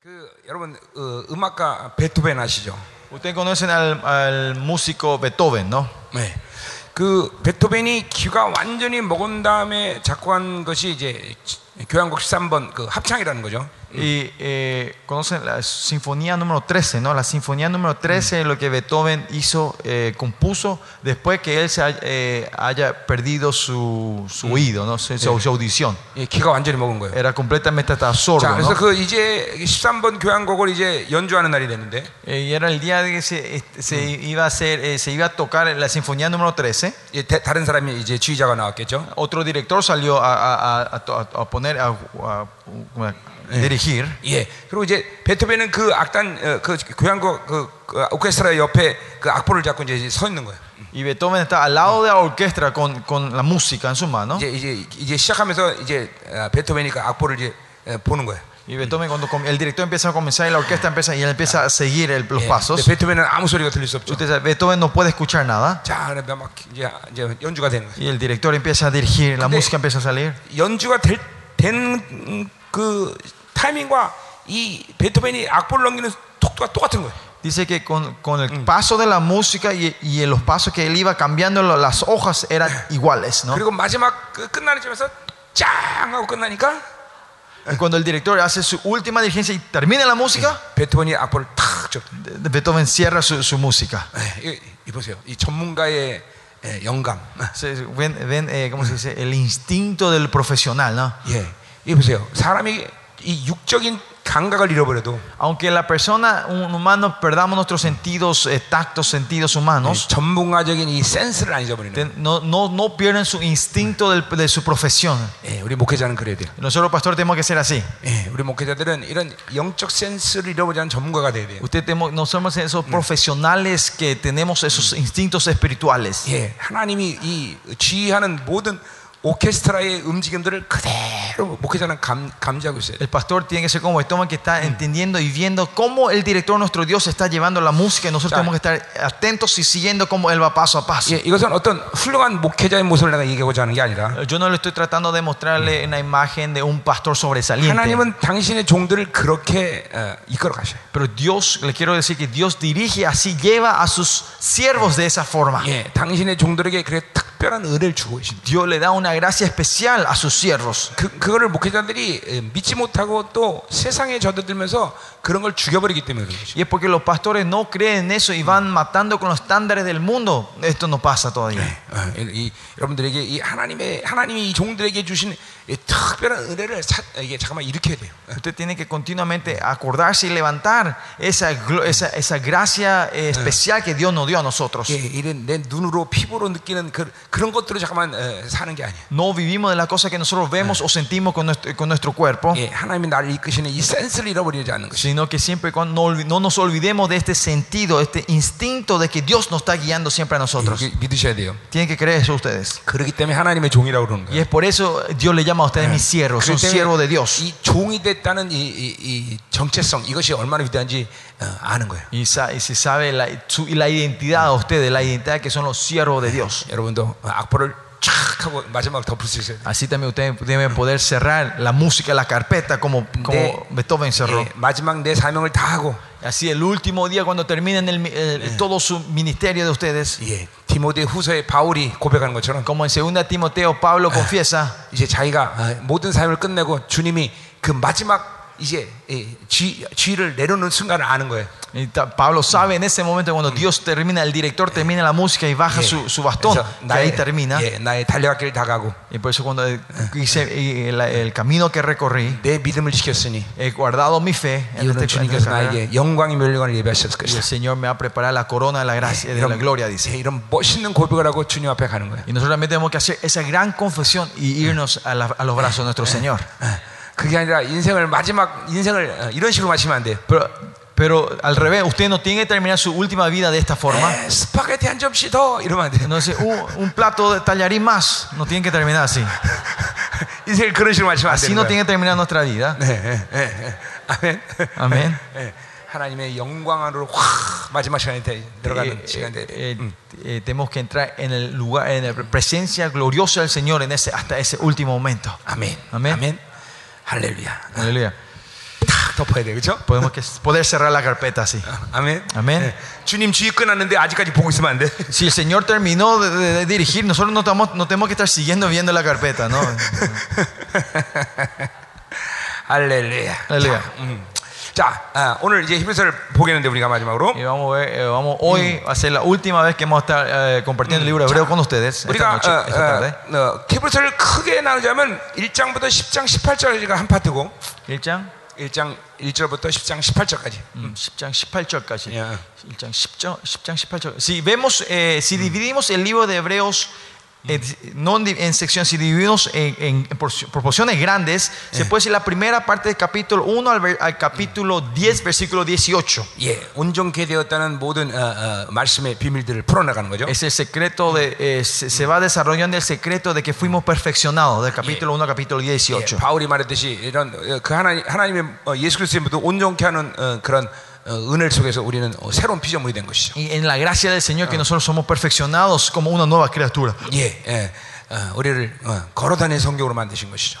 그, 여러분 어, 음악가 베토벤 아시죠? Ustedes conocen al, al músico Beethoven, ¿no? 네. 그 베토벤이 귀가 완전히 먹은 다음에 작곡한 것이 이제 교향곡 13번 그 합창이라는 거죠. Y eh, conocen la sinfonía número 13, ¿no? La sinfonía número 13 es lo que Beethoven hizo, eh, compuso después que él se haya, eh, haya perdido su, su oído, ¿no? Su, su- su audición. 예, 귀가 완전히 먹은 거예요. Era completamente hasta sordo, 자, ¿no? 그래서 그 이제 13번 교향곡을 이제 연주하는 날이 됐는데 Eh, y era el día de que se, este, se iba a hacer, eh, se iba a tocar la sinfonía número 13. 이제 대- 다른 사람이 이제 지휘자가 나왔겠죠. Otro director salió a, a- a- a to- a poner, a, a- a dirigir. 예. 그리고 이제 베토벤은 그 악단 어, 그 교향곡 그, 그 오케스트라 옆에 그 악보를 잡고 이제 서 있는 거예요. Y Beethoven está al lado de la orquesta con, con la música en su mano. 이제 이제 이제 시작하면서 이제 어, 베토벤이 그 악보를 이제 어, 보는 거예요. Y Beethoven, cuando com- el director empieza a comenzar y la orquesta empieza y él empieza a seguir el- los 예. pasos, 근데 베토벤은 아무 소리가 들릴 수 없죠. usted sabe, Beethoven no puede escuchar nada. 자, 그러니까 막 이제 이제 연주가 되는 거예요. Y el director empieza a dirigir, la 근데- música empieza a salir. 연주가 될된그 타이밍과 이 베토벤이 악보를 넘기는 속도가 똑같은 거예요. Dice que con, con el paso de la música y, y en los pasos que él iba cambiando, lo- las hojas eran iguales. ¿no? 그리고 마지막 그 끝나는 점에서 짱 하고 끝나니까 Y cuando el director hace su última dirigencia y termina la música, 베토벤이 악보를 탁 쳐. de- de- Beethoven cierra su, su música. 예, 이, 이 보세요. 이 전문가의 예, 영감. Se- se- Ven, ven eh, ¿cómo se dice? El instinto del profesional. ¿no? 예, 이 보세요. 사람이 이 육적인 감각을 잃어버려도 Aunque la persona, un humano, perdamos nuestros sentidos, eh, tactos, sentidos humanos. 이 전문가적인 이 센스를 안 잊어버리는. 거예요. Ten- No, no, no pierden su instinto del- de su profesión. 예, 우리 목회자는 그래야 돼요. Nosotros, pastor, tenemos que ser así. 예, 우리 목회자들은 이런 영적 센스를 잃어버리지 않은 전문가가 돼야 돼요. Usted tenemos, no somos esos profesionales que tenemos esos instintos espirituales. 예, 하나님이 이 지휘하는 모든 오케스트라의 움직임들을 그대로 목회자는 감, 감지하고 있어요. El pastor tiene que ser como Esteban que está entendiendo y viendo cómo el director nuestro Dios está llevando la música y nosotros Claro. tenemos que estar atentos y siguiendo cómo él va paso a paso. 예, 이것은 어떤 훌륭한 목회자의 모습을 내가 얘기하고자 하는 게 아니라 Yo no le estoy tratando de mostrarle una imagen de un pastor sobresaliente, 하나님은 당신의 종들을 그렇게 어, 이끌어 가셔요. pero Dios, le quiero decir que Dios dirige así, lleva a sus siervos de esa forma. 예, 당신의 종들에게 그래 특별한 은혜를 주고 계십니다. Dios le da una gracia especial a sus siervos. 그 그거를 목회자들이 예, 믿지 못하고 또 세상에 젖어들면서 그런 걸 죽여버리기 때문에 그런 거죠. Y es porque los pastores no creen en eso y van matando con los estándares del mundo. Esto no pasa todavía. 어, 이, 이- 여러분들에게 이 하나님의 하나님이 이 종들에게 주신 이 특별한 은혜를 사, 이게 잠깐만 일으켜야 돼요. Usted tiene que continuamente acordarse y levantar esa, glo- esa, esa gracia eh, especial que Dios nos dio a nosotros. 예, 이런 내 눈으로 피부로 느끼는 그, 그런 것들을 잠깐만 어, 사는 게 아니에요. No vivimos de las cosas que nosotros vemos o sentimos con nuestro, con nuestro cuerpo, 예, 하나님이 나를 이끄시는 이 센스를 잃어버리지 않는 것이. sino que siempre y cuando no, olvi- no nos olvidemos de este sentido, este instinto de que Dios nos está guiando siempre a nosotros. 이렇게 믿으셔야 돼요. Tienen que creer eso ustedes. 그렇기 때문에 하나님의 종이라고 그러는 Y 거예요. 예. es por eso Dios le llama a ustedes mis siervos, son 그렇기 siervos de 때문에 Dios. 이 종이 됐다는 이, 이, 이 정체성 이것이 얼마나 위대한지 어, 아는 거예요. Y, sa- y se sabe la, su- y la identidad de ustedes, la identidad que son los siervos de Dios. 여러분도 악보를 촥 하고 마지막 덮을 수 있어야 돼요. Así también ustedes deben poder cerrar la música, la carpeta, como, como De- Beethoven cerró. 예, 마지막 내 사명을 다 하고 Así el último día, cuando terminen el mi- el- Eh. todo su ministerio de ustedes, 예, 디모데 후서의 바울이 고백하는 것처럼 como en 2 Timoteo, Pablo Eh. confiesa, 이제 자기가 아, 모든 삶을 끝내고 주님이 그 마지막 이제 예, 쥐, 쥐를 내려놓는 순간을 아는 거예요. y ta- Pablo sabe en ese momento cuando Dios termina, el director termina la música y baja 예. su, su bastón, 그래서 que ahí termina. 예, 나의 달려갈 다 가고 Y por eso cuando eh, hice eh, la- el, camino que recorrí, 내 믿음을 지켰으니 he guardado mi fe en 이는 este- en esta 주님께서 carrera. 나에게 영광의 멸류관을 예배하셨을 Y el 것이다. Señor me va a preparar la corona de la gracia, de la gloria, dice. 예, 이런 멋있는 고백을 하고 주님 앞에 가는 거예요. Y nosotros también tenemos que hacer esa gran confesión y irnos a, la- a los brazos de nuestro Señor. 예. 그게 아니라 인생을 마지막 인생을 어, 이런 식으로 마치면 안 돼요. Pero, pero al revés, usted no tiene que terminar su última vida de esta forma. 에, 예. 스파게티 한 접시 더 이러면 안 돼요. Entonces, un, un plato de tallarín más, no tiene que terminar así. 인생을 그런 식으로 마치면 안 Así 되는 no 거예요. tiene que terminar nuestra vida. 네, 네, 네. 아멘. 아멘. 네. 하나님의 영광 안으로 확 마지막 시간에 대- 들어가는 Eh, 시간에 eh, 돼. eh, eh, tenemos que entrar en el lugar, en la presencia gloriosa del Señor en ese, hasta ese último momento. 아멘. 아멘. 아멘. 할렐루야. Aleluya. 탁 싹 덮어야 돼. 그렇죠? Podemos que- poder cerrar la carpeta así. 아멘. 예. 아멘. 주님 주의 끝났는데 아직까지 보고 있으면 안 돼. Si el Señor terminó de, de- de dirigir, nosotros no, estamos, no tenemos que estar siguiendo viendo la carpeta, ¿no? 할렐루야. Aleluya. 자, 음. 자, 아, 오늘 이제 히브리서를 보겠는데 우리가 마지막으로 Y vamos a ver, eh, vamos hoy va a ser la última vez que vamos a estar eh, compartiendo el libro hebreo con ustedes esta 우리가 noche, esta tarde. 어, 어, 어, 히브리서를 크게 나누자면 1장부터 10장 18절까지가 한 파트고 1장 1장 1절부터 10장 18절까지. 음, 10장 18절까지. 예. 1장 10절, 10장 18절. Si vemos eh, si dividimos el libro de Hebreos eh, no en, di- en sección, si dividimos en, en por- proporciones grandes, se puede decir la primera parte del capítulo 1 al, ver- al capítulo 10, versículo 18. 예, 온전케 되었다는 모든 어, 어, 말씀의 비밀들을 풀어나가는 거죠. Es el secreto de, eh, se, se va desarrollando el secreto de que fuimos perfeccionados del capítulo 1 al capítulo 예, 18. 바울이 말했듯이 이런 어, 그 하나님 하나님의 어, 예수 그리스도의 모든 온전케 하는 어, 그런 어, 은혜 속에서 우리는 어, 새로운 피조물이 된 것이죠. Y en la gracia del Señor que nosotros somos perfeccionados como una nueva criatura. 예, 예, 어, 우리를 어, 걸어다니는 성경으로 만드신 것이죠.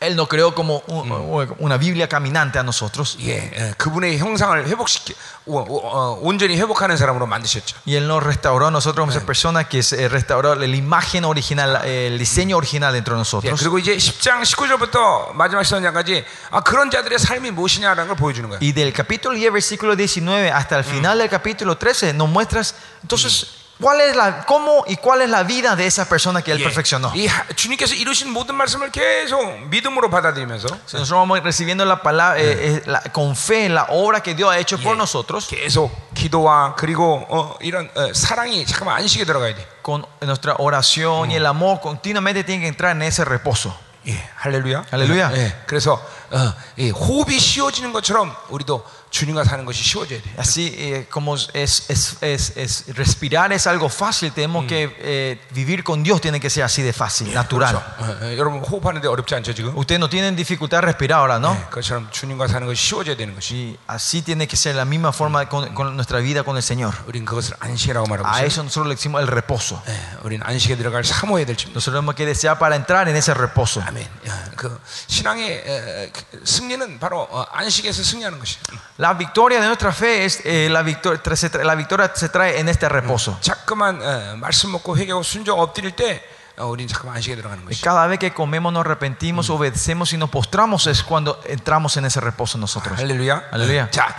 Él nos creó como un- una Biblia caminante a nosotros. 예, 예, 그분의 형상을 회복시키 오, 오, 어, 온전히 회복하는 사람으로 만드셨죠. Y Él nos restauró a nosotros como esa persona que se eh, restauró la imagen original, eh, el diseño original dentro de 예, nosotros. 그리고 이제 10장 19절부터 마지막 시선장까지 아 그런 자들의 삶이 무엇이냐라는 걸 보여주는 거예요. Y del capítulo 10, versículo 19 hasta el final del capítulo 13 nos muestras entonces cuál es la, cómo y cuál es la vida de esa persona que Él 예, perfeccionó. 이 하- 주님께서 이루신 모든 말씀을 계속 믿음으로 받아들이면서 Si nosotros vamos recibiendo la palabra eh, eh, la- con fe la obra que Dios ha hecho por nosotros, 계속 기도와 그리고 어, 이런 어, 사랑이 잠깐만 안식에 들어가야 돼. con nuestra oración y el amor continuamente tienen que entrar en ese reposo. 예, 할렐루야. 할렐루야. 예, 그래서 어, 이 호흡이 쉬워지는 것처럼 우리도 주님과 사는 것이 쉬워져야 돼. Así eh, como es, es- es- es- respirar es algo fácil, tenemos que eh, vivir con Dios, tiene que ser así de fácil, natural. 어, 어, 여러분 호흡하는데 어렵지 않죠 지금? Ustedes no tienen dificultad de respirar ahora, ¿no? 예, 그것처럼 주님과 사는 것이 쉬워져야 되는 것이. Y así tiene que ser la misma forma con, con nuestra vida con el Señor. 우린 그것을 안식이라고 말하고 A 있어요. eso nosotros le decimos el reposo. 예, 우린 안식에 들어갈 사모해야 될 줄입니다. Nosotros tenemos que desear para entrar en ese reposo. 아멘. 예, 그 신앙의 에, 그 승리는 바로 어, 안식에서 승리하는 것이에요. La victoria de nuestra fe es eh, la, victoria, se tra- la victoria se trae en este reposo. Mm. 자꾸만 에, 말씀 먹고 회개하고 순종 엎드릴 때 어, 우린 자꾸만 안식에 들어가는 Y 것이죠. cada vez que comemos, nos arrepentimos, obedecemos y nos postramos es cuando entramos en ese reposo nosotros. 할렐루야. 할렐루야. 자,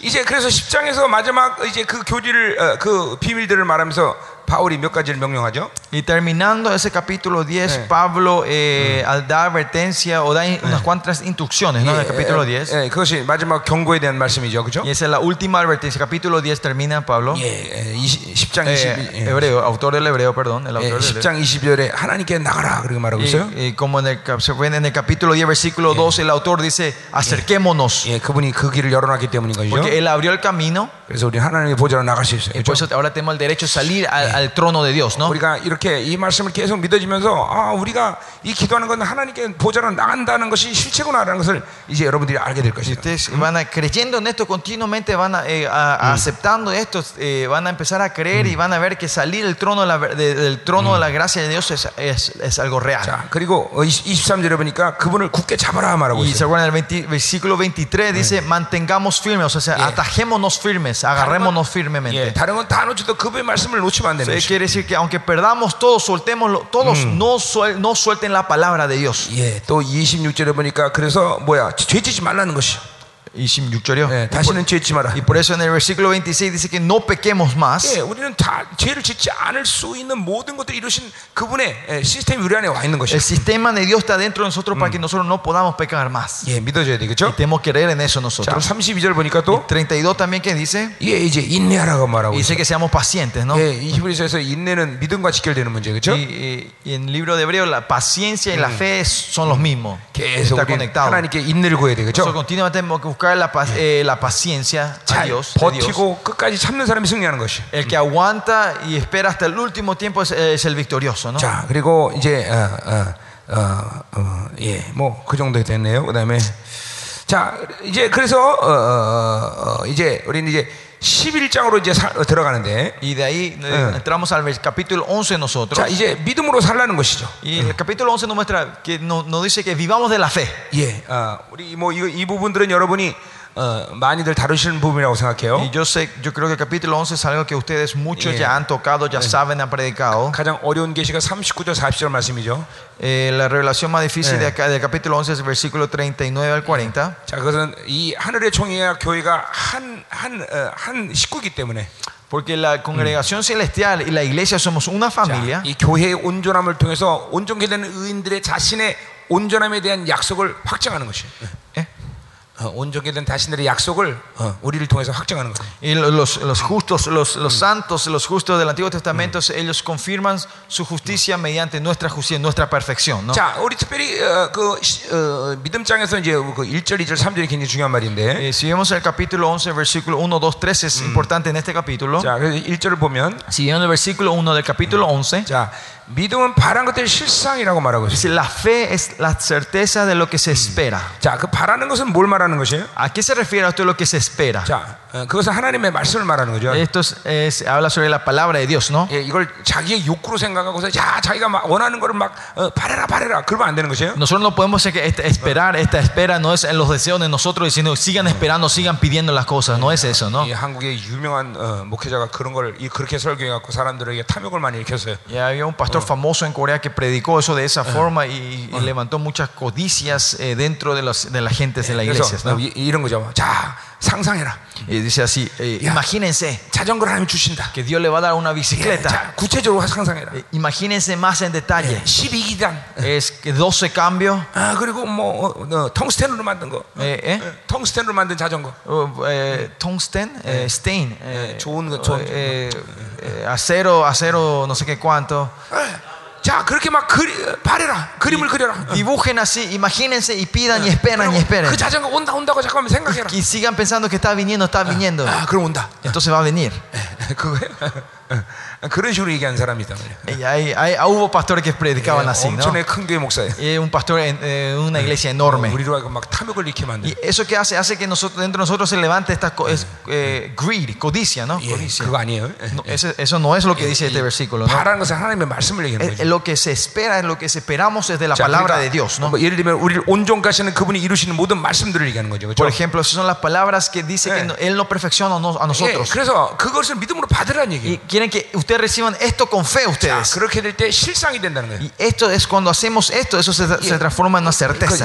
이제 그래서 10장에서 마지막 이제 그 교리를 어, 그 비밀들을 말하면서 바울이 몇 가지를 명령하죠. Y terminando ese capítulo 10, Eh. Pablo eh, al da advertencia o da in- unas cuantas instrucciones 어, ¿no? en el eh, capítulo 10. 예, 그것이 마지막 경고에 대한 말씀이죠. 그죠? Y esa es la última advertencia. Capítulo 10 termina Pablo. 예, 예, 20, 10장 20 Eh, hebreo, autor del hebreo, perdón. El 예, autor del hebreo. 10장 20절에 하나님께 나가라 그렇게 말하고 있어요. Y, y como en el, cap- se ven en el capítulo 10, versículo 2, el autor dice, acerquémonos. 예, 그분이 그 길을 열어놨기 때문인 것이죠. Porque él abrió el camino 그래서 우리 하나님의 보좌로 나갈 수 있어요. y por 그렇죠? eso ahora tenemos el derecho a salir al, al trono de Dios, ¿no? 우리가 이렇게 이 말씀을 계속 믿어지면서 아 우리가 이 기도하는 건 하나님께 보좌로 나간다는 것이 실체구나라는 것을 이제 여러분들이 알게 될 것이에요. Ustedes van a, creyendo en esto continuamente, van a, eh, a- a aceptando esto, eh, van a empezar a creer y van a ver que salir del trono, de la ver- de- del trono de la gracia de Dios es, es- es algo real. 자 그리고 23절에 보니까 그분을 굳게 잡아라 말하고 Y se 있어요. acuerdan, el 20 versículo 23 dice, mantengamos firmes, o sea, atajémonos firmes, agarrémonos 예, firmemente. 다른 건 다 놓쳐도 그분의 말씀을 놓치면 안 되는 Eso 것이죠. quiere decir que aunque perdamos todo, soltémoslo, todos no, suel- no suelten la palabra de Dios. 예, 또 26절에 보니까 그래서 뭐야 죄짓지 말라는 것이요. Y Sim Yukchorio. 예, 다시는 죄짓지 마라. Y Eh, por eso en el versículo 26 dice que no pequemos más. 예, 우리는 다 죄를 짓지 않을 수 있는 모든 것들을 이루신 그분의 예, 시스템이 우리 안에 와 있는 것이죠. El sistema de Dios está dentro de nosotros para que nosotros no podamos pecar más. 예, 믿어줘야 되겠죠. Tenemos que creer en eso 자, nosotros. 32절 보니까 또 32 también que dice, 예, 이제 인내하라고 말하고 있어요. dice que seamos pacientes, ¿no? 예, 이 히브리서에서 인내는 믿음과 직결되는 문제 Y, 그렇죠? y- y en el libro de Hebreo la paciencia y la fe son los mismos. 계속 Está 우리 conectado. 하나님께 인내를 구해야 Nosotros 되겠죠? continuamente tenemos que buscar la, pa- eh, la paciencia a 잘 Dios, de Dios. 버티고 끝까지 참는 사람이 승리하는 것이. El que aguanta y espera hasta el último tiempo es, es el victorioso, ¿no? 자, 그리고 이제 어, 어, 어, 어, 예, 뭐 그 정도 됐네요. 그다음에 그 자, 이제 그래서 어, 어, 어, 이제 우리는 이제 11장으로 이제 살- 어, 들어가는데 Y de ahí eh, entramos al vers- capítulo 11 nosotros. 자, 이제 믿음으로 살라는 것이죠. Y el capítulo 11 nos muestra que nos, nos dice que vivamos de la fe. 예. 어, 우리 뭐 이 부분들은 여러분이 어, 많이들 다루시는 부분이라고 생각해요. Y yo sé, yo creo que el capítulo 11 es algo que ustedes muchos Yeah. ya han tocado, ya saben, han predicado. 가장 어려운 계시가 39절 40절 말씀이죠. Eh, la revelación más difícil Yeah. de acá, del capítulo 11 es el versículo 39 al 40. 자, 그것은 이 하늘의 총회와 교회가 한 한 한 식구이기 때문에 Porque la Mm. congregación celestial y la iglesia somos una familia. 자, 이 교회의 온전함을 통해서 온전케 되는 의인들의 자신의 온전함에 대한 약속을 확정하는 것이. ¿eh? 어, 온전케 된 자신들의 약속을 어, 우리를 통해서 확정하는 거예요. Y lo- los, los justos, los, Mm. los santos, los justos del Antiguo Testamento, ellos confirman su justicia Mm. mediante nuestra justicia, nuestra perfección. ¿no? 자, 우리 특별히 어, 그 시- 어, 믿음장에서 이제 그 1절, 2절, 3절이 굉장히 중요한 말인데. Eh, si vemos el capítulo 11, versículo 1, 2, 3, Mm. es importante en este capítulo. 자, 그래서 1절을 보면 Si vemos el versículo 1 del capítulo 11, 자, 믿음은 바란 것들의 실상이라고 말하고 있어요. dice, la fe es la certeza de lo que se espera. 자, 그 바라는 것은 뭘 말하는 것이에요? ¿A qué se refiere esto de lo que se espera? 자, 어, 그것은 하나님의 말씀을 말하는 거죠. Esto es- es- habla sobre la palabra de Dios, ¿no? 예, 이걸 자기의 욕구로 생각하고서 자, 자기가 막 원하는 거를 막 어, 바래라 바래라 그러면 안 되는 것이에요. Nosotros no podemos decir que esta- esperar, esta espera no es en los deseos de nosotros diciendo sigan esperando, sigan pidiendo las cosas, no es eso, ¿no? 이 한국의 유명한 어, 목회자가 그런 걸 이- 그렇게 설교해 갖고 사람들에게 탐욕을 많이 일으켰어요. Ya había un pastor famoso en Corea que predicó eso de esa forma y, y levantó muchas codicias eh, dentro de, las de las gentes de las iglesias, 그래서 ¿no? 어, 이, 이런 거죠. 자, 상상해라. Y dice así, eh, Ya. imagínense 자전거를 하나님 주신다. que Dios le va a dar una 예, bicicleta. 자, 구체적으로 상상해라. Eh, Imagínense más en detalle. 12기단. Es que 12 cambios, 아, 그리고 뭐 어, 어, 텅스텐으로 만든 거. eh, eh, 예, 텅스텐으로 만든 자전거. 어, uh, eh, tungsten, eh, stein, eh, Eh, 좋은 거, 좋은- eh, eh, acero, acero, no sé qué cuánto. 예. 자, 그렇게 막 그리, 어, 바래라. 그림을 그려라. 어. Dibujen así, imagínense y pidan y esperan y 그리고 esperan. 그 자전거 온다 온다고 잠깐만 생각해라. Y sigan pensando que está viniendo, está viniendo. 아, 그럼 온다. Entonces va a venir. 그거예요. 어. 그런 식으로 얘기한 사람이다. 말이에요. Y hay- hay- ah, hubo pastores que predicaban Eh, así, ¿no? 아, 엄청나게 큰 교회 목사예요. Y un pastor en eh, una iglesia enorme. 우리로 하여금 막 탐욕을 일으키면 안 돼. Y eso que hace, hace que nosotros, dentro de nosotros se levante esta co- es, eh, greed, codicia, ¿no? 예, Codicia. 그거 아니에요. 어? No, ese- eso no es lo Eh, que dice este versículo, ¿no? 바라는 것은 하나님의 말씀을 얘기하는 Es- 거죠. es lo que se espera, es lo que esperamos es de la 자, palabra de 그러니까 Dios, ¿no? 뭐 예를 들면 우리를 온전가시는 그분이 이루시는 모든 말씀들을 얘기하는 거죠. 그렇죠? Por ejemplo, esas son las palabras que dice que Eh. no- Él nos perfecciona a nos- a 예, nosotros. 그래서 그것을 믿음으로 받으라는 Y 얘기예요. quieren que ustedes reciban esto con fe 자, ustedes. 그렇게 될 때 실상이 된다는 거예요. Y esto es cuando hacemos esto, eso se, se transforma en una certeza,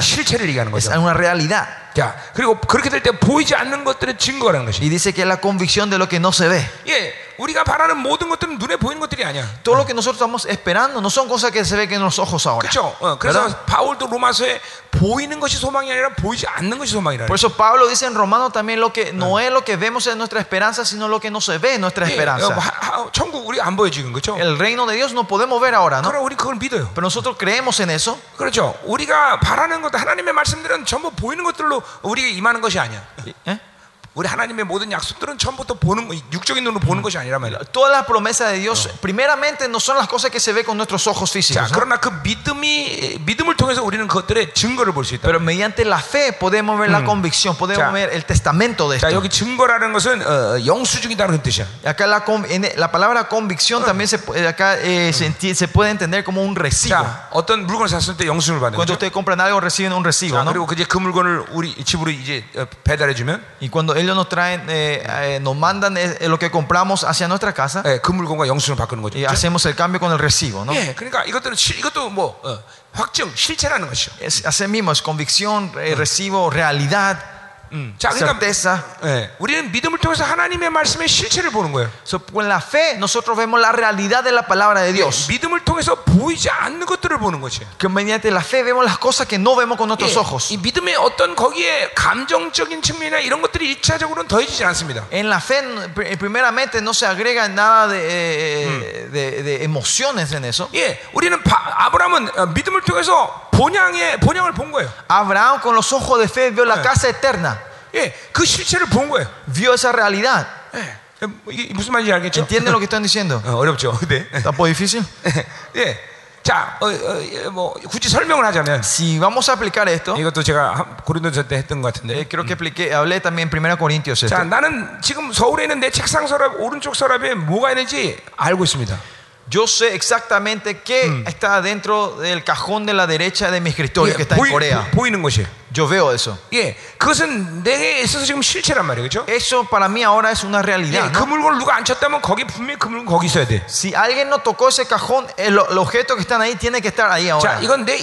그 실체를 얘기하는 es 거죠. una realidad. 자, 그리고 그렇게 될 때 보이지 않는 것들의 증거라는 것이. Y dice que es la convicción de lo que no se ve. 예, 우리가 바라는 모든 것들은 눈에 보이는 것들이 아니야. Todo lo que nosotros estamos esperando no son cosas que se ven en los ojos ahora. 그렇죠. 어, 그래서 ¿verdad? 바울도 로마서에 보이는 것이 소망이 아니라 보이지 않는 것이 소망이라는 Por eso Pablo dice en Romano también lo que no es lo que vemos en nuestra esperanza, sino lo que no se ve en nuestra 예, 어, 뭐 esperanza. 하- 하- 천국 우리 안 보여 지금 그렇죠? El reino de Dios no podemos ver ahora, ¿no? 그럼 우리 그걸 믿어요. Pero nosotros creemos en eso. 그렇죠. 우리가 바라는 것 하나님의 말씀들은 전부 보이는 것들로 우리에게 임하는 것이 아니야. ¿eh? 우리 하나님의 모든 약속들은 전부터 보는 거- 육적인 눈으로 보는 것이 아니라 말이야. Todas las promesas de Dios, primeramente, no son las cosas que se ve con nuestros ojos 자, físicos. ¿no? 그러나 그 믿음이 믿음을 통해서 우리는 그것들의 증거를 볼 수 있다. Pero mediante la fe podemos ver la convicción, podemos Ya. ver el testamento de 자, esto. 여기 증거라는 것은 어, 어, 영수증이다는 뜻이야. Acá la, con- en- la palabra convicción también se, puede- acá, eh, se, enti- se puede entender como un recibo. 자, 어떤 물건을 샀을 때 영수증을 받는 Cuando 거죠. ustedes compran algo, reciben un recibo, 자, ¿no? 그리고 그 이제 그 물건을 우리 집으로 이제 어, 배달해 주면 Y cuando ellos nos traen, eh, eh, nos mandan eh, eh, lo que compramos hacia nuestra casa, 예, 그 물건과 영수증을 바꾸는 거죠. 그렇죠? y hacemos el cambio con el recibo, ¿no? 예, 그러니까 이것들은 실- 이것도 뭐 어, 확증, 실체라는 것이죠. Es, así mismo, es convicción, eh, recibo, realidad, 음. 자, 그러니까 certeza. 예, 우리는 믿음을 통해서 하나님의 말씀의 실체를 보는 거예요. So, con la fe nosotros vemos la realidad de la palabra de Dios. 예, 믿음을 통해서 보이지 않는 것들을 보는 거지. Que mediante la fe vemos las cosas que no vemos con 예, nuestros ojos. 이 믿음의 어떤 거기에 감정적인 측면이나 이런 것들이 일차적으로는 더해지지 않습니다. En la fe, pr- eh, primeramente, no se agrega nada de, eh, de- de emociones en eso. 예, 우리는 바- 아브라함은 어, 믿음을 통해서 본향의 본향을 본 거예요. Abraham con los ojos de fe vio Eh. la casa eterna, 예, 그 실체를 본 거예요. vio esa realidad. 예, 뭐 이게 무슨 말인지 알겠죠? ¿Entienden lo que están diciendo? 어, 어렵죠. 네. ¿Está un poco difícil? 예. 자, 어, 어, 뭐 굳이 설명을 하자면 Si vamos a aplicar esto, 이것도 제가 고린도전 때 했던 것 같은데. eh, creo que expliqué, hablé también en 1 Corintios esto. 자, 나는 지금 서울에 있는 내 책상 서랍 오른쪽 서랍에 뭐가 있는지 알고 있습니다. Yo sé exactamente qué está dentro del cajón de la derecha de mi escritorio que 예, está en Corea. 보이, 는 것이. Yo veo eso. 예, 그것은 내게 있어서 지금 실체란 말이에요, 그렇죠? Eso para mí ahora es una realidad. 예, ¿no? 그 물건을 누가 안 쳤다면 거기 분명히 그 물건 거기 있어야 돼. Si alguien no tocó ese cajón, el, los objetos que están ahí tienen que estar ahí 자, ahora. 이건 내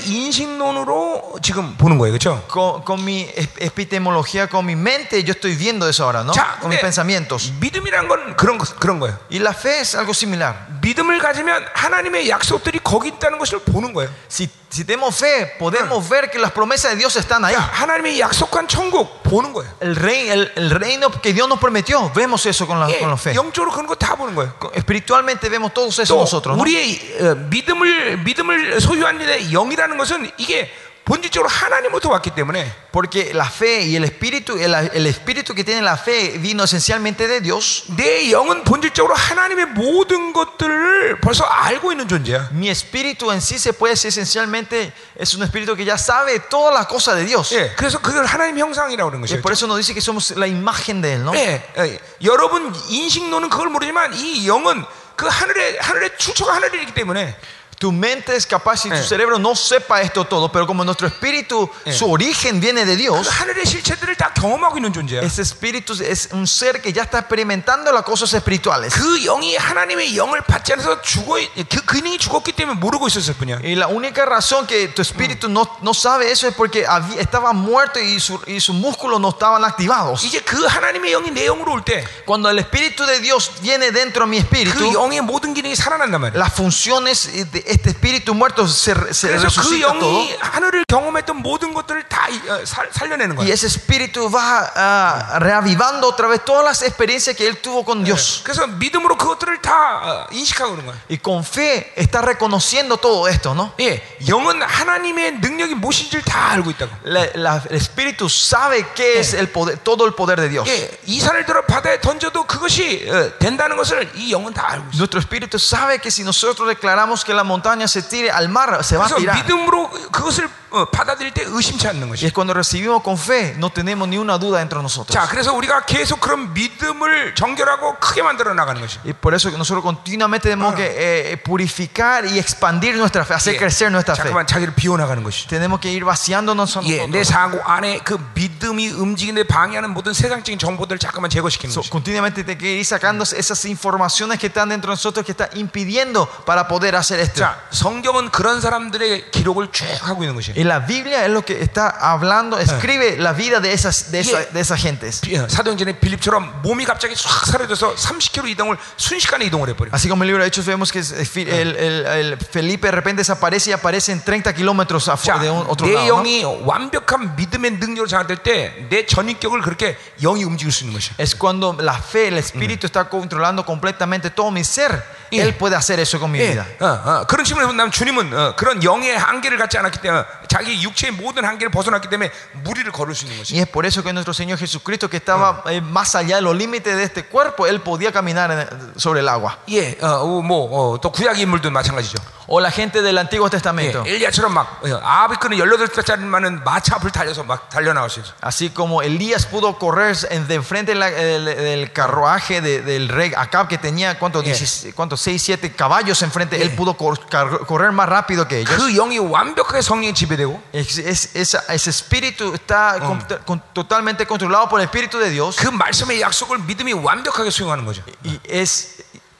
인식론으로 지금 보는 거예요, 그렇죠? Con, con mi es- epistemología, con mi mente, yo estoy viendo eso ahora, ¿no? 자, Con mis 근데 어? pensamientos. 믿음이란 건 그런 거- 그런 거예요. Y la fe es algo similar. 믿음을 가지면 하나님의 약속들이 거기 있다는 것을 보는 거예요. Si, si tenemos fe, podemos ver que las promesas de Dios están ahí. 야, 그러니까 하나님의 약속한 천국 보는 거예요. El, rey, el, el reino que Dios nos prometió, vemos eso con la, 예, con la fe. 영적으로 그런 거 다 보는 거예요. Espiritualmente vemos todo eso 또 nosotros, ¿no? 우리의 어, 믿음을 믿음을 소유한 일의 영이라는 것은 이게 본질적으로 하나님으로부터 왔기 때문에 Porque la fe y el espíritu, el, el espíritu que tiene la fe vino esencialmente de Dios. 내 영은 본질적으로 하나님의 모든 것들을 벌써 알고 있는 존재야. Mi espíritu en sí se puede decir esencialmente, es un espíritu que ya sabe todas las cosas de Dios. 예, 그래서 그걸 하나님 형상이라고 그러는 Y 것이에요. por eso nos dice que somos la imagen de Él, ¿no? 예, 예. 여러분 인식론은 그걸 모르지만 이 영은 그 하늘의 하늘의 출처가 하늘이기 때문에 Tu mente es capaz y tu Eh. cerebro no sepa esto todo, pero como nuestro espíritu, su origen viene de 그 Dios, 하늘의 실체들을 다 경험하고 있는 존재야. ese espíritu es un ser que ya está experimentando las cosas espirituales. 그 영이 하나님의 영을 받지 않아서 죽어 그 근이 죽었기 때문에 모르고 있었을 뿐이야. Y la única razón que tu espíritu no, no sabe eso es porque había- estaba muerto y su- y sus músculos no estaban activados. 이제 그 하나님의 영이 내 영으로 올 때 그 Cuando el espíritu de Dios viene dentro de mi espíritu, 영의 mo든 기능이 살아난단 말이야. las funciones de este espíritu muerto se, re- se 그래서 그 resucita todo. 영이 하늘을 경험했던 모든 것들을 다 이- 어, 살- 살려내는 Y 거야. ese espíritu va ah, reavivando otra vez todas las experiencias que él tuvo con Dios. 그래서 믿음으로 그것들을 다 어, 인식하고 그런 거야. Y con fe está reconociendo todo esto, ¿no? 예, 영은 하나님의 능력이 무엇인지를 다 알고 있다고. La- la- el espíritu sabe qué es el poder, todo el poder de Dios. 예, 이 산을 들어 바다에 던져도 그것이 어, 된다는 것을 이 영은 다 알고 있어. Nuestro espíritu sabe que si nosotros declaramos que la montaña se tire al mar, se va a 그래서 tirar. 믿음으로 그것을 어, 받아들일 때 의심치 않는 Y 것이. es cuando recibimos con fe, no tenemos ni una duda dentro de nosotros. 자, 그래서 우리가 계속 그런 믿음을 정결하고 크게 만들어 나가는 것이. Y por eso que nosotros continuamente tenemos que eh, eh, purificar y expandir nuestra fe, hacer 예, crecer nuestra fe. 잠깐만 자기를 비워나가는 것이. Tenemos que ir vaciándonos a 예, 내 nosotros. 사고 안에 그 믿음이 움직이는데 방해하는 모든 세상적인 정보들을 잠깐만 제거시키는 So, 것이. continuamente te que ir sacando esas informaciones que están dentro de nosotros que está impidiendo para poder hacer esto. 자, 성경은 그런 사람들의 기록을 쭉 하고 있는 것이. Y la Biblia es lo que está hablando, escribe la vida de esas, de esa- Yeah. de esas gentes. 사도행전의 빌립처럼 몸이 갑자기 싹 사라져서 30km 이동을 순식간에 이동을 해버려. Así como el libro de Hechos vemos que es- eh, el, el- el Felipe de repente desaparece y aparece en 30 kilómetros afu- 자, de un- otro 내 lado. ¿no? 영이 완벽한 믿음의 능력으로 장악될 때 내 전인격을 그렇게 영이 움직일 수 있는 것이야. Es cuando la fe, el espíritu está controlando completamente todo mi ser. Yeah. Él puede hacer eso con mi 예, vida. 어, 어, 그런 측면에서 본다면 주님은 어, 그런 영의 한계를 갖지 않았기 때문에 자기 육체의 모든 한계를 벗어났기 때문에 무리를 걸을 수 있는 것이. Y es por eso que nuestro Señor Jesucristo, que estaba eh, más allá de los límites de este cuerpo, Él podía caminar en- sobre el agua. 예, 어, 어, 뭐, 어, 또 구약 인물도 마찬가지죠. O la gente del Antiguo 예, Testamento. 엘리야처럼 막 어, 아비 끄는 18살짜리 많은 마차 앞을 달려서 막 달려나갈 수 있어. Así como Elías pudo correr en, de enfrente de la- del, del carruaje de- del rey Acab, que tenía ¿cuántos? Yeah. 16, ¿cuántos? 6, 7 caballos enfrente, él pudo cor- car- correr más rápido que ellos. 그 영이 완벽하게 성령에 지배되고 Es- es- esa- ese espíritu está con- con- totalmente controlado por el Espíritu de Dios 그 말씀의 약속을 믿음이 완벽하게 수용하는 거죠. y es.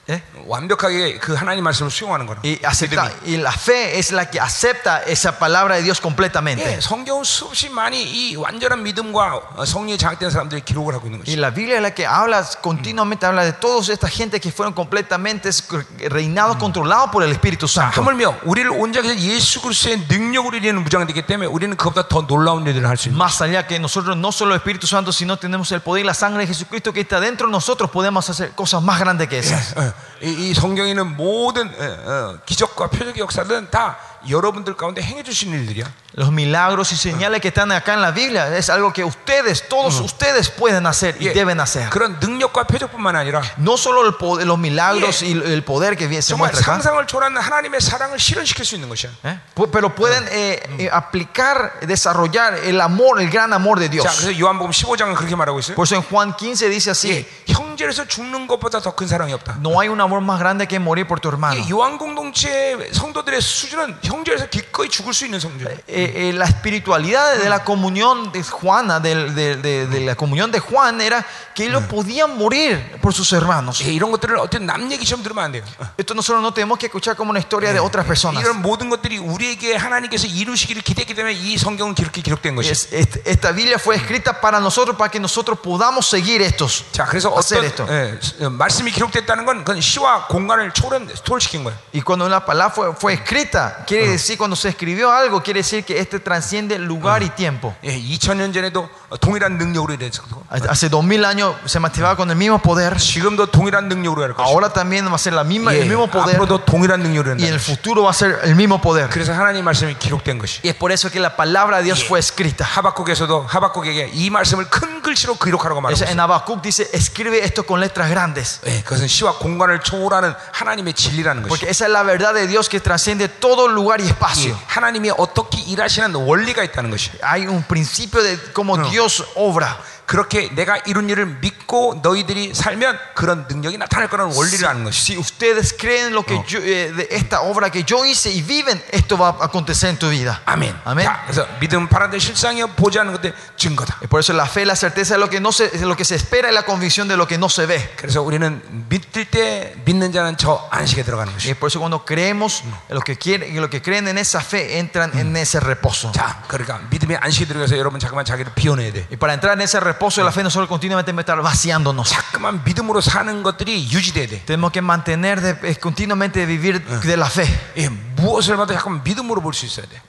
¿eh? 완벽하게 그 하나님 말씀을 수용하는 거라. Y, acepta- y la fe es la que acepta esa palabra de Dios completamente. 예, 성경은 수없이 많이 이 완전한 믿음과 어, 성령에 장악된 사람들의 기록을 하고 있는 Y 것이. la Biblia es la que habla continuamente, habla de todas estas gente que fueron completamente reinados, controlados por el Espíritu Santo. 하물며 우리를 온전히 예수 그리스도의 능력으로 이르는 무장이 되기 때문에 우리는 그보다 더 놀라운 일들을 할 수 있는. Más allá que nosotros no solo el Espíritu Santo, sino tenemos el poder y la sangre de Jesucristo que está dentro de nosotros, podemos hacer cosas 예, más grandes que esas. 어, 이, 이 성경에는 모든 어, 어, 기적과 표적의 역사들은 다 여러분들 가운데 행해 주신 일들이야. Los milagros y señales que están acá en la Biblia es algo que ustedes, todos ustedes pueden hacer y 예, deben hacer. 그런 능력과 표적뿐만 아니라 No solo el po- los milagros y el poder que vi- se 정말 muestra acá. 상상을 초월한 하나님의 사랑을 실현시킬 수 있는 것이야. ¿Eh? Pu- Pero pueden eh, eh, aplicar, desarrollar el amor, el gran amor de Dios. 자, 그래서 요한복음 15장은 그렇게 말하고 있어요. Por eso en Juan 15 dice 예, así, 형제로서 죽는 것보다 더 큰 사랑이 없다. no hay un amor más grande que morir por tu hermano. 이 요한 공동체 성도들의 수준은 형제에서 기꺼이 죽을 수 있는 성도. Eh, eh, la espiritualidad de la comunión de Juana, del- de, de- de la comunión de Juan, era que ellos podían morir por sus hermanos. 예, 이런 것들을 어떤 남 얘기처럼 들으면 안 돼요. 어, Esto nosotros no tenemos que escuchar como una historia de otras personas. 이런 모든 것들이 우리에게 하나님께서 이루시기를 기대했기 때문에 이 성경은 이렇게 기록된 것이에요. Es- est- esta Biblia fue escrita para nosotros, para que nosotros podamos seguir estos. 자, 그래서 어떤 hacer esto. 예, 예, 말씀이 기록됐다는 건 그건 시와 공간을 초월한 스톨시킨 거예요. Y cuando una palabra fue, fue escrita, quiere decir, cuando se escribió algo, quiere decir que este transciende lugar y tiempo. 예, 2000년 전에도 동일한 능력으로 일했었고 Hace 2000 años se manifestaba con el mismo poder, 지금도 동일한 능력으로 할 것이고 ahora también va a ser la misma, el 예, mismo poder 앞으로도 동일한 능력으로 y 한다. en el futuro va a ser el mismo poder. 그래서 하나님 말씀이 기록된 것이. Y es por eso que la palabra de Dios fue escrita. 하박국에서도 하박국에게 이 말씀을 큰 글씨로 기록하라고 Es- 말하고 있어요. en Habacuc dice, escribe esto con letras grandes. 예, 그것은 시와 공간을 초월하는 하나님의 진리라는 것이. Porque esa es la verdad de Dios que trasciende todo lugar y 예, espacio. 하나님이 어떻게 일하시는 원리가 있다는 것이. Hay un principio de cómo Dios obra. 그렇게 내가 이룬 일을 믿고 너희들이 살면 그런 능력이 나타날 거라는 원리를 아는 것이. Si ustedes creen lo que yo, eh, de esta obra que yo hice y viven, esto va a acontecer en tu vida. 아멘. Amén. 자, 그래서 믿음 바라는 실상이여 보지 않는 것들 증거다. Y Por eso la fe, la certeza de lo que no se, de lo que se espera y la convicción de lo que no se ve. 그래서 우리는 믿을 때 믿는 자는 저 안식에 들어가는 것이. Y por eso cuando creemos, los que, quieren, los que creen en esa fe entran en ese reposo. 자, 그러니까 믿음의 안식에 들어가서 여러분 잠깐만 자기를 비워내야 돼. Y para entrar en ese reposo de la fe, nosotros continuamente vamos a estar vaciándonos. 자꾸만 믿음으로 사는 것들이 유지돼야 돼. Tenemos que mantener de- eh, continuamente vivir de la fe. 예, 무엇을 봐도 자꾸만 믿음으로 볼 수 있어야 돼.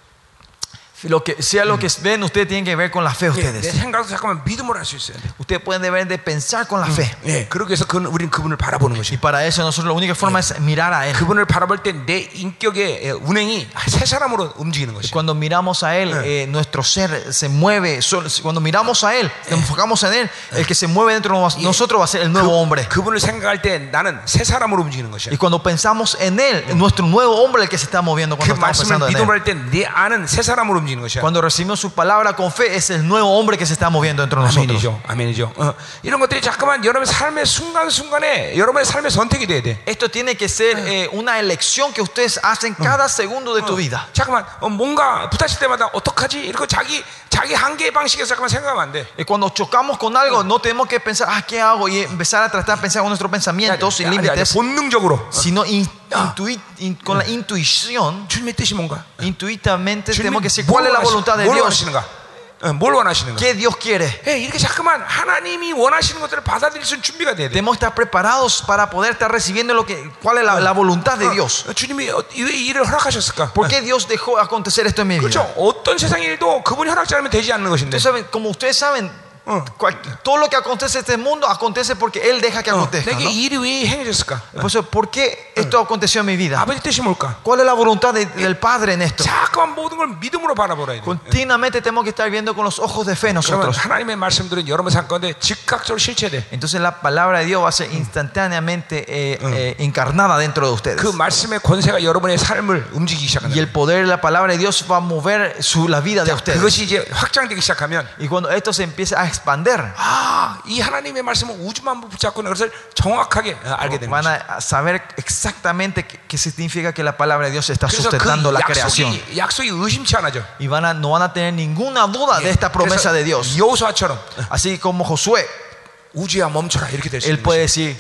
Lo que sea lo que ven, ustedes tienen que ver con la fe 예, 내 ustedes. 생각도 자꾸만 믿음으로 할 수 있어야 돼. Ustedes pueden deber de pensar con la fe. 예, 그러기 위해서 그건 우리는 그분을 바라보는 Y 것이. para eso nosotros la única forma es mirar a él. 그분을 바라볼 때 내 인격의 예, 운행이 새 사람으로 움직이는 것이. Cuando miramos a él, eh, nuestro ser se mueve. Sol- Cuando miramos a él, nos enfocamos en él, el que se mueve dentro de nos- nosotros va a ser el nuevo hombre. 그분을 생각할 때 나는 새 사람으로 움직이는 것이야. Y cuando pensamos en Él, nuestro nuevo hombre el que se está moviendo 그 cuando estamos 말씀을 pensando en 믿음으로 Él. 할 때 내 안은 새 사람으로 움직이는 것이야. Cuando recibimos su palabra con fe, es el nuevo hombre que se está moviendo dentro de nosotros. 아멘이죠. 아멘이죠. 어, 이런 것들이 자꾸만 여러분의 삶의 순간순간에 여러분의 삶의 선택이 돼야 돼. Esto tiene que ser eh, una elección que ustedes hacen cada segundo de tu vida. 잠깐만 어, 뭔가 부딪힐 때마다 어떡하지? 이렇게 자기 자기 한계 방식에서 잠깐만 생각하면 안 돼. Y cuando chocamos con algo, no tenemos que pensar, ah, ¿qué hago? Y empezar a tratar de pensar con nuestros pensamientos y 아니, 아니, límites, 본능적으로 sino in- intui- in- con la intuición, 주님의 뜻이 뭔가? intuitivamente tenemos que decir 뭘 cuál es la 원하시- voluntad de 뭐 뭘 Dios, 원하시는가? 어, 뭘 원하시는가? qué Dios quiere. 예, 이렇게 자꾸만 하나님이 원하시는 것들을 받아들일 수 있는 준비가 돼야 돼. Tenemos que estar preparados para poder estar recibiendo lo que, cuál es la, la voluntad de Dios. 어, 주님이 어, 왜 일을 허락하셨을까? 예. ¿Por qué Dios dejó acontecer esto en mi 그렇죠. vida? 어떤 세상 일도 그분이 허락지 않으면 되지 않는 것인데. 어. Ustedes 사ben- como ustedes saben, cual- todo lo que acontece en este mundo acontece porque Él deja que acontezca. 어. 내게 ¿no? 이 일이 왜 행해졌을까? Por eso, ¿por qué esto aconteció en mi vida? 아버지 뜻이 뭘까? ¿Cuál es la voluntad de- del Padre en esto? 자꾸만 모든 걸 믿음으로 바라보라. 이거. Continuamente tenemos que estar viendo con los ojos de fe 그러면 nosotros. 하나님의 말씀들은 여러분 삶 가운데 즉각적으로 실체돼. Entonces la palabra de Dios va a ser instantáneamente eh, eh, encarnada dentro de ustedes. 그 말씀의 권세가 여러분의 삶을 움직이기 Y 시작한다. el poder de la palabra de Dios va a mover su, la vida de ustedes. 그것이 이제 확장되기 시작하면 Y cuando esto se empieza a expander, 아, 이 하나님의 말씀은 우주만부 붙잡고 있는 것을 정확하게 어, 알게 되는 van 거죠. a saber exactamente qué- qué significa que la palabra de Dios está 그래서 그 sustentando la creación. 약속이, 약속이 의심치 않아죠. Y van a, no van a tener ninguna duda de esta promesa 네, de Dios. 여호수아처럼 Así como Josué, 우주야 멈춰라 이렇게 될 수 él 있는 puede decir,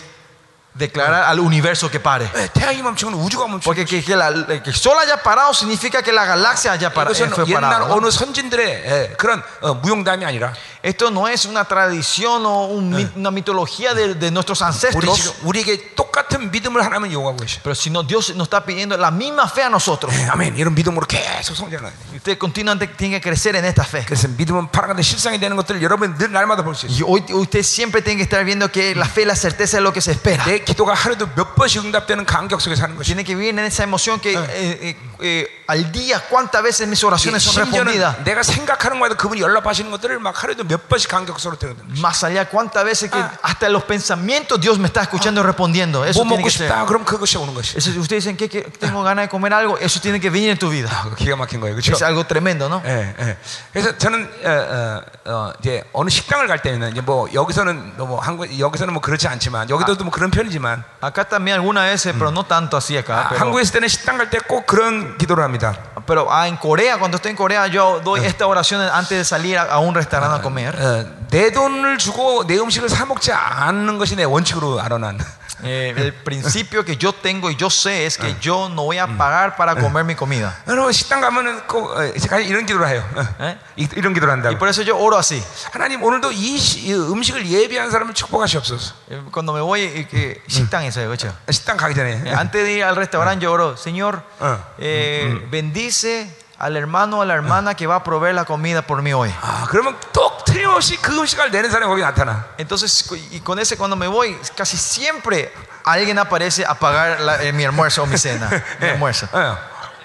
declarar al universo que pare. 것이죠. 예, 태양이 멈추면 우주가 멈추는 Porque que, que la, que el sol haya parado significa que la galaxia haya para- 이것은 fue 옛날 parada. ¿no? 어느 선진들의 예, 그런 어, 무용담이 아니라 Esto no es una tradición o un mit- una mitología de, de nuestros 우리 ancestros, 지금 우리에게 똑같은 믿음을 하나님은 요구하고 계셔. pero sino Dios nos está pidiendo la misma fe a nosotros. 예, 아멘. 이런 믿음으로 계속 성장해야 돼. Y Usted continuamente tiene que crecer en esta fe. 그래서 믿음은 파랑하는 실상이 되는 것들을 여러분 늘 날마다 볼 수 있어요. Y hoy usted siempre tiene que estar viendo que la fe, la certeza es lo que se espera. 내 기도가 하루에도 몇 번씩 응답되는 감격 속에 사는 것이. Tiene que vivir en esa emoción que eh, eh, eh, al día cuántas veces mis oraciones son respondidas. 심지어는 내가 생각하는 것에도 그분이 연락하시는 것들을 막 하루에도 몇 번씩 간격으로 들거든. Más allá, cuántas veces que Ah. hasta en los pensamientos Dios me está escuchando y respondiendo. Eso 뭐 tiene 먹고 que ser. 싶다. 그럼 그것이 오는 것이. Eso, si ustedes dicen que, que tengo ganas de comer algo, eso tiene que venir en tu vida. 아, 기가 막힌 거예요. Es 그렇죠? algo tremendo, ¿no? 예, 예. 그래서 저는 어, 어, 어, 이제 어느 식당을 갈 때는 이제 뭐 여기서는 뭐 한국 여기서는 뭐 그렇지 않지만 여기도 뭐 그런 편이지만 Acá también algunas veces, pero no tanto así acá. 아, pero- 한국에 있을 때는 식당 갈 때 꼭 그런 기도를 합니다. Pero ah, en Corea, cuando estoy en Corea, yo doy esta oración antes de salir a, a un restaurante a comer. 어, 내 돈을 주고 내 음식을 사 먹지 않는 것이 내 원칙으로 알아난. Eh, el principio que yo tengo y yo sé es que yo no voy a pagar para comer mi comida. 여러분 식당 가면은 꼭 어, 이런 기도를 해요. 어, 에? 이- 이런 기도를 Y 한다고. por eso yo oro así. 하나님 오늘도 이, 시- 이 음식을 예비한 사람을 축복하시옵소서. Eh, Cuando me voy, y que shiktan eso, ¿cachai? 식당 가기 Eh, 전에. Antes de ir al restaurante, yo oro, Señor, Ah. eh, bendice al hermano o a la hermana que va a proveer la comida por mí hoy. 아, 그러면 또 틀림없이 그 음식을 내는 사람이 거기 나타나. Entonces, y con ese cuando me voy, casi siempre alguien aparece a pagar la- eh, mi almuerzo o mi cena. mi 예. almuerzo. 어, 예?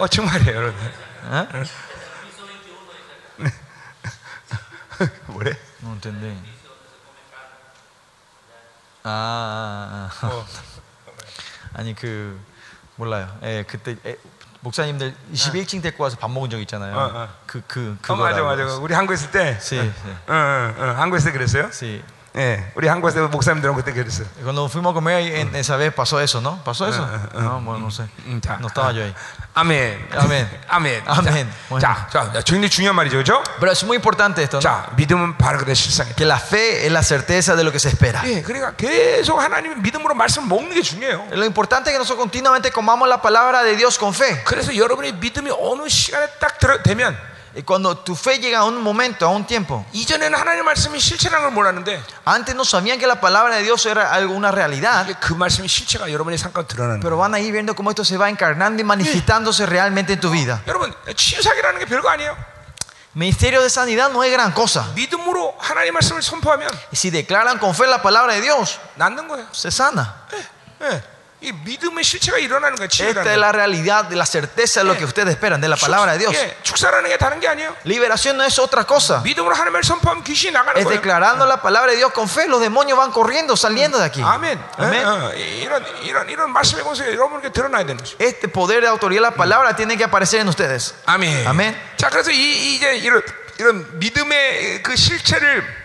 어, 정말이에요, 여러분. ¿Ah? 뭐래? No entendí. 아, 아, 아. ah, Oh. 아니 그 몰라요. 예, 그때 에, 목사님들 21층 데리고 와서 밥 먹은 적 어, 어. 있잖아요. 그그 어, 맞아, 그거라고. 맞아. 우리 한국에 있을 때. Sí, sí. 어, 어, 어, 한국에서 그랬어요? Sí. 예, 우리 한국에서 목사님들은 그때 그랬어요. Cuando fuimos a comer ahí, en, esa vez pasó eso, ¿no? ¿Pasó eso? Ah, ah, No, bueno, no sé. 음, 자, No estaba yo ahí. 아멘. 아멘. 아멘. 아멘. 자, 자, 자, 굉장히 중요한 말이죠, 그렇죠? Pero es muy importante esto, ¿no? 자, 믿음은 바로 그대 실상이다. Que la fe es la certeza de lo que se espera. 예, 그러니까 계속 하나님의 믿음으로 말씀을 먹는 게 중요해요. Lo importante es que nosotros continuamente comamos la palabra de Dios con fe. 그래서 여러분의 믿음이 어느 시간에 딱 들어, 되면 Y cuando tu fe llega a un momento, a un tiempo, 이전에는 하나님의 말씀이 실체라는 걸 몰랐는데 Antes no sabían que la palabra de Dios era algo, una realidad, 이게 그 말씀이 실체가 여러분의 삶과 드러나는 거예요. pero van a ir viendo cómo esto se va encarnando y manifestándose realmente en tu vida. 여러분 치유사기라는 게 별거 아니에요. Ministerio de sanidad no es gran cosa. 믿음으로 하나님의 말씀을 선포하면 Y si declaran con fe la palabra de Dios, 낫는 거예요. se sana. 예. 이 믿음의 실체가 일어나는 거예요. Esta es 치유라는 la realidad, de la certeza de lo que ustedes esperan, de la palabra de 거. Dios. 예, 축사라는 게 다른 게 아니에요. Liberación no es otra cosa. 믿음으로 하나님을 선포하면 귀신이 나가는 Es 거예요. declarando la palabra de Dios con fe, los demonios van corriendo, saliendo de aquí. 아멘. 아멘. 어, 어, 이런 이런 이런 말씀의 권세가 여러분에게 드러나야 되는 거죠. Este poder de autoridad de la palabra tiene que aparecer en ustedes. 아멘. 아멘. 자, 그래서 이, 이제 이런 이런 믿음의 그 실체를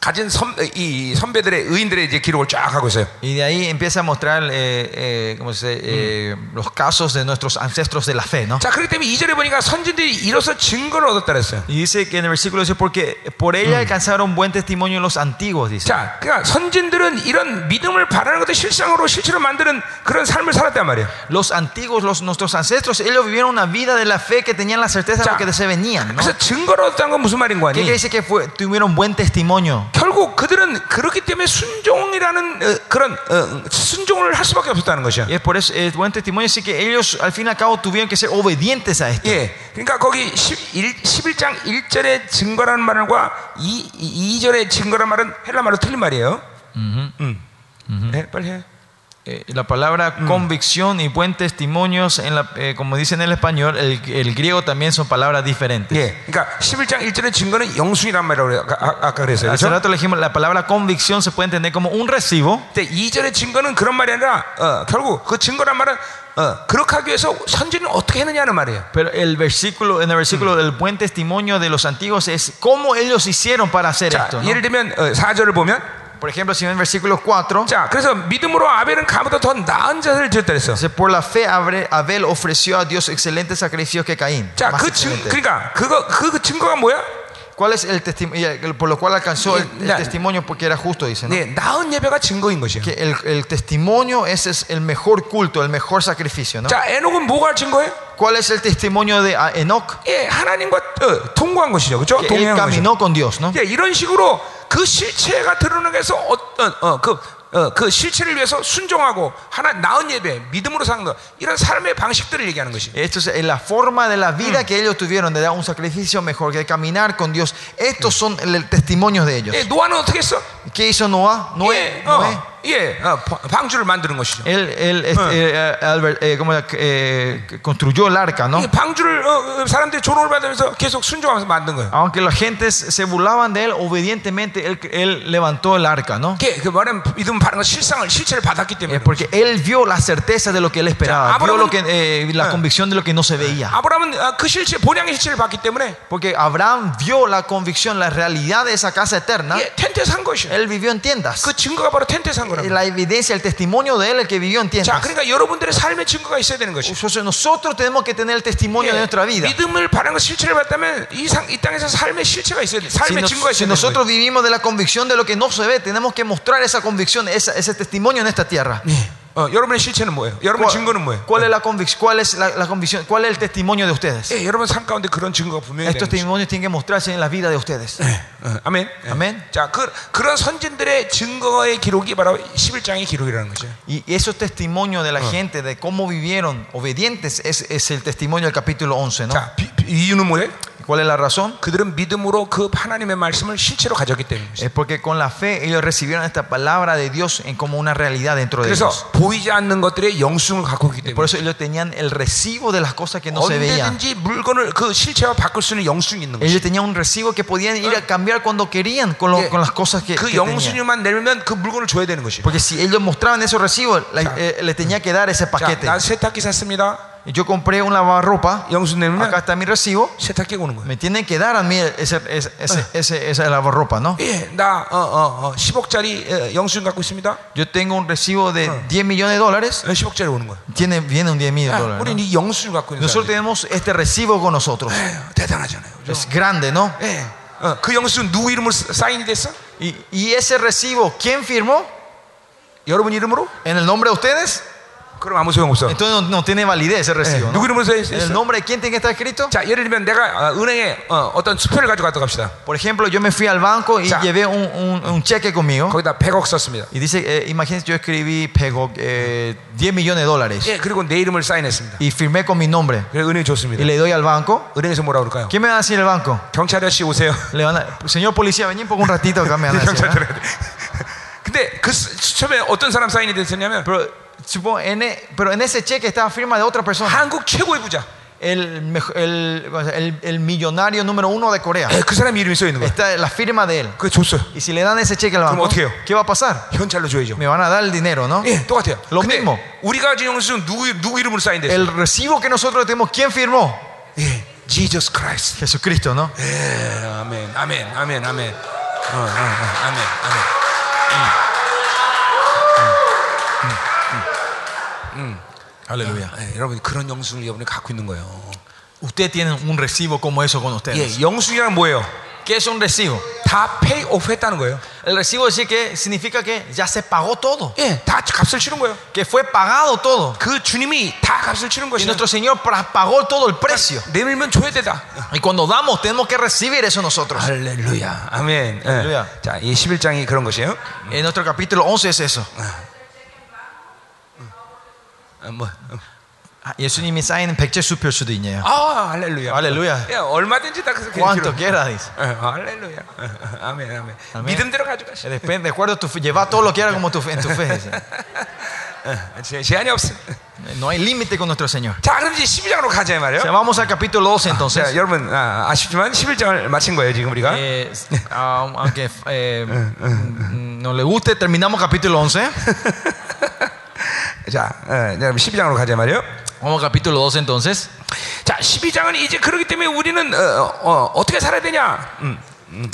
가진 선, 이 선배들의 의인들의 이제 기록을 쫙 하고 있어요. Y de ahí empieza a mostrar eh, eh, ¿cómo se dice? Eh, los casos de nuestros ancestros de la fe, ¿no? 자, 그렇기 때문에 2절에 보니까 선진들이 이로써 증거를 얻었다 그랬어요. Y dice que en el versículo dice, porque por ella alcanzaron buen testimonio los antiguos, dice. 자, 그러니까 선진들은 이런 믿음을 바라는 것을 실상으로 실체로 만드는 그런 삶을 살았단 말이에요. Los antiguos, los, nuestros ancestros, ellos vivieron una vida de la fe que tenían la certeza de Ya. lo que se venían, ¿no? 그래서 증거를 얻었다는 건 무슨 말인 거 ¿Qué 아니? quiere decir que fue- tuvieron buen testimonio? 결국 그들은 그렇기 때문에 순종이라는 어, 그런 어, 순종을 할 수밖에 없었다는 것이야. Y es por eso, el buen testimonio dice que ellos al fin y al cabo tuvieron que ser obedientes a esto. 예, 그러니까 거기 11, 11장 1절의 증거라는 말과 2, 2절의 증거라는 말은 헬라 말로 틀린 말이에요. 음. 네, 빨리 해. Eh, la palabra convicción y buen testimonio, en la- eh, como dicen en el español, el, el griego también son palabras diferentes. 예, 그러니까 11장 1절의 증거는 영순이란 말이라고 그래요. 아까, 아- 아까 그랬어요. Hace 그렇죠? rato le dijimos, la palabra convicción se puede entender como un recibo. 근데 2절의 증거는 그런 말이 아니라 어, 결국 그 증거란 말은 어, 그렇게 하기 위해서 선진은 어떻게 했느냐는 말이에요. Pero el versículo, en el versículo del buen testimonio de los antiguos es cómo ellos hicieron para hacer 자, esto. ¿no? 예를 들면 어, 4절을 보면 Por ejemplo, si ven versículo 4, 자, 그래서 믿음으로 아벨은 가보다 더 나은 자세를 지었다 그랬어. dice, por la fe Abre- Abel ofreció a Dios excelentes sacrificios que Caín. 자, más 그 증, excelente. 그러니까 그거 그, 그 증거가 뭐야? ¿Cuál es el testimonio? Por lo cual alcanzó el, el Ya. testimonio porque era justo, dice. ¿no? 네, 나은 예배가 증거인 것이에요. Que el, el testimonio ese es el mejor culto, el mejor sacrificio. ¿no? 자, 에녹은 뭐가 증거예요? ¿Cuál es el testimonio de ah, Enoch? 예, 하나님과 어, 통과한 것이죠. 그죠? Que él 동행한 것이죠. caminó con Dios. ¿no? 예, 이런 식으로 그 실체가 드러나게 해서 어떤 어, 그, 어, 그 실체를 위해서 순종하고 하나 나은 예배, 믿음으로 사는 것 이런 삶의 방식들을 얘기하는 것이에요. Esto es eh, la forma de la vida que ellos tuvieron de dar un sacrificio mejor que de caminar con Eh. Dios. Estos son el- el testimonio de ellos. 예, 노아는 어떻게 했어? ¿Qué hizo Noah? Noé, 예, Noé. 어, 예, 어, 바- 방주를 만드는 것이죠. Él, él, este, eh, Albert, eh, ¿cómo era? Eh, construyó el arca, ¿no? 이 방주를 어, 어, 사람들이 조롱을 받으면서 계속 순종하면서 만든 거예요. Aunque la gente se burlaban de él, obedientemente él, él levantó el arca, ¿no? 이게 그 말은 믿음 바른 건 실상을 실체를 받았기 Eh, 때문에. Porque él vio la certeza de lo que él esperaba, Ya, vio lo que, Abraham- eh, la convicción de lo que no se veía. 아브라함은 아, 그 실체 본향의 실체를 받기 때문에 Porque Abraham vio la convicción, la realidad de esa casa eterna. 이게 예, 텐트에 산 것이에요. Él vivió en tiendas. 그 증거가 바로 텐트에 산 거라고. La evidencia, el testimonio de él, el que vivió en 자, tiendas. 그러니까 여러분들의 삶의 증거가 있어야 되는 것이. Entonces, Nosotros tenemos que tener el testimonio de nuestra vida. 믿음을 바른 것 실체를 받다면 이, 상, 이 땅에서 삶의 실체가 있어야 돼. Si, 삶의 nos- 증거가 si 있어야 되는 거예요. nosotros vivimos de la convicción de lo que no se ve, tenemos que mostrar esa convicción, esa- ese testimonio en esta tierra. 어, 여러분의 실체는 뭐예요? 여러분의 증거는 뭐예요? ¿Cuál es la convicción? ¿Cuál es la, la convicción? ¿Cuál es el testimonio de ustedes? 예, 여러분 삶 가운데 그런 증거가 분명히 있는 Estos 것이. testimonios tienen que mostrarse en la vida de ustedes. 어, 아멘. 예. 아멘. 자, 그 그런 선진들의 증거의 기록이 바로 11장의 기록이라는 거죠. Y esos testimonios de la gente, de cómo vivieron obedientes, es, es el testimonio del capítulo 11, ¿no? 자, 비- 비- 이유는 뭐예요? ¿Cuál es la razón? 그들은 믿음으로 그 하나님의 말씀을 실체로 가졌기 때문입니다. Es porque con la fe ellos recibieron esta palabra de Dios en como una realidad dentro de 그래서 ellos. 보이지 않는 것들의 영성을 갖고 있기 때문에 Por eso ellos tenían el recibo de las cosas que no se veían. 언제든지 물건을 그 실체와 바꿀 수 있는 영성이 있는 거죠. Ellos tenían un recibo que podían ir a cambiar cuando querían con, lo- 예. con las cosas Ah. que, 그 que tenían. 영수님만 내면 그 물건을 줘야 되는 것이에요. Porque si ellos mostraban esos recibos, la- eh, les tenía que dar ese 자, paquete. 나 세탁기 샀습니다. Yo compré un lavarropa, 영수 acá 내면 está mi recibo, 세탁기가 오는 거예요. me tienen que dar a mí ese, ese, ese, ese- esa lavarropa, ¿no? 예, 나 어, 어, 어, 10억짜리 영수증 갖고 있습니다. Yo tengo un recibo de 10 millones de dólares, 어, 10억짜리 오는 거예요. tiene, viene un 10 millones 야, de dólares. 우리는 ¿no? 이 영수증 갖고 있는 Nosotros 사람들. tenemos este recibo con nosotros. 에휴, 대단하잖아요. 그죠? Es grande, ¿no? 예, 어, 그 영수증 누구 이름으로 사- 사인이 됐어? Y, y ese recibo, ¿quién firmó? 여러분 이름으로? ¿En el nombre de ustedes? 그럼 아무 소용 없어. Entonces no, no tiene validez ese 예, recibo. ¿no? 누구 이름으로 써 ¿En el 있어? nombre de quién tiene que estar escrito? 자, 예를 들면 내가 어, 은행에 어, 떤 수표를 가지고 갔다 갑시다. Por ejemplo, yo me fui al banco y Ya. llevé un, un- un cheque conmigo. 거기다 100억 썼습니다. Y dice, eh, imagínense, yo escribí pego, eh, 10 millones de dólares 예, 그리고 내 이름을 사인했습니다. y firmé con mi nombre. 그래 은행 좋습니다. Y le doy al banco. 은행에서 뭐라 그럴까요? ¿Qué me va a decir el banco? 경찰 아저씨 오세요. Le van a- Señor policía, vení por un ratito acá, me van a decir, 경찰 ¿no? 들어야 돼. 근데 그 스- 처음에 어떤 사람 사인이 됐었냐면 Pero, supongo, en e- pero en ese cheque estaba firma de otra persona. 한국 최고의 부자. El, mejo- el, o sea, el- el millonario número uno de Corea. 예, 그 사람 이름이 써 있는 거야. Está la firma de él. 그게 줬어요. Y si le dan ese cheque al Como banco, Oteo. ¿qué va a pasar? 현찰로 줘야죠. Me van a dar el dinero, ¿no? 예, 똑같아요. Lo 근데 mismo. 우리가 지금 영수증 누구 누구 이름으로 사인됐어? El recibo que nosotros tenemos, ¿quién firmó? 예, Jesus Christ. Jesucristo, ¿no? Eh. 예, 아멘, 아멘, 아멘, 아멘, 어, 어, 어, 아멘, 아멘. 음. 할렐루야. 음. 예, 여러분 그런 영수를 여러분이 갖고 있는 거예요. Usted tiene un recibo como eso con ustedes. 예, 영수이란 뭐예요? ¿Qué es un recibo? 다 pay off 했다는 거예요. El recibo decir que significa que ya se pagó todo, 예, 다 값을 치른 거예요. que fue pagado todo. 그 주님이 다 값을 치른 Y 것이에요. nuestro Señor pra- pagó todo el precio. 내밀면 줘야 되다. Y cuando damos, tenemos que recibir eso nosotros. Ah. 할렐루야. 아멘. 예. 할렐루야. 자, 이 11장이 그런 것이에요. En nuestro capítulo 11 es eso. 아, 뭐. 음. Ah, 예수님이 쌓인 백제 수표 수도 있네요. 아, 할렐루야. 할렐루야. 예, 얼마든지 다 그렇게 ¿Cuánto 기록- quiera? Dice. 예, 할렐루야. 예, 아멘, 아멘. 아멘. 믿음대로 가져가시. Eh, Depende, de acuerdo a tu fe, lleva todo lo que haga como tu fe, en tu fe. dice. 네. 예, 제- 제한이 없어. No hay límite con nuestro Señor. 자, 그럼 이제 12장으로 가자 이 O sea, 말이에요. vamos al capítulo 12 entonces. 자, 여러분 아, 아쉽지만 11장을 마친 거예요 지금 우리가. Eh, ah, aunque eh, mm, no le guste, terminamos capítulo 11. 자, 예, 여러분 12장으로 가자 이 말이에요. Vamos al capítulo 12 entonces. 자, 12장은 이제 그렇기 때문에 우리는 어, 떻게 살아야 되냐? 음.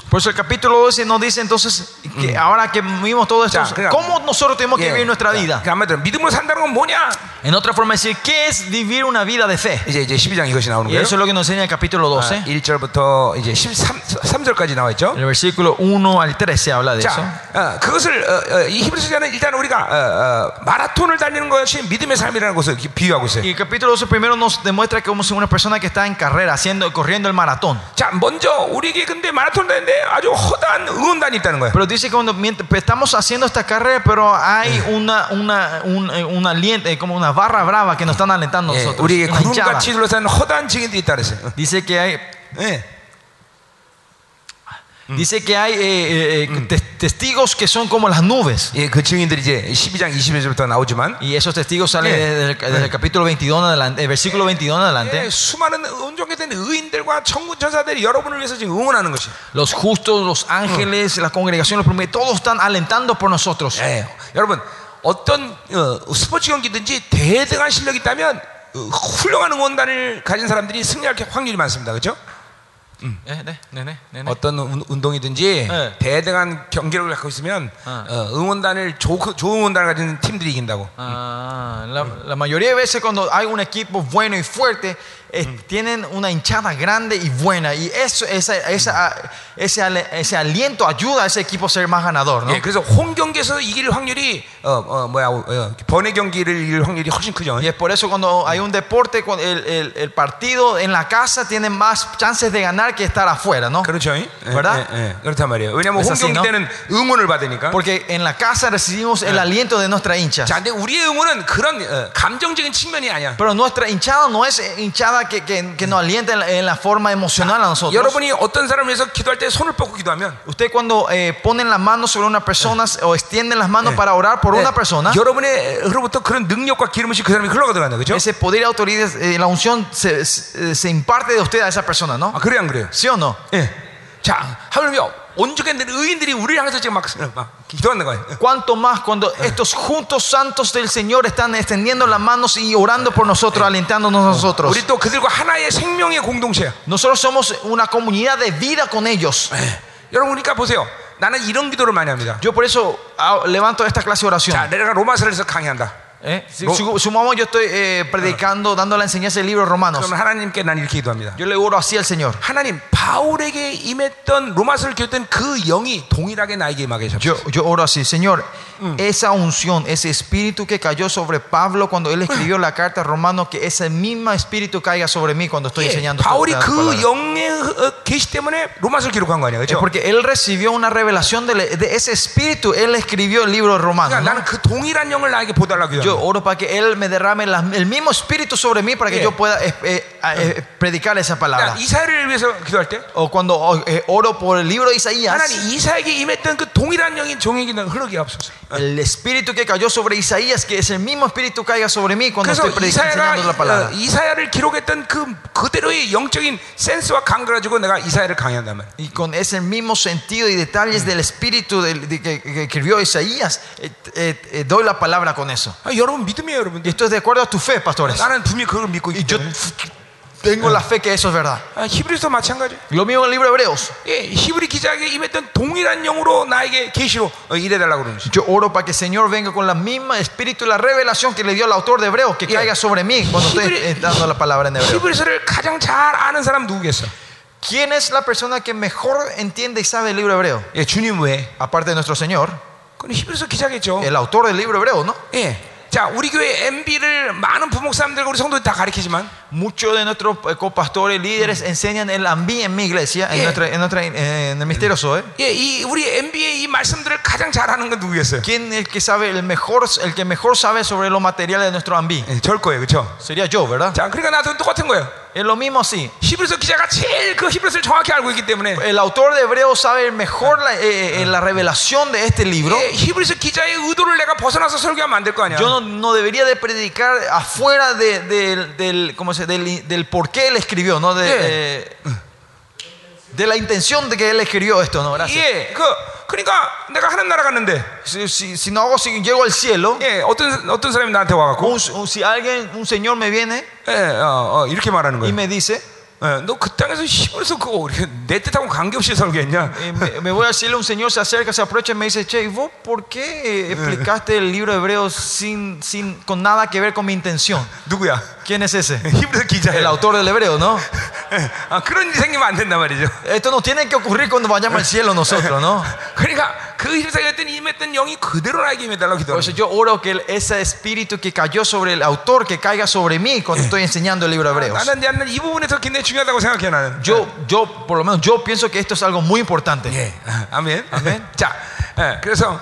Por eso el capítulo 12 nos dice entonces que ahora que vivimos todo esto, Mm. Ya, claro. ¿cómo nosotros tenemos que 예. vivir nuestra vida? 그 한마디로 믿음으로 산다는 건 뭐냐? En otra forma decir, ¿qué es vivir una vida de fe? 이제 이제 12장 이것이 나오는 Y 거예요. eso es lo que nos enseña el capítulo 아, 12. 1절부터 이제 13, 3절까지 나와 있죠. El versículo 1 al 13 habla de eso. 자, 어, 그것을 어, 어, 이 히브리서 자는 일단 우리가 어, 어, 마라톤을 달리는 것이 믿음의 삶이라는 것을 이렇게 비유하고 있어요. Y el capítulo 12 primero nos demuestra que somos una persona que está en carrera, haciendo, corriendo el maratón. 자, 먼저 우리에게 근데 마라톤 달리는데 아주 허다한 응원단이 있다는 거예요. Pero dice que cuando mientras estamos haciendo esta carrera, pero hay una, una, un, eh, un aliento, eh, como una barra brava que nos están alentando 예, nosotros. 우리에게 una hinchada. 구름같이 둘러싼 허다한 증인들이 있다 그랬어요. Dice que hay 예. Dice que hay eh, eh, eh, tes- testigos que son como las nubes. 예, 그 증인들이 이제 12장 21절부터 나오지만 Y esos testigos salen Sí. desde, el, desde el capítulo 22 en adelante, el versículo 22 en adelante. 예, 수많은 온종된 의인들과 천군 천사들이 여러분을 위해서 지금 응원하는 것이. Los justos, los ángeles, la congregación, los promedios, todos están alentando por nosotros. 예, 여러분 어떤 어, 스포츠 경기든지 대등한 실력이 있다면 어, 훌륭한 응원단을 가진 사람들이 승리할 확률이 많습니다. 그렇죠? Eh, ne, ne, ne, ne, ne. 어떤 운- 운동이든지 네. 대등한 경기력을 갖고 있으면 아. 어, 응원단을 좋, 좋은 응원단을 가진 팀들이 이긴다고. Ah, la, la mayoría de veces cuando hay un equipo bueno y fuerte, eh, tienen una hinchada grande y buena. Y eso, esa, esa- ese, ale- ese aliento ayuda a ese equipo a ser más ganador. ¿no? 예, 그래서 홈 경기에서 이길 확률이 어, 어, 뭐야 어, 번외 경기를 이길 확률이 훨씬 크죠. Y es por eso cuando hay un deporte, cuando el, el- el partido en la casa tiene más chances de ganar que estar afuera, ¿no? 그렇죠. 예, ¿verdad? 예, 예, 그렇단 말이에요. 왜냐하면 홈 그래서 경기 너- 때는 응원을 받으니까. Porque en la casa recibimos el aliento de nuestra hincha. 자, 근데 우리의 응원은 그런 어, 감정적인 측면이 아니야. Pero nuestra hinchada no es hinchada que, que- que nos alienta en la, en la forma emocional a nosotros. 여러분이 어떤 사람을 위해서 기도할 때 손을 뻗고 기도하면 Usted cuando eh, ponen las manos sobre una persona o extienden las manos para orar por 네, una persona, 여러분의로부터 그런 능력과 기름이 그 사람이 흘러가더라는 거죠. ese poder y autoridad, eh, la unción se, se- eh, se imparte de usted a esa persona, ¿no? 아, 그래 안 그래요? ¿Sí o no? 예. 자, 하나님이 온전한 의인들이 우리를 향해서 지금 막, 막 기도하는 거예요. Cuanto más cuando estos juntos santos del Señor están extendiendo las manos y orando por nosotros, alentándonos a nosotros. 우리 또 그들과 하나의 생명의 공동체야. Nosotros somos una comunidad de vida con ellos. 예. 여러분 그러니까 보세요. 나는 이런 기도를 많이 합니다. Yo por eso ah, levanto esta clase de 자, oración. 내가 로마서에서 강의한다. ¿eh? Si No. su- sumamos, yo estoy eh, predicando, dando la enseñanza del libro de Romanos. 그러면 하나님께 난 이렇게 기도합니다. Yo le oro así al Señor. 하나님 바울에게 임했던 로마서를 기도했던 그 영이 동일하게 나에게 임하게 하셨다. Yo, yo oro así, Señor, esa unción, ese espíritu que cayó sobre Pablo cuando él escribió la carta a Romanos, que ese mismo espíritu caiga sobre mí cuando estoy 예, enseñando. 바울이 esta palabra. 그 영의 어, 계시 때문에 로마서를 기록한 거 아니야, Es 그렇죠? porque él recibió una revelación de, de ese espíritu, él escribió el libro romano. 그러니까 나는 그 동일한 영을 나에게 보달라고 Yo 기도해요. oro para que él me derrame la- el mismo espíritu sobre mí para que Yeah. yo pueda eh, eh, a- eh, predicar esa palabra. 그러니까 이사를 위해서 기도할 때 O cuando oh, eh, oro por el libro de Isaías, 하나님 이사에게 임했던 그 동일한 영이 종에게 흐르게 하옵소서. el espíritu que cayó sobre Isaías, que ese mismo espíritu caiga sobre mí cuando 그래서 estoy predicando 어, 이사야가 enseñando la palabra. 어, 이사야를 기록했던 그 그대로의 영적인 센스와 감각 가지고 내가 이사야를 강의한단 말이야. Y con ese mismo sentido y detalles del espíritu del- de que, que escribió Isaías, eh, eh, eh, doy la palabra con eso. 아, 여러분 믿음이에요, Y 여러분들. esto es de acuerdo a tu fe, pastores. 나는 분명히 그걸 믿고 있기 Yo 때문에. tengo la fe que eso es verdad. 아, 히브리서 마찬가지. Lo mismo en el libro de Hebreos. 예, 히브리 기자에게 임했던 동일한 영으로 나에게 계시로 어, 일해달라고 그러는 거죠. Yo oro para que el Señor venga con la misma espíritu y la revelación que le dio el autor de Hebreos, que Yeah. caiga sobre mí cuando estoy Hibre- eh, dando la palabra en Hebreo. 어, 히브리서를 가장 잘 아는 사람 누구겠어? ¿Quién es la persona que mejor entiende y sabe el libro hebreo? 예, 주님 예. 외에. Aparte de nuestro Señor, 그건 히브리서 기자겠죠. el autor del libro hebreo, ¿no? 예. 자, 우리 교회 MB를 많은 부목사님들과 우리 성도들 다 가르치지만 Muchos de nuestros eh, copastores, líderes enseñan el ambi en mi iglesia, en, Mm. Yeah. nuestra, en, nuestra- eh, en el misterio Zoe. 예, 이 우리 MB의 이 말씀들을 가장 잘하는 건 누구겠어요? ¿Quién es el que sabe el mejor, el que mejor sabe sobre los materiales de nuestro ambi? 예, 절 거예요. 그렇죠? Sería yo, ¿verdad? 자, 그러니까 나도 똑같은 거예요. Es lo mismo así. 히브리서 기자가 제일 그 히브리서를 정확히 알고 있기 때문에 예, El autor de hebreo sabe mejor la, eh, eh, Ah. la revelación de este libro. 예, 히브리서 기자의 의도를 내가 벗어나서 설교하면 안 될 거 아니야. Yo no, no debería de predicar afuera de- del, del, ¿cómo se, dice? del, del por qué él escribió, ¿no? De, Yeah. eh, de la intención de que él escribió esto, ¿no? Gracias. 예, 그 그러니까 내가 하나님 나라 갔는데 Si, si- si no hago, si llego al cielo, 예, 어떤 어떤 사람이 나한테 와갖고 un- un- si alguien, un señor me viene 예, 어, 어, 이렇게 말하는 y 거예요. me dice, 예, 너 그 땅에서 히브리서 그거 이렇게 내 뜻하고 관계없이 설교했냐? eh, me, me voy al cielo, un señor se acerca, se aprovecha y me dice, che, ¿y vos por qué eh, explicaste el libro hebreo sin, sin, con nada que ver con mi intención? 누구야? ¿Quién es ese? 히브리서 기자예요. El autor del hebreo, ¿no? 아, 그런 일이 생기면 안 된단 말이죠. Esto no tiene que ocurrir cuando vayamos al cielo nosotros, ¿no? 그러니까 그 힘사가 했던 임했던 영이 그대로 나에게 임해달라고 기도하는 Por eso yo oro que el- ese espíritu que cayó sobre el autor, que caiga sobre mí cuando estoy enseñando el libro 거예요. hebreo. 나는 나는 이 부분에서 굉장히 중요하다고 생각해 나는. Yo, yo, por lo menos, yo pienso que esto es algo muy importante. 예. 아멘. 아멘. 자, 예, 그래서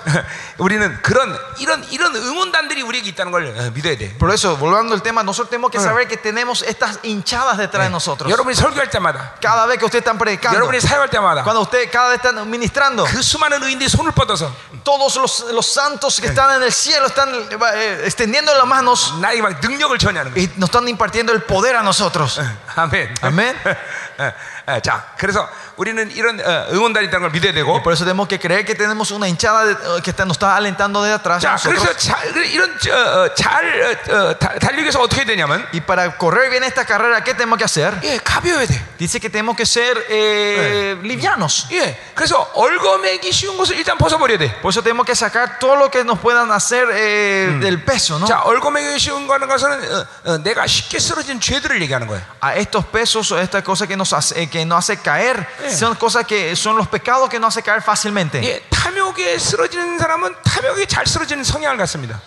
우리는 그런 이런 이런 응원단들이 우리에게 있다는 걸 어, 믿어야 돼. Por eso, volviendo al tema, nosotros tenemos que saber que tenemos estas hinchadas detrás de nosotros. 여러분이 설교할 때마다, Cada vez que ustedes están predicando, 여러분이 사역할 때마다 cuando ustedes cada vez están ministrando, 그 수많은 의인들이 손을 뻗어서 todos los, los santos que están en el cielo están eh, extendiendo las manos 나에게 막 능력을 전하는 거예요. y nos están impartiendo el poder a nosotros. 아멘. 아멘. 예, 예, 자, 그래서 우리는 이런 어, 응원단이 있다는 걸 믿어야 되고. Por eso tenemos que creer que tenemos una hinchada de- eh, que está- nos está alentando desde atrás. a 자, nosotros. 그래서 자, 그래, 이런 어, 어, 잘 어, 어, 다- 달리기 위해서 어떻게 해야 되냐면, Y para correr bien esta carrera, ¿qué tenemos que hacer? 예, 가벼워야 돼. Dice que tenemos que ser eh, livianos. 예, 그래서 얼거매기 쉬운 것을 일단 벗어버려야 돼. Por eso tenemos que sacar todo lo que nos puedan hacer eh, del peso, ¿no? 자, 얼거매기 쉬운 거는 것은 어, 어, 내가 쉽게 쓰러진 죄들을 얘기하는 거예요. A estos pesos o estas cosas que nos hace, eh, que nos hace caer, son cosas que son los pecados que nos hace caer fácilmente. 예, 탐욕에 쓰러지는 사람은 탐욕에 잘 쓰러지는 성향을 갖습니다.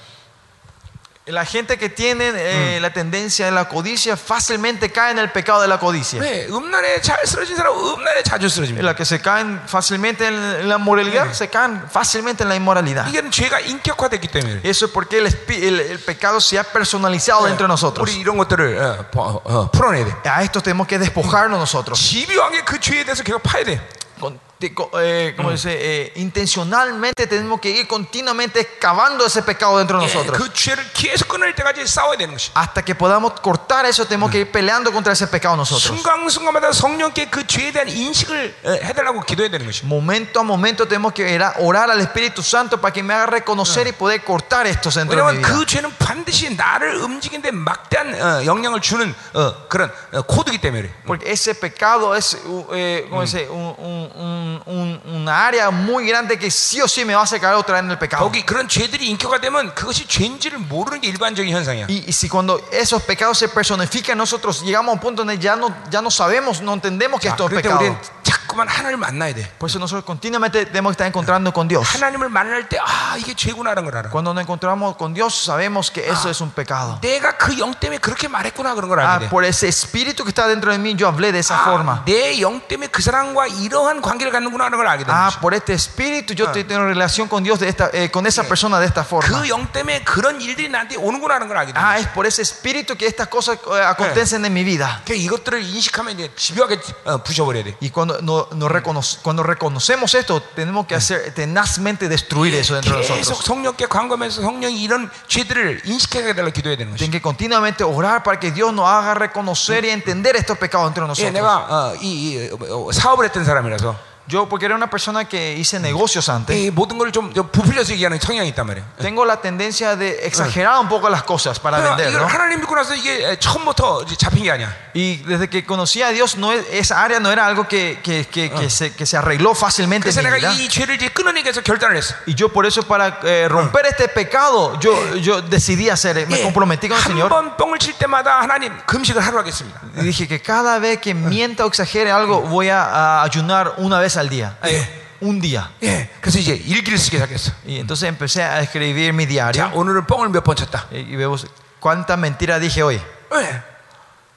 La gente que tiene eh, la tendencia de la codicia fácilmente cae en el pecado de la codicia. 네, 음란에 잘 쓰러진 사람은 음란에 자주 Y 쓰러집니다. La que se caen fácilmente en la moralidad, se caen fácilmente en la inmoralidad. 이게 죄가 인격화됐기 때문에. Eso es porque el, espi- el- el pecado se ha personalizado dentro de nosotros. 우리 이런 것들을 어, 버- 어, 풀어내야 돼. A esto tenemos que despojarnos nosotros. 지비왕의 그 죄에 대해서 계속 파야 돼. Con- te- co- eh, ¿cómo dice? Eh, intencionalmente tenemos que ir continuamente excavando ese pecado dentro de nosotros. 그 죄를 계속 끊을 때까지 싸워야 되는 것이. Hasta que podamos cortar eso, tenemos que ir peleando contra ese pecado nosotros. 순간순간마다 성령께 그 죄에 대한 인식을 어, 해달라고 기도해야 되는 것이. Momento a momento tenemos que era- orar al Espíritu Santo para que me haga reconocer y poder cortar estos dentro de mi 왜냐하면 vida. 그 죄는 반드시 나를 움직이는데 막대한 어, 영향을 주는 어, 그런 어, 코드기 때문에. 그래. Porque ese pecado es uh, eh, ¿cómo dice? Un, un- un- un- una área muy grande que sí o sí me va a hacer caer otra vez en el pecado. 거기 그런 죄들이 인격화 되면 그것이 죄인지를 모르는 게 일반적인 현상이야. Y, y si cuando esos pecados se personifican en nosotros, llegamos a un punto donde ya no, ya no sabemos, no entendemos que 자, esto es 그럴 때 pecado. 우리는 자꾸만 하나님을 만나야 돼. Por eso nosotros continuamente tenemos que estar encontrando con Dios. 하나님을 만날 때 아 이게 죄구나라는 걸 알아. Cuando nos encontramos con Dios, sabemos que eso es un pecado. 내가 그 영 때문에 그렇게 말했구나 그런 걸 Ah, 알게 돼. por ese espíritu que está dentro de mí, yo hablé de esa forma. 아, 내 영 때문에 그 사람과 이러한 관계를 갖는구나 하는 걸 알게 되는 Ah, 거지. por este espíritu yo tengo relación con Dios, de esta, eh, con esa persona de esta forma. 그 영 때문에 그런 일들이 나한테 오는구나 하는 걸 알게 되는 Ah, 거지. es por ese espíritu que estas cosas eh, acontecen en mi vida. 그러니까 이것들을 인식하면 이제 집요하게 어, 부셔버려야 돼. Y cuando, no, no reconoce- cuando reconocemos esto, tenemos que hacer tenazmente destruir eso dentro de 계속 nosotros. 성령께 관검해서 성령이 이런 죄들을 인식하게 해달라고 기도해야 되는 것이. Tienen que continuamente orar para que Dios nos haga reconocer y entender estos pecados dentro 예, de nosotros. 내가 어, 이, 이, 어, 사업을 했던 사람이라서 Yo, porque era una persona que hice negocios antes, 이 모든 걸 좀 부풀려서 얘기하는 성향이 있단 말이에요. tengo la tendencia de exagerar un poco las cosas para 그러니까 vender, 이걸 ¿no? 하나님 믿고 나서 이게 처음부터 이제 잡힌 게 아니야. Y desde que conocí a Dios, no es- esa área no era algo que, que- que- que se, que se arregló fácilmente 그래서 en mi 내가 vida. 이 죄를 이제 끊어내기 위해서 결단을 했어. Y yo por eso para eh, romper este pecado, yo, yo decidí hacer, Eh. me comprometí con el 예. 한 Señor 번 뻥을 칠 때마다 하나님 금식을 하루 하겠습니다. y dije que cada vez que mienta o exagere algo, voy a, a ayunar una vez al día. 예. Un día. 예. 그래서 이제 일기를 쓰기 시작했어. Y entonces empecé a escribir mi 자, diario 오늘은 뻥을 몇 번 쳤다. y y vemos cuántas mentiras dije hoy. 예.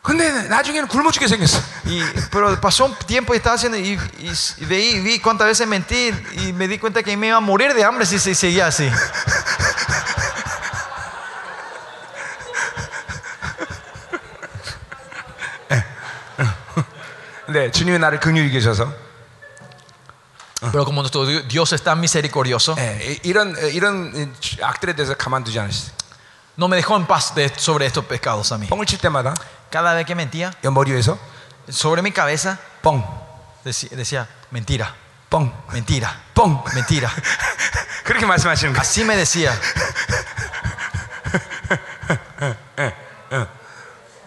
근데 나중에는 굶어 죽게 생겼어. Y, pero pasó un tiempo y estaba haciendo y, y- y veí- vi cuántas veces mentí y me di cuenta que me iba a morir de hambre si, si seguía así. 네, 주님이 나를 긍휼히 계셔서 Pero como nuestro Dios- Dios es tan misericordioso, 예, 이- 이런 이런 악들에 대해서 가만두지 않으시어 no me dejó en paz de- sobre estos pecados a mí. 뻥을 칠 때마다 Cada vez que mentía, 이 머리 위에서 sobre mi cabeza 뻥, deci- decía, mentira, 뻥, mentira, 뻥. mentira. 그렇게 말씀하시는 거예요. Así me decía,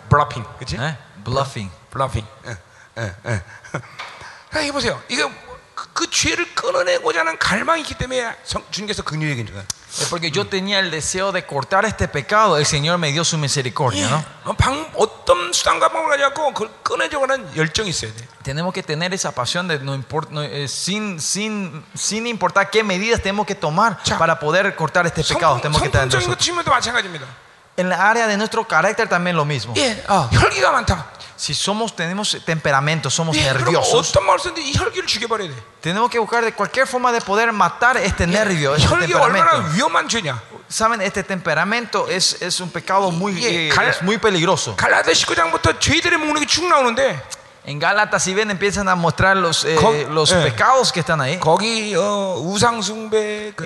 블러핑, 그렇지? ¿eh? bluffing. 블러핑. 예, 예, 예. 자, 이보세요. 이거 그, 그 죄를 끊어내고자 하는 갈망이 있기 때문에 성- 주님께서 긍휼이 계신 거예요. Es porque yo tenía el deseo de cortar este pecado, el Señor me dio su misericordia, ¿no? 어, 방, 어떤 수단과 방법을 가지고 그걸 끊어내려고 하는 열정이 있어야 돼. Tenemos que tener esa pasión de no import- no, eh, sin, sin, sin importar qué medidas tenemos que tomar Cha. para poder cortar este pecado. 성품- Tenemos que estar en 성품적인 것 nosotros. 치면도 마찬가지입니다. oh. 아. En la área de nuestro carácter también lo mismo. 예, 어, 혈기가 많다. si somos, tenemos temperamento, somos 예, 그럼 nerviosos, 어떤 말씀도 이 혈기를 죽여버려야 돼. tenemos que buscar de cualquier forma de poder matar este nervio, este 예, 혈기 얼마나 temperamento. 위험한 죄냐. Saben, este temperamento es, es un pecado muy, 예, eh, 갈- es muy peligroso. 갈라디아 19장부터 죄들의 목록이 쭉 나오는데 En Gálatas, si ven, empiezan a mostrar los, eh, Con- los eh. pecados que están ahí. 거기 어, 우상 숭배, 그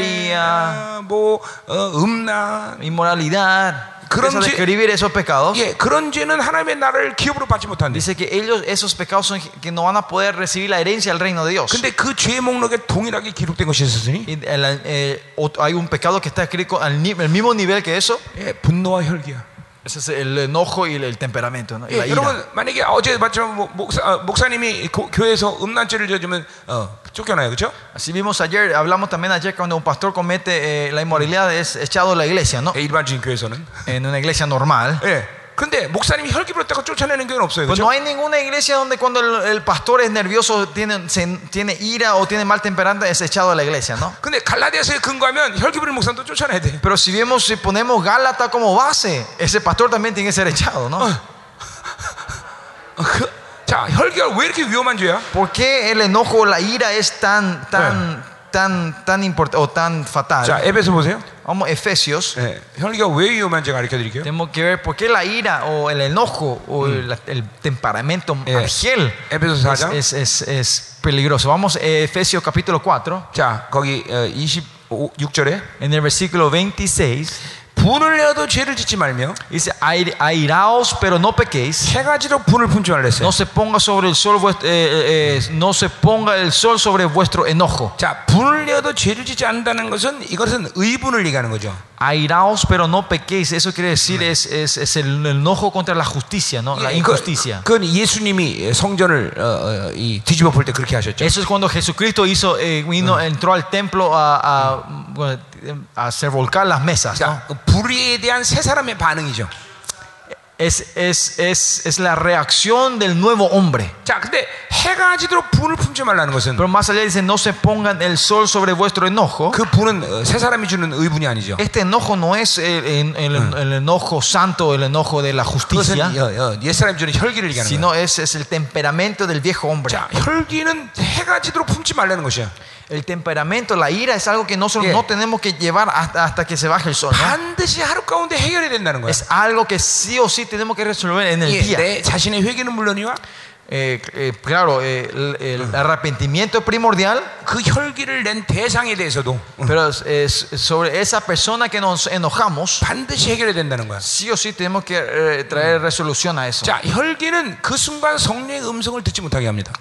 Idolatría. 뭐 어, 음란, Inmoralidad. Kron- Empieza a describir esos pecados. 예 그런 죄는 하나님의 나라를 기업으로 받지 못한대. Dice que ellos, esos pecados son que no van a poder recibir la herencia del reino de Dios. 근데 그 죄의 목록에 동일하게 기록된 것이 있었으니 Y el- eh, ot- hay un pecado que está escrito al ni- el mismo nivel que eso. 예, 분노와 혈기야. Ese es el enojo y el, el temperamento. ¿no? Y 예, la ira. 여러분 만약에 어제 봤지만 뭐, 목사, 아, 목사님이 고- 교회에서 음란죄를 저지면 어, 쫓겨나요, 그렇죠? Así vimos ayer, hablamos también ayer cuando un pastor comete eh, la inmoralidad es echado de la iglesia, ¿no? 예, 일반적인 교회에서는. En una iglesia normal. 예. 근데 목사님이 혈기 부렸다고 쫓아내는 교회는 없어요, Pues 그렇죠? no hay ninguna iglesia donde cuando el, el pastor es nervioso, tiene, se- tiene ira o tiene mal temperamento, es echado de la iglesia, ¿no? 근데 갈라디아서에 근거하면 혈기 부린 목사도 쫓아내야 돼. Pero si vemos, si ponemos Gálata como base, ese pastor también tiene que ser echado, ¿no? 어, 그- 자, 혈기가 왜 이렇게 위험한 죄야? ¿Por qué el enojo, la ira es tan, tan, tan, tan importante o tan 자, fatal? 에베소 보세요. Vamos, Efesios. 예. 혈기가 왜 위험한지 가르쳐 드릴게요. Tenemos que ver por qué la ira o el enojo o el, el temperamento Eh, argel Efesios es, 4. es, es, es peligroso. Vamos, eh, Efesios capítulo 4, 자, 거기 어, 26절에 en el versículo 26. 분을 내어도 죄를 짓지 말며 Dice, "Aire- airaos, pero no pequéis. 세 가지로 분을 분출하라 했어요. No se ponga sobre el sol vuest- eh, eh, eh, no se ponga el sol sobre vuestro enojo. 자, 분을 내어도 죄를 짓지 않는다는 것은 이것은 의분을 얘기하는 거죠. Airaos, pero no pequéis. Eso quiere decir es, es, es el enojo contra la justicia, ¿no? La 예, 그- injusticia. 그건 예수님이 성전을 어, 어, 이 뒤집어 볼 때 그렇게 하셨죠. Eso es cuando Jesucristo hizo, eh, vino, entró al templo a, a- bueno, a hacer volcar las mesas. ¿no? 자, 그 불의에 대한 세 사람의 반응이죠. Es, es, es, es la reacción del nuevo hombre. 자, 근데 해가 지도록 분을 품지 말라는 것은 Pero más allá dice, no se pongan el sol sobre vuestro enojo. 그 분은 어, 세 사람이 주는 의분이 아니죠. Este enojo no es el, el- el- el enojo santo, el enojo de la 그것은 justicia, 어, 어, 옛사람이 주는 혈기를 얘기하는 거예요. sino es, es el temperamento del viejo hombre. 자, 혈기는 해가 지도록 품지 말라는 것이야. El temperamento, la ira es algo que nosotros Yeah. no tenemos que llevar hasta, hasta que se baje el sol. ¿no? 반드시 하루 가운데 해결이 된다는 거야. Es algo que sí o sí tenemos que resolver en el 예, día. 내 자신의 회개는 물론이와 Eh, eh, claro, eh, el, el arrepentimiento es primordial, 그 혈기를 낸 대상에 대해서도 음, pero es- es sobre esa persona que nos enojamos, 반드시 해결이 된다는 거야. sí o sí tenemos que eh, traer resolución a eso. 자, 혈기는 그 순간 성령의 음성을 듣지 못하게 합니다.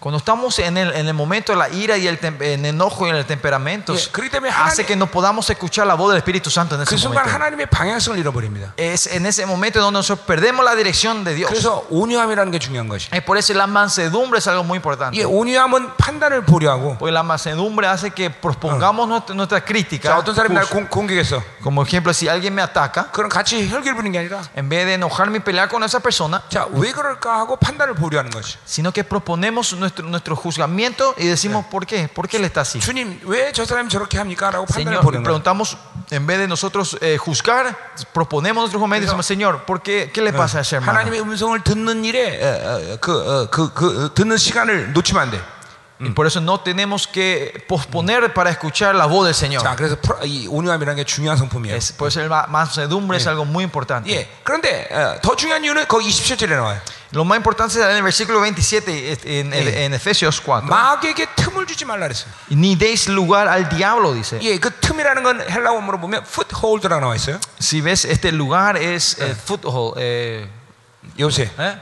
Cuando estamos en el, en el momento de la ira y el, tem- en el enojo y en el temperamento, Yeah, 그렇기 때문에 hace 하나님- que no podamos escuchar la voz del Espíritu Santo en 그 ese 순간 momento. 하나님의 방향성을 잃어버립니다. Es en ese momento donde nosotros perdemos la dirección de Dios. 그래서 온유함이라는 게 중요한 것이. Es por eso la mansedumbre es algo muy 예, importante. 온유함은 판단을 보류하고 Porque la mansedumbre hace que propongamos nuestra, nuestra 자, crítica. 어떤 사람이 날 justo. 공, 공격했어. Como ejemplo, si alguien me ataca, 그럼 같이 혈기를 부리는 게 아니라 en vez de enojarme y pelear con esa persona, 자, 왜 그럴까 하고 판단을 보류하는 것이. sino que proponemos nuestro, nuestro juzgamiento y decimos, ¿por qué? ¿Por qué él está así? 주님, 왜 저 사람이 저렇게 합니까? 라고 판단을 Señor, le 보는 거예요. preguntamos, en vez de nosotros eh, juzgar, proponemos nuestro juzgamiento y decimos, Señor, ¿por qué, ¿qué le pasa a ese hermano? 하나님의 음성을 듣는 일에 어, 어, 그, 어, 그, 그, 어, 듣는 시간을 놓치면 안 돼. Y por eso no tenemos que posponer para escuchar la voz del 자, Señor. 그래서 프라- 이 온유함이라는 게 중요한 성품이에요. Es, por eso la mansedumbre es algo muy importante. 예. 그런데 어, 더 중요한 이유는 거기 27절에 나와요. Lo más importante es en el versículo 27, es- en, en- Sí. en Efesios 4. 마귀에게 틈을 주지 말라 그랬어요. Ni deis lugar al diablo, dice. 예, 그 틈이라는 건 헬라 원문으로 보면 foothold라고 나와 있어요. Si ves, este lugar es eh, foothold, eh, 요새. ¿eh?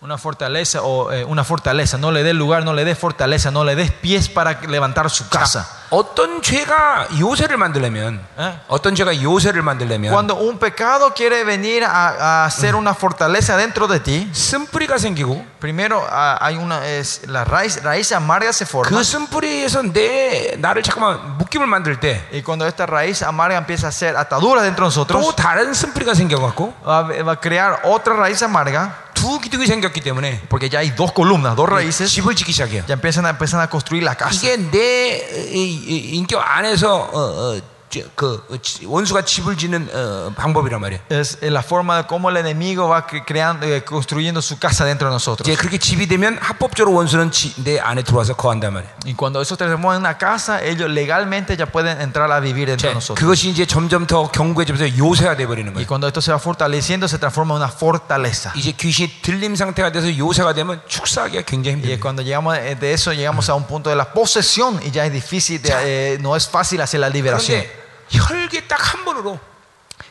una fortaleza o eh, una fortaleza. No le des lugar, no le des fortaleza, no le des pies para levantar su casa. ¿Eh? 어떤 죄가 요새를 만들려면 예? 어떤 죄가 요새를 만들려면 Cuando un pecado quiere venir a, a hacer una fortaleza dentro de ti, 쓴뿌리가 생기고 primero ah, hay una es la raíz raíz amarga se forma 그 쓴뿌리에서 내 나를 잠깐만 묶임을 만들 때 또 y cuando esta raíz amarga empieza a hacer ataduras dentro de nosotros 다른 쓴뿌리가 생겨갖고 va, a- va a crear otra raíz amarga 두 기둥이 생겼기 때문에 porque ya hay dos columnas, dos raíces 집을 짓기 시작해요. ya empiezan a empiezan a construir la casa. 이게 내 이- 이- 인격 안에서 어, 어, 쥐- 그 어, 지- 원수가 집을 짓는 어, 방법이란 말이에요. Es eh, la forma de cómo el enemigo va cre- creando, eh, construyendo su casa dentro de nosotros. 이제 그렇게 집이 되면 합법적으로 원수는 지- 내 안에 들어와서 거한단 말이에요. Y cuando eso tenemos en una casa, ellos legalmente ya pueden entrar a vivir dentro 자, de nosotros. 네, 그것이 이제 점점 더 견고해지면서 요새화 돼 버리는 Y 거예요. cuando esto se va fortaleciendo, se transforma en una fortaleza. 이제 귀신이 들림 상태가 돼서 요새가 되면 축사하기가 굉장히 Y es 힘들어요. cuando llegamos eh, de eso, llegamos a un punto de la posesión y ya es difícil, de- eh, no es fácil hacer la liberación. 그런데 혈기 딱 한 번으로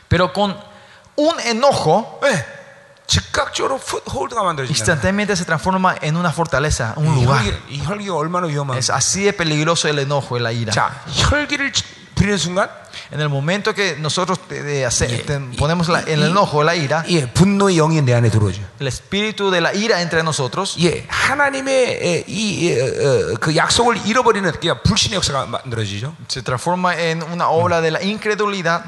Pero con un enojo, 예, 즉각적으로 풋홀드가 만들어진다. instantáneamente se transforma en una fortaleza, un 이 lugar. 혈기, 이 혈기가 얼마나 위험한? Es así de peligroso el enojo y la ira. 자, 혈기를 지- 부리는 순간, En el momento que nosotros eh, de hacer- Yeah. ten- ponemos la- el enojo, la ira, 예, 분노의 영이 내 안에 들어오죠. el espíritu de la ira entre nosotros, 예, 하나님의 예, 이 예, 어, 어, 그 약속을 잃어버리는 그러니까 불신의 역사가 만들어지죠. se transforma en una obra de la incredulidad,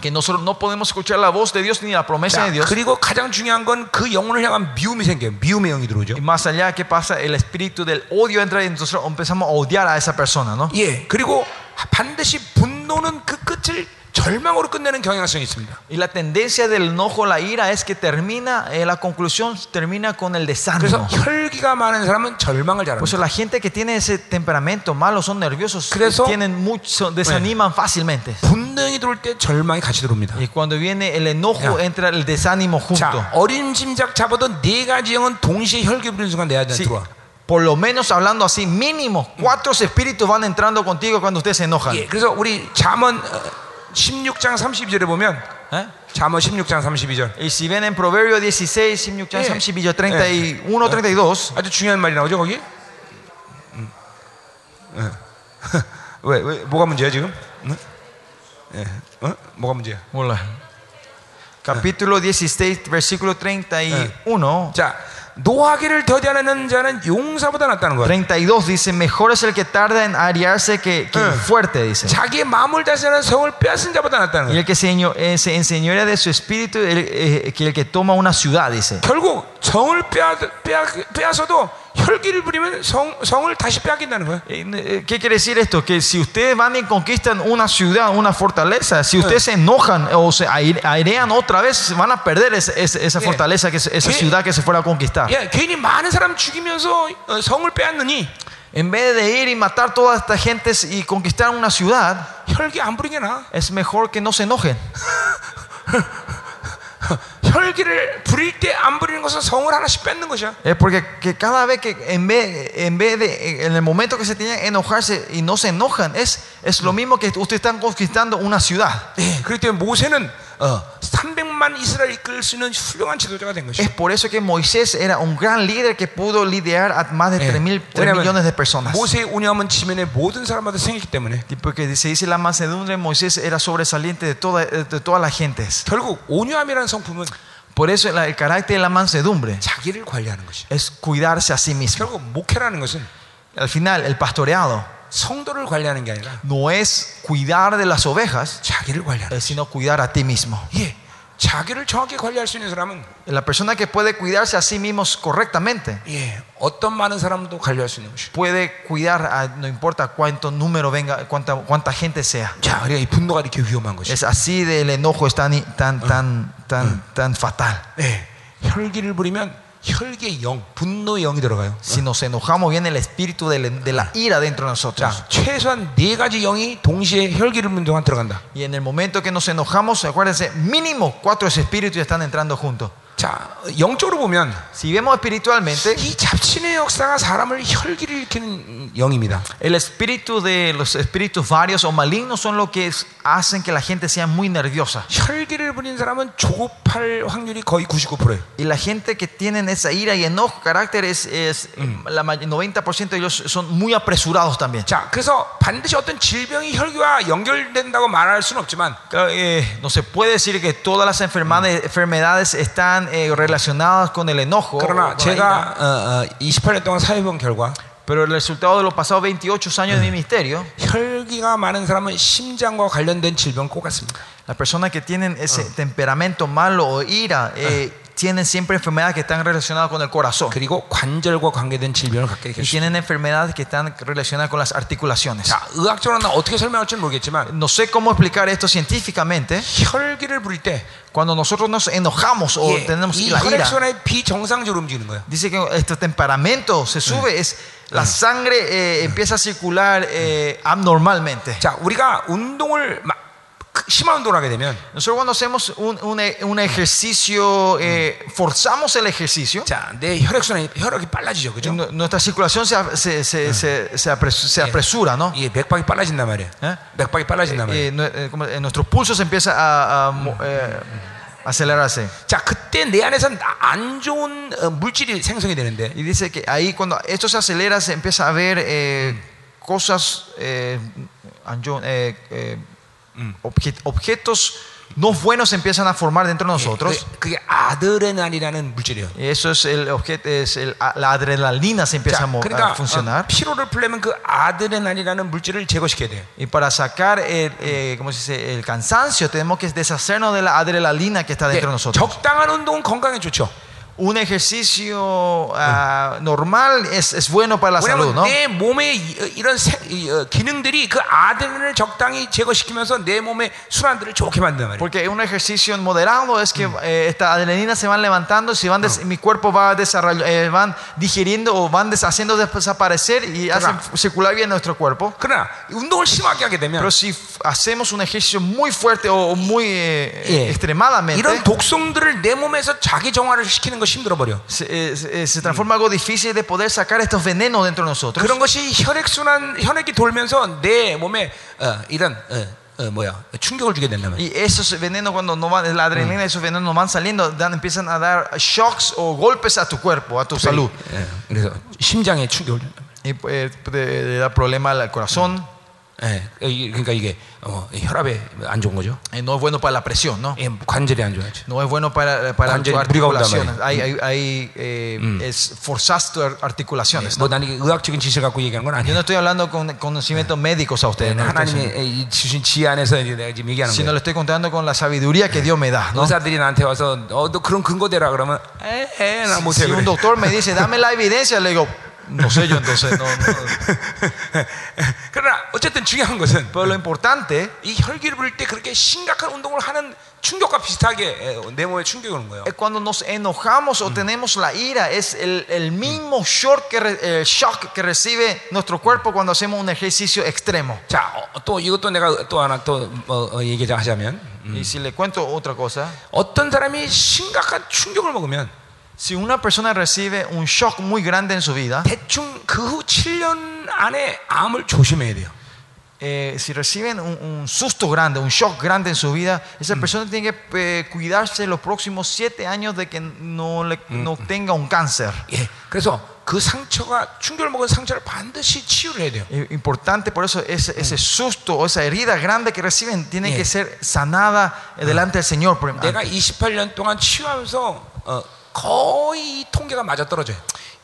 que nosotros no podemos escuchar la voz de Dios ni la promesa 자, de Dios. 그리고 가장 중요한 건 그 영혼을 향한 미움이 생겨요. 미움의 영이 들어오죠. Y más allá, ¿qué pasa? El espíritu del odio entra y nosotros empezamos a odiar a esa persona, ¿no? 예, 그리고 반드시 분노는 그 끝을 절망으로 끝내는 경향성이 있습니다. Y la tendencia del enojo, la ira, es que termina, eh, la conclusión termina con el 그래서 desánimo. 혈기가 많은 사람은 절망을 Por eso 잘합니다. la gente que tiene ese temperamento malo, son nerviosos, Creso- tienen mucho, desaniman fácilmente. 분노형이 들어올 때 절망이 같이 들어옵니다. Y cuando viene el enojo, Ya. entra el desánimo junto. 자, 어림짐작 잡아던 네 가지 영은 동시에 혈기 부리는 순간 내 안에 Sí, 들어와. por lo menos hablando así, mínimo, cuatro espíritus van entrando contigo cuando ustedes se enojan. 예, 그래서 우리 잠언 어, 16장 32절에 보면 ¿Eh? 잠언 16장 32절 Y si ven en Proverbio 16, Simyukchan, Sí. Samshibilla 31, 32, 아주 중요한 말이 나오죠 거기? 음. 예. 왜, 왜 뭐가 문제야 지금? 응? 예, 어? 뭐가 문제야? Hola. capítulo 16, versículo 31, 자, 노하기를 더디하는 자는 용사보다 낫다는 그러니까 거야. 32 dice, mejor es el que tarda en ariarse que, que el Eh. fuerte, dice. 자기의 마음을 다스리는 성을 빼앗은 자보다 낫다는 Y 거야. el que se, eño- eh, se enseñorea de su espíritu, el, eh, que el que toma una ciudad, dice. 결국 성을 빼앗, 빼앗, 빼앗어도 혈기를 부리면 성, 성을 다시 빼앗긴다는 거야. Eh, eh, ¿Qué quiere decir esto? Que si ustedes van y conquistan una ciudad, una fortaleza, si ustedes se enojan o se aire- airean otra vez, van a perder ese- ese- esa Bien. fortaleza, que se- esa Bien. ciudad que se fuera a conquistar. 예, 괜히 많은 사람 죽이면서 어, 성을 빼앗느니 En vez de ir y matar toda esta gente y conquistar una ciudad, 혈기 안 부리게 나. es mejor que no se enojen. 혈기를 부릴 때 안 부리는 것은 성을 하나씩 뺏는 것이야. Es Eh, porque que cada vez que en vez, en vez de en el momento que se tienen que enojarse y no se enojan, es, es lo mismo que ustedes están conquistando una ciudad. 예, 그렇기 때문에 모세는 어, 300만 이스라엘 이끌 수 있는 훌륭한 지도자가 된 것이야. Es por eso que Moisés era un gran líder que pudo liderar a más de Eh, 3, mil- 3 millones de personas. 예, 모세의 운영함은 지면의 모든 사람마다 생기기 때문에 Y Porque se dice la mansedumbre de Moisés era sobresaliente de, toda, de todas las gentes. 결국 온유함이라는 성품은 Por eso la- el carácter de la mansedumbre 자기를 관리하는 것이야. es cuidarse a sí mismo. 결국 목회라는 것은 Al final, el pastoreado 성도를 관리하는 게 아니라 no es cuidar de las ovejas, 자기를 관리하는 eh, sino cuidar a ti mismo. 거야. 예, 자기를 정확히 관리할 수 있는 사람은 La persona que puede cuidarse a sí mismo correctamente 예, 어떤 많은 사람도 관리할 수 있는 것이야. puede cuidar a no importa cuánto número venga, cuánta, cuánta gente sea. 자, 우리가 이 분노가 이렇게 위험한 것이야. Es así del enojo es tan, tan, tan, tan, tan fatal. 예, 혈기를 부리면 혈기의 영, 분노의 영이 들어가요. Si nos enojamos viene el espíritu de, la- de la ira dentro de nosotros. 자, 최소한 네 가지 영이 동시에 혈기를 부는 동안 들어간다. Y en el momento que nos enojamos, acuérdense, mínimo cuatro espíritus ya están entrando juntos. 자, 영적으로 보면 Si vemos espiritualmente, 이 잡신의 역사가 사람을 혈기를 일으키는 영입니다. El espíritu de los espíritus varios o malignos son los que es- hacen que la gente sea muy nerviosa. 혈기를 부린 사람은 조급할 확률이 거의 99%예요. Y la gente que tienen esa ira y enojo, carácter, es, es la may- 90% de ellos son muy apresurados también. 자, 그래서 반드시 어떤 질병이 혈기와 연결된다고 말할 수는 없지만 Claro, eh, no se puede decir que todas las enfermedades, enfermedades están eh, relacionadas con el enojo. o con la 그러나 ira. 제가 어, 어, 28년 동안 사회본 결과 Pero el resultado de los pasados 28 años de ministerio, 혈기가 많은 사람은 심장과 관련된 질병 꼭 같습니다. las personas que tienen ese temperamento malo o ira eh, tienen siempre enfermedades que están relacionadas con el corazón. 그리고 관절과 관계된 질병을 갖게 Y 되겠습니다. tienen enfermedades que están relacionadas con las articulaciones. 자, 의학적으로는 어떻게 설명할지 모르겠지만 No sé cómo explicar esto científicamente. 혈기를 부릴 때 Cuando nosotros nos enojamos o 예, tenemos 이 la ira, 혈액순환이 비정상적으로 움직이는 거예요. dice que este temperamento se sube, es la sangre eh, empieza a circular eh, abnormalmente. 자, 우리가 운동을 막 심한 운동을 하게 되면 Nosotros cuando hacemos un, un e- un ejercicio, eh, forzamos el ejercicio, 자, 내 혈액순환이 혈액이 빨라지죠. 그죠? nu- nuestra circulación se, a- se- se- se- se apres- se apresura, ¿no? 예, 맥박이 빨라진단 말이에요. 아. 예? 맥박이 빨라진단 말이에요. Eh, nu- eh, como, eh, nuestros pulsos empiezan a, a mo- eh, acelerarse. 자, 그때 내 안에선 안 좋은 어, 물질이 생성이 되는데 Y dice que ahí cuando esto se acelera se empieza a ver eh, cosas, eh, anjo- eh, eh, obje- objetos no buenos se empiezan a formar dentro de nosotros. 그- 그게 아드레날이라는 물질이에요. Y eso es el objeto, es el- a- la adrenalina se empieza 자, a, mo- a 그러니까 어, funcionar. 피로를 풀려면 그 아드레날이라는 물질을 제거시켜야 돼요. Y para sacar el, eh, ¿cómo se dice? el cansancio tenemos que deshacernos de la adrenalina que está 네, dentro de nosotros. 적당한 운동은 건강에 좋죠. Un ejercicio ah, normal es, es bueno para la salud, 왜냐하면 ¿no? 내 몸의 이- 어, 이런 세- 이, 어, 기능들이 그 아드레날을 적당히 제거시키면서 내 몸의 순환들을 좋게 만든단 말이에요. Porque un ejercicio moderado es que eh, esta adrenalina se van levantando, si van des- mi cuerpo va desarroll- eh, van digiriendo o van des- haciendo desaparecer y hacen Claro. circular bien nuestro cuerpo. 그러나 운동을 심하게 하게 되면 Pero si f- hacemos un ejercicio muy fuerte o o muy 예, eh, extremadamente, 이런 독성들을 내 몸에서 자기 정화를 시키는 것이 힘들어 버려. se, eh, se- eh, se transforma algo difícil de poder sacar estos venenos dentro de nosotros. 그런 것이 혈액 순환 혈액이 돌면서 내 몸에 어, 이런 어, 어, 뭐야 충격을 주게 된다면. Y esos venenos cuando no van, la adrenalina, esos venenos no van saliendo, dan- empiezan a dar shocks o golpes a tu cuerpo, a tu salud. 예, 그래서 심장에 충격을. 준단 Y eh, te- te da problema al corazón. 말이야. 예, 이- 그러니까 이게 어, 혈압에 안 좋은 거죠. Eh, no es bueno para la presión, ¿no? 예, 관절이 안 좋아죠. No es bueno para, para Cuando tus el brío habla, articulaciones. María. Hay, hay, hay, eh, es forzas tus ar- articulaciones. ¿no? 뭐난 이게 의학적인 지식을 갖고 얘기하는 건 Yo 아니에요. no estoy hablando con conocimientos médicos a ustedes, Ah, no lo estoy diciendo, 하나님이 이 주신 지혜 안에서 이제 내가 지금 얘기하는 sino 거예요. le estoy contando con la sabiduría que Dios me da. ¿no? 의사들이 나한테 와서 어, 너 그런 근거 대라 그러면 에나 Si 못해 un 그래. doctor me dice, dame la evidencia, le digo, no sé yo, entonces no. no". 그러나 어쨌든 중요한 것은 Pero lo importante 이 혈기를 부릴 때 그렇게 심각한 운동을 하는 충격과 비슷하게 에, 내 몸에 충격이 오는 거예요. es cuando nos enojamos o tenemos la ira, es el, el mismo shock que, re- el shock que recibe nuestro cuerpo cuando hacemos un ejercicio extremo. 자, 어, 또 이것도 내가 또 하나 또 어, 어, 얘기하자면 Y si le cuento otra cosa, 어떤 사람이 심각한 충격을 먹으면 si una persona recibe un shock muy grande en su vida, 대충 그 후 7년 안에 암을 조심해야 돼요. eh, si reciben un, un susto grande, un shock grande en su vida, esa persona tiene que eh, cuidarse los próximos siete años de que no, le- no tenga un cáncer. 예, 그래서 그 상처가 충격을 먹은 상처를 반드시 치유를 해야 돼요. Eh, Importante, por eso ese, ese susto o esa herida grande que reciben tiene Bien. que ser sanada eh, delante del Señor. por- 내가 28년 동안 치유하면서 어, 거의 이 통계가 맞아 떨어져요.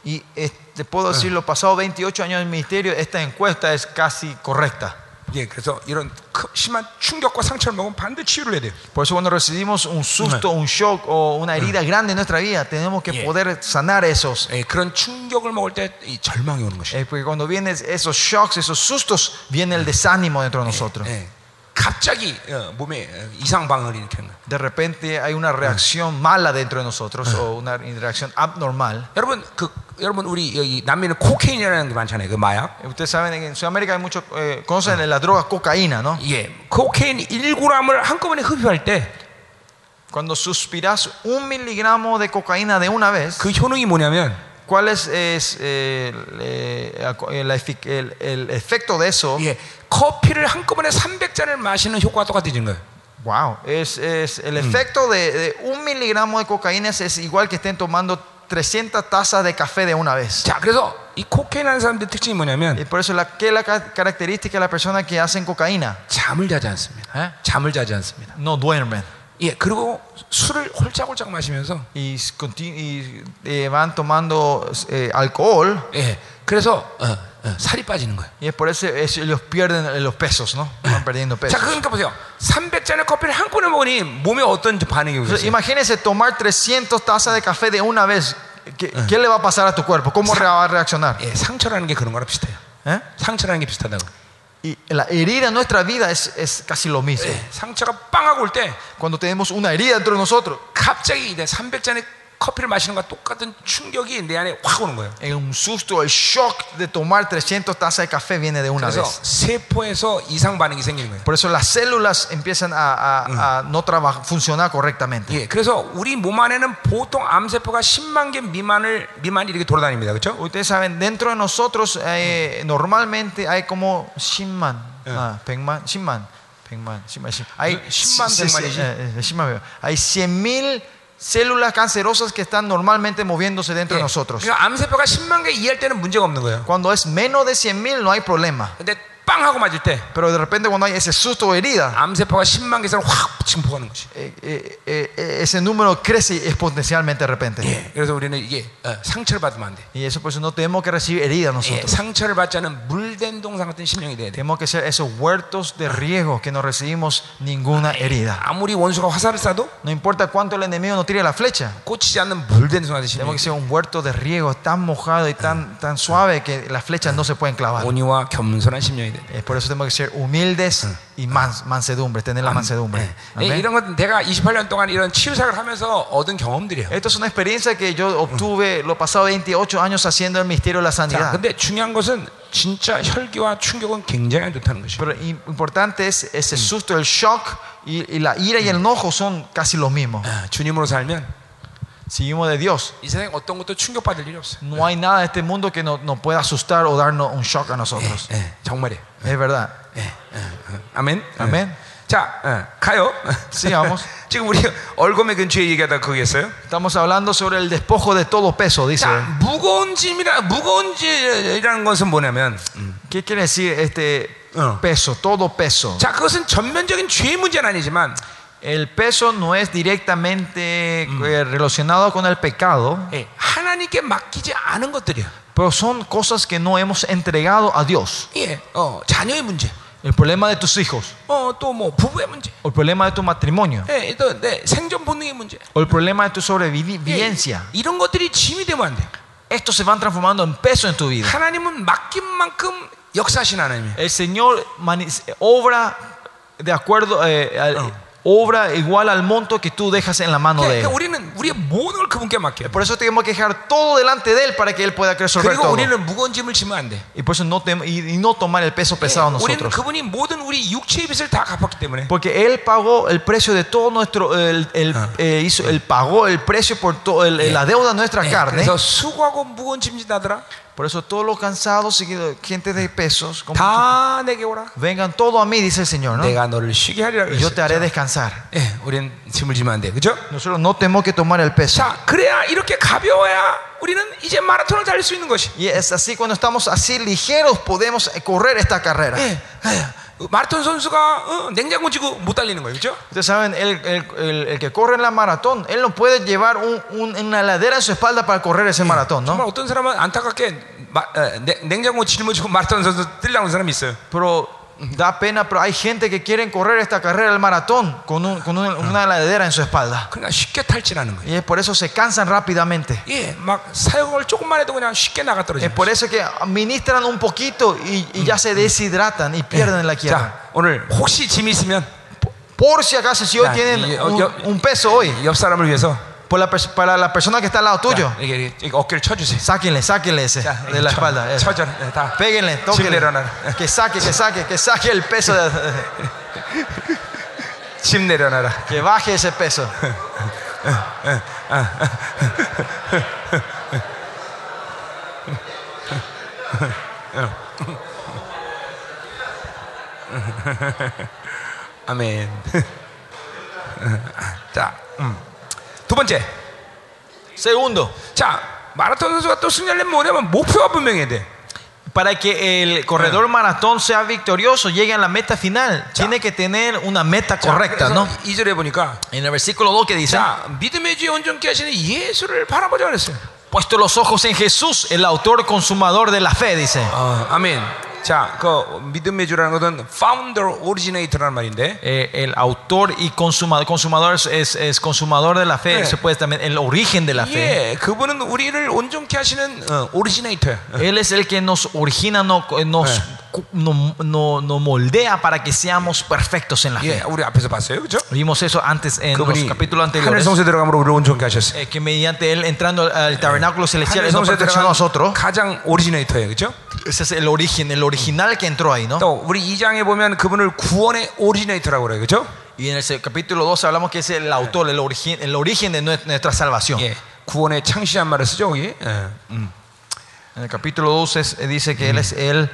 Y eh, te puedo decir, los pasados 28 años del ministerio, esta encuesta es casi correcta. 예, 그래서 이런 크- 심한 충격과 상처를 먹으면 반드시 치유를 해야 돼요. Por eso cuando recibimos un susto, un shock o una herida grande en nuestra vida, tenemos que Yeah. poder sanar esos. 예, 그런 충격을 먹을 때 이 절망이 오는 것이에요. Eh, porque cuando vienen esos shocks, esos sustos, viene el desánimo dentro de nosotros. 예, 갑자기 어, 몸에 어, 이상 반응을 일으키는 거예요. De repente hay una reacción mala dentro de nosotros o una reacción abnormal. 여러분 그 여러분 우리 여기 남미는 코케인이라는 게 많잖아요. 그 마약. Eh, Ustedes saben que en Sudamérica hay muchos, eh, conocen la droga cocaína, ¿no? 예, 코케인 1g을 한꺼번에 흡입할 때 그 Cuando suspiras un miligramo de cocaína de una vez, 그 효능이 뭐냐면 ¿cuál es, es, eh, el, eh, la efic- el- el efecto de eso? 예, 커피를 한꺼번에 300잔을 마시는 효과가 똑같아지는 거예요. Wow, Mm. es, es el efecto de, de un miligramo de cocaína es, es igual que estén tomando 300 tazas de café de una vez. 자, 그래서 이 코케인 하는 사람들의 특징이 Y 뭐냐면 por eso, la, ¿qué es la ca- característica de la persona que hacen cocaína? 잠을 자지 않습니다. ¿Eh? 잠을 자지 않습니다. No duermen. 예, 그리고 술을 홀짝홀짝 마시면서 Y, s- conti- y, eh, van tomando eh, alcohol. 예, 그래서 어, 어, 살이 빠지는 거예요. Y es por eso es- ellos pierden los pesos, ¿no? Van perdiendo 자, pesos. 그러니까 보세요. 300잔의 커피를 한 번에 먹으니 몸에 어떤 반응이 Entonces, 오겠어요? imagínense tomar 300 tazas de café de una vez. ¿Qué, qué le va a pasar a tu cuerpo? ¿Cómo re- va a reaccionar? 예, 상처라는 게 그런 거랑 비슷해요. ¿Eh? 상처라는 게 비슷하다고. Y la herida en nuestra vida es, es casi lo mismo. 예, 상처가 빵하고 올 때 Cuando tenemos una herida dentro de nosotros, 갑자기 이제 300잔의 커피를 마시는 것과 똑같은 충격이 내 안에 확 오는 거예요. en un susto, el shock de tomar 300 tazas de café viene de una 그래서 vez. 세포에서 이상 반응이 생기는 거예요. Por eso las células empiezan a, a- a no traba- funcionar correctamente. 예, 그래서 우리 몸 안에는 보통 암세포가 10만 개 미만을 미만이 이렇게 돌아다닙니다. 그렇죠? Ustedes saben, dentro de nosotros eh, normalmente hay como Shinman, ah, Pengman, Shinman, Pengman, Shinman, Shin- Hay Shinman, Eh, sí, sí, Pengman y Shin- eh, eh, Shinman, Pengman. Hay 100.000 células cancerosas que están normalmente moviéndose dentro 예, de nosotros. 그러니까 암세포가 10만 개 이할 때는 문제가 없는 거예요. Cuando es menos de 100.000 no hay problema. 근데 빵 하고 맞을 때 Pero de repente cuando hay ese susto o herida, 암세포가 10만 개에서 확 증폭하는 거지. eh, eh, eh, eh, ese número crece exponencialmente de repente. 예, 그래서 우리는 이게 어, 상처를 받으면 안 돼. Y eso por eso no tenemos que recibir heridas 예, nosotros. 상처를 받지 않은 물된 동상 같은 심령이 돼야 돼. Tenemos que ser esos huertos de riesgo que no recibimos ninguna herida. 아무리 원수가 화살을 쏴도 No importa cuánto el enemigo nos tire la flecha. 꽂히지 않는 물된 동상 같은 심령이 Tenemos 돼. que ser un huerto de riego tan mojado y tan, tan suave que las flechas no se pueden clavar. 온유와 겸손한 심령이 돼. Es por eso tenemos que ser humildes y mans- mansedumbre, tener la mansedumbre. 예, Amén. 이런 것은 내가 28년 동안 이런 치유사를 하면서 얻은 경험들이에요. Esto es una experiencia que yo obtuve los pasados 28 años haciendo el misterio de la 자, sanidad. 근데 중요한 것은 진짜 혈기와 충격은 굉장히 안 좋다는 것이죠. Pero im- importante es ese susto, el shock y, y la ira y el enojo son casi lo mismo. 아, 주님으로 살면 Seguimos de Dios. 이 세상 어떤 것도 충격받을 일이 없어요. No hay nada de este mundo que no- nos pueda asustar o darnos un shock a nosotros. 예, 정말이에요. Es verdad. 아멘. 아멘. 예. 자, 예, 가요. Sigamos. 지금 우리 얼굴에 근처에 얘기하다 거기였어요. Estamos hablando sobre el despojo de todo peso, dice. 자, 무거운 짐이라 무거운 짐이라는 것은 뭐냐면, 음, ¿Qué quiere decir este Ah. peso, todo peso? 자, 그것은 전면적인 죄의 문제는 아니지만, El peso no es directamente eh, relacionado con el pecado, 예, 하나님께 맡기지 않은 것들이야. pero son cosas que no hemos entregado a Dios. 예, 어, 자녀의 문제, El problema de tus hijos, 어, 또 뭐 부부의 문제, o el problema de tu matrimonio, 예, 또 내 생존 본능의 문제. o el problema de tu 예, sobrevivencia. 이런 것들이 짐이 되면 안 돼. Estos se van transformando en peso en tu vida. 하나님은 맡긴 만큼 역사하신 하나님이에요. El Señor mani- obra de acuerdo, eh, al- obra igual al monto que tú dejas en la mano de 그러니까 Él. 우리는 우리의 모든 걸 그분께 맡겨요. Por eso tenemos que dejar todo delante de Él para que Él pueda resolver 그리고 todo. 우리는 무거운 짐을 지면 안 돼. 예, Y por eso no, tem- y, y no tomar el peso pesado 우리는 뭐, nosotros. 그분이 모든 우리 육체의 빚을 다 갚았기 때문에 Porque Él pagó el precio de todo nuestro. El, el- eh, hizo, él pagó el precio por todo, el- la deuda de nuestra 예, carne. 그래서 수고하고 무거운 짐지다더라 Por eso todos los cansados, y gente de pesos, como 다 어? 내게 오라. tú, vengan todo a mí, dice el Señor. ¿no? 내가 너를 쉬게 하리라 Y yo te haré 그랬어요. descansar. 예, 우리는 짐을 지면 안 돼. 그죠? Nosotros no tenemos que tomar el peso. 자, 그래야 이렇게 가벼워야 우리는 이제 마라톤을 달릴 수 있는 것이. Y es así, cuando estamos así ligeros, podemos correr esta carrera. 예, 예, 마라톤 선수가 어, 냉장고 지고 못 달리는 거예요. 그죠? Ustedes saben, el, el- el- el que corre en la maratón, él no puede llevar un- un- una ladera en su espalda para correr Eh. ese maratón, ¿no? 정말 어떤 사람은 안타깝게 마, 에, 냉- 냉장고 짊어지고 마라톤 선수 뛰려는 사람이 있어요. Pero da pena, pero hay gente que quieren correr esta carrera del maratón con, un- con un- Ah. una ladera en su espalda. 그러니까 쉽게 탈진하는 거예요. Y es por eso se cansan rápidamente. 예, 막 사역을 조금만 해도 그냥 쉽게 나가 Es 떨어져요. por eso que administran un poquito y, y Mm. ya se deshidratan y Eh. pierden la quiebra. 자, 오늘 혹시 짐이 있으면 Por si acaso, si hoy Ya, y- tienen un, yo- un peso hoy, 옆 사람을 위해서 por la pers- para la persona que está al lado tuyo, 자, 이게, 이게 어깨를 쳐주세요. sáquenle, sáquenle ese 자, de la 쳐- espalda. eso. 쳐줘, 예, 다. Péguenle, tóquenle. 내려놔라. Que saque, que saque, que saque el peso. de- 짐 내려놔라. que baje ese peso. 아멘. 자, 음. 두 번째. Segundo. 자, 마라톤 선수가 또 승리하려면 뭐냐면 목표가 분명해야 돼. Para que el corredor maratón sea victorioso, llegue a la meta final, tiene que tener una meta 자, correcta, ¿no? 이 절에 보니까 네. En el versículo 2 que dice, 자 믿음의 주에 온전케 하시는 예수를 바라보자 그랬어요. Puesto los ojos en Jesús, el autor consumador de la fe, dice. 어, 아멘. 자, 그 믿음의 주라는 것은 founder originator라는 말인데. Eh, el autor y consumador, consumador es, es- es consumador de la fe, Sí. se puede también el origen de la fe. 예, 그분은 우리를 온전케 하시는 어, originator. Él es el que nos origina, no- nos, Sí. cu- no- no- no moldea para que seamos perfectos en la 예, fe. 우리 앞에서 봤어요, 그죠 Vimos eso antes en los 그분이 capítulos 하늘 anteriores. 성소에 들어감으로 우리를 온전케 하셨어요. eh, que mediante él entrando al- al tabernáculo celestial, 하늘 él nos 성소에 perfeccionó 들어간 a nosotros. 가장 originator예요, 그죠 Ese es el origen, el original que entró ahí, ¿no? 또 우리 2장에 보면 그분을 구원의 originator라고 그래요, 그죠 Y en el se- capítulo 2 hablamos que es el autor, el origen, el origen de nue- nuestra salvación. 예, 구원의 창시한 말을 쓰죠, 거기. 예. 음. En el capítulo 2 dice que él es el,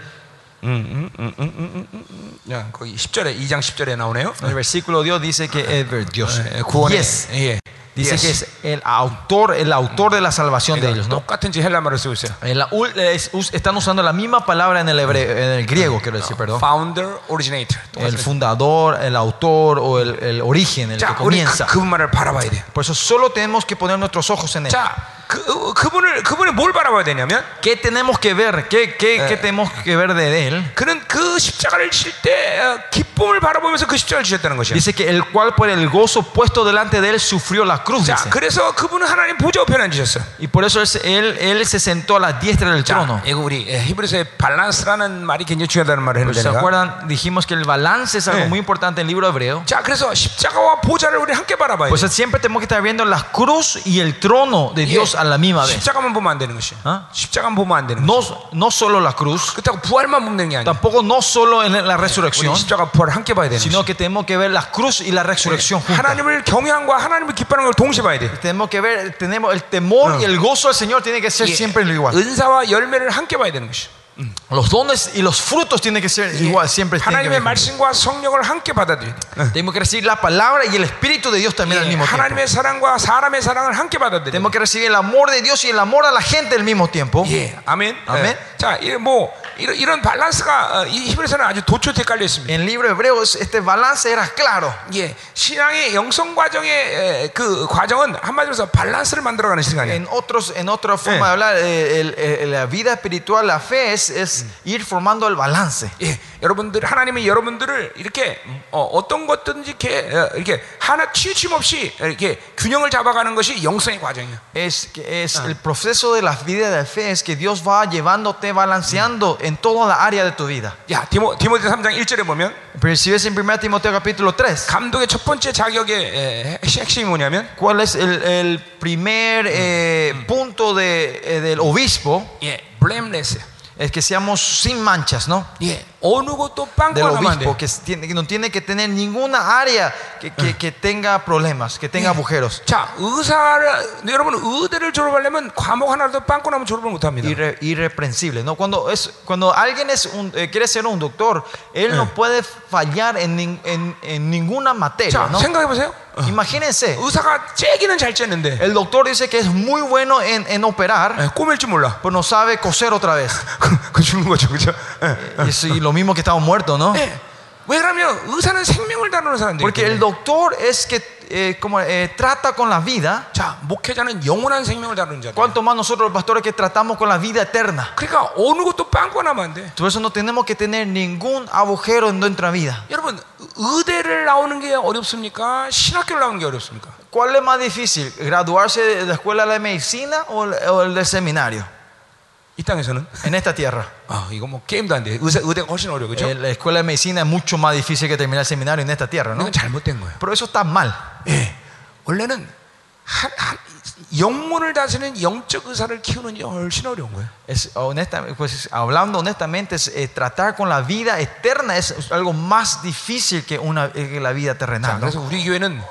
야, 거기 10절에 2장 10절에 나오네요. en el versículo Dios dice que es ver- Dios. 예, 구원의 Yes. 예. Dice Yes. 그러니까 que es el autor, el autor de la salvación de ellos, ¿no? 똑같은 지 헬라 말을 쓰고 있어요. En la ul- es- us- están usando la misma palabra en el hebreo, en el griego, quiero decir, perdón. founder originator. El 똑같습니다. fundador, el autor o el, el origen, el que 자, 우리 그, comienza. 그분만을 바라봐야 돼요. Por eso solo tenemos que poner nuestros ojos 예. en él. 자, 그 그분을 그분이 뭘 바라봐야 되냐면 ¿Qué tenemos que ver? ¿Qué, qué, qué tenemos que ver de él? 그는 그 십자가를 칠 때 어, 기쁨을 바라보면서 그 십자가를 주셨다는 것이에요. Dice que el cual por el gozo puesto delante de él sufrió la cruz. 자, dice. 그래서 그분은 하나님 보좌 우편에 앉으셨어요. Y por eso es- él, él se sentó a la diestra del trono. 자, 이거 우리 예, 히브리서의 밸런스라는 말이 굉장히 중요하다는 말을 Pero 했는데 ¿Se 내가. acuerdan? Dijimos que el balance es algo Sí. muy importante en el libro hebreo. 자, 그래서 십자가와 보좌를 우리 함께 바라봐야 Pues 돼요. siempre tenemos que estar viendo la cruz y el trono de Dios 예, a la misma vez. 십자가만 보면 안 되는 것이에요. 어? 십자가만 보면 안 되는 것. No, no solo la cruz, 그렇다고 부활만 보면 되는 게 아니에요. tampoco no solo en la 우리 resurrección, 십자가 부활 함께 봐야 되는 sino 것이에요. que tenemos que ver la cruz y la resurrección juntas. 하나님을 경외함과 하나님을 기뻐하는 걸 동시에 봐야 돼요. Tenemos que ver, tenemos el temor y el gozo del Señor tiene que ser 예, siempre lo igual. 은사와 열매를 함께 봐야 되는 것이에요. Los dones y los frutos tienen que ser igual, siempre tienen que 하나님의 ver. 말씀과 성령을 함께 받아들여야 돼요. 예, Tenemos que recibir la palabra y el Espíritu de Dios también al eh, mismo tiempo. 하나님의 사랑과 사람의 사랑을 함께 받아들여야 돼요. Tenemos que recibir el amor de Dios y el amor a la gente al mismo tiempo. 예, 아멘. 아멘. 예. 자, 이 뭐 이런, 이런 밸런스가 어, 이 히브리서는 아주 도초에 깔려 있습니다. En el libro hebreo es- este balance era claro. 예, 신앙의 영성 과정의 에, 그 과정은 한마디로 해서 밸런스를 만들어가는 시간이에요. En, otros, en otra forma de hablar, eh, el- el- la vida espiritual, la fe es, es ir formando el balance. 예, 여러분들 하나님이 여러분들을 이렇게 어, 떤 것든지 이렇게 어, 이렇게 하나 치우침 없이 이렇게 균형을 잡아가는 것이 영성의 과정이에요. Es, que es el proceso de la vida de la fe, es que Dios va llevándote, balanceando en toda la área de tu vida. 야, 디모 디모데 3장 1절에 보면 Pero si ves en 1 Timoteo capítulo 3, 감독의 첫 번째 자격의 에, 핵- 핵심이 뭐냐면 ¿cuál es el, el primer eh, punto de, eh, del obispo? 예, blameless. Es que seamos sin manchas, ¿no? 예, 어느 것도 Del 빵꾸가 나면 안 obispo, 돼요. que, tiene- que no tiene que tener ninguna área que, que- que tenga problemas, que tenga agujeros. 자, 의사를 여러분 의대를 졸업하려면 과목 하나라도 빵꾸 나면 졸업을 못 합니다. Irre- irreprensible, ¿no? Cuando, es, cuando alguien es un- eh, quiere ser un doctor, él no puede fallar en, nin- en- en ninguna materia, 자, ¿no? Ah. 생각해 보세요. Imagínense, 의사가 째기는 잘 째는데 el doctor dice que es muy bueno en, en operar, 예, 꼬맬 줄 몰라. pero no sabe coser otra vez. 그, 그 죽는 거죠, 그죠? 예. Y es y lo mismo que estamos muertos, ¿no? 예. 왜 그러면 의사는 생명을 다루는 사람들이 Porque el doctor es que eh, como, eh, trata con la vida. 자 목회자는 영원한 생명을 다루는 자들 ¿Cuánto más nosotros los pastores que tratamos con la vida eterna? 그러니까 어느 것도 빵꾸 나면 안돼 Por eso no tenemos que tener ningún agujero en nuestra vida. 여러분 의대를 나오는 게 어렵습니까? 신학교를 나오는 게 어렵습니까? ¿Cuál es más difícil? ¿Graduarse de la escuela de medicina o el, o el del seminario? 이 땅에서는 En esta tierra. 아 이거 뭐 게임도 안돼 의사 의대가 훨씬 어려 그죠? Eh, La escuela de medicina es mucho más difícil que terminar el seminario en esta tierra, ¿no? 이건 잘못된 거예요 Pero eso está mal. 예 원래는 한, 한, 영혼을 다스리는 영적 의사를 키우는 게 훨씬 어려운 거예요 Es, honesta- pues, hablando honestamente, es, eh, tratar con la vida eterna es algo más difícil que, una, eh, que la vida 자 terrenal. ¿no? 그래서 우리 교회는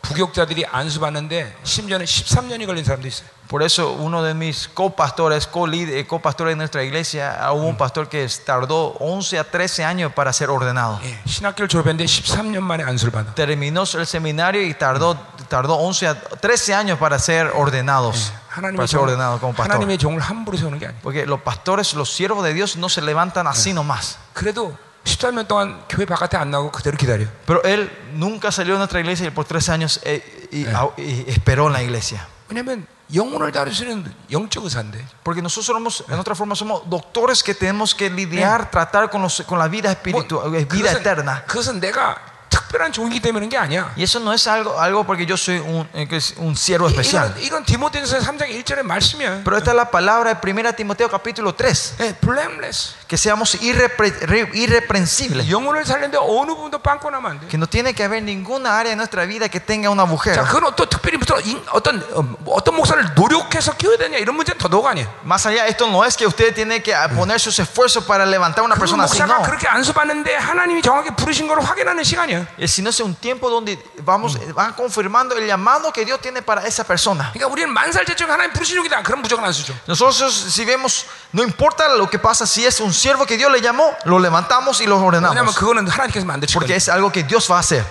부격자들이 안수받는데 심지어는 13년이 걸린 사람도 있어요 Por eso uno de mis copastores, co-líder- eh, copastores de nuestra iglesia, ah, hubo un pastor que tardó 11 a 13 años para ser ordenado. 예, 신학교를 졸업했는데 13년 만에 안수를 받아 Terminó el seminario y tardó, tardó 11 a 13 años para ser ordenados, para 하나님의 ser 종을, ordenado como pastor. 하나님의 종을 함부로 세우는 게 아니에요 Porque los pastores, los siervos de Dios no se levantan así nomás. 그래도 13년 동안 교회 바깥에 안 나오고 그대로 기다려. Pero él nunca salió de nuestra iglesia y por 13 años eh, y- y- y esperó en la iglesia. 왜냐면 영혼을 다루시는 영적 의사인데. Porque nosotros somos, en otra forma, somos doctores que tenemos que lidiar, tratar con, los- con la vida 뭐, espiritual, eh, vida eterna. 그것은 내가 특별한 종이기 뭐 때문에 그런 게 아니야. Y eso no es algo, algo porque yo soy un, eh, que es un siervo especial. 이건, 이건 디모데전서 3장 1절의 말씀이야. Pero esta es la palabra de 1 Timoteo capítulo 3, 예, blameless. que seamos irrepre- re- irreprensibles, 영혼을 살리는데 어느 부분도 빵꾸 나면 안 돼. que no tiene que haber ninguna área de nuestra vida que tenga un 자, agujero. 그건 어떤 특별히 무슨 인- 어떤 어, 뭐 어떤 목사를 노력해서 키워야 되냐 이런 문제는 더더욱 아니야. Más allá, esto no es que usted tiene que ah, poner sus esfuerzos para levantar a una 그 persona así, 목사가 no. 그렇게 안수받는데 하나님이 정확히 부르신 걸 확인하는 시간이야. Eh, Sino es un tiempo donde vamos, eh, van confirmando el llamado que Dios tiene para esa persona. 그러니까 우리는 만살제적 하나님 부르신 종이다. 그럼 무조건 안수죠. Nosotros si vemos, no importa lo que pasa, si es un siervo que Dios le llamó, lo levantamos y lo 왜냐하면 ordenamos. 그거는 하나님께서 만드신 Porque 거예요. es algo que Dios va a hacer.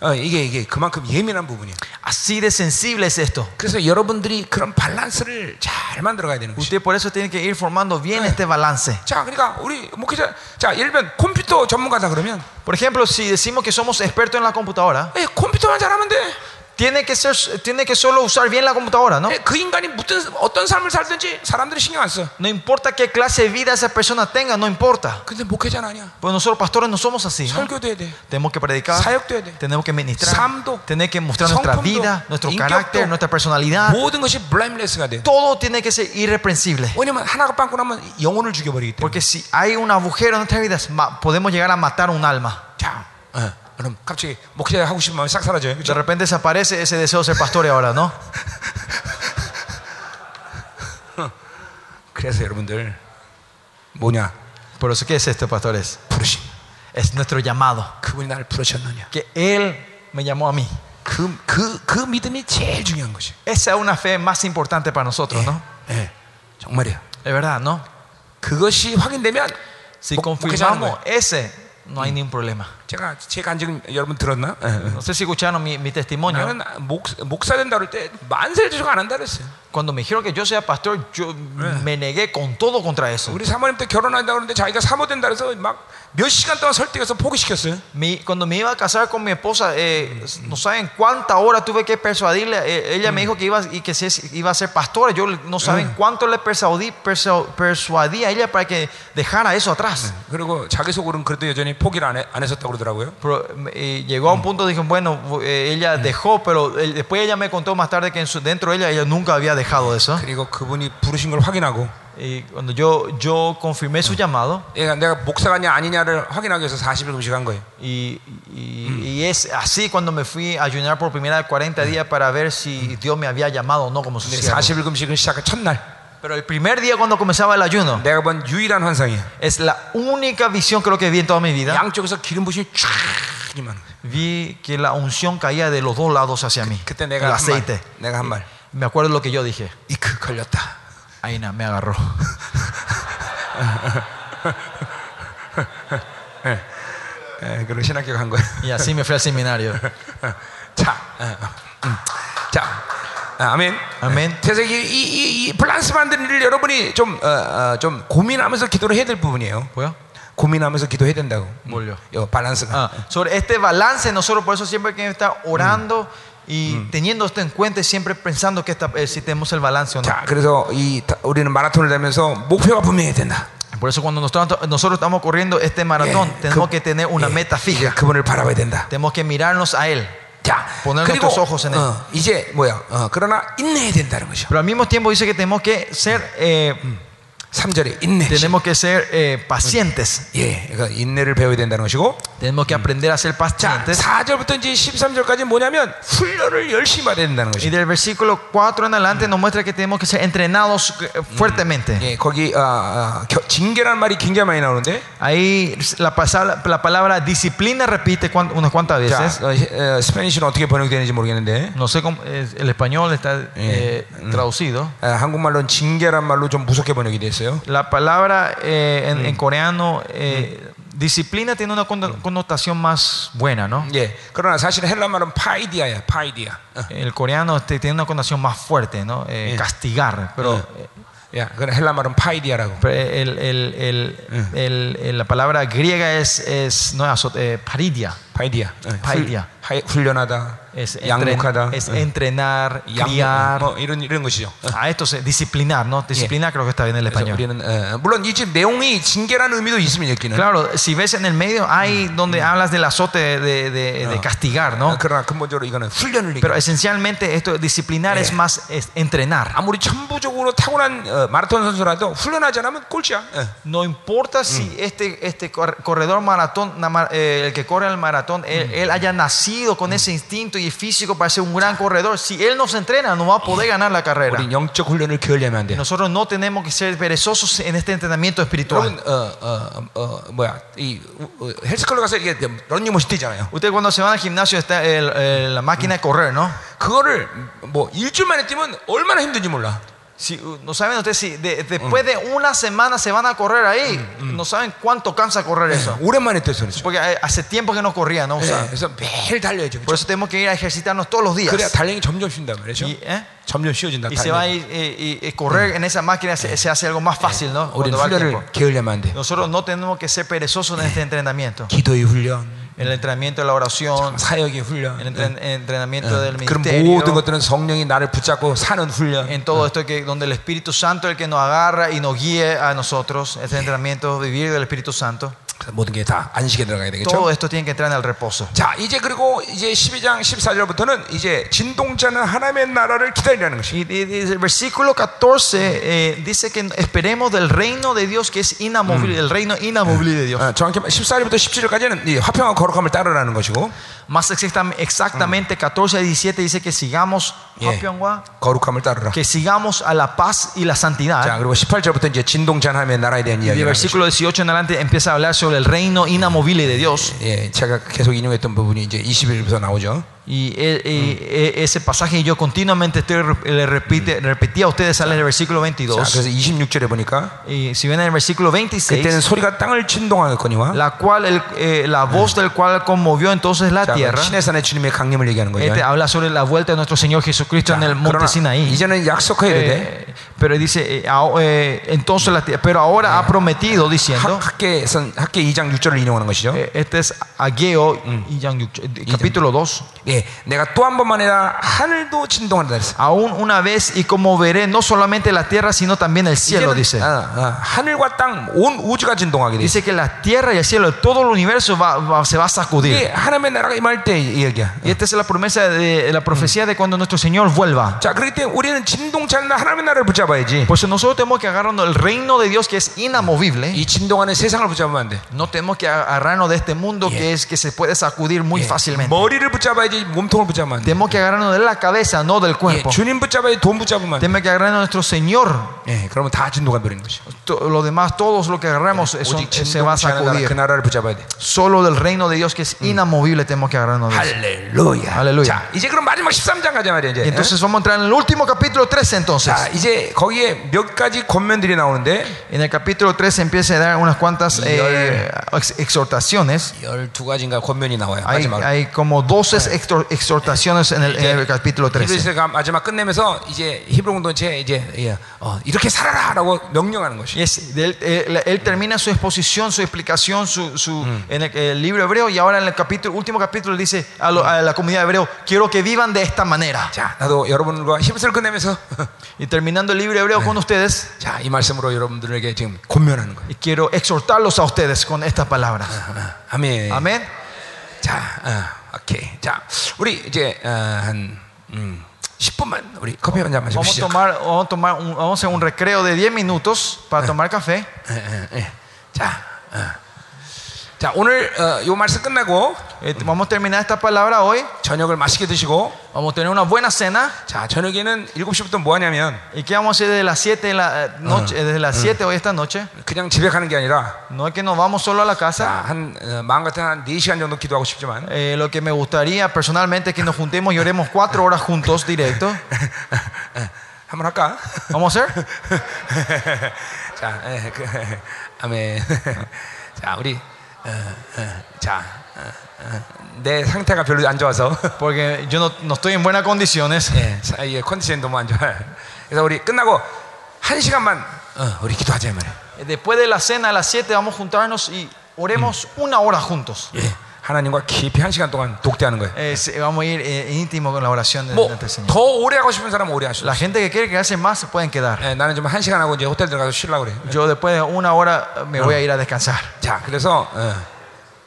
어, 이게 이게 그만큼 예민한 부분이에요. Así de sensible es esto. 그래서 여러분들이 그런 밸런스를 잘 만들어가야 되는 것이. Usted por eso tiene que ir formando bien este balance. 자, 그러니까 우리 목회자, 자, 예를 들면 컴퓨터 전문가다 그러면, Por ejemplo, si decimos que somos expertos en la computadora, 예, 컴퓨터만 잘하면 돼. tiene que, ser, tiene que solo usar bien la computadora, ¿no? 예, 그 인간이 무슨 어떤 삶을 살든지 사람들이 신경 안 써. No importa qué clase de vida esa persona tenga, no importa. 근데 목회자는 아니야. Pues nosotros pastores no somos así, ¿no? 설교도 해야 돼. Tenemos que predicar, 사역도 해야 돼. tenemos que ministrar, Samdo, tenemos que mostrar nuestra 성품도, vida, nuestro 인격도, carácter, nuestra personalidad. 모든 것이 blameless가 돼. Todo tiene que ser irreprensible. 왜냐면 하나가 빵꾸 나면 영혼을 죽여버리기 때문에. Porque si hay un agujero en nuestras vidas, ma- podemos llegar a matar un alma. 자, 예, 그럼 갑자기 목회자 하고 싶은 마음이 싹 사라져요. De 그렇죠? repente desaparece ese deseo de ser pastor ahora, ¿no? 그래서 여러분들 뭐냐 Por eso, ¿qué es esto, pastores? 부르심. Es nuestro llamado. 그분이 나를 부르셨느냐. Que Él me llamó a mí. 그 그, 그 믿음이 제일 중요한 것이. Esa es una fe más importante para nosotros, ¿no? 예, 정말이야. Es verdad, ¿no? 그것이 확인되면 Si 목- 목회자는 confirmamos 거예요. ese, no hay ningún problema. 제가 제 간증 여러분 들었나? 예, 예. No sé si escucharon mi, mi testimonio. 나는 목, 목사 된다 그럴 때 만세 제조가 안 한다 그랬어요. Cuando me dijeron que yo sea pastor, yo me negué con todo contra eso. 우리 사모님 때 결혼한다 그러는데 자기가 사모 된다 그래서 막 몇 시간 동안 설득해서 포기시켰어요. Mi- cuando me iba a casar con mi esposa, eh, no saben cuánta hora tuve que persuadirle. Eh, ella me dijo que iba y que se- iba a ser pastora. Yo le- no saben cuánto le persuadí, persu- persuadí a ella para que dejara eso atrás. 그리고 자기 속으로는 그래도 여전히 포기를 안, 해, 안 했었다고 그러더라고요. Pero, eh, llegó a un punto dijo bueno eh, ella dejó pero eh, después ella me contó más tarde que en su- dentro de ella ella nunca había dejado eso 그리고 그분이 부르신 걸 확인하고 y cuando yo yo confirmé su llamado 얘가 내가 목사가냐 아니냐를 확인하기 위해서 40일 금식한 거예요. y, y- y es así cuando me fui a ayunar por primera vez 40 días para ver si Dios me había llamado o no como su 근데 siervo. 40일 금식을 시작한 첫날 pero el primer día cuando comenzaba el ayuno 내가 본 유일한 환상이에요. es la única visión creo que vi en toda mi vida 양쪽에서 기름 부심이 쫙 임하는 거예요. vi que la unción caía de los dos lados hacia mí 그때 예. el 내가 한 말, aceite 내가 한 말, me acuerdo lo que yo dije 이크 걸렸다. Aina me agarró 예, 그리고 신학교 간 거예요. Y así me fui al seminario. 자, 어, 음. 자, 아, 아멘. 아멘. 그래서 이, 이, 이, 이 밸런스 만드는 일을 여러분이 좀, 어, 어, 좀 고민하면서 기도를 해야 될 부분이에요. ¿Puedo? 고민하면서 기도해야 된다고. 뭘요? 요 밸런스가. Ah, sobre este balance, nosotros por eso siempre hay que estar orando y teniendo esto en cuenta, y siempre pensando que está, eh, si tenemos el balance o no. 자, 그래서 이 다- 우리는 마라톤을 달면서 목표가 분명해야 된다. Por eso cuando nosotros, nosotros estamos corriendo este maratón, 그- tenemos que tener una 예, meta fija. 그분을 바라봐야 된다. Tenemos que mirarnos a Él. 자, 네. 보내는 그리고 것도 쏘고서는. 어, 이제 뭐야? 어, 그러나 인내해야 된다는 거죠. Pero al mismo tiempo dice que tenemos que ser, eh, 3절에 인내. tenemos que ser eh, pacientes. 예, 그러니까 인내를 배워야 된다는 것이고. Tenemos que aprender a ser 자, pacientes. 4절부터 이제 13절까지 뭐냐면 훈련을 열심히 받아야 된다는 Y 것이죠. del versículo 4 en adelante nos muestra que tenemos que ser entrenados eh, fuertemente. 예, 거기 아, 아, 겨- 징계라는 말이 굉장히 많이 나오는데 Ahí la, pasa- la palabra disciplina repite cuan- unas cuantas 자, veces. 어, 어, 스페니쉬는 어떻게 번역되는지 모르겠는데 No sé cómo eh, el español está eh, traducido. 아, 한국말로는 징계란 말로 좀 무섭게 번역이 됐어요. La palabra eh, en, en coreano eh, disciplina tiene una conno- connotación más buena, ¿no? 예, 그러나 사실 헬라 말은 파이디아야, 파이디아. 어, El coreano este, tiene una connotación más fuerte, ¿no? Eh, Eh. Castigar, pero eh, 야, 그 헬라 말은 파이디아라고. pero el- el- el- el- el- la palabra griega es, es no, es azot- eh, paridia. 파이디아. 어, 파이디아. 하- 훈련하다, Es, entren- 양육하다, es 응. entrenar, 양육, criar. 뭐 이런 이런 것이죠. A esto se disciplinar, ¿no? Disciplinar creo que está bien el 그래서 español. 우리는 어, 물론 이 지금 내용이 징계라는 의미도 있습니다. 여기는. Claro, si ves en el medio, hay donde hablas del azote de, de- de- de castigar, 어, Mm. ¿no? 그러나 근본적으로 이거는 훈련을 얘기해요. Pero esencialmente esto de disciplinar es más es entrenar. 아무리 천부적으로 타고난 어, 마라톤 선수라도 훈련하지 않으면 꼴찌야. 예. No importa si este, este cor- corredor maratón, na- ma- eh, el que corre el maratón, él, él haya nacido con ese instinto y físico para ser un gran corredor. Si él no se entrena, no va a poder ganar la carrera. 우리 영적 훈련을 게을리하면 안 돼. Nosotros no tenemos que ser perezosos en este entrenamiento espiritual. 여러분 어어어 뭐야 이 어, 어, 헬스클럽 가서 이게 런닝머신 뛰잖아요. Usted cuando se van al gimnasio está el- el- la máquina de correr, ¿no? 그거를 뭐 일주일 만에 뛰면 얼마나 힘든지 몰라. Si, uh, no saben ustedes si de- después de una semana se van a correr ahí, no saben cuánto cansa correr eso. 오랜만에 뛰어서 그렇죠. Porque eh, hace tiempo que no corría, ¿no? O sea, 예, 그래서 매일 달려야죠. por 그렇죠? eso tenemos que ir a ejercitarnos todos los días. 그래야 달리기 점점 쉰단 말이죠. Y, ¿eh? 점점 쉬워진다. Y se va a 달리기. ir eh, y, y correr en esa máquina, se, se hace algo más fácil, ¿no? 우리는 Cuando va el tiempo. 훈련을 게을리하면 안 돼. Nosotros no tenemos que ser perezosos en este entrenamiento. 기도의 훈련, En el entrenamiento de la oración, 사역의 en 훈련. 네. el entren- entrenamiento del 그런 ministerio. 모든 것들은 성령이 나를 붙잡고 사는 훈련. En todo esto que donde el Espíritu Santo es el que nos agarra y nos guíe a nosotros, este entrenamiento, vivir del Espíritu Santo. 그래서 모든 게 다 안식에 들어가야 되겠죠. Todo esto tiene que entrar en el reposo. 자, 이제 그리고 이제 12장 14절부터는 이제 진동자는 하나님의 나라를 기다리라는 것입니다. Y, y- y el versículo 14 eh, dice que esperemos del reino de Dios que es inamovible, el reino inamovible de Dios. 어, 정확히 14절부터 17절까지는 이 화평과 거룩함을 따르라는 것이고 Más exactam- exactamente 14 a 17 dice que sigamos, 예, Hapyeonghwa, 거룩함을 따르라. que sigamos a la paz y la 자, santidad. 그리고 18절부터 이제 진동자 하나님의 나라에 대한 Y el 이야기를 하는 것이고. versículo 18 en adelante empieza a hablar sobre el reino inamovible de Dios. 예, 제가 계속 인용했던 부분이 이제 21절부터 나오죠. Y, eh, eh, eh, ese pasaje yo continuamente estoy rep- le repite, repetía a ustedes sale en el versículo 자, 22. 그래서 26절에 보니까 Y si ven en el versículo 그때는 26, 소리가 땅을 진동하였거니와 la, cual el- eh, la voz del cual conmovió entonces la 자, tierra. 시내산의 주님의 강림을 얘기하는 거예요. Este habla sobre la vuelta de nuestro Señor Jesucristo en el monte 그러나 Sinaí. 이제는 약속하여 이르되 Eh, pero dice, eh, ah, eh, entonces la tierra- pero ahora ha prometido diciendo, 학- 학계선 학계 2장 6절을 인용하는 것이죠. eh, este es Ageo, y Yang Yuk- eh, capítulo 2. 예, 내가 또 한 번만 해라 하늘도 진동한다 그랬어. Aún una vez y como veré no solamente la tierra, sino también el cielo, 이제는 dice. 아, 아, 하늘과 땅 온 우주가 진동하게 돼. 있어. Dice que la tierra y el cielo, todo el universo va- va- se va a 이게 sacudir. 하나님의 나라가 임할 때 이야기야. Y esta es la promesa de la profecía de cuando nuestro Señor vuelva. 자, 그렇기 때문에 우리는 진동차는 하나님의 나라를 붙잡아야지. Por eso Pues nosotros tenemos que agarrarnos el reino de Dios que es inamovible. 이 진동하는 세상을 붙잡으면 안 돼. No tenemos que agarrarnos de este mundo Yeah. que es que se puede sacudir muy fácilmente. 예, 머리를 붙잡아야지 몸통을 붙잡으면 안 돼. Tenemos que agarrarnos de la cabeza, no del 예, cuerpo. 주님 붙잡아야지 돈 붙잡으면 안 돼. Tenemos que agarrarnos de nuestro Señor. 예, 그러면 다 진동가 버리는 것이. To- Lo demás, todos lo que agarramos eso 오직 se va a 진동차는 나라, 그 sacudir. 나라를 붙잡아야 돼. Solo del reino de Dios que es inamovible tenemos que agarrarnos de eso. 할렐루야. 할렐루야. 자, 이제 그럼 마지막 13장 가자 말이야 이제. Y entonces vamos a entrar en el último capítulo 13 entonces. 자, 이제 거기에 몇 가지 권면들이 나오는데 En el capítulo 13 empieza a dar unas cuantas Y eh, ahora- ex- exhortaciones. 12가지인가 권면이 나와요. Hay, 마지막으로. hay como 12 exhor- exhortaciones en el, en el capítulo 13. 히브리서가 마지막 끝내면서 이제 히브리 공동체 이제 예, 어, 이렇게 살아라라고 명령하는 것이. Y es- él, él- él termina su exposición, su explicación su, su- en el, el libro hebreo y ahora en el capítulo, último capítulo dice a, lo- a la comunidad hebreo, quiero que vivan de esta manera. 자, 나도 여러분과 힘을 끝내면서 Y terminando el libro hebreo con ustedes, 자, 이 말씀으로 여러분들에게 지금 권면하는 거예요. y quiero exhortarlos a ustedes con estas palabras. 아, 아멘. Amén. 자, 아, 오케이. 자, 우리 이제 어, 한 음, 10분만 우리 커피 한 잔 Vamos a 마십시오. tomar, vamos a tomar un, vamos a hacer un recreo de 10 minutos para tomar café. 예, 예, 예. 자, 어. 자, 오늘 어, 요 말씀 끝나고 Eh, vamos a terminar esta palabra hoy. 저녁을 맛있게 드시고 Vamos a tener una buena cena. 자, 저녁에는 7시부터 뭐 하냐면 ¿Y qué vamos a hacer desde las 7 de la eh, noche, eh, desde las 7 hoy esta noche? 그냥 집에 가는 게 아니라 No es que nos vamos solo a la casa. 자, 한 어, 마음 같은 한 4시간 정도 기도하고 싶지만 Eh, lo que me gustaría personalmente es que nos juntemos y oremos cuatro horas juntos directo. 예, 한번 할까? ¿Vamos a hacer? 자, 예, 그, 아멘. 자, 우리 어, 어, 자, 어, 어, 내 상태가 별로 안 좋아서 Porque yo no, no estoy en buenas condiciones. 예, 사- 예, 컨디션이 너무 안 좋아요. 그래서 우리 끝나고 한 시간만 어, 우리 기도하자 이 말이에요. Eh, Después de la cena a las 7 vamos a juntarnos y oremos una hora juntos. 예, 하나님과 깊이 한 시간 동안 독대하는 거예요. Eh, se- vamos a ir eh, íntimo con la oración de- 뭐 delante del Señor. 더 오래 하고 싶은 사람은 오래 하시고. La gente que quiere quedarse más se pueden quedar. 예, 나는 좀 한 시간 하고 이제 호텔 들어가서 쉬려고 그래. Yo después de una hora eh, me voy a ir a descansar. 자, 그래서 예,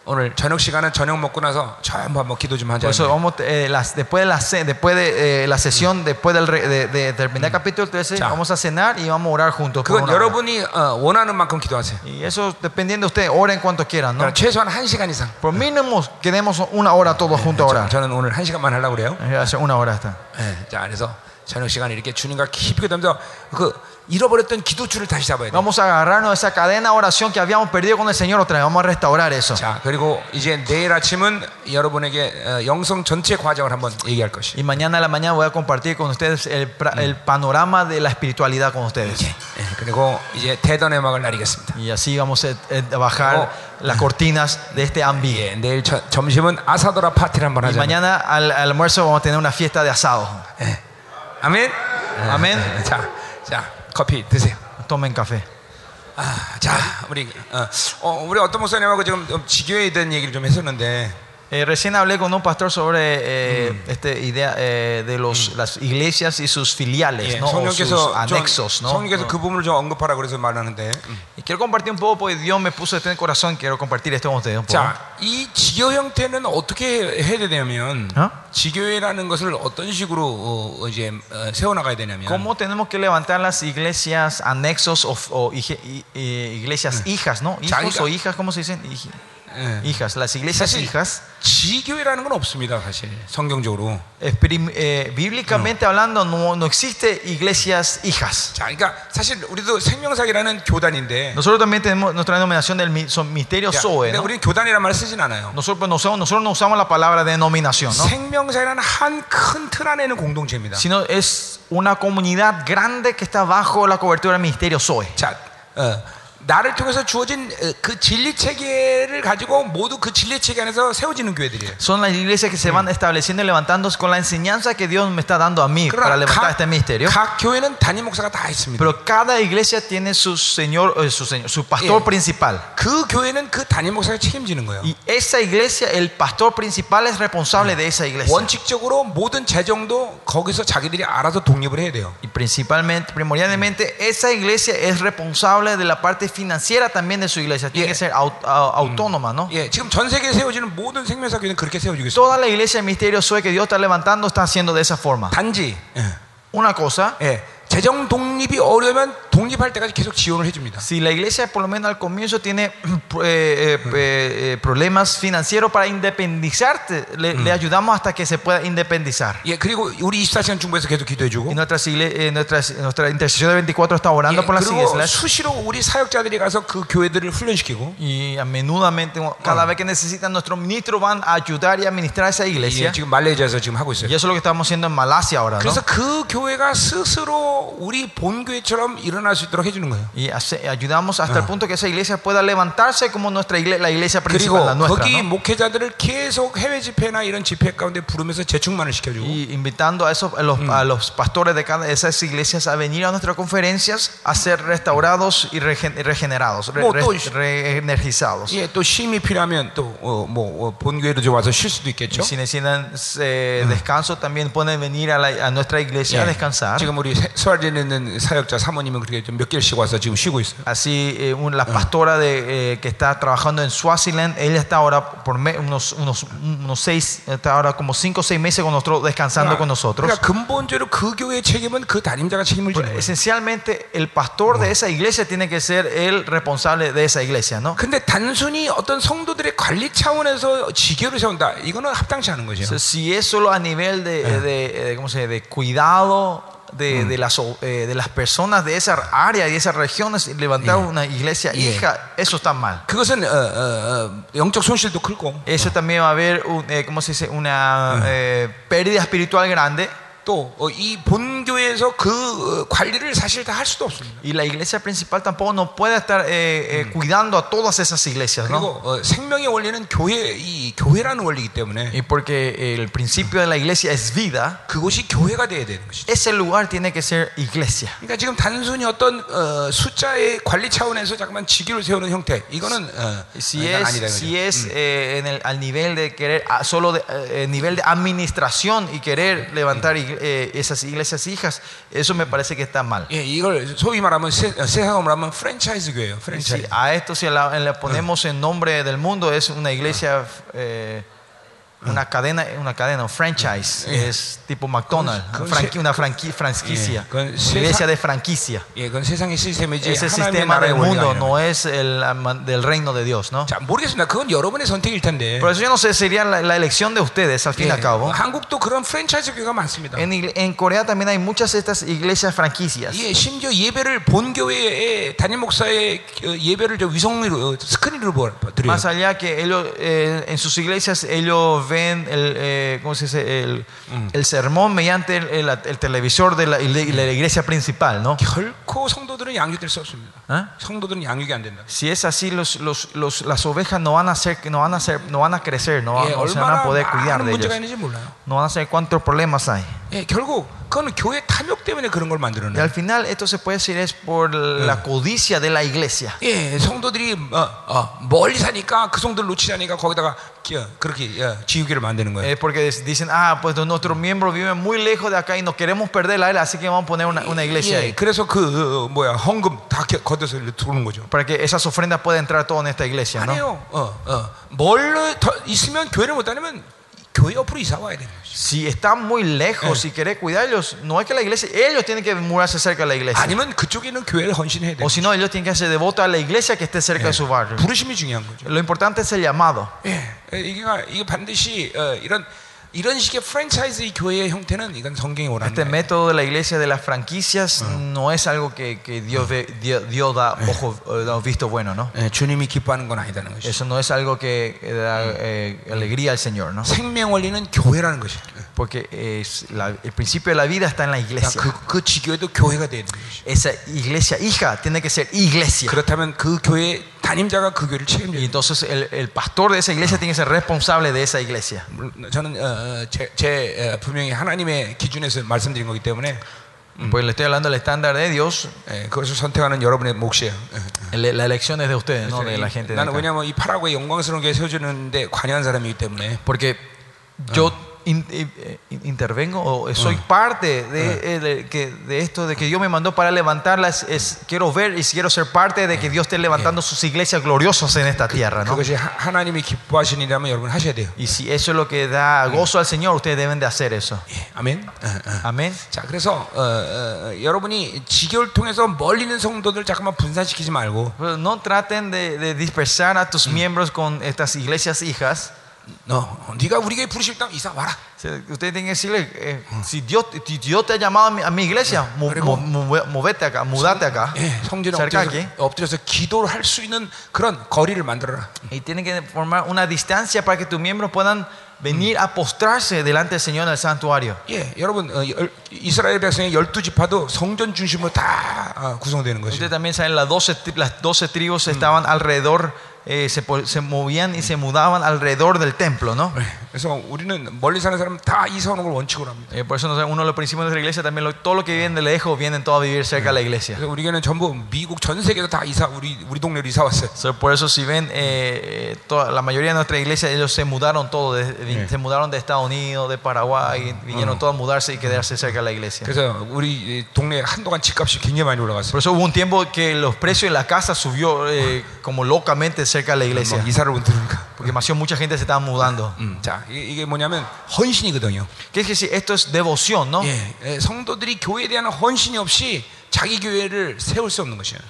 오늘 저녁 시간은 저녁 먹고 나서 전부 한번 기도 좀 하자. Por eso vamos, eh, las, después de, la, ce- después de eh, la sesión, después del re- de, de terminar el capítulo 13, Ya. vamos a cenar y vamos a orar juntos. por 그건 una hora. 여러분이 어, 원하는 만큼 기도하세요. Y eso dependiendo de ustedes, oren cuanto quieran. ¿no? 그러니까 최소한 한 시간 이상. Por mínimo, quedemos una hora todos juntos 자, a orar. 저는 오늘 한 시간만 하려고 그래요. Eh, Hace una hora está. 예, 자, 그래서 저녁 시간 이렇게 주님과 깊이 기도하면서 그 잃어버렸던 뭐. 기도줄을 다시 잡아야 돼요. Vamos a agarrarnos de esa cadena de oración que habíamos perdido con el Señor otra vez. Vamos a restaurar eso. 자, 그리고 이제 내일 아침은 여러분에게 어, 영성 전체 과정을 한번 얘기할 것이. Y mañana a la mañana voy a compartir con ustedes el, pra- el panorama de la espiritualidad con ustedes. 예, 그리고 이제 대단의 막을 날리겠습니다. Y así vamos a, eh, a bajar las cortinas de este ambiente. 예, 내일 저- 점심은 아사도라 파티를 한번 Y 하자. mañana al, al almuerzo vamos a tener una fiesta de asado. 아멘. 아멘. 예, 자, 자 커피 드세요. Tomen café. 아, 자, 우리 어, 어, 우리 어떤 목사님하고 지금 좀 지교에 대한 얘기를 좀 했었는데 Eh, recién hablé con un pastor sobre eh, Mm. este idea eh, de los, las iglesias y sus filiales, 예, ¿no? O sus 성령께서 좀- anexos, ¿no? 어. 뭐? 성령께서 그 부분을 좀 언급하라 그래서 말하는데. 음. Y quiero compartir un poco, porque Dios me puso esto en el corazón, quiero compartir esto con ustedes un poco. 자, 이 지교 형태는 어떻게 해야 되냐면 어? 지교회라는 것을 어떤 식으로 어, 어, 이제 어, 세워나가야 되냐면 ¿Cómo tenemos que levantar las iglesias anexos o, o ige- i- eh, iglesias hijas, no? Ya, Mm. Hijos hija. o hijas, ¿cómo se dicen? Hij- 예. Hijas, las iglesias Sí. hijas. 지교회라는 건 없습니다, 사실 성경적으로. Esprim- eh, bíblicamente hablando, no, no existe iglesias hijas. 자, 그러니까 사실 우리도 생명사기라는 교단인데, Nosotros también tenemos nuestra denominación del mi- son misterio 자, Zoe. 근데 ¿no? 우리는 교단이라는 말을 쓰진 않아요. Nosotros, pues, no usamos, nosotros no usamos la palabra denominación, ¿no? 생명사이라는 한 큰 틀 안에 있는 공동체입니다. sino es una comunidad grande que está bajo la cobertura del ministerio Zoe. 자, 어, 나를 통해서 주어진 어, 그 진리 체계를 가지고 모두 그 진리 체계 안에서 세워지는 교회들이에요. Son las iglesias que se van estableciendo y levantándose con la enseñanza que Dios me está dando a mí para 그러나 levantar 각, este ministerio. 각 교회는 단임 목사가 다 있습니다. Pero cada iglesia tiene su señor, eh, su, señor- su pastor Yeah. principal. 그 교회는 그 단임 목사가 책임지는 거예요. Y esa iglesia, el pastor principal es responsable de esa iglesia. 원칙적으로 모든 재정도 거기서 자기들이 알아서 독립을 해야 돼요. Y principalmente, primordialmente, esa iglesia es responsable de la parte financiera también de su iglesia. Yeah. Tiene que ser au- a- autónoma, ¿no? 예, 지금 전 세계에 세워지는 모든 생명사 교회는 그렇게 세워지고 있어요. Toda la iglesia del misterio Zoe que Dios está levantando está haciendo de esa forma. 단지 예, Una cosa, eh, 예, 재정 독립이 어려면 독립할 때까지 계속 지원을 해줍니다. si la iglesia por lo menos al comienzo tiene eh, eh, eh, eh, problemas financieros para independizarte, le, le ayudamos hasta que se pueda independizar. 예, 그리고 우리 24시간 중보에서 계속 Y 기도해주고. nuestras igle- eh, nuestras- nuestra intercesión de 24 está orando 예, por las 그리고 iglesias. 수시로 우리 사역자들이 가서 그 교회들을 훈련시키고 Y a menudamente, cada vez que necesitan, nuestros ministros van a ayudar y administrar esa 예, iglesia. 지금 말레이시아에서 지금 하고 Y 있어요. eso es lo que estamos haciendo en Malasia ahora. ¿no? 그래서 그 교회가 스스로 우리 본교회처럼 일어날 수 있도록 해주는 거예요. Y hace- ayudamos hasta el punto que esa iglesia pueda levantarse como nuestra igle- la iglesia 그리고 principal, la nuestra. 거기 ¿no? 목회자들을 계속 해외 집회나 이런 집회 가운데 부르면서 재충만을 시켜주고 Y invitando a, esos, a, los, a los pastores de cada, esas iglesias a venir a nuestras conferencias a ser restaurados y regen- regenerados, re- Como re- tú. reenergizados. 예, 또 쉼이 필요하면 또뭐 어, 본교회로 좀 와서 쉴 수도 있겠죠. Y si necesitan eh, descanso, también pueden venir a, la- a nuestra iglesia a 예. descansar. 지금 우리 스왈진에 있는 사역자 사모님은 그렇게 좀 몇 개월씩 와서 지금 쉬고 있어요. Así, eh, un- la pastora de, eh, que está trabajando en Swaziland, ella está ahora por me- unos, unos, unos seis, está ahora como cinco o seis meses con nosotros, descansando con nosotros. Pues, 그러니까 근본적으로 그 교회의 책임은 그 담임자가 책임을 지는 거예요. Esencialmente, el pastor de esa iglesia tiene que ser el responsable de esa iglesia, ¿no? 근데 단순히 어떤 성도들의 관리 차원에서 지교를 세운다. 이거는 합당치 않은 거죠. So, si es solo a nivel de, de, eh, ¿cómo se dice? de cuidado de, Mm. de las, o- eh, de las personas de esa área y esas regiones, levantar una iglesia Yeah. hija, eso está mal. 그것은 어, 어, 어, 영적 손실도 크고 Mm. Eso también va a haber, un, eh, ¿cómo se dice? Una eh, pérdida espiritual grande. 또 어, 이 본교에서 그 어, 관리를 사실 다 할 수도 없습니다. Y la iglesia principal tampoco no puede estar eh, eh, Mm. cuidando a todas esas iglesias, 그리고 ¿no? 어, 생명의 원리는 교회 이 교회라는 원리이기 때문에 Y porque el principio de la iglesia es vida, 그곳이 교회가 돼야 되는 것이죠. ese lugar tiene que ser iglesia. 그러니까 지금 단순히 어떤 어, 숫자의 관리 차원에서 잠깐만 지기를 세우는 형태 이거는 어, Si 이건 es, 아니라는 si 거죠. es eh, en el, al nivel de querer, a- solo de, eh, eh, nivel de administración y Mm. querer levantar igle- eh, esas iglesias hijas, eso me parece que está mal. 예, 이걸 소위 말하면 세, 상으로 말하면 프랜차이즈 교회예요. 프랜차이즈. Si a esto si la- le ponemos Mm. el nombre del mundo es una iglesia, Ah. eh, Mm. una cadena, una cadena, un franchise, es tipo McDonald's, Con- con- franqui- una franqui- franquicia, Yeah. Con- una iglesia de franquicia. 예, 그건 세상의 시스템이지 Ese 하나님의 sistema 나라의 del mundo 원리가 no es el, ama- del reino de Dios, ¿no? 자, 모르겠습니다. 그건 여러분의 선택일 텐데. Por eso yo no sé, sería la, la elección de ustedes al fin y 예, al cabo. 한국도 그런 프랜차이즈 교회가 많습니다. En, igle- en Corea también hay muchas de estas iglesias franquicias. 예, 심지어 예배를 본 교회의 담임 목사의 어, 예배를 저 위성으로 어, 스크린으로 보- 드려요. Más allá que ellos, eh, en sus iglesias, ellos ven el, eh, ¿cómo se dice? el, el sermón mediante el, el- el televisor de la, ile- la iglesia principal, ¿no? 결코 성도들은 양육될 수 없습니다. ¿Ah? 성도들은 양육이 안 된다. Si es así, los, los, los, las ovejas no van a ser, no van a ser, no van a crecer, no, 예, van- no se van 얼마나 a poder cuidar 많은 de 문제가 ellos. 있는지 몰라요. No van a saber cuántos problemas hay. 예, 결국 그건 교회 탐욕 때문에 그런 걸 Y 만들어내요. al final, esto se puede decir es por la codicia de la iglesia. 예, 성도들이 어, 어, 멀리 사니까 그 성도를 놓치자니까 거기다가 어, 그렇게 어, 지우개를 만드는 거예요. Eh, porque dicen, ah, pues nuestros miembros viven muy lejos de acá y no queremos perder a él, así que vamos a poner una, una iglesia ahí. 예, 그래서 그 어, 뭐야 헌금 다 겨- 걷어서 이렇게 들어오는 거죠. para que esas ofrendas puedan entrar todo en esta iglesia, ¿no? 아니요, 어, 어, 멀리 더 있으면 교회를 못 다니면 교회 옆으로 이사 와야 되는 거죠. Si están muy lejos y querés cuidarlos, no es que la iglesia, ellos tienen que mudarse cerca de la iglesia. 아니면 그쪽에 있는 교회를 헌신해야 돼요. O si no, ellos tienen que hacer devoto a la iglesia que esté cerca de su barrio. 부르심이 중요한 거죠. Lo importante es el llamado. 예, 예, 이게 이게 반드시 어, 이런 이런 식의 프랜차이즈 의 교회의 형태는 이건 성경이 원하는 Este 거예요. método de la iglesia de las franquicias no es algo que, que Dios, ve- Dios, Dios da ojo, Ah. eh, da visto bueno, ¿no? 예, 주님이 기뻐하는 건 아니다는 것이죠. Eso no es algo que eh, da eh, alegría al Señor, ¿no? 생명 원리는 교회라는 것이죠. Porque es la- el principio de la vida está en la iglesia. 그러니까 그, 그 지교회도 교회가 돼야 되는 것이죠. Esa iglesia hija tiene que ser iglesia. 그렇다면 그 교회 담임자가 그 교회를 Y 책임져요. entonces el, el pastor de esa iglesia tiene que ser responsable de esa iglesia. 저는 어, 어, 제, 제 어, 분명히 하나님의 기준에서 말씀드린 거기 때문에 Pues le estoy hablando del estándar de Dios. 예, 그것을 선택하는 여러분의 몫이에요. 예. el- La elección es de ustedes, no de la gente. de 나는 acá. 왜냐하면 이 파라고의 영광스러운 교회 세워주는데 관여한 사람이기 때문에 Porque yo in- eh, intervengo o soy parte de, eh, de que, de esto, de que Dios me mandó para levantarlas. Es, quiero ver y quiero ser parte de que Dios esté levantando sus iglesias gloriosas en esta tierra. ¿no? 그것이 하, 하나님이 기뻐하시는 일이라면 여러분 하셔야 돼요. Y si eso es lo que da gozo al Señor, ustedes deben de hacer eso. 예, 아멘. 예, 예. Amén. 자, 그래서 어, 어, 어, 여러분이 지교를 통해서 멀리 있는 성도들 잠깐만 분산시키지 말고 Pero Pues No traten de, de dispersar a tus miembros con estas iglesias hijas. 너 네가 우리 교회 부르실 땅 이사 와라. Se- Usted tiene que decirle, eh, si, Dios, si Dios te ha llamado a mi, a mi iglesia, mo- Pero- mo- mo- movete acá, mudate acá, 예, 성전에 cerca 엎드려서, aquí. 엎드려서 기도를 할 수 있는 그런 거리를 만들어라. Y tienen que formar una distancia para que tus miembros puedan venir a postrarse delante del Señor en el santuario. 예, 여러분 어, 열- 이스라엘 백성의 열두 지파도 성전 중심으로 다 아, 구성되는 것이죠. Ustedes también saben, las 12, tri- las 12 tribus estaban alrededor, eh, se, po- se movían y se mudaban alrededor del templo, ¿no? 예, 그래서 우리는 멀리 사는 사람 다 이사 오는 걸 원칙으로 합니다. Eh, por eso no sé, uno de los principios de la iglesia también, lo- todo lo que viven de lejos vienen todos a vivir cerca de la iglesia. 그래서 우리 교회는 전부 미국 전 세계에서 다 이사 우리 우리 동네로 이사 왔어요. So, por eso si ven eh, eh, toda- la mayoría de nuestra iglesia ellos se mudaron todo de- de- se mudaron de Estados Unidos de Paraguay vinieron todos a mudarse y quedarse cerca de la iglesia 그래서 우리 이 동네 한동안 집값이 굉장히 많이 올라갔어요. por eso hubo un tiempo que los precios de la casa subió eh, como locamente cerca de la iglesia 뭐 이사를 못 들으니까. porque más bien mucha gente se estaba mudando 음, 자 이게, 이게 뭐냐면 헌신이거든요. que es que si esto es devoción no 예, 예, 성도들이 교회에 대한 헌신이 없이 자기 교회를 세울 수 없는 것이에요.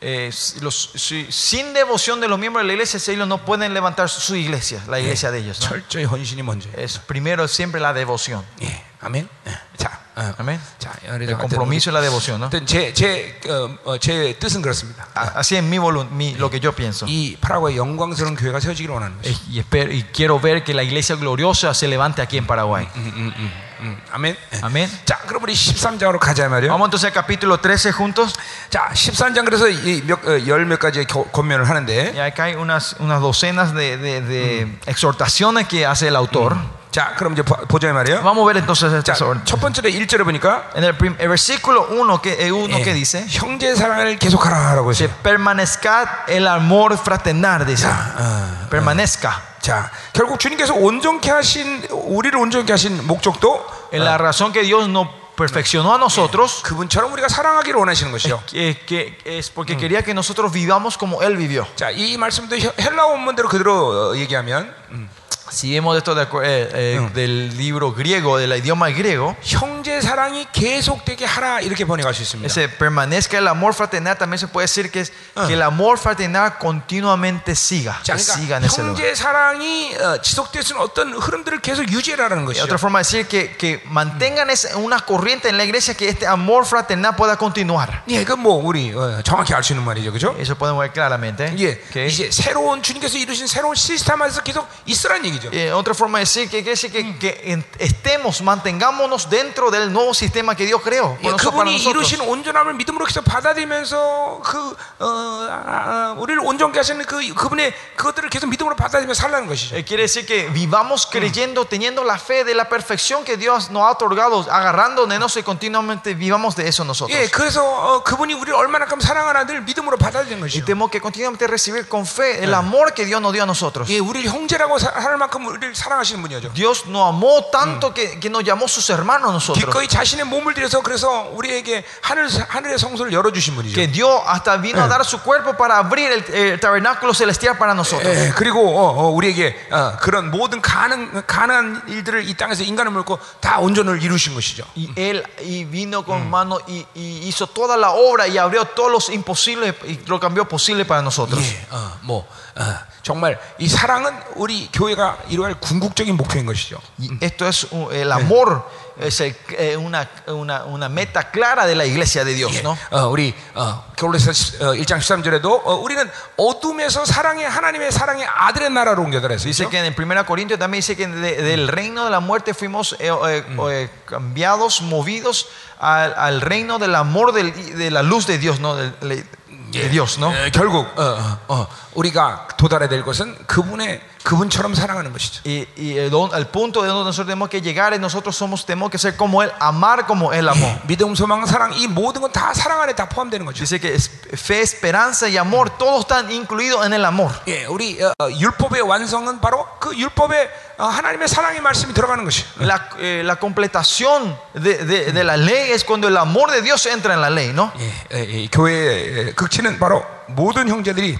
Eh, si- los- si- sin devoción de los miembros de la iglesia ellos no pueden levantar su, su iglesia la iglesia de ellos ¿no? 철저히 헌신이 먼저예요. es primero siempre la devoción 예, 아멘. 예, 자, 어, amén 자, 네, Ah, el compromiso y la devoción ¿no? 어떤 어, 제제제 뜻은 그렇습니다. a- así es mi, volu- mi- lo que yo pienso. Y, 이 파라과이 영광스러운 교회가 세워지기를 원하는 것이. y espero- y quiero ver que la iglesia gloriosa se levante aquí en Paraguay. 음, 아멘. Amén. 자, 그럼 우리 13장으로 가자 말이요. Vamos entonces al capítulo 13 juntos. 자, 13장 그래서 이몇열몇 가지의 겨- 권면을 하는데. Y acá hay unas, unas docenas de, de- de exhortaciones que hace el autor. 자, 그럼 이제 보- 보자 말이요. Vamos a ver entonces 자, estas orden. 첫 번째로 1절에 보니까 En el, prim- el versículo 1 que, eh, uno 예, que dice, 형제 사랑을 계속하라라고 que 했어요. permanezcad el amor fraternal, dice. 아, Permanezca. 자, 결국 주님께서 온전케 하신 우리를 온전케 하신 목적도 En la razón que Dios nos perfeccionó a nosotros 그분처럼 우리가 사랑하기를 원하시는 것이죠. que, que es porque quería que nosotros vivamos como Él vivió. 자, 이 말씀도 혀- 헬라어 원문대로 그대로 어, 얘기하면 음, Si vemos esto de acu- eh, eh, del libro griego, del idioma griego, 형제 사랑이 계속되게 하라 이렇게 번역할 수 있습니다. ese permanezca el amor fraternal, también se puede decir que, es, que el amor fraternal continuamente siga, 자, que siga en 그러니까 ese lugar. 형제 사랑이 어, 지속될 수 있는 어떤 흐름들을 계속 유지해라라는 Y otra 것이죠. forma de decir que, que mantengan esa- una corriente en la iglesia que este amor fraternal pueda continuar. 예, 그뭐 우리 어, 정확히 알 수 있는 말이죠, 그죠? Eso podemos ver claramente. 예, que- 이제 새로운 주님께서 이루신 새로운 시스템 안에서 계속 있으란 얘기죠. Eh, otra forma de decir que, que, es que, que en- estemos, mantengámonos dentro del nuevo sistema que Dios creó. 예, por nosotros, para 그분이 nosotros. 이루신 온전함을 믿음으로 계속 받아들이면서 그 어, 아, 아, 우리를 온전케 하시는 그 그분의 그것들을 계속 믿음으로 받아들이며 살라는 것이죠. Eh, quiere decir que vivamos creyendo, teniendo la fe de la perfección que Dios nos ha otorgado, agarrando de nosotros y continuamente vivamos de eso nosotros. 예, 그래서 어, 그분이 우리를 얼마나 사랑하나를 믿음으로 받아들이는 것이죠. Tenemos que continuamente recibir con fe el amor que Dios nos dio a nosotros. 예, 우리를 형제라고 사- 할 만큼 우리를 사랑하시는 분이죠. Dios nos amó tanto que, que nos llamó sus hermanos a nosotros. 기꺼이 자신의 몸을 들여서 그래서 우리에게 하늘 하늘의 성소를 열어 주신 분이죠. Que Dios hasta vino a dar su cuerpo para abrir el, el tabernáculo celestial para nosotros. 예, 그리고 어, 어, 우리에게 어, 그런 모든 가능 가능한 일들을 이 땅에서 인간을 물고 다 온전을 이루신 것이죠. Y él y vino con mano y, y hizo toda la obra y abrió todos los imposibles y lo cambió posible para nosotros. 예, 어, 뭐 어, 정말 이 사랑은 우리 교회가 이루할 궁극적인 목표인 것이죠. Y esto es uh, el amor, es el- eh, una, una- una meta clara de la iglesia de Dios, 예, ¿no? 어, 우리 어, 겨울에서 어, 1장 13절에도 우리는 어둠에서 사랑의 하나님의 사랑의 아들의 나라로 옮겨달라 했어요. Dice que en el 1 Corintios también dice que de- del reino de la muerte fuimos eh, eh, eh, cambiados, movidos al, al reino del amor del- de la luz de Dios, ¿no? De, de- de Dios, ¿no? 예, 결국 어, 어, 어, 우리가 도달해야 될 것은 그분의 그분처럼 사랑하는 것이죠. Y, y el, don- al punto de donde nosotros tenemos que llegar, es nosotros somos, tenemos que ser como Él, amar como Él amó. 믿음, 소망, 사랑 이 모든 건 다 사랑 안에 다 포함되는 거죠. Dice que es- fe, esperanza y amor, todos están incluidos en el amor. 예, 우리 어, 어, 율법의 완성은 바로 그 율법의 어, 하나님의 사랑의 말씀이 들어가는 것이. La, eh, la completación de, de- de la ley es cuando el amor de Dios entra en la ley, ¿no? 예, 예, 예, 교회의 예, 극치는 바로 모든 형제들이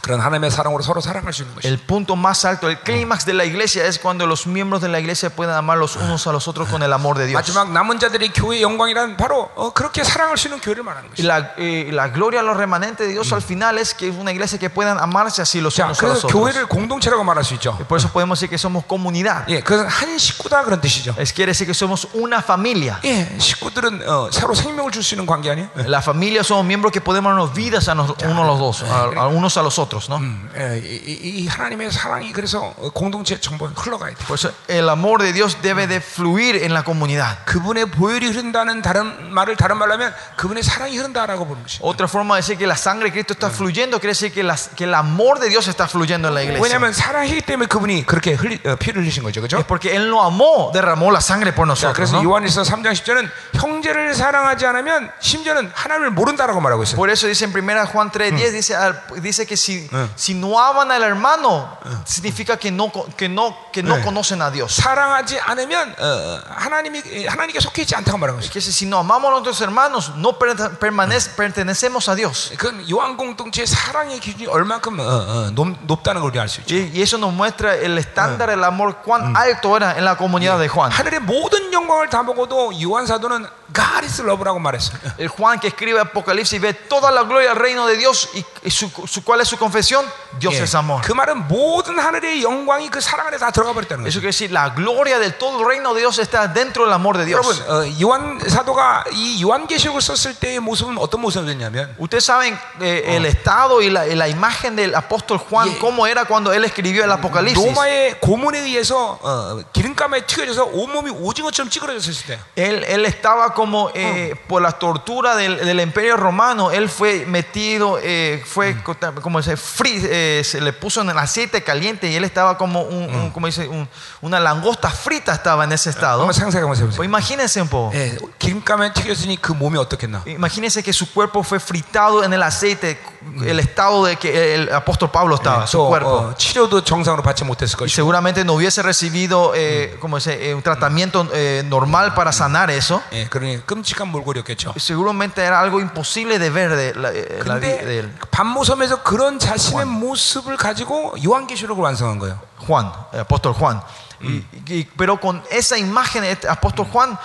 그런 하나님의 사랑으로 서로 사랑할 수 있는 것이. El punto más alto, el clímax de la iglesia es cuando los miembros de la iglesia puedan amar los unos a los otros con el amor de Dios. 마지막 남은 자들이 교회의 영광이란 바로 어, 그렇게 사랑할 수 있는 교회를 말하는 Y 것이. la, eh, la gloria a los remanentes de Dios al final es que es una iglesia que puedan amarse así los 자, unos a los 그래서 otros. 교회를 공동체라고 말할 수 있죠. Y por eso podemos decir que somos comunidad. 예, 그것은 한 식구다 그런 뜻이죠. Es quiere decir que somos una familia. 예, 식구들은 어, 새로 생명을 줄 수 있는 관계 아니에요? La familia somos miembros que podemos darnos vidas a nos- unos a los dos, a, a unos a los otros, ¿no? 예, 이, 이- 이 하나님의 사랑이 그래서 어, 공동체 전부 흘러가야 돼. Por eso el amor de Dios debe de fluir en la comunidad. 그분의 보혈이 흐른다는 다른 말을 다른 말로 하면 그분의 사랑이 흐른다라고 보는 것이. Otra forma de decir que la sangre de Cristo está fluyendo quiere decir que, las- que el amor de Dios está fluyendo en la iglesia. 왜냐하면 사랑이기 때문에 그분이 그렇게 흘리, 어, 피를 흘리신 거죠, 그렇죠? Es porque Él nos amó, derramó la sangre por 자, nosotros. 그래서 ¿no? 요한일서 3장 10절은 형제를 사랑하지 않으면 심지어는 하나님을 모른다라고 말하고 있어요. Por eso dice en 1 Juan 3.10, dice, al- dice que si, si no aman al hermano, significa que no, co- que no, que no conocen a Dios. 사랑하지 않으면 어, 하나님이 에, 하나님께 속해 있지 않다고 말하는 것이죠. Que si, si no amamos a nuestros hermanos, no perta- permanece- pertenecemos a Dios. 그건 요한 공동체의 사랑의 기준이 얼만큼 어, 어, 높, 높다는 걸 우리 알 수 있죠. Y, y eso nos muestra el estándar del amor, cuán alto era en la comunidad de Juan. 하늘의 모든 영광을 다 보고도 요한 사도는 God is love라고 말했어요. El Juan que escribe Apocalipsis ve toda la gloria del reino de Dios y, y su, su- cuál es su confesión? Dios 예. es amor. 그 말은 모든 하늘의 영광이 그 사랑 안에 다 들어가 버렸다는 Eso 거죠. quiere decir la gloria del todo el reino de Dios está dentro del amor de Dios. 여러분, 어, 요한 사도가 이 요한계시록을 썼을 때의 모습은 어떤 모습이었냐면 Ustedes saben eh, el estado y la, y la imagen del apóstol Juan, Yeah. cómo era cuando él escribió el Apocalipsis. 로마의 고문에 의해서 어, 기름감에 튀겨져서 온몸이 오징어처럼 찌그러졌을 때 Él, él estaba como eh, por la tortura del, del imperio romano, él fue metido, eh, fue co- como se, fri- eh, se le puso en el aceite caliente y él estaba como, un, un- como dice, un- una langosta frita estaba en ese estado. 한번 상상해 한번 Pues 해보세요. imagínense un poco, 예, 기름감에 튀겼으니 그 몸이 어떻겠나? imagínense que su cuerpo fue fritado en el aceite, el estado de que el apóstol Pablo estaba, su 또 cuerpo. 어, 치료도 정상으로 받지 못했을 Y 것이고 seguramente no hubiese recibido eh, como dice, eh, un tratamiento eh, normal para sanar eso. 예, 그러니 끔찍한 몰골이었겠죠. seguramente era algo imposible de ver de la, eh, la vida de 근데 él. 반모섬에서 그런 자신의 모습을 가지고 요한계시록을 완성한 거예요. Juan, el apóstol Juan. Y- y- pero con esa imagen, este apóstol Juan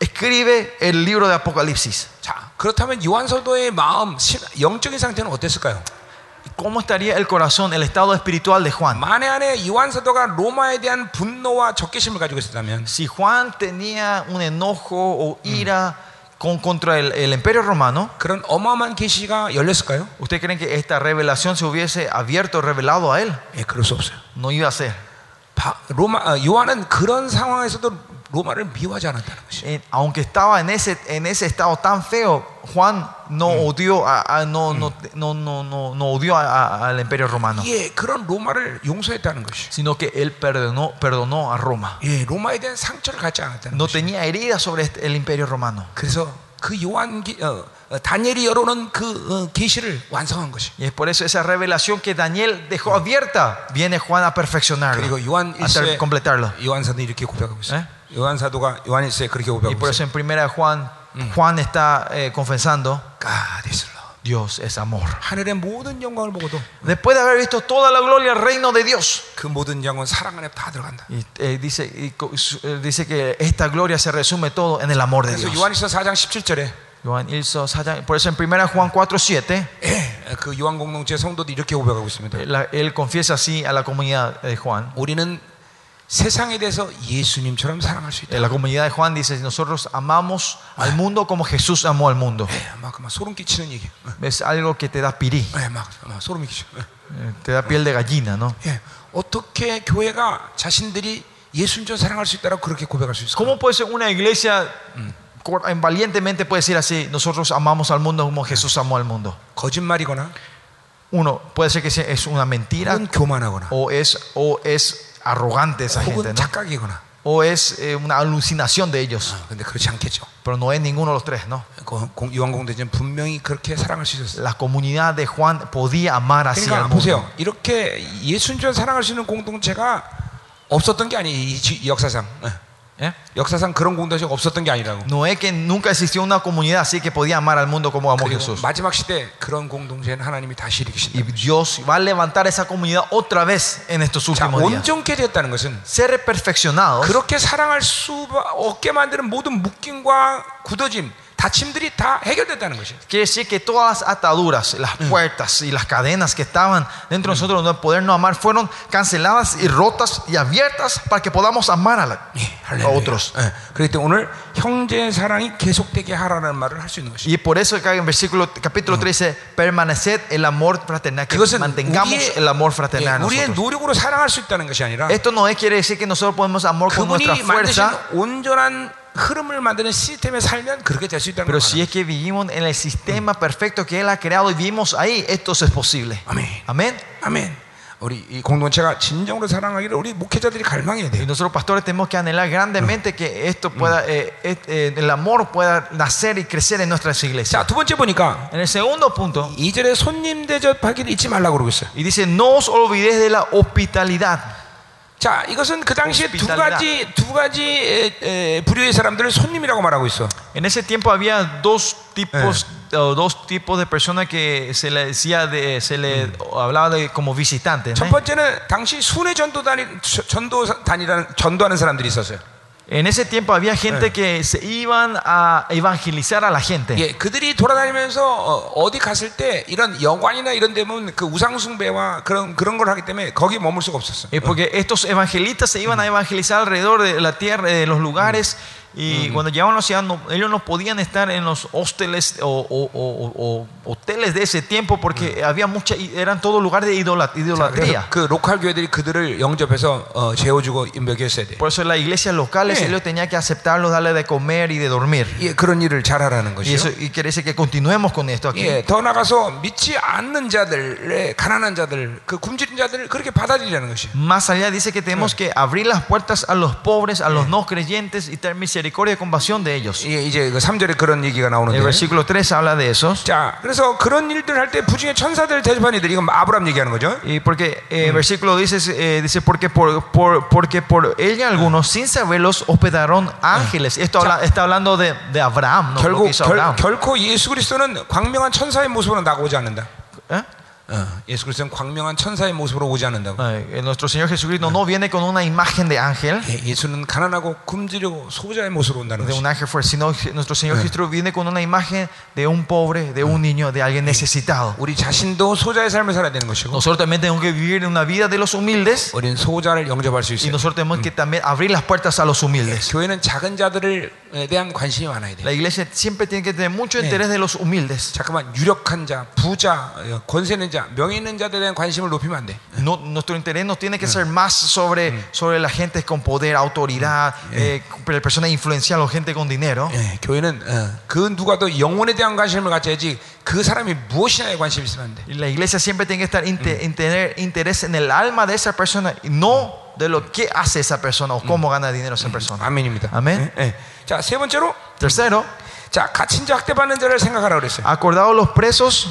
escribe el libro de Apocalipsis. 자, 그렇다면 요한서도의 마음, 신- 영적인 상태는 어땠을까요? ¿Cómo estaría el corazón, el estado espiritual de Juan? 만에 안에 요한서도가 로마에 대한 분노와 적개심을 가지고 있었다면 Si Juan tenía un enojo o ira con, contra el, el imperio romano, 그런 어마어마한 계시가 열렸을까요? ¿usted cree que esta revelación se hubiese abierto, revelado a él? 예, 그럴 수 없어요. No iba a ser. 바- 로마 어, 요한은 그런 상황에서도 로마를 미워하지 않았다는 것이. Eh, aunque estaba en ese, en ese estado tan feo, Juan no odió, a, a- no, no, no, no, no, no odió a- a- al imperio romano, 예, 그런 로마를 용서했다는 것이. sino que él perdonó, perdonó a Roma. 예, 로마에 대한 상처를 갖지 않았다는 No 것이. tenía heridas sobre este- el imperio romano. 그래서 그 요한 기- 어, 어, 다니엘이 열어놓은 그 어, 계시를 완성한 것이. Y es por eso esa revelación que Daniel dejó abierta, viene Juan a perfeccionarla, 그리고 요한 a ter- 일서에 completarla. 요한 사도 이렇게 고백하고 있어요. 에? 요한 사도가 요한 일서에 그렇게 Y 고백하고 por 있어요. eso en primera de Juan, Juan está eh, confesando, God is love. Dios es amor. 하늘의 모든 영광을 보고도 Después de haber visto toda la gloria del reino de Dios, 그 모든 영광은 사랑 안에 다 들어간다. Y, eh, dice, y co- su- eh, dice que esta gloria se resume todo en el amor de 그래서 Dios. 요한일서 4장 17절에 Joan Ilso, Sayan- por eso en 1 Juan 4.7 그 요한 공동체 성도도 이렇게 고백하고 있습니다. eh, la- él confiesa así a la comunidad de Juan. 우리는 세상에 대해서 예수님처럼 사랑할 수 있다. Eh, La comunidad de Juan dice, nosotros amamos al mundo como Jesús amó al mundo. 예, 막, 막 소름 끼치는 얘기. Es algo que te da pirí, 예, 막, 막 소름 끼치죠. eh, te da piel de gallina, ¿no? 예, 어떻게 교회가 자신들이 예수님처럼 사랑할 수 있다고 그렇게 고백할 수 있을까? ¿Cómo puede ser una iglesia cor- eh, valientemente puede decir así, nosotros amamos al mundo como Jesús amó al mundo? 거짓말이거나 Uno, puede ser que sea- es una mentira 혹은 교만하거나 o es, o es arrogante esa gente, 혹은 ¿no? 착각이거나. o es eh, una alucinación de ellos. 어, 근데 그렇지 않겠죠. Pero no es ninguno de los tres, ¿no? 그 공- 요한 공동체는 분명히 그렇게 사랑할 수 있었어요. La comunidad de Juan podía amar así al 그러니까 mundo. 보세요. 이렇게 예수님처럼 사랑할 수 있는 공동체가 없었던 게 아니에요. 이 지- 역사상. 예. ¿Eh? 역사상 그런 공동체가 없었던 게 아니라고. No es que nunca existió una comunidad así que podía amar al mundo como amó 그리고 Jesús. 마지막 시대에 그런 공동체는 하나님이 다시 Y 일으키신다. Dios va a levantar esa comunidad otra vez en estos 자, últimos días. 온전케 되었다는 것은 Ser perfeccionados 그렇게 사랑할 수 없게 만드는 모든 묶임과 굳어짐, 다침들이 다 해결됐다는 것이. quiere decir que todas las ataduras, las puertas y las cadenas que estaban dentro de nosotros de poder no amar fueron canceladas y rotas y abiertas para que podamos amar a, la- Eh, a otros. 예. 그렇기 때문에 오늘 형제의 사랑이 계속되게 하라는 말을 할 수 있는 것이. Y por eso acá en versículo capítulo 13 permaneced el amor fraternal, que 그것은 mantengamos 우리의, el amor 예, fraternal. 우리의 nosotros. 노력으로 사랑할 수 있다는 것이 아니라 Esto no es quiere decir que nosotros podemos amor con nuestra 그분이 만드신 fuerza, 온전한 흐름을 만드는 시스템에 살면 그렇게 될 수 있다는 pero si 거예요. es que vivimos en el sistema perfecto que él ha creado y vivimos ahí, esto es posible. 아멘. Amén. 아멘. 우리 이 공동체가 진정으로 사랑하기를 우리 목회자들이 갈망해야 Y 돼요. nosotros pastores tenemos que anhelar grandemente que esto pueda, eh, et- eh, el amor pueda nacer y crecer en nuestras 자, iglesias. 두 번째 보니까 En el segundo punto, 이절에 손님 대접하기를 잊지 말라고 그러고 있어요. y dice, no os olvidéis de la hospitalidad. 자, 이것은 그 당시에 두 호스피탈리다. 가지 두 가지 에, 에, 부류의 사람들을 손님이라고 말하고 있어. En ese tiempo había dos tipos, o dos tipos de personas que se le decía, de, se le hablaba de como 네. visitantes. ¿no? 첫 번째는 당시 순회 전도단이 전도단이라는 전도하는 사람들이 있었어요. En ese tiempo había gente que se iban a evangelizar a la gente. 예, 그들이 돌아다니면서 어, 어디 갔을 때 이런 여관이나 이런 데면 그 우상숭배와 그런 그런 걸 하기 때문에 거기 머물 수가 없었어. Eh, porque estos evangelistas se iban a evangelizar alrededor de la tierra, de los lugares, y cuando llegaban a la ciudad, no- ellos no podían estar en los hosteles o, o- o- o- hoteles de ese tiempo porque había mucha, i- eran todo lugar de idola- 그래서 idolatría. 그 로컬 교회들이 그들을 영접해서 어, 재워주고 인벽했어야 돼. Por eso las iglesias locales, Sí. ellos tenían que aceptarlos, darle de comer y de dormir. 예, 그런 일을 잘하라는 Y eso 것이요. y quiere decir que continuemos con esto aquí. 예, 더 나가서 믿지 않는 자들의 가난한 자들, 그 굶주린 자들을 그렇게 받아들이라는 것이요. Más allá dice que tenemos que abrir las puertas a los pobres, a los no creyentes y tener misericordia y compasión de ellos. 예, 이제 그 3절에 그런 얘기가 El 나오는데. versículo 3 habla de eso. 자, 그래서 그런 일들 할 때 부중에 천사들 대접한 이들 이건 아브람 얘기하는 거죠. Y porque el versículo dice, eh, dice porque, por, por- porque por ella algunos sin saberlos hospedaron ángeles. Esto habla- está hablando de, de Abraham, ¿no? Lo 결국 que hizo 결, Abraham. 결코 예수 그리스도는 광명한 천사의 모습으로 나오지 않는다. ¿Eh? 어, 예수 그리스도는 광명한 천사의 모습으로 오지 않는다고. Ay, Nuestro Señor Jesucristo no viene con una imagen de ángel, 예, 예수는 가난하고 굶주리고 소부자의 mostró 온다는 de 것이. un ángel fuerte, sino que nuestro Señor Jesucristo viene con una imagen de un pobre, de un niño, de alguien necesitado. 우리 자신도 소자의 삶을 살아야 되는 것이고, Nosotros también tenemos que vivir una vida de los humildes 우리는 소자를 영접할 수 y 있어요. nosotros tenemos que también abrir las puertas a los humildes. 교회는 작은 자들에 대한 관심이 많아야 돼요. La iglesia siempre tiene que tener mucho interés de los humildes. 잠깐만 유력한 자, 부자, 어, 권세 있는 자, 명예 있는 자들에 대한 관심을 높이면 안 돼. No- nuestro interés no tiene que ser más sobre, sobre la gente con poder, autoridad, eh, con personas influenciales o gente con dinero. 예, 교회는 어, 그 누가도 영혼에 대한 관심을 가져야지 그 사람이 무엇이냐에 관심이 있으면 안 돼. Y la iglesia siempre tiene que estar inte- en tener interés en el alma de esa persona y no de lo que hace esa persona o cómo gana dinero esa persona. 아멘입니다. 아멘. 예, 예. 자, 세 번째로 Tercero, 자, 갇힌 자 학대받는 자를 생각하라 그랬어요. acordado los presos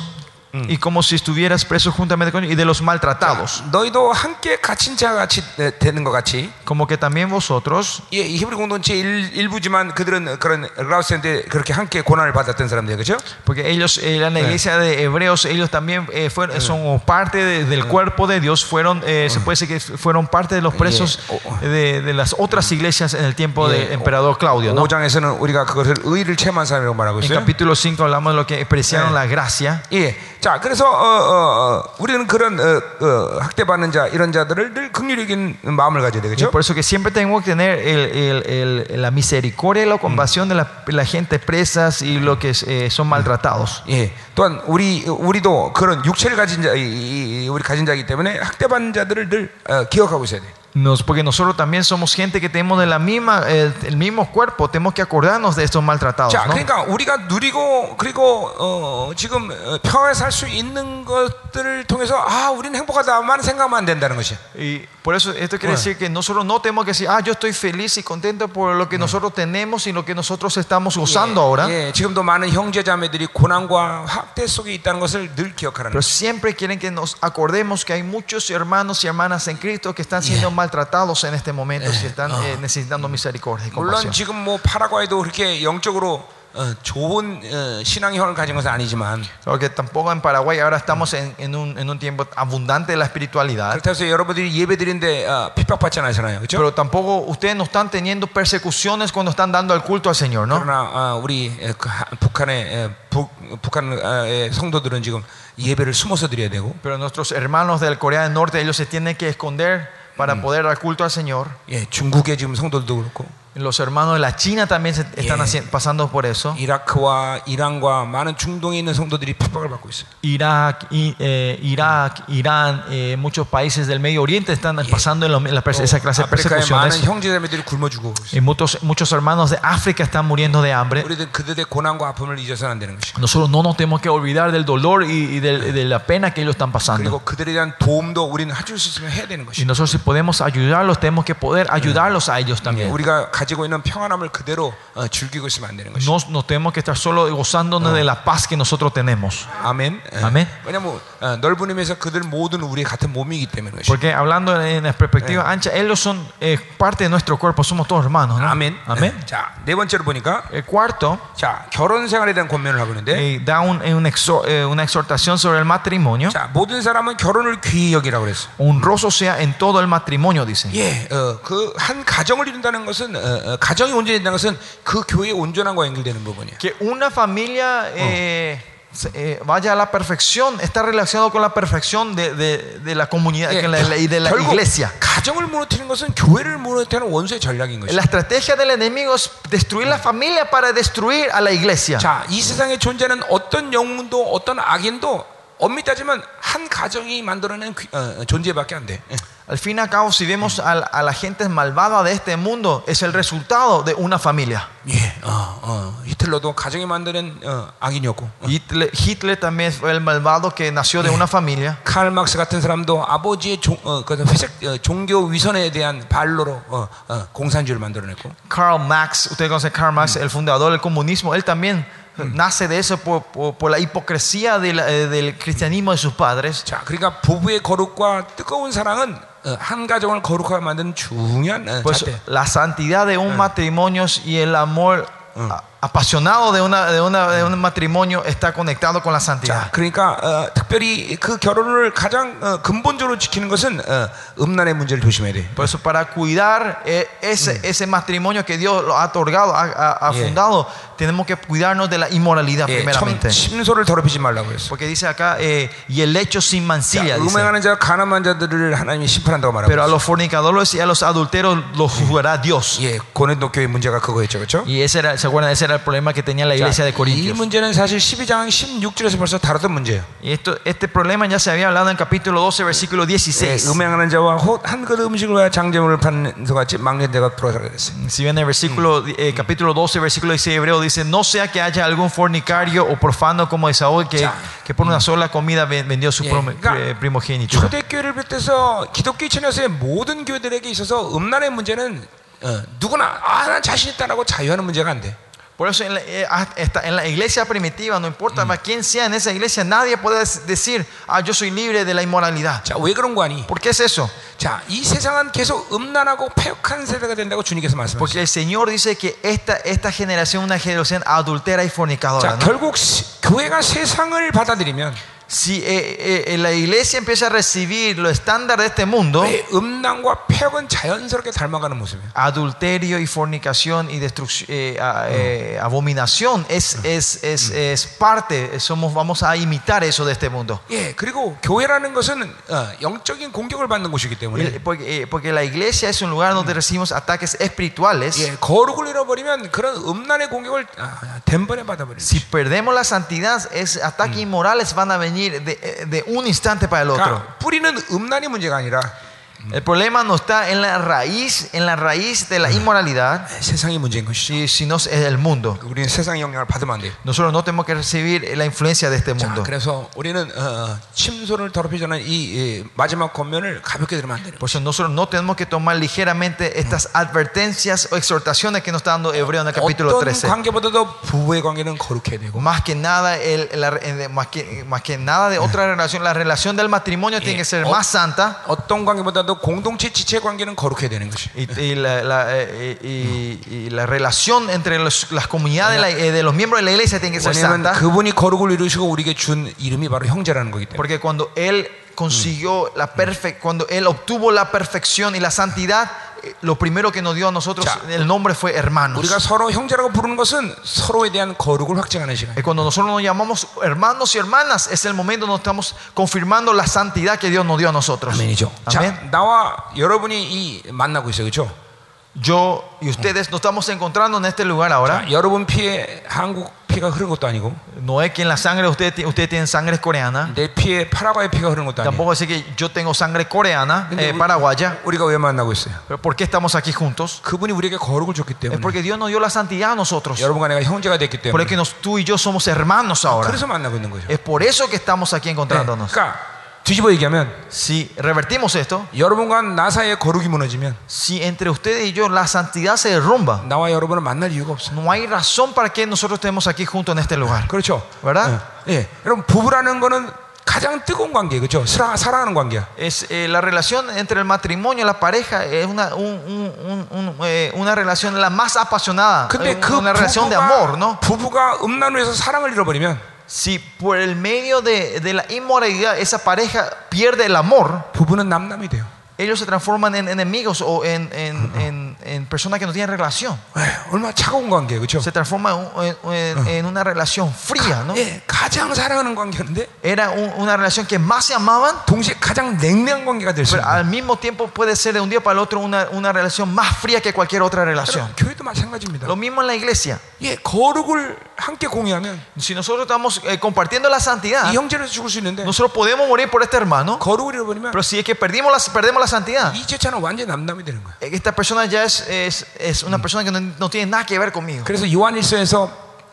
y como si estuvieras preso juntamente con ellos y de los maltratados. 너희도 함께 갇힌 자 같이 에, 되는 것 같이. Como que también vosotros, 예, 이 히브리 공동체 일, 일부지만 그들은 그런 라우스인데 그렇게 함께 고난을 받았던 사람들 그렇죠? porque ellos eran la iglesia de hebreos, ellos también eh, fueron, son parte de- del cuerpo de Dios, fueron, eh, se puede decir que fueron parte de los presos Oh. de, de las otras iglesias en el tiempo del Yeah. emperador Claudio. ¿no? 5장에서는 우리가 그것을 의를 체험한 사람이라고 말하고 En 있어요. capítulo 5 hablamos de lo que despreciaron la gracia. 예. 자, 그래서 어, 어, 어, 우리는 그런 어, 어, 학대받는 자 이런 자들을 늘 긍휼적인 마음을 가져야 Y 되겠죠? por eso que siempre tenemos que tener el- el- el- la misericordia y la compasión de la, la gente presas y lo que eh, son maltratados. 예. 또한 우리 우리도 그런 육체를 가진 자, 이, 이- 이- 우리 가진 자이기 때문에 학대받는 자들을 늘 어, 기억하고 있어야 돼. Nos, porque nosotros también somos gente que tenemos de la misma, eh, el mismo cuerpo, tenemos que acordarnos de estos maltratados. 자, ¿no? 그러니까 우리가 누리고 그리고 어, 지금 어, 평화에 살 수 있는 것들을 통해서 아, 우리는 행복하다만 생각만 된다는 것이. Y por eso esto quiere decir que nosotros no tenemos que decir, ah, yo estoy feliz y contento por lo que nosotros tenemos y lo que nosotros estamos gozando ahora. 예, 지금도 많은 형제자매들이 고난과 학대 속에 있다는 것을 늘 기억하라는 Pero 것이. siempre quieren que nos acordemos que hay muchos hermanos y hermanas en Cristo que están siendo maltratados en este momento, que están eh, necesitando misericordia y 물론 compasión. 지금 뭐 파라과이도 그렇게 영적으로 어, 좋은 어, 신앙의 형을 가진 것은 아니지만 Porque tampoco en Paraguay ahora estamos en, en un, en un tiempo abundante de la espiritualidad. 그렇다고 해서 여러분들이 예배드린데 어, 핍박받지 않잖아요. 그렇죠? Pero tampoco ustedes no están teniendo persecuciones cuando están dando el culto al Señor, ¿no? 그러나 어, 우리 에, 그 하- 북한의 에, 북, 북한의 성도들은 지금 예배를 숨어서 드려야 되고 Pero nuestros hermanos del Corea del Norte, ellos se tienen que esconder para poder dar culto al Señor. 예, 중국의 지금 성도들도 그렇고 Los hermanos de la China también se Yeah. están haci- pasando por 어? eso. 이라크와 이란과 많은 중동에 있는 성도들이 핍박을 받고 있어요. Irak, i- eh, Irak, Irán, eh, muchos países del Medio Oriente están pasando en lo- en la pers- esa clase de 아프리카의 많은 persecuciones. 형제자매들이 굶어 죽고 있어요. Y muchos, muchos hermanos de África están muriendo de hambre. 우리는 그들의 고난과 아픔을 잊어서는 안 되는 것이죠. Nosotros no nos tenemos que olvidar del dolor y, y del- de la pena que ellos están pasando. 그리고 그들에 대한 도움도 우리는 해줄 수 있으면 해야 되는 Y 것이죠. nosotros si podemos ayudarlos, tenemos que poder ayudarlos a ellos 예. también. 우리가 가지고 있는 평안함을 그대로 어, 즐기고 있으면 안 되는 것이죠. No nos tenemos que estar solo gozándonos de la paz que nosotros tenemos. 아멘. 예. 아멘. 왜냐하면 어, 넓은 의미에서 그들 모든 우리의 같은 몸이기 때문에 그것이죠. Porque hablando en la perspectiva ancha, ellos son eh, parte de nuestro cuerpo, somos todos hermanos. ¿no? 아멘. Amén. 자, 네 번째로 보니까 El cuarto 자, 결혼 생활에 대한 권면을 하고 있는데 eh, da un- eh, un exhor- eh, una exhortación sobre el matrimonio. 자, 모든 사람은 결혼을 귀히 여기라고 그랬어. Honroso sea en todo el matrimonio, dice. 예, 어, 그 한 가정을 이룬다는 것은 어, 어, 가정이 온전해진다는 것은 그 교회의 온전함과 연결되는 부분이야. Que una familia eh, se- eh, vaya a la perfección está relacionado con la perfección de, de- de la comunidad 예, que la- la- y de la 결국 iglesia. 가정을 무너뜨리는 것은 교회를 무너뜨리는 원수의 전략인 것이야. La estrategia del enemigo es destruir la familia para destruir a la iglesia. 자, 이 세상에 존재하는 어떤 영웅도 어떤 악인도 엄밀히 따지면 한 가정이 만들어낸 귀- 어, 존재밖에 안 돼. Al fin y al cabo, si vemos a, la- a la gente malvada de este mundo, es el resultado de una familia. 예, 어, 어, 히틀러도 가정이 만드는 어, 악인이었고, Hitler, Hitler también fue el malvado que nació de una familia. 칼 막스 같은 사람도 아버지의 종, 어, 그 회색 어, 종교 위선에 대한 발로로 어, 어, 공산주의를 만들어냈고, Karl Marx, ustedes conocen a Karl Marx, el fundador del comunismo, él también nace de eso por, por- por la hipocresía de la- eh, del cristianismo de sus padres. 자, 그러니까 부부의 거룩과 뜨거운 사랑은 어, 한 가정을 거룩하게 만드는 중요한 어, Pues 잣대. la santidad de un matrimonio y el amor a- apasionado de, una, de, una- de un matrimonio está conectado con la 자, santidad. 그러니까 어, 특별히 그 결혼을 가장 어, 근본적으로 지키는 것은 어, 음란의 문제를 조심해야 돼. Por eso para cuidar eh, ese, ese matrimonio que Dios lo ha otorgado, ha, ha- ha Yeah. fundado, tenemos que cuidarnos de la inmoralidad 예, 참 primeramente. 침소를 더럽히지 말라고 했어. Porque dice acá, eh, y el lecho sin 자, mancilla. dice. 음행하는 자, 가늠한 자들을 하나님이 심판한다고 말하고 Pero a 있어. los fornicadores y a los adulteros los juzgará Dios. 예, 고린도 교회 문제가 그거였죠, 그렇죠? Y ese era, ¿se acuerdan? Ese era el problema que tenía la iglesia de 이 Corintios. 문제는 사실 12장 16절에서 벌써 다뤘던 문제예요. Y esto, este problema ya se había hablado en capítulo 12, versículo 예, 16. 음행하는 자와 호- 한 그릇 음식과 장제물을 파는 것 같이 망년대가 돌아가게 됐어요. Si ven el versículo, eh, capítulo 12, versículo 16 de hebreo, dice: No sea que haya algún fornicario o profano como Esaú que, Ya. que por una sola comida ven- vendió su Yeah. prom- Ga- eh, primogénito. 초대교회를 비롯해서 기독교 천여서의 모든 교회들에게 있어서 음란의 문제는 어, 누구나 아, 난 자신 있다라고 자유하는 문제가 안 돼. Por eso en la, eh, hasta en la iglesia primitiva, no importa más quién sea en esa iglesia, nadie puede decir: Ah, yo soy libre de la inmoralidad. 자, 왜 그런 거 아니? ¿Por qué es eso? 자, 이 세상은 계속 음란하고 폐역한 세대가 된다고 주님께서 말씀하셨어요. Porque el Señor dice que esta, esta generación es una generación adultera y fornicadora. 자, ¿no? 결국 시- 교회가 세상을 받아들이면 Si eh, eh, la iglesia empieza a recibir los estándares de este mundo, 왜 음란과 폐역은 자연스럽게 닮아가는 모습이에요. adulterio y fornicación y destrucción, eh, abominación es, es, es, es parte, somos, vamos a imitar eso de este mundo. 예, 그리고 교회라는 것은 어, 영적인 공격을 받는 곳이기 때문에 El- Porque, eh, porque la iglesia es un lugar donde recibimos ataques espirituales. 예, 거룩을 잃어버리면 그런 음란의 공격을 아, 덴번에 받아버려요. Si perdemos la santidad, es ataques inmorales van a venir de, eh, de un instante para el otro. 그러니까 뿌리는 음란이 문제가 아니라 El problema no está en la raíz, en la raíz de la inmoralidad, 세상이 문제인 것이죠. si- sino es el mundo. 우리는 세상의 영향을 받으면 안 돼요. Nosotros no tenemos que recibir la influencia de este 자, mundo. 그래서 우리는 어, 침소를 더럽히지 않는 이, 이 마지막 권면을 가볍게 들으면 안 돼요. Por eso nosotros no tenemos que tomar ligeramente estas advertencias o exhortaciones que nos está dando Hebreo en el capítulo 어떤 13. 관계보다도 부부의 관계는 거룩해야 되고 Más que nada, el- la- eh, más, que, más que nada de otra relación, la relación del matrimonio tiene que ser más santa 어떤 관계보다도 공동체 지체 관계는 거룩해야 되는 것이. y, y la, la, eh, y- y- y la relación entre los- las comunidades la- eh, de los miembros de la iglesia tiene que ser 왜냐하면 santa. 그분이 거룩을 이루시고 우리에게 준 이름이 바로 형제라는 거기 때문에. Porque cuando él consiguió la perfección, cuando él obtuvo la perfección y la santidad, eh, lo primero que nos dio a nosotros Ya. el nombre fue 우리가 hermanos. 서로 형제라고 부르는 것은 서로에 대한 거룩을 확증하는 시간. Eh, Cuando nosotros nos llamamos hermanos y hermanas, es el momento donde estamos confirmando la santidad que Dios nos dio a nosotros. 아멘이죠. 자, Amén. 나와 여러분이 이 만나고 있어요, 그렇죠? Yo y ustedes nos estamos encontrando en este lugar ahora. 자, 여러분 피에 한국 피가 흐른 것도 아니고 No es que en la sangre de ustedes, ti- ustedes tienen sangre coreana. 내 피에 파라과이 피가 흐른 것도 아니고 Tampoco es que yo tengo sangre coreana, 근데 eh, 우리- paraguaya. 우리가 왜 만나고 있어요? Pero ¿por qué estamos aquí juntos? 그분이 예, 우리에게 거룩을 줬기 Es 때문에 porque Dios nos dio la santidad a nosotros. 여러분과 내가 형제가 됐기 Por 때문에 eso que nos- tú y yo somos hermanos ahora. 그래서 만나고 있는 거죠. 네, Es por eso que estamos aquí encontrándonos. 그러니까 뒤집어 얘기하면 Si revertimos esto, 여러분과 나 사이에 거룩이 무너지면 si entre ustedes y yo la santidad se derrumba, 나와 여러분을 만날 이유가 없어요. no hay razón para que nosotros estemos aquí juntos en este lugar. 그렇죠? ¿Verdad? 예. 예. 여러분 부부라는 거는 가장 뜨거운 관계, 그렇죠? 사랑, 사랑하는 관계야. Es, eh, la relación entre el matrimonio y la pareja es una, un- un- un- un, eh, una relación la más apasionada, eh, 근데 그 una relación de amor, ¿no? 부부가, 부부가 음란으로서 사랑을 잃어버리면 Si por el medio de, de la inmoralidad esa pareja pierde el amor, 부부는 남남이 돼요. ellos se transforman en enemigos o en, en- en- en personas que no tienen relación. 예, 얼마나 차가운 관계 그렇죠? Se transforma en, en- en una relación fría, ¿no? 예, 가장 사랑하는 관계인데 Era un- una relación que más se amaban, 동시에 가장 냉랭한 관계가 될 수 pero 있는. al mismo tiempo puede ser de un día para el otro una, una relación más fría que cualquier otra relación. 그럼 교회도 마찬가지입니다. Lo mismo en la iglesia. 예, 거룩을 함께 공유하면 Si nosotros estamos eh, compartiendo la santidad, 이 형제로서 죽을 수 있는데 nosotros podemos morir por este hermano, 거룩을 잃어버리면 pero si es que perdimos la, perdemos la santidad, eh, 이 제차는 완전 히 남남이 되는 거예요. esta persona ya es, es, es una persona que no, no tiene nada que ver conmigo. 그래서 요한일서에서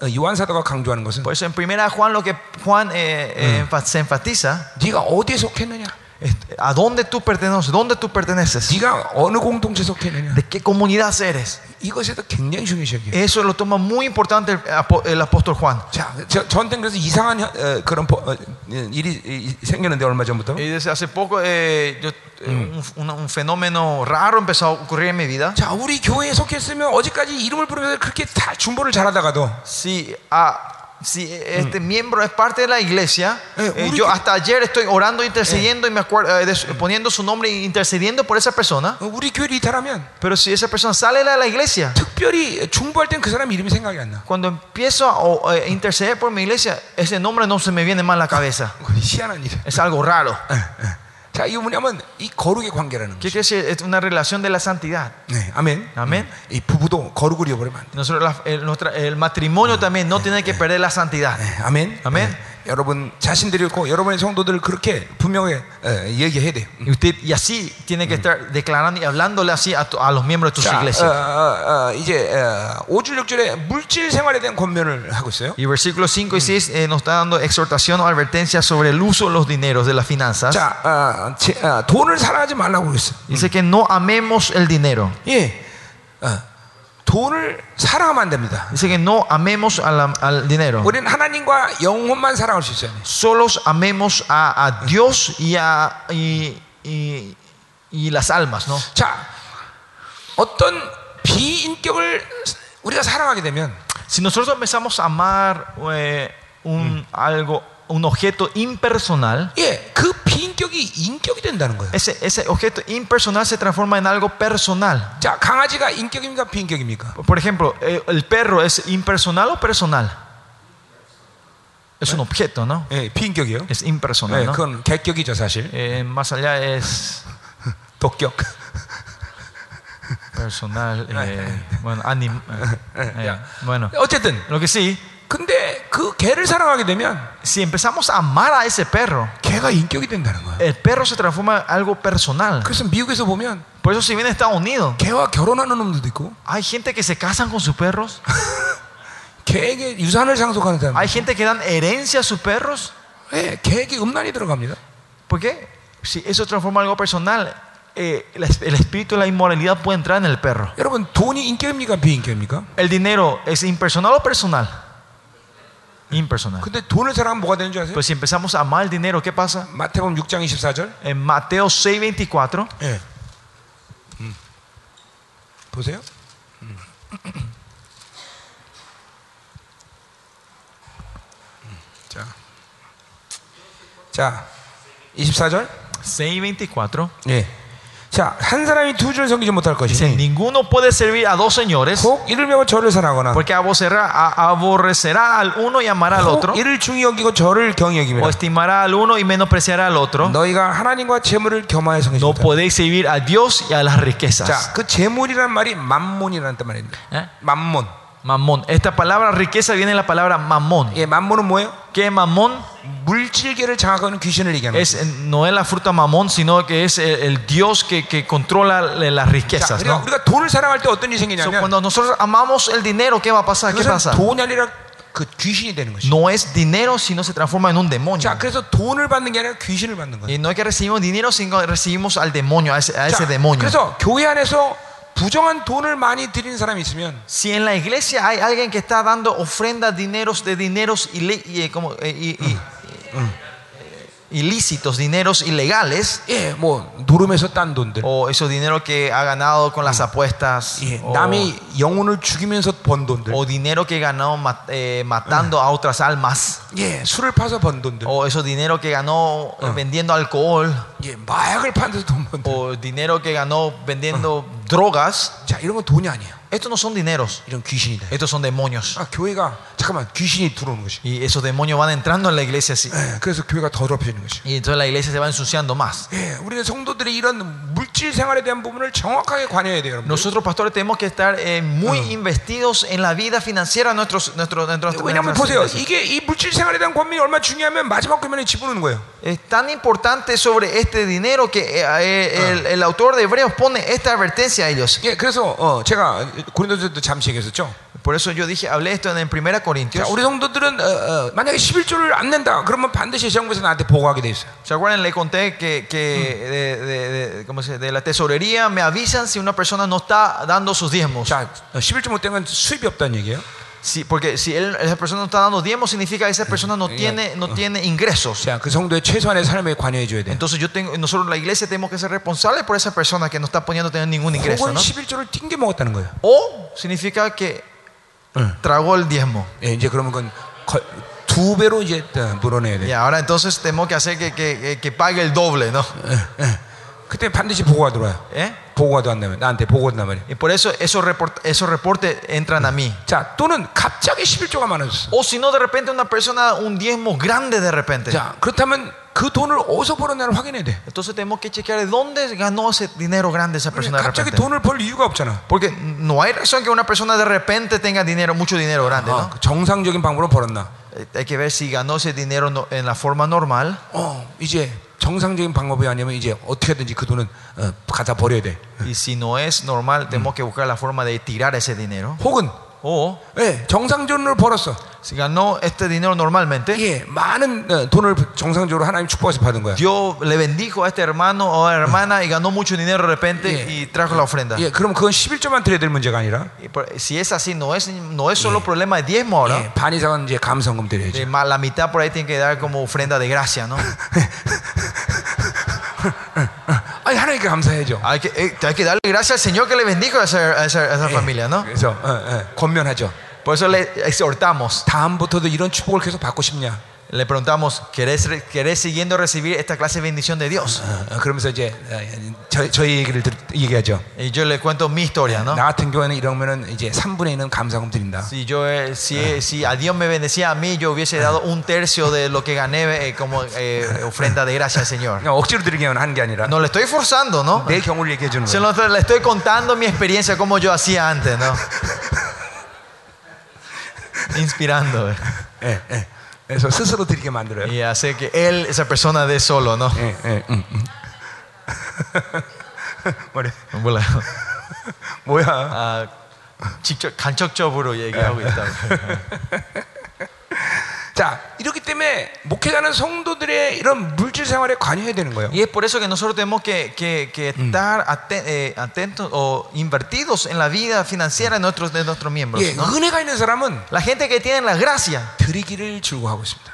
어, 요한 사도가 강조하는 것은 Por eso en primera Juan lo que Juan eh, eh, enfa- se enfatiza, 네가 어디에 속했느냐, es, ¿a dónde tú perteneces? ¿Dónde tú perteneces? 네가 어느 공동체 속했느냐 ¿De qué comunidad eres? 이것에도 굉장히 중요시해요. Eso lo toma muy importante el, apo- el apóstol Juan. 자, 저, 저한테 그래서 이상한 현- 어, 그런 버- 어, 일이 이- 생겼는데 얼마 전부터 Y desde hace poco eh, yo- eh, un, un- un fenómeno raro empezó a ocurrir en mi vida. 자, 우리 교회에 속했으면 어제까지 이름을 부르면서 그렇게 다 중보를 잘하다가도 어, Si, ah, si este miembro es parte de la iglesia, Eh, eh, Uri- yo hasta ayer estoy orando, intercediendo y me acuer- eh, de su- poniendo su nombre e intercediendo por esa persona. 어, 우리 교회를 이탈하면 Pero si esa persona sale de la iglesia, 특별히 중보할 땐 그 사람 이름이 생각이 안 나. cuando empiezo a o- eh, interceder por mi iglesia, ese nombre no se me viene mal a la cabeza. 그건 희한한 일이야. 예, Es algo raro. 자, 이거 뭐냐면 이 거룩의 관계라는 ¿Qué 거죠. quiere decir? Es una relación de la santidad. 네, 아멘. 아멘. 음, 이 부부도 거룩을 잃어버리면 안 돼. Nosotros la- el, nuestra- el matrimonio también no tiene que perder la santidad. 네, 아멘. 아멘. 네, 여러분 자신들이 있고 여러분의 성도들을 그렇게 분명히 에, 얘기해야 돼. Y usted y así tiene que estar declarando y hablándole así a, tu- a los miembros de tus 자, iglesias. 어, 어, 어, 이제 어, 5줄 6줄에 물질 생활에 대한 권면을 하고 있어요. Y versículos 5 y 6 eh, nos está dando exhortación o advertencia sobre el uso de los dineros, de las finanzas. 자, 어, 제- 어, 돈을 사랑하지 말라고 그랬어. 요 Dice que no amemos el dinero. 예, 어, 돈을 사랑하면 안 됩니다. Dice que no amemos a la- al dinero. 우리는 하나님과 영혼만 사랑할 수 있어요. Solos amemos a, a Dios y, a, y, y- y las almas, ¿no? 자, 어떤 비인격을 우리가 사랑하게 되면 Si nosotros empezamos a amar eh, un, algo, un objeto impersonal, 예, 그 비인격이 인격이 된다는 거예요. ese, ese objeto impersonal se transforma en algo personal. 자, 강아지가 인격입니까 비인격입니까? Por ejemplo, eh, ¿el perro es impersonal o personal? Es un objeto, ¿no? 예, 비인격이요. Es 예, impersonal, ¿no? 그건 객격이죠 사실. Eh, más allá es 독격. personal, eh, bueno, anim, eh, eh, bueno. 어쨌든 Lo que sí, 근데 그 개를 사랑하게 되면 si empezamos a amar a ese perro, 개가 인격이 된다는 거예요. el perro se transforma en algo personal. 그래서 미국에서 보면 Por eso si bien en Estados Unidos 개와 결혼하는 놈들도 있고 hay gente que se casan con sus perros, 개에게 유산을 상속하는 사람, hay gente que dan herencia a sus perros, 예, 개에게 음란이 들어갑니다. ¿por qué? Si eso transforma en algo personal, eh, el es- el espíritu de la inmoralidad puede entrar en el perro. 여러분 돈이 인격입니까 비인격입니까? ¿El dinero es impersonal o personal? Impersonal. 근데 돈을 사랑하면 뭐가 되는 줄 아세요? Pero si empezamos a amar el dinero, ¿qué pasa? 마태복음 6장 24절. En Mateo 6:24, 예. 음. 보세요. 음. 자. 자. 24절. 6:24, 예. 자, 한 사람이 두 줄을 섬기지 못할 dice, 것이니 ninguno puede servir a dos señores, 혹 이를 명하고 저를 사랑하거나 porque aborrecerá, a- aborrecerá al uno y amará al otro, 혹 이를 중히 여기고 저를 경히 o 여기며 estimará al uno y menospreciará al otro. 너희가 하나님과 재물을 겸하여 섬기지 No 못한다. podéis servir a Dios y a las 자, riquezas. 그 재물이란 말이 만몬이라는 뜻 말입니다. ¿Eh? 만몬. Mamón. Esta palabra riqueza viene de la palabra mamón. 예, 만몬은 뭐예요? ¿Qué mamón? 물질계를 장악하는 귀신을 얘기하는 거예요. es, eh, no es la fruta mamón, sino que es el, el Dios que, que controla la- las 자, riquezas. 우리가, ¿no? 우리가 돈을 사랑할 때 어떤 일이 So, 생기냐면 cuando nosotros amamos el dinero, ¿qué va a pasar? ¿Qué 그것은 pasa? 돈이 아니라 그 귀신이 되는 것이죠. No es dinero, sino se transforma en un demonio. 자, 그래서 돈을 받는 게 아니라 귀신을 받는 거예요. Y no es que recibimos dinero, sino que recibimos al demonio, a ese, a 자, ese demonio. 그래서 교회 안에서 부정한 돈을 많이 드리는 사람이 있으면 Si en la iglesia hay alguien que está dando ofrendas, dineros de dineros y, le- y, eh, como, eh, y- y- ilícitos, dineros ilegales, 예, 뭐 노름에서 딴 돈들. o esos dinero que ha ganado con las apuestas, 예, o, 남의 영혼을 죽이면서 번 돈들. o dinero que ganó ma- eh, matando a otras almas, 예, 술을 파서 번 돈들. o esos dinero que ganó eh, vendiendo alcohol, 예, 마약을 파는데서 돈 번들. o dinero que ganó vendiendo drogas. 자, 이런 건 돈이 아니에요. Estos no son dineros, 이런 귀신이다. estos son demonios. 아, 교회가 잠깐만 귀신이 들어오는 것이. Y esos demonios van entrando en la iglesia así. 예, 그래서 교회가 더럽혀지는 것이. Y entonces la iglesia se va ensuciando más. 예, 우리는 성도들이 이런 물질 생활에 대한 부분을 정확하게 관여해야 돼요, 여러분. Nosotros, pastores, tenemos que estar eh, muy investidos en la vida financiera de nuestros, nuestros, nuestros, 예, 왜냐하면 nuestras 보세요, iglesias. 이게 이 물질 생활에 대한 권면이 얼마나 중요하면 마지막 권면에 집어넣는 거예요. Es tan importante sobre este dinero que eh, eh, el, el autor de Hebreos pone esta advertencia a ellos. 예, 그래서 어, 제가 고린도전서 때 잠시 얘기했었죠. Por eso yo dije, hablé esto en el 1 자, Corintios. 우리 성도들은 어, 어, 만약에 11조를 안 낸다, 그러면 반드시 정부에서 나한테 보고하게 돼 있어요. ¿Se acuerdan? Le conté que, que de, de- de- ¿cómo se dice? de la tesorería me avisan si una persona no está dando sus diezmos. 자, 11조 못 된 건 수입이 없다는 얘기예요. Sí, porque si él- esa persona no está dando diezmos, significa que esa persona no tiene, no tiene ingresos. 자, 그 성도의 최소한의 삶에 관여해 줘야 돼요. Entonces yo tengo, nosotros la iglesia tenemos que ser responsables por esa persona que no está poniendo tener ningún ingreso, 혹은 ¿no? 11조를 띵게 먹었다는 거예요. O significa que tragó el diezmo. 예, 이제 그러면 그건 거- 두 배로 이제 어, 물어내야 Y 돼요. ahora entonces tenemos que hacer que, que- que- que pague el doble, ¿no? 그때 반드시 보고가 들어와요. ¿Eh? 보고가 들어온다면 나한테 보고가 들어온단 말이에요. Y por eso esos, report- esos reportes entran a mí. 자, 또는 갑자기 11조가 많아졌어. O si no, de repente una persona, un diezmo grande de repente. 자, 그렇다면 그 돈을 어디서 벌었나를 확인해야 돼. Entonces tenemos que chequear de dónde ganó ese dinero grande esa persona de 갑자기 repente. 돈을 벌 이유가 없잖아. Porque no hay razón que una persona de repente tenga dinero, mucho dinero grande, 어, ¿no? 그 정상적인 방법으로 벌었나? Eh, Hay que ver si ganó ese dinero no- en la forma normal. 어, 이제 정상적인 방법이 아니면 이제 어떻게든지 그 돈은 어, 갖다 버려야 돼. Y si no es normal, tenemos que buscar la forma de tirar ese dinero. 혹은 O 예, 정상적으로 벌었어. si ganó este dinero normalmente, 예, 많은 어, 돈을 정상적으로 하나님 축복해서 받은 거야. Dios le bendijo a este hermano o hermana y ganó mucho dinero de repente Yeah. y trajo la ofrenda. 예, 그럼 그건 11조만 드려야 될 문제가 아니라 Y por- Si es así, no es, no es solo problema de diezmo ahora. 예, 반 이상은 이제 감성금 드려야지. Eh, más La mitad por ahí tiene que dar como ofrenda de gracia, ¿no? 네. 어, 아니 하나님께 감사해야죠. Hay que, eh, hay que darle gracias al Señor que le bendijo a esa, a esa- a esa familia, ¿no? 그래서 어, 어, 권면하죠. Por eso le exhortamos, 다음부터도 이런 축복을 계속 받고 싶냐? le preguntamos, ¿querés, re- querés siguiendo recibir esta clase de bendición de Dios? 어, 어, 그러면서 이제 어, 저, 저희 얘기를 들, 얘기하죠. Y yo le cuento mi historia, ¿no? 나 같은 경우에는 이러면은 이제 3분의 1은 감사금 드린다. Si, yo, eh, si, eh, si a Dios me bendecía a mí, yo hubiese dado un tercio de lo que gané eh, como eh, ofrenda de gracia al Señor. 그냥 억지로 드리기만 하는 게 아니라 No le estoy forzando, ¿no? 내 경우를 얘기해 주는 Se 거예요. lo- le estoy contando mi experiencia como yo hacía antes, ¿no? Inspirando. eh. 예, 예. 그래서 스스로 드리게 만들어요. Y hace que él, esa persona, dé solo, ¿no? 예, 예, 음, 음. 뭐래? 몰라요. 뭐야? 아, 직접 간척적으로 얘기하고 있다고. 자, 이렇기 때문에 목회자는 성도들의 이런 물질 생활에 관여해야 되는 거예요. Y es por eso que nosotros tenemos que, que- que estar aten- eh, atentos o invertidos en la vida financiera de nuestros, de nuestros miembros. 예, ¿no? 은혜가 있는 사람은 La gente que tiene la gracia. 드리기를 즐거워하고 있습니다.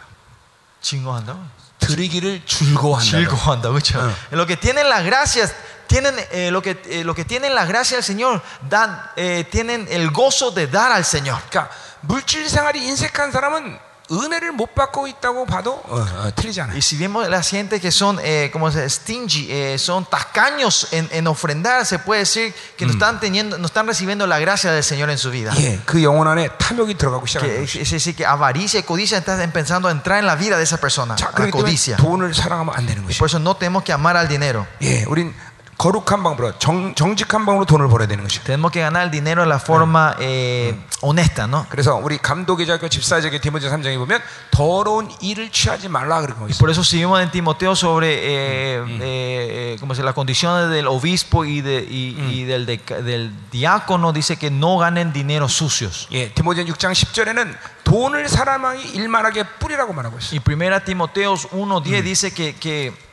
Chingo한다고. 드리기를 즐거워한다. Chingo한다고, 그쵸? Ah. Lo que tienen la gracia, tienen, eh, lo, que, eh, lo que tienen la gracia del Señor, dan, eh, tienen el gozo de dar al Señor. 그러니까 물질 생활이 인색한 사람은 은혜를 못 받고 있다고 봐도 어, 어, 틀리지 않아요. Y si vemos la gente que son, eh, como se dice, stingy, eh, son tacaños en, en ofrendar, se puede decir que no, están teniendo, no están recibiendo la gracia del Señor en su vida. 예, 그 영혼 안에 탐욕이 들어가고 시작하는 Que, es 거죠. es decir, que avaricia y codicia están empezando a entrar en la vida de esa persona. 자, La 아, 그렇기 때문에 codicia. 돈을 사랑하면 안 되는 것이죠. Por eso no tenemos que amar al dinero. 예, 우린 거룩한 방법으로 정, 정직한 방법으로 돈을 벌어야 되는 것이죠. Tenemos que ganar el dinero de la forma eh, honesta, ¿no? 그래서 우리 감독이자고 집사자에게 디모데 3장에 보면 더러운 일을 취하지 말라 그러고 있어요. Por eso si vemos en Timoteo sobre eh, eh, eh, ¿cómo se dice? las condiciones del obispo y, de- y- y del, deca- del diácono, dice que no ganen dinero sucios. 예, 디모데 6장 10절에는 돈을 사람이 일만하게 뿌리라고 말하고 있어요. Y primera Timoteos 1.10 dice que, que,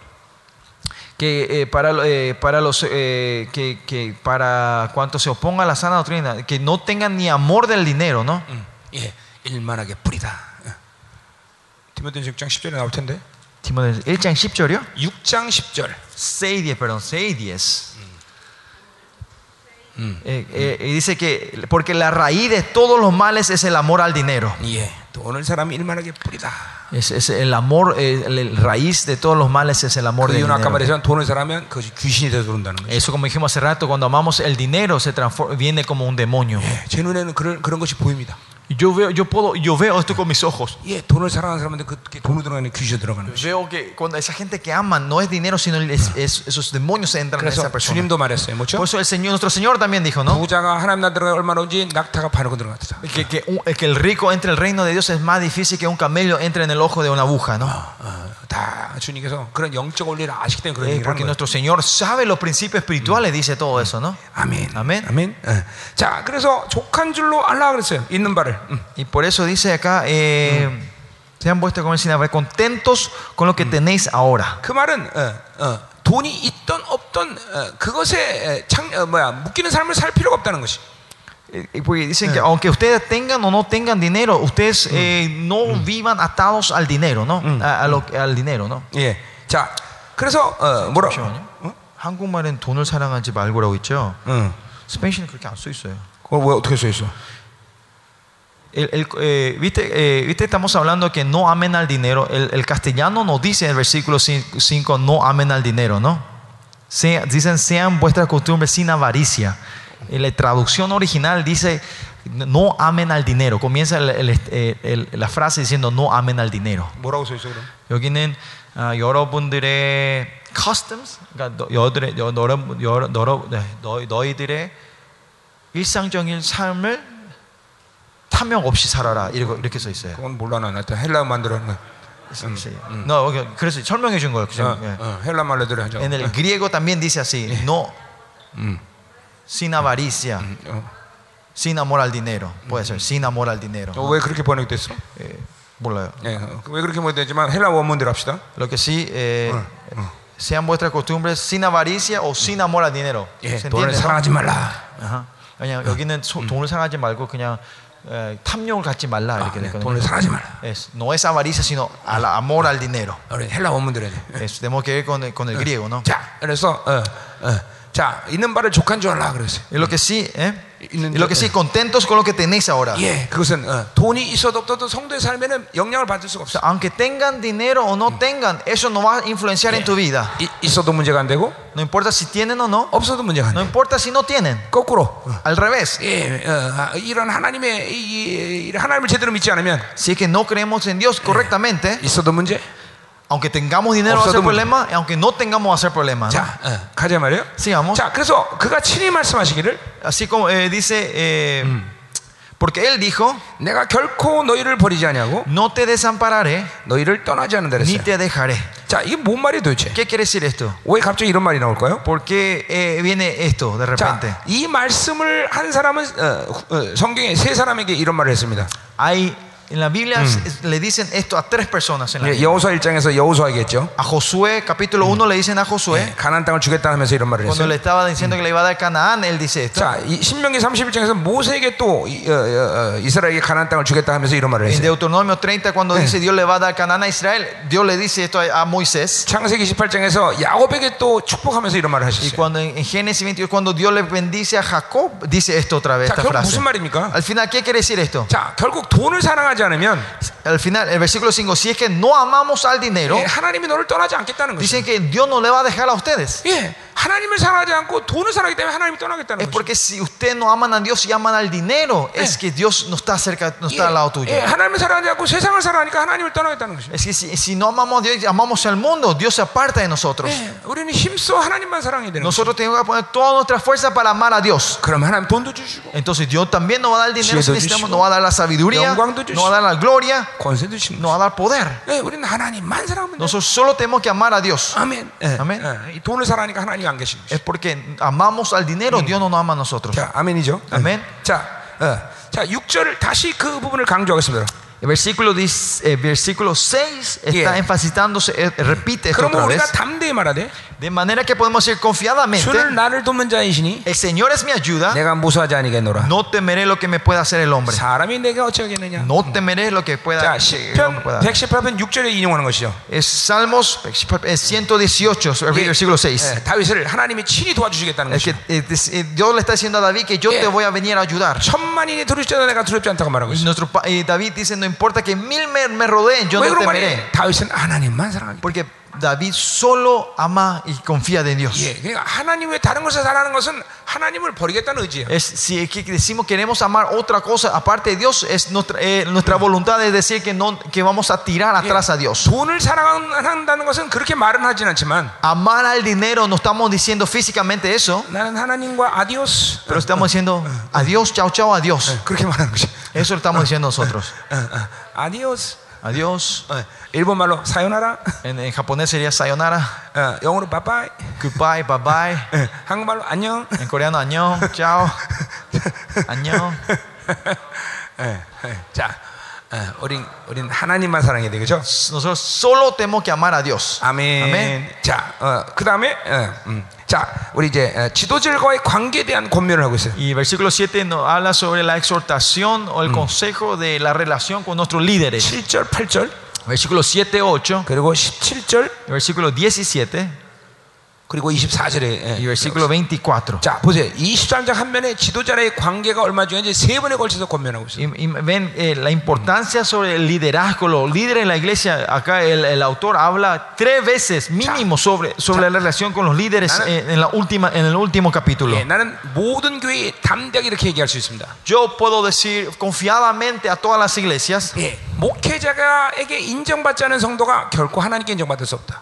que, eh, para, lo- eh, para los eh, que, que para cuanto se oponga a la sana doctrina, que no tengan ni amor del dinero, ¿no? Mm. 음, 예, 일만하게 뿌리다. 예. 디모데 6장 10절에 나올 텐데. 디모데전서 1장 10절이요? 6장 10절. 6, 10, perdón, 6, 10. Eh, eh, eh, dice que porque la raíz de todos los males es el amor al dinero. 예. 돈을 사람 일만하게 뿌리다. Es, es el amor, eh, el- el raíz de todos los males es el amor 그 del 이유는 아까 dinero. 말했지만 돈을 사랑하면 그것이 귀신이 돼서 그런다는 거예요. Eso como dijimos hace rato, cuando amamos el dinero se transforma, viene como un demonio. 예, 제 눈에는 그런 그런 것이 보입니다. Yo veo, yo puedo, yo veo esto con mis ojos. 예, 돈을 사랑하는 사람한테 그 그게 돈으로 들어가는 귀신이 들어가는 거죠. Veo que cuando esa gente que ama no es dinero, sino el- es- es- esos demonios entran en esa 그래서 persona. 주님도 말했어요, 뭐죠? Por eso el Señor, nuestro Señor también dijo, ¿no? 부자가 하나님 나라에 얼마나 온지 낙타가 바르고 들어갔다. Que, que un- que el rico entre el reino de Dios es más difícil que un camello entre en el ojo de una aguja, ¿no? 어, 다 주님께서 그런 영적 원리를 아시기 때문에 그런 Eh, 얘기를 하는 porque 거예요. nuestro Señor sabe los principios espirituales, dice todo eso, ¿no? 아멘. 아멘. 아멘. 예. 자, 그래서 족한 줄로 알라 그랬어요. 있는 바를. 음. Y por eso dice acá, eh, sean vuestros como el sin haber, contentos con lo que tenéis ahora. 그 말은 어, 어, 돈이 있던 없던 어, 그것에 에, 창, 어, 뭐야 묶이는 삶을 살 필요가 없다는 것이. Eh, y porque dicen que aunque ustedes tengan o no tengan dinero, ustedes eh, no vivan atados al dinero, ¿no? A- a lo- al dinero, ¿no? 예. 자, 그래서 어, 뭐라? 잠시만요. 한국말은 돈을 사랑하지 말고라고 있죠. 응. 스페인어는 그렇게 안 써 있어요. 그걸 왜 어떻게 써 있어? El- el- eh, viste, eh, viste, estamos hablando que no amen al dinero. El, el castellano nos dice en el versículo 5, no amen al dinero, ¿no? Sea- dicen, sean vuestras costumbres sin avaricia. En la traducción original dice, no amen al dinero. Comienza el- el- eh, el- la frase diciendo, no amen al dinero. 뭐라고 써 있어 그럼? 여기는 아, 여러분들의 customs, 그러니까 너, 여들의, 여, 너러, 여러, 너러, 네, 너, 너희들의 일상적인 삶을 탐욕 없이 살아라 이렇게, 이렇게 써 있어요. 그건 몰라 나 나한테 헬라 만들어 놓은 거야. No, okay, 그래서 설명해 준 거예요. 그 음. 어, 네. 어, 헬라 말로 들어 네. 하자. En el griego también dice así, no sin avaricia, 어. sin amor al dinero. Puede ser sin amor al dinero. 음. 어, 왜 그렇게 번역됐어? 예, 몰라요. 예, 어, 왜 그렇게 번역됐지만 헬라 원문대로 합시다. Lo que sí, eh, 어, sean vuestras costumbres sin avaricia o sin amor al dinero. 예, ¿Se 돈을 entiende, no? 사랑하지 말라. 아하. 그냥 여기는 소- 돈을 상하지 말고 그냥 에, 탐욕을 갖지 말라 아, 이렇게 네, 되거든요. 돈을 사랑하지 말라. Es- no es avaricia sino al amor al dinero. 우리 헬라 원문대로 해야 돼. 예. Es- tenemos que ver con, el- con el griego, ¿no? 자, 그래서 어, 어. 자, 있는 바를 족한 줄 알라 그랬어요. Y lo que sí, ¿eh? Y no Y lo que sí, contentos con lo que tenéis ahora. O 예, 그것은 어, 돈이 있어도 없어도 성도의 삶에는 영향을 받을 수가 없어. sea, aunque tengan dinero o no tengan, eso no va a influenciar en tu vida. 이, 있어도 문제가 안 되고 No importa si tienen o no, 없어도 문제가 안 no 돼. importa si no tienen. 거꾸로. 어. Al revés, 예, 어, 아, 이런 하나님의 이, 이, 이 하나님을 제대로 믿지 않으면 si es que no creemos en Dios correctamente, 있어도 문제. aunque tengamos dinero va a ser Observemos. problema, y aunque no tengamos va a ser problema. ¿no? 자, 어, 가자 말이요. Sigamos. 자, 그래서 그가 친히 말씀하시기를 Así como eh, dice, eh, porque él dijo, 내가 결코 너희를 버리지 아니하고 no te desampararé 너희를 떠나지 않는다 ni 그랬어요. te dejaré. 자, 이게 뭔 말이 도대체? ¿Qué quiere decir esto? 왜 갑자기 이런 말이 나올까요? ¿Por qué eh, viene esto de repente? 자, 이 말씀을 한 사람은 어, 후- 어, 성경에 세 사람에게 이런 말을 했습니다. Hay en la Biblia s- le dicen esto a tres personas en la Biblia. 예, 여호수아 1장에서 여호수아겠죠. 예, A Josué, capítulo 1 le dicen a Josué, 가나안 땅을 주겠다 하면서 이런 말을 cuando 했어요. le estaba diciendo que le iba a dar Canaán, él dice esto. 자, 이 신명기 31장에서 모세에게 또 이, 어, 어, 어, 이스라엘에게 가나안 땅을 주겠다 하면서 이런 말을 En 했어요. Deuteronomio 30, cuando dice Dios le va a dar Canaán a Israel, Dios le dice esto a a Moisés. 창세기 18장에서 야곱에게 또 축복하면서 이런 말을 Y 하셨어요. cuando en en Génesis 22, cuando Dios le bendice a Jacob, dice esto otra vez, 자, esta 결국 frase. 무슨 말입니까? Al final, ¿qué quiere decir esto? 자, 결국 돈을 사랑하지 않으면 Al final, el versículo 5, si es que no amamos al dinero, 예, 하나님이 너를 떠나지 않겠다는 거죠. dicen que Dios no le va a dejar a ustedes. 예, 하나님을 사랑하지 않고 돈을 사랑하기 때문에 하나님이 떠나겠다는 Es 거죠. porque si ustedes no aman a Dios y aman al dinero, es que Dios no está cerca, no está al lado tuyo. 예, 예, 하나님을 사랑하지 않고 세상을 사랑하니까 하나님을 떠나겠다는 거죠. Es que si, si no amamos a Dios y amamos al mundo, Dios se aparta de nosotros. 예, 우리는 힘써 하나님만 사랑해야 되는 거죠. Nosotros tenemos que poner toda nuestra fuerza para amar a Dios. 그럼 하나님 돈도 주시고 Entonces Dios también nos va a dar el dinero si Cielo necesitamos, justo. nos va a dar la sabiduría, Yongguangdo nos va a dar la gloria, 권세도 주시고 nos va a dar poder. 예, 우리는 하나님만 사랑하면 돼요. Nosotros solo tenemos que amar a Dios. 아멘. 예, 아멘. 예, 이 돈을 사랑하니까 하나님이 안 계시는 거죠. Es porque amamos al dinero, Dios no nos ama a nosotros. 자, 예. 아멘이죠. 아멘. 자, 어, 자, 6절을 다시 그 부분을 강조하겠습니다. El versículo, dis- eh, versículo 6 está Yeah. enfatizándose, eh, repite esto 그러면 otra 우리가 예, vez. 담대히 말하되 De manera que podemos decir confiadamente, 주는 나를 돕는 자이시니 el Señor es mi ayuda, 내가 무사하지 예. 아니겠노라. no temeré lo que me pueda hacer el hombre. 사람이 내게 어찌하겠느냐. No temeré lo que pueda 자, el 시편 hombre pueda. 118편 6절에 인용하는 것이죠. Es Salmos eh, 118, 예, versículo 6. 예, 다윗을 하나님이 친히 도와주시겠다는 Es que 것이죠. eh, des- eh, Dios le está diciendo a David que yo Yeah. te voy a venir a ayudar. 천만인이 두렵지도 내가 두렵지 않다고 말하고 Y 있어요. nuestro pa- eh, David dice, no importa que mil me, me rodeen, yo 왜 no 그런 temeré. 말이에요? 다윗은 하나님만 사랑하기. Porque David solo ama y confía de Dios. 예, 그러니까 하나님 외에 다른 것을 사랑하는 것은 하나님을 버리겠다는 의지예요. Es, si es que decimos queremos amar otra cosa aparte de Dios, es nuestra, eh, nuestra voluntad es decir que, no, que vamos a tirar atrás a Dios. 돈을 사랑한다는 것은 그렇게 말은 하진 않지만 Amar al dinero, no estamos diciendo físicamente eso, 나는 하나님과 아디오스 pero estamos diciendo adiós, chao, chao, adiós. 그렇게 말하는 거죠. Eso lo estamos diciendo nosotros. 어, 어, 아디오스 Adiós. 어, 일본말로 사요나라 En, en japonés sería sayonara. 어, 영어로 바이바이 Goodbye, bye bye. 어, 한국말로 안녕 En coreano, añón, chao. Añón. 예, 예. 자, 예, 우린 우린 하나님만 사랑해야 되겠죠? Nosotros solo tenemos que amar a Dios. 아멘. 아멘. 자, 어, 그 다음에, 자, 우리 이제 어, 지도자과의 관계에 대한 권면을 하고 있어요. Y versículo 7 nos habla sobre la exhortación o el consejo de la relación con nuestros líderes. 7절, 8절, Versículo 7, 8, 그리고 17절, versículo 17 그리고 24절에. 예. y versículo 24. 자, 보세요. 23장 한 면에 지도자의 관계가 얼마 중요한지 세 번에 걸쳐서 권면하고 있어요. Y, y ven eh, la importancia sobre el liderazgo, los líderes en la iglesia. Acá el, el autor habla tres veces mínimo sobre, sobre la relación con los líderes eh, en, la última, en el último capítulo. 예, 나는 모든 교회에 담대하게 이렇게 얘기할 수 있습니다. Yo puedo decir confiadamente a todas las iglesias 예, 목회자가에게 인정받지 않은 성도가 결코 하나님께 인정받을 수 없다.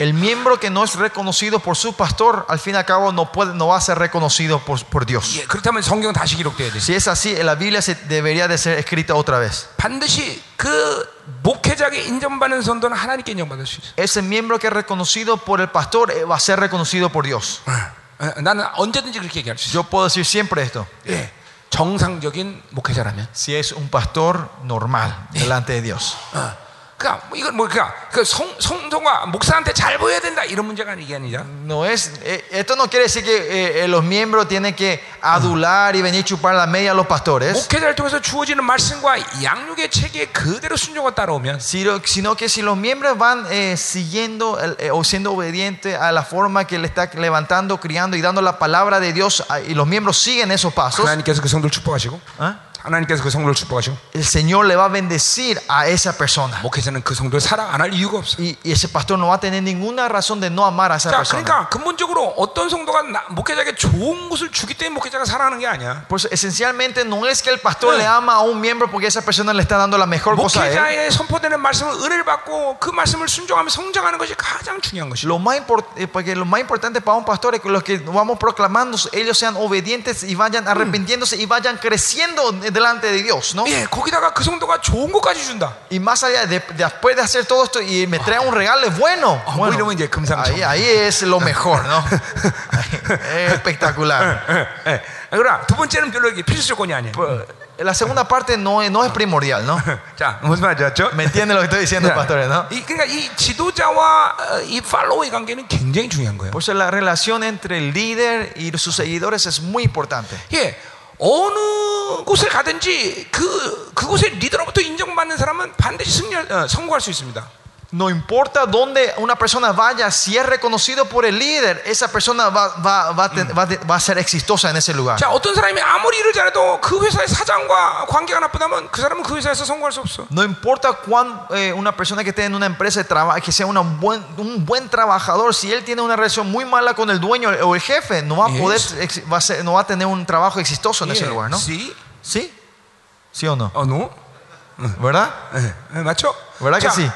El miembro que no es reconocido por su pastor, al fin y al cabo, no, puede, no va a ser reconocido por, por Dios. 예, 그렇다면 성경 다시 기록돼야 돼. Si es así, la Biblia se, debería de ser escrita otra vez. 반드시 그 목회자에게 인정받는 성도는 하나님께 인정받을 수 있어. Ese miembro que es reconocido por el pastor eh, va a ser reconocido por Dios. 어, 나는 언제든지 그렇게 얘기할 수 있어. Yo puedo decir siempre esto. 예. 정상적인 목회자라면. Si es un pastor normal delante de Dios. 어. 그러니까 뭐 이건 뭐 그러니까 그 성, 성도가 목사한테 잘 보여야 된다 이런 문제가 아니- 이게 아니라 No es, eh, esto no quiere decir que eh, eh, los miembros tienen que adular y venir a chupar la media a los pastores. 목회자를 통해서 주어지는 말씀과 양육의 체계에 그대로 순종하고 따라오면 sino sino que si los miembros van eh, siguiendo el- eh, o siendo obedientes a la forma que le está levantando, criando y dando la palabra de Dios ah, y los miembros siguen esos pasos, 하나님께서 그 성도를 축복하시고 ¿ah? 하나님께서 그 성도를 축복하시고 el Señor le va a bendecir a esa persona. 목회자는 그 성도를 사랑 안 할 이유가 없어. Y, y ese pastor no va a tener ninguna razón de no amar a esa 자, persona. 그러니까 근본적으로 어떤 성도가 나- 목회자에게 좋은 것을 주기 때문에 목회자가 사랑하는 게 아니야. Por eso, Pues esencialmente no es que el pastor Sí. le ama a un miembro porque esa persona le está dando la mejor cosa a él. 목회자의 선포되는 말씀을 은혜를 받고 그 말씀을 순종하며 성장하는 것이 가장 중요한 것이죠. Lo más, import- eh, porque lo más importante para un pastor es que los que vamos proclamando, ellos sean obedientes y vayan Mm. arrepintiéndose y vayan creciendo delante de Dios, ¿no? 예, 거기다가 그 성도가 좋은 것까지 준다. Y más allá, de- después de hacer todo esto y me trae un regalo, es bueno. Ah, Bueno, muy bien, bien, 금상첨. ahí, ahí es lo mejor, ¿no? Es espectacular. 예, 예. 그러나 두 번째는 별로 이게 필수 조건이 아니에요. La segunda parte no, es- no es primordial, ¿no? 자, 무슨 말인지 알죠? ¿Me entienden lo que estoy diciendo, pastores, no? 이, 그러니까 이 지도자와 어, 이 팔로우의 관계는 굉장히 중요한 거예요. Por eso la relación entre el líder y sus seguidores es muy importante. 예, 어느 곳에 가든지 그 그곳의 리더로부터 인정받는 사람은 반드시 승리 성공할 수 있습니다. No importa dónde una persona vaya, si es reconocido por el líder, esa persona va, va- va a ten- va a ten- va a ser exitosa en ese lugar. 자, 어떤 사람이 아무리 일을 잘해도 그 회사의 사장과 관계가 나쁘다면 그 사람은 그 회사에서 성공할 수 없어. No importa cuán eh, una persona que esté en una empresa de trabajo, que sea una buen- un buen trabajador, si él tiene una relación muy mala con el dueño o el jefe, no va a Yes. poder, ex- va a ser- no va a tener un trabajo exitoso en ese lugar, ¿no? 시, ¿Sí? ¿Sí o no? 예, 어, 노, ¿Verdad? 예, 예, 맞죠? ¿Verdad que 자, sí?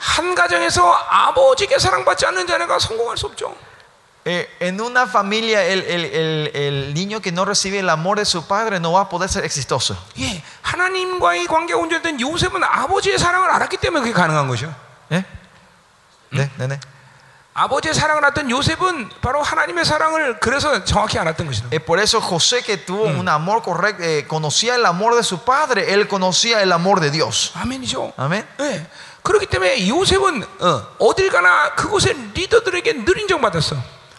한 가정에서 아버지께 사랑받지 않는 자녀가 성공할 수 없죠. Eh, en una familia, el, el- el- el niño que no recibe el amor de su padre no va a poder ser exitoso. 예, 하나님과의 관계가 온전된 요셉은 아버지의 사랑을 알았기 때문에 그게 가능한 거죠. ¿Eh? ¿De- de- de? 아버지의 사랑을 알았던 요셉은 바로 하나님의 사랑을 그래서 정확히 알았던 것이죠. Es Eh, por eso José que tuvo un amor correcto, eh, conocía el amor de su padre, él conocía el amor de Dios. 아멘이죠. Amén. 예. 그렇기 때문에 요셉은 어, 딜 가나 그곳의 리더들에게 늘 인정받았어.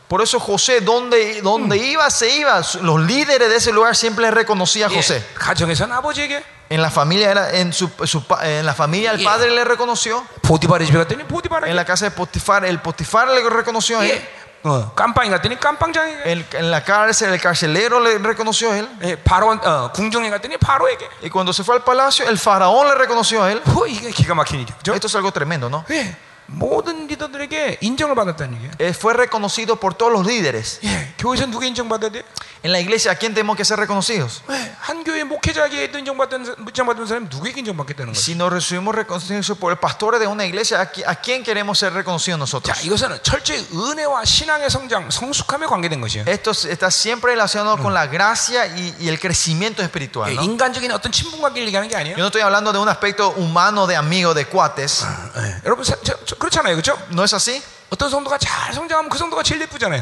Por eso José, donde, donde iba, se iba. Los líderes de ese lugar siempre le reconocía a 예, José. 가정에서는 아버지에게 En la familia, era, en, su, su pa- en la familia el Yeah. padre le reconoció. 보디바리 집에 갔더니 보디바라. En la casa de Potifar, el Potifar le reconoció a él. 예. 어, 깜빵이 갔더니 깜빵장에게. En, en la cárcel, el carcelero le reconoció a él. 예, 바로 어, 궁정에 갔더니 바로에게. Y cuando se fue al palacio, el faraón le reconoció a él. 어, 이게 기가 막힌 일이죠. 그죠? Esto es algo tremendo, ¿no? 예. 모든 리더들에게 인정을 받았다는 얘기예요. Eh, fue reconocido por todos los líderes. 예. 교회에서 누구 인정받아야 돼? En la iglesia, ¿a quién tenemos que ser reconocidos? 예. 한 교회 목회자에게도 인정받은 사- 인정받은 사람이 누구에게 인정받겠다는 거예요? Si nos recibimos reconocidos por el pastor de una iglesia, ¿a qui- a quién queremos ser reconocidos 자, nosotros? 이것은 철저히 은혜와 신앙의 성장, 성숙함에 관계된 것이에요. 예, Esto s- está siempre relacionado con la gracia y, y el crecimiento 예, espiritual. ¿no? 인간적인 어떤 친분 관계를 얘기하는 게 Yo 아니에요. no estoy hablando de un aspecto humano de amigo, de cuates. 예. 여러분 사- 저- 저- 그렇잖아요, 그렇죠? ¿No es así? 어떤 성도가 잘 성장하면 그 성도가 제일 예쁘잖아요.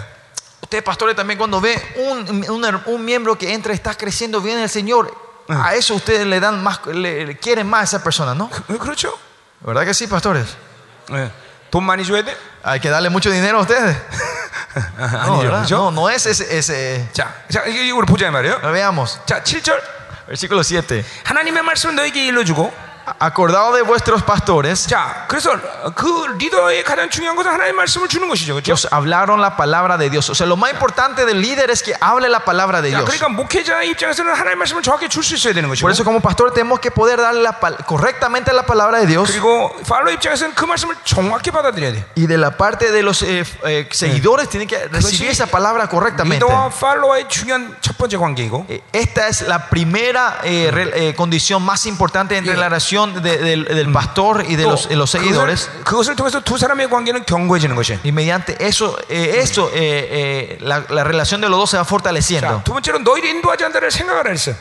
Ustedes, pastores, también cuando ve un, un her- un miembro que entra y está creciendo bien en el Señor, a eso ustedes le dan más, le, le quieren más a esa persona, ¿no? 그, 예, 그렇죠? ¿Verdad que sí, pastores? 예. 돈 많이 줘야 돼? Hay que darle mucho dinero a ustedes. No, 아니죠, ¿verdad? 그렇죠? no, no es ese. ese- 자, 자 이게 이거 우리 보자 이 말이에요. Ahora Veamos, 자, 7절 versículo 7. 하나님의 말씀을 너에게 일러주고 Acordado de vuestros pastores, 자, 그래서 그 리더의 가장 중요한 것은 하나님의 말씀을 주는 것이죠. que 그렇죠? os hablaron la palabra de Dios. O sea, lo más importante del líder es que hable la palabra de 자, Dios. 그러니까 목회자의 입장에서는 하나님의 말씀을 정확히 줄 수 있어야 되는 것이고 Por eso, como pastor, tenemos que poder darle la pal- correctamente la palabra de Dios. 그리고 팔로 입장에서는 그 말씀을 정확히 받아들여야 돼. Y de la parte de los eh, eh, seguidores, tienen que recibir esa palabra correctamente. 리더와 팔로와의 중요한 첫 번째 관계이고 Eh, Esta es la primera eh, re- eh, condición más importante entre Yeah. la relación de- del, del pastor y de 또 los, eh, los seguidores. 그것을, 그것을 통해서 두 사람의 관계는 견고해지는 것이. Y mediante eso, eh, eso eh, eh, la, la relación de los dos se va fortaleciendo. 자, 두 번째로 너희를 인도하지 않다를 생각하라 했어.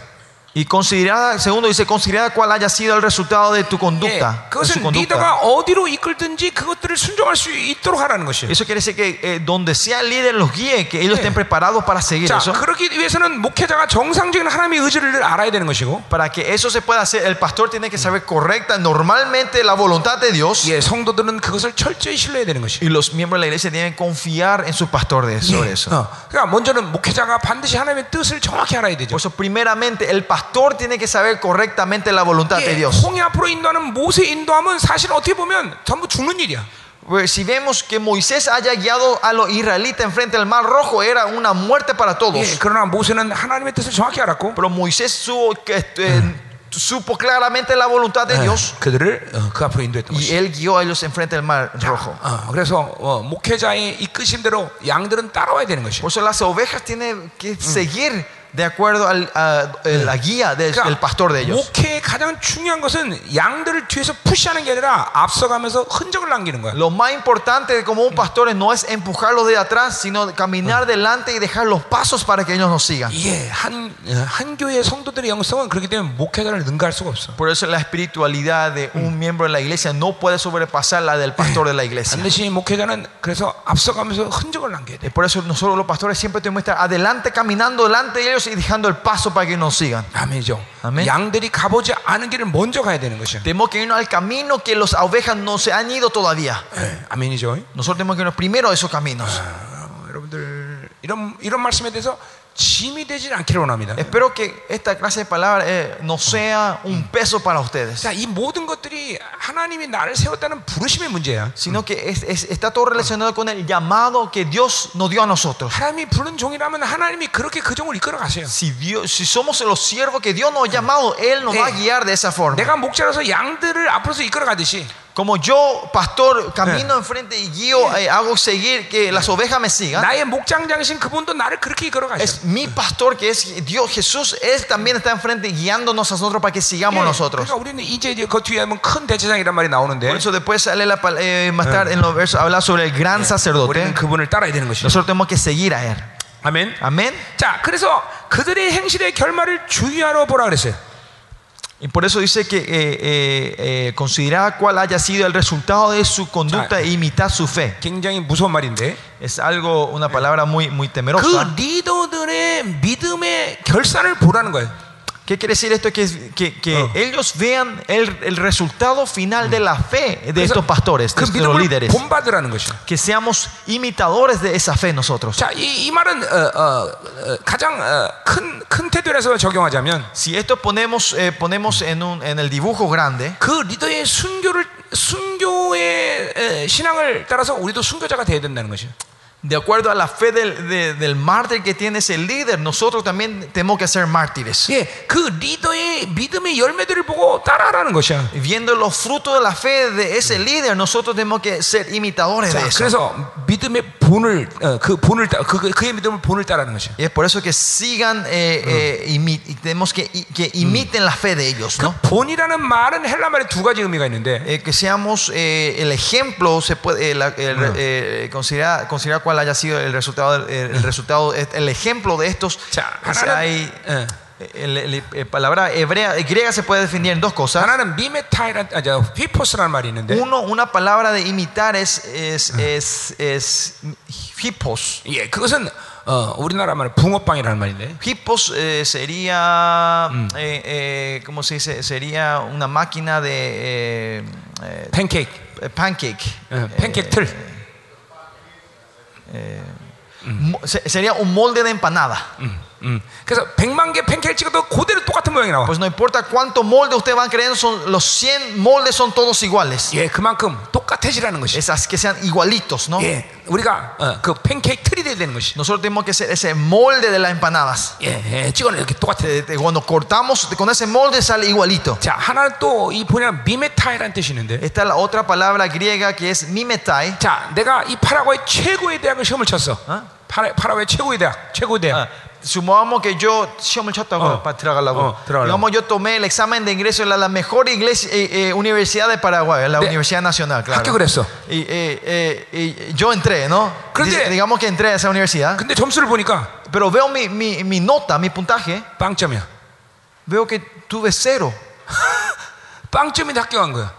Y considerada, segundo dice, considerada cuál haya sido el resultado de tu 예, conducta. de 그것은 su conducta. 리더가 어디로 이끌든지 그것들을 순종할 수 있도록 하라는 것이. Eso quiere decir que eh, donde sea el líder los guíe, que ellos Yeah. estén preparados para seguir 자, eso. 그러기 위해서는 목회자가 정상적인 하나님의 의지를 늘 알아야 되는 것이고, Para que eso se pueda hacer, el pastor tiene que saber correcta, normalmente la voluntad de Dios. 예, 성도들은 그것을 철저히 신뢰해야 되는 것이. Y los miembros de la iglesia tienen que confiar en su pastor de sobre eso. 어, 그러니까 먼저는 목회자가 반드시 하나님의 뜻을 정확히 알아야 되죠. Por eso, primeramente, el pastor tiene que saber correctamente la voluntad de 예, Dios. 홍해 앞으로 인도하는 모세 인도함은 사실 어떻게 보면 전부 죽는 일이야. Pues, Si vemos que Moisés haya guiado a los israelitas enfrente del mar rojo, era una muerte para 예, todos. 그러나 모세는 하나님의 뜻을 정확히 알았고 Pero Moisés supo, que, eh, supo claramente la voluntad Ah. de Dios 예, 그들을 어, 그 앞으로 인도했던 y 것이. él guió a ellos enfrente del mar rojo. 어, 그래서 어, 목회자의 이끄심대로 양들은 따라와야 되는 것이. Por eso las ovejas tienen que seguir de acuerdo al- a, a la guía del, del pastor de ellos. 그러니까 목회의 가장 중요한 것은 양들을 뒤에서 푸시하는 게 아니라 앞서가면서 흔적을 남기는 거야. Lo más importante como un pastor no es empujarlos de atrás, sino caminar delante y dejar los pasos para que ellos nos sigan. 예, 한, 어, 한 교회의 성도들의 영성은 그렇기 때문에 목회자를 능가할 수가 없어. Por eso la espiritualidad de un miembro de la iglesia no puede sobrepasar la del pastor de la iglesia. 반드시 목회자는 그래서 앞서가면서 흔적을 남겨야 돼. Es por eso nosotros los pastores siempre tenemos que estar adelante, caminando delante de ellos y dejando el paso para que nos sigan. 아멘이죠. 아멘. 네. 양들이 가보지 않은 길을 먼저 가야 되는 것이야. Tenemos que irnos al camino que las ovejas no se han ido todavía. 예, 아멘이죠. Nosotros tenemos que irnos primero a esos caminos. 어, 여러분들 이런 이런 말씀에 대해서 짐이 되질 않기를 원합니다. Espero que esta clase de palabras eh, no sea un peso para ustedes, 자, 이 모든 것들이 하나님이 나를 세웠다는 부르심의 문제야. sino que es- es- está todo relacionado con el llamado que Dios nos dio a nosotros. 하나님이 부른 종이라면 하나님이 그렇게 그 종을 이끌어 가세요. Si, Dios, si somos los siervos que Dios nos ha llamado, Él nos va a guiar de esa forma. 내가 목자로서 양들을 앞으로서 이끌어 가듯이 Como yo, pastor, camino enfrente y guío, eh, hago seguir que las ovejas me sigan. 나의 목장장신 그분도 나를 그렇게 이끌어 가세요. Es mi pastor que es Dios, Jesús, Él también está enfrente guiándonos a nosotros para que sigamos nosotros. 그러니까 우리는 이제 이제 그 뒤에 하면 큰 대제사장이란 말이 나오는데 Por eso después sale la, pal- eh, más tarde en los versos habla sobre el gran 우리는 sacerdote. 그분을 따라야 되는 것이죠. Nosotros tenemos que seguir a Él. 아멘. Amén. 자, 그래서 그들의 행실의 결말을 주의하러 보라 그랬어요. Y por eso dice que eh, eh, eh, consideraba cuál haya sido el resultado de su conducta e imitar su fe. 굉장히 무서운 말인데 Es algo, una palabra muy, muy 그 temerosa. 리더들의 믿음의 결산을 보라는 거예요. ¿Qué quiere decir esto? Que, que, que ellos vean el, el resultado final de la fe de estos pastores, 그 de estos 믿음을 líderes. 본받으라는 것이죠. Que seamos imitadores de esa fe nosotros. 자, 이, 이 말은 어, 어, 어, 가장 어, 큰, 큰 태도에서 적용하자면 Si esto ponemos, eh, ponemos en, un, en el dibujo grande, 그 리더의 순교를 순교의 에, 신앙을 따라서 우리도 순교자가 돼야 된다는 것이죠. de acuerdo a la fe del, de- del mártir que tiene ese líder, nosotros también tenemos que ser mártires. 예, 그 리더의 믿음의 열매들을 보고 따라하라는 것이야. Y Viendo los frutos de la fe de ese líder, nosotros tenemos que ser imitadores 자, de eso. 그래서 믿음의 본을 어, 그 본을 따, 그, 그- 그의 믿음을 본을 따라하는 것이야. Y es por eso que sigan, eh, eh, imi- y tenemos que, i- que imiten la fe de ellos, ¿no? 본이라는 말은 헬라 말에 두 가지 의미가 있는데 Eh, que seamos eh, el ejemplo, se puede eh, la- el re- eh, considerar, considerar cuál haya sido el resultado, del- el, el resultado, eh, el ejemplo de estos. 자, es- hay, 하나는 예, el- el- el- palabra hebrea, eh, griega se puede definir en dos cosas. 하나는 미메타이란 아, 저, 휘포스라는 말이 있는데 Uno, una palabra de imitar es, es, es, es hippos. 예, 그것은 어, 우리나라 말은 붕어빵이라는 말인데 Hippos eh, sería, eh, eh, ¿cómo se dice? Sería una máquina de eh, eh, 팬케이크, pancake. Eh, 예, 네. 팬케이크 틀. Mo- se- Sería un molde de empanada. 음. 그래서 100만 개 팬케이크 찍어도 그대로 똑같은 모양이 나와. Pues no importa cuántos moldes ustedes van creyendo, son, los 100 moldes son todos iguales. 예, 그만큼 똑같아지라는 것이. Esas que sean igualitos, ¿no? 예, 우리가 어, 그 팬케이크 틀이 돼야 되는 것이. Nosotros tenemos que ser ese molde de las empanadas. 예, 예 찍어내 이렇게 똑같아. Eh, eh, Cuando cortamos con ese molde sale igualito. 자, 하나는 또 이 보면 미메타이라는 뜻이 있는데. Está la otra palabra griega que es mimetai. 자, 내가 이 파라과이 최고의 대학을 시험을 쳤어. 어, 어? 파라, 파라과이 최고의 대학, 최고의 대학. Ah, Oh. Supongamos que yo, 시험을 쳤다고, 어. para 들어가려고. 어, 들어가려고. Digamos, yo tomé el examen de ingreso en la, la mejor iglesia, eh, eh, universidad de Ah, Paraguay, la 네. Universidad Nacional, claro. 합격을 했어. Y, eh, eh, y yo entré, ¿no? 그런데- Dice- digamos que entré a esa universidad, 근데 점수를 보니까 pero veo mi, mi, mi nota, mi puntaje, 빵점이야. veo que tuve cero. 빵점인데 합격한 거야.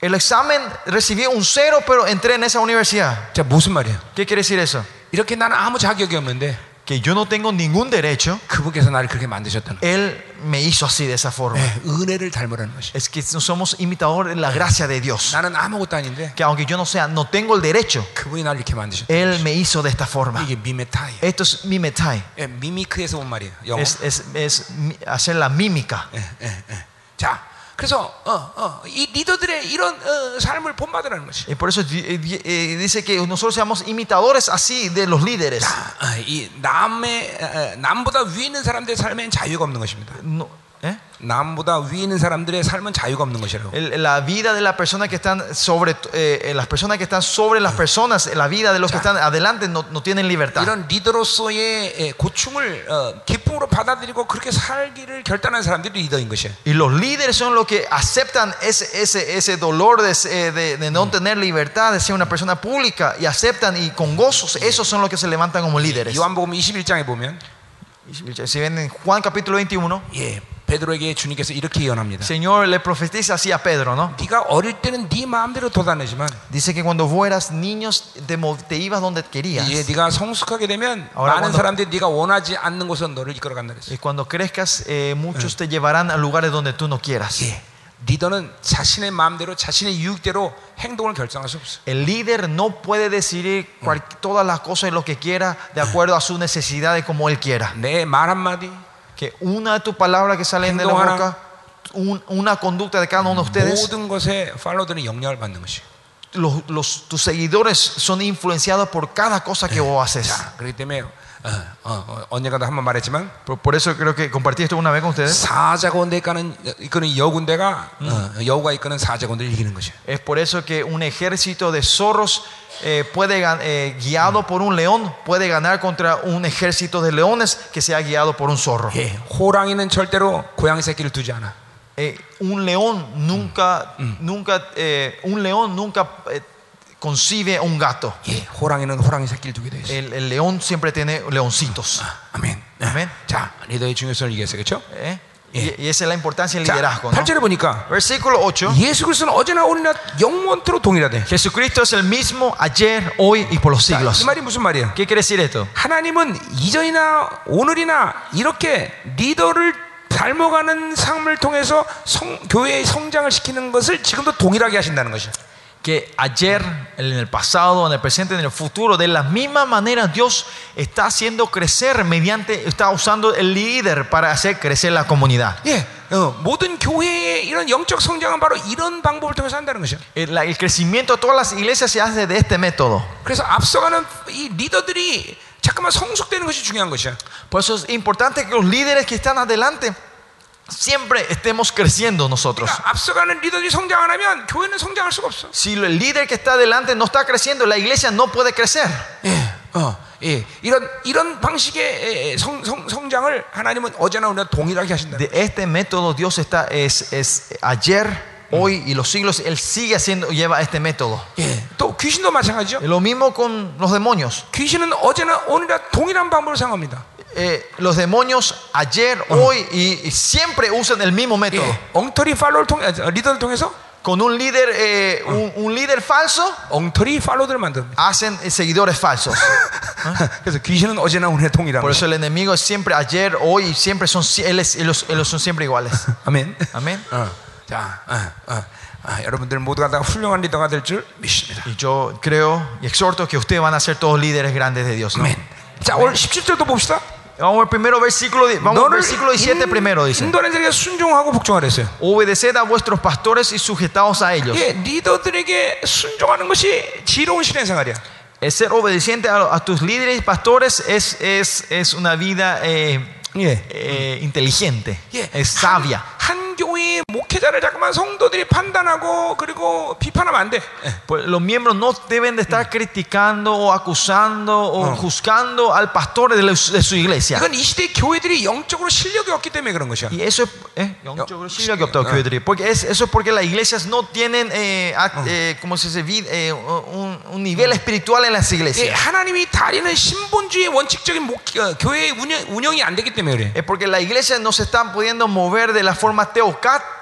El examen recibí un cero, pero entré en esa universidad. 자, 무슨 말이야? ¿Qué quiere decir eso? 이렇게 나는 아무 자격이 없는데 Que yo no tengo ningún derecho. 그분께서 나를 그렇게 만드셨다는 거야. Él me hizo así de esa forma. 예, 은혜를 닮으라는 것이. Es que no somos imitadores de la gracia de Dios. 나는 아무것도 아닌데 Que aunque yo no sea, no tengo el derecho. 그분이 나를 이렇게 만드셨다. Él me hizo de esta forma. 이게 미메타이에요. Esto es mimetai. 예, 미미크에서 온 말이에요. 영어. 예, Es, es, es mi- hacer la mímica. Eh. 자, 그래서 어, 어, 이 리더들의 이런 어, 삶을 본받으라는 것이. Y por eso di- eh, di- eh, dice que nosotros seamos imitadores así de los líderes. 아, 이 남의 어, 어, 남보다 위에 있는 사람들의 삶엔 자유가 없는 것입니다. No, ¿eh? 남보다 위에 있는 사람들의 삶은 자유가 없는 것이라고. El- la vida de las personas que están sobre eh, eh, las personas que están sobre las personas, la vida de los que están adelante no, no tienen libertad. 이런 리더로서의 예, 고충을 어, 기쁨으로 받아들이고 그렇게 살기를 결단한 사람들이 리더인 것이에요. Y los líderes son los que aceptan ese, ese, ese dolor de, eh, de- de no tener libertad, de ser una persona pública, y aceptan y con gozos, esos son los que se levantan como líderes. 요한복음 21장에 보면 Si ven en Juan capítulo 21, 예, 베드로에게 주님께서 이렇게 예언합니다. el Señor le profetiza así a Pedro, ¿no? 네가 어릴 때는 네 마음대로 돌아다니지만 Dice que cuando vos eras niños te, mo- te ibas donde querías. 예, 네가 성숙하게 되면 어라, 많은 어라. 사람들이 네가 원하지 않는 곳으로 너를 이끌어간다 그랬어요. Y cuando crezcas, eh, muchos te llevarán a lugares donde tú no quieras. 예, 리더는 자신의 마음대로 자신의 유익대로 행동을 결정할 수 없어. El líder no puede decidir cual- todas las cosas y lo que quiera de acuerdo a sus necesidades como él quiera. 내 말 한마디, Que una de tus palabras que salen de la 행동 하나. boca, un- una conducta de cada uno de 네. ustedes, 모든 것에 팔로들은 영향을 받는 것이. los, los- tus seguidores son influenciados por cada cosa que vos haces. 자, 그렇기 때문에 어, 어, 어, 언젠가도 한번 말했지만 Por, por eso creo que compartí esto una vez con ustedes. 사자곤대 이끄는 이끄는 여군대가 어, 여우가 이끄는 사자곤대를 이기는 것이. Es por eso que un ejército de zorros eh, puede gan- eh, guiado por un león puede ganar contra un ejército de leones que sea guiado por un zorro. 예, 호랑이는 절대로 고양이 새끼를 두지 않아. Eh, un león nunca, nunca, eh, un león nunca eh, concibe un gato. 예, 호랑이는 호랑이 새끼를 두게 돼 있어. El, el Ah. león siempre tiene leoncitos. 예. 아멘. 아멘. 자, 리더의 중요성을 얘기했어요, 그렇죠? ¿Eh? Y, y esa es la importancia del 자, liderazgo. ¿no? 8절에 보니까 Versículo 8. 예, 예수 예, 그리스도는 어제나 오늘이나 영원토록 동일하대. 자, Jesucristo es el mismo ayer, hoy y por los 이 siglos. 말이 무슨 말이에요? ¿Qué quiere decir esto? 하나님은 이전이나 오늘이나 이렇게 리더를 닮아가는 삶을 통해서 성- 교회의 성장을 시키는 것을 지금도 동일하게 ha신다는 것이죠. Que ayer, en el pasado, en el presente, en el futuro, de la misma manera Dios está haciendo crecer mediante, está usando el líder para hacer crecer la comunidad. 예, 어, 모든 교회의 이런 영적 성장은 바로 이런 방법을 통해서 한다는 것이죠. El, la- el crecimiento de todas las iglesias se hace de este método. 그래서 앞서가는 이 리더들이 잠깐만 성숙되는 것이 중요한 그러니까 것이야. Por eso es importante que los líderes que están adelante siempre estemos creciendo nosotros. 그러니까 앞서가는 리더들이 성장 안 하면 교회는 성장할 수가 없어. Si el líder que está adelante no está creciendo, la iglesia no puede crecer. 예, 어, 예, 이런 이런 방식의 예, 예, 성, 성, 성장을 하나님은 어제나 오늘이나 동일하게 하신다. De este método Dios está es, es ayer, hoy y los siglos él sigue haciendo lleva este método. 예, 또 귀신도 마찬가지죠. Lo mismo con los demonios. 귀신은 어제나 오늘이나 동일한 방법을 사용합니다. Eh, los demonios ayer, hoy y, y siempre usan el mismo método. 예, 엉터리 팔로를 통해 어, 리더를 통해서 Con un líder eh, un, un líder falso 엉터리 팔로들을 만듭니다. hacen eh, seguidores falsos. 그래서 귀신은 어제나 오늘이나 동일한 Por 거예요. eso el enemigo es siempre ayer, hoy y siempre son si- él es- ellos, ellos son siempre iguales. 아멘. Amén. 어, 자, 어, 어, 아, 여러분들 모두가 다 훌륭한 리더가 될 줄 믿습니다. Y yo creo y exhorto que ustedes van a ser todos líderes grandes de Dios. ¿no? 아멘. 자, 오늘 17절도 봅시다. Vamos al primero versículo, di- vamos al 너를 versículo 17 primero dice. 인도하는 자에게 순종하고 복종하랬어요. Obedeced a vuestros pastores y sujetaos a ellos. 예, 리더들에게 순종하는 것이 지혜로운 신앙생활이야. El ser obediente a, a tus líderes y pastores es, es, es una vida eh, 예. eh, inteligente, 예, es sabia. 한, 한 교회의 목회자를 자꾸만 성도들이 판단하고 그리고 비판하면 안 돼. 예. Pues los miembros no deben de estar criticando o acusando o juzgando al pastor de, la- de su iglesia. 이건 이 시대 교회들이 영적으로 실력이 없기 때문에 그런 것이야. Y eso es, eh, porque es- eso es porque las iglesias no tienen, eh, act- eh, ¿cómo se dice? Vid- eh, un, un nivel espiritual en las 예, iglesias. 하나님이 다리는 신본주의 원칙적인 목, 어, 교회의 운영, 운영이 안 되기 때문에 그래. Es porque las iglesias no se están pudiendo mover de la forma teoca-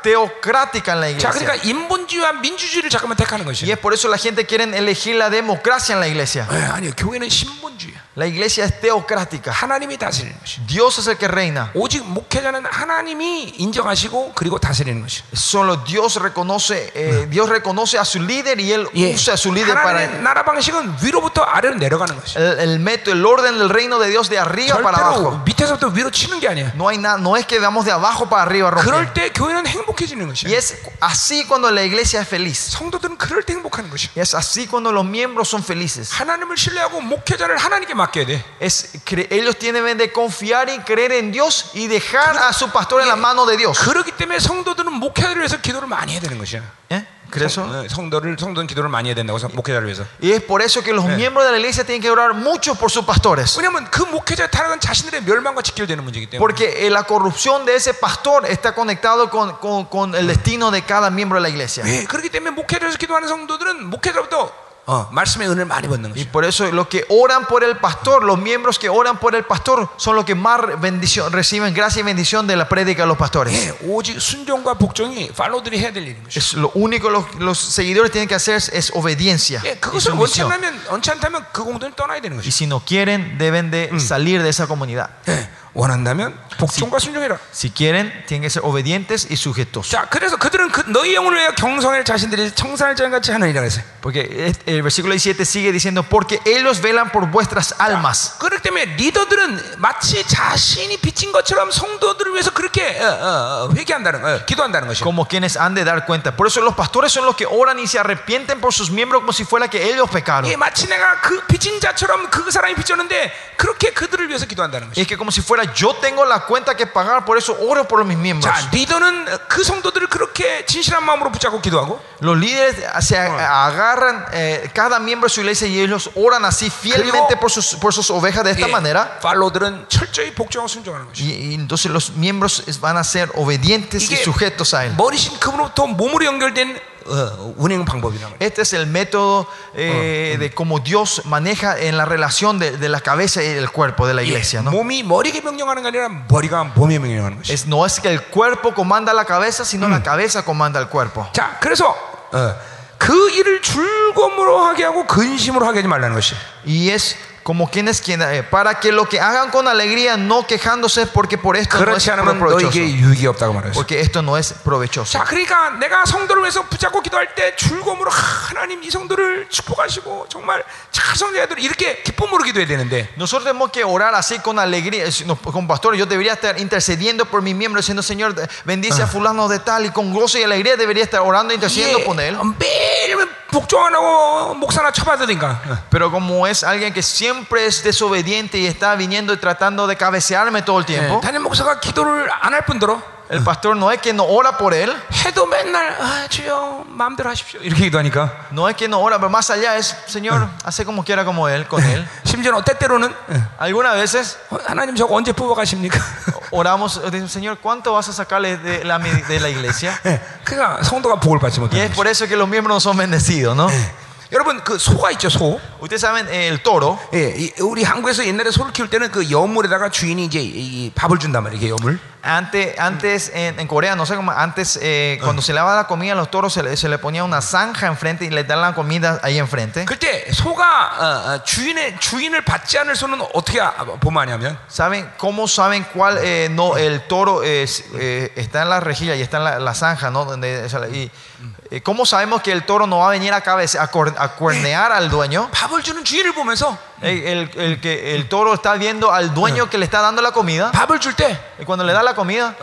teocrática en la 자, iglesia. 그러니까 인본주의와 민주주의를 잠깐만 택하는 Y 것이야. es por eso la gente quiere elegir la democracia en la iglesia. 예, 아니요, 교회는 신본주의야. La iglesia es teocrática. 하나님이 다스리는 것이야. Dios es el que reina. 오직 목회자는 하나님이 인정하시고 그리고 다스리는 것이야. Solo Dios reconoce, eh, Dios reconoce a su líder y él 예. usa a su líder 하나님의 para 나라 방식은 위로부터 아래로 내려가는 것이야. el, el método, el orden del reino de Dios de arriba para 절대로 abajo. 밑에서부터 위로 치는 게 아니야. No hay nada, no es que vamos de abajo para arriba a 그럴 romper. 때 교회는 행복해지는 Y 것이야. es así cuando la iglesia es feliz. 성도들은 그럴 때 행복한 것이야. Y es así cuando los miembros son felices. 하나님을 신뢰하고 목회자를 하나님께 맡겨야 돼. Es, cre- ellos tienen de confiar y creer en Dios y dejar a su pastor en la mano de Dios. 그렇기 때문에 성도들은 목회자를 위해서 기도를 많이 해야 되는 것이야. ¿Eh? ¿Crees? 성, 어, 성도를 성도는 기도를 많이 해야 된다고 성- 목회자를 위해서. Y es por eso que los miembros de la iglesia tienen que orar mucho por sus pastores. 왜냐하면 그 목회자의 타락은 자신들의 멸망과 직결되는 문제이기 때문에. Porque eh, la corrupción de ese pastor está conectado con, con- con el destino de cada miembro de la iglesia. 예, 그렇기 때문에 목회자에서 기도하는 성도들은 목회자부터 어, 말씀의 은혜를 많이 받는 Y 것이야. por eso los que oran por el pastor, los miembros que oran por el pastor, son los que más bendición, reciben gracia y bendición de la prédica de los 예, pastores. 오직 순종과 복종이 팔로들이 해야 될 일인 것이야. Es lo único los, los seguidores tienen que hacer es, es obediencia. 예, y 그것을 원치 sumisión. 않으면 원치 않다면 그 공동을 떠나야 되는 Y 것이죠. si no quieren, deben de salir de esa comunidad. 예, 원한다면 복종과 순종해라. Si quieren, tienen que ser obedientes y sujetos. 자, 그래서 그들은 그 너희 영혼을 위하여 경성을 자신들이 청산할자인 같이 하느니라 그랬어요. Porque es- el versículo 17 sigue diciendo, porque ellos velan por vuestras almas. 그렇기 때문에 리더들은 마치 자신이 빚진 것처럼 성도들을 위해서 그렇게 어, 어, 어, 회개한다는 거, 어, 기도한다는 것이죠. Como quienes han de dar cuenta. Por eso los pastores son los que oran y se arrepienten por sus miembros como si fuera que ellos pecaron. 예, 마치 내가 그 빚진 자처럼 그 사람이 빚졌는데 그렇게 그들을 위해서 기도한다는 Y 것이죠. es que como si fuera yo tengo la cuenta que pagar, por eso oro por mis miembros. 자, 리더는 그 성도들을 그렇게 진실한 마음으로 붙잡고 기도하고 Los líderes se a- agarran eh, cada miembro de su iglesia y ellos oran así fielmente por sus, por sus ovejas de esta manera. 예, 팔로들은 철저히 복종하고 순종하는 것이죠. Y, y entonces los miembros es- van a ser obedientes y 이게 sujetos a él. 머리신 그분으로부터 몸으로 연결된 어, 운행 방법이란 말이에요. Este es el método eh, de cómo Dios maneja en la relación de, de la cabeza y el cuerpo de la iglesia. ¿no? 예, 몸이 머리에게 명령하는 게 아니라 머리가 몸에 명령하는 것이. Es, no es que el cuerpo comanda la cabeza, sino la cabeza comanda el cuerpo. 자, 그래서 어, 그 일을 즐거움으로 하게 하고 근심으로 하게 하지 말라는 것이. Y es como quien es quien, eh, para que lo que hagan con alegría, no quejándose, porque por esto no es 그렇지 않으면 provechoso. 너에게 유익이 없다고 말했어. Porque esto no es provechoso. 자, 그러니까 내가 성도를 위해서 붙잡고 기도할 때 즐거움으로 하나님 이 성도를 축복하시고 정말 차성자들 이렇게 기쁨으로 기도해야 되는데 Nosotros tenemos que orar así con alegría. Es- no, Con pastor, yo debería estar intercediendo por mi miembro, diciendo, Señor, bendice a fulano de tal, y con gozo y alegría debería estar orando e intercediendo 이게 어, por él. 매일 복종 안 하고 목사나 어. 쳐받으니까 Pero como es alguien que siempre es desobediente y está viniendo y tratando de cabecearme todo el tiempo, 단임 어? 목사가 기도를 안 할 뿐더러 el pastor no es que no ora por él, 해도 맨날 아, 주여 마음대로 하십시오 이렇게 기도하니까 no es que no ora, pero más allá es, Señor, hace como quiera como él, con él. 심지어는 어때 때로는 Algunas veces 어, 하나님 저거 언제 뽑아가십니까? oramos, decimos, Señor, ¿cuánto vas a sacarle de la, mi- de la iglesia? 예, 그러니까 성도가 복을 받지 Y 못해 es por eso que los miembros no son bendecidos, ¿no? 예, 여러분 그 소가 있죠 소 Ustedes saben, eh, el toro, 예, 이- 우리 한국에서 옛날에 소를 키울 때는 그 여물에다가 주인이 이제 이 밥을 준단 말이에요. 이게 여물. antes, antes en, en Corea, no sé cómo, antes eh, cuando se le daba la comida a los toros, se le, se le ponía una zanja enfrente y le daban la comida ahí enfrente. 그때 소가 어, 어, 주인의 주인을 받지 않을 소는 어떻게 아- 보마냐면 ¿Saben cómo saben cuál eh, no el toro es, eh, está en la rejilla y está en la, la zanja, ¿no? Donde- o sea, y, eh, ¿Cómo sabemos que el toro no va a venir a cabeza a, cuer- a cuernear al dueño? 밥을 주는 주인을 보면서 El, el- el que el toro está viendo al dueño que le está dando la comida 밥을 줄때 y cuando le da la comida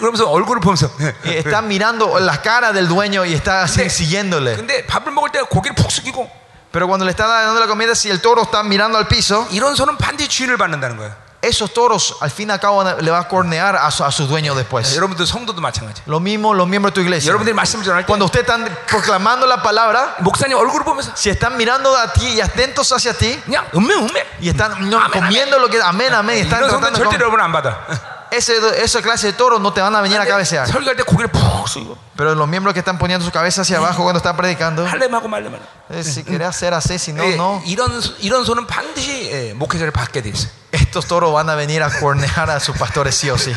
그러면서 얼굴을 보면서 예. eh, está mirando la cara del dueño y está así Sí. siguiéndole. 근데 밥을 먹을 때 고개를 푹 숙이고 Pero cuando le está dando la comida, si el toro está mirando al piso, 이런 소는 반드시 주인을 받는다는 거예요. esos toros al fin y al cabo le va a cornear a su, a su dueño después. 예, 여러분들 성도도 마찬가지. Lo mismo los miembros de tu iglesia. 여러분들이 말씀 전할 때 Cuando usted están proclamando la palabra, 목사님 얼굴을 보면서 si están mirando a ti y atentos hacia ti, 그냥 음메 음메 y están no, Amén, amén. comiendo lo que amén, amén, y están 이런 성도는 tratando 절대 con- 여러분 안 받아. ese, esa clase de toros no te van a venir a cabecear. 설교할 때 고개를 푹 숙이고 Pero los miembros que están poniendo su cabeza hacia abajo cuando están predicando, 할렘하고 말렘하고. eh, si querés hacer así, si no, 예, no, 이런 소- 이런 소는 반드시 예, 목회자를 받게 돼 있어. estos toros van a venir a cornear a sus pastores sí o sí.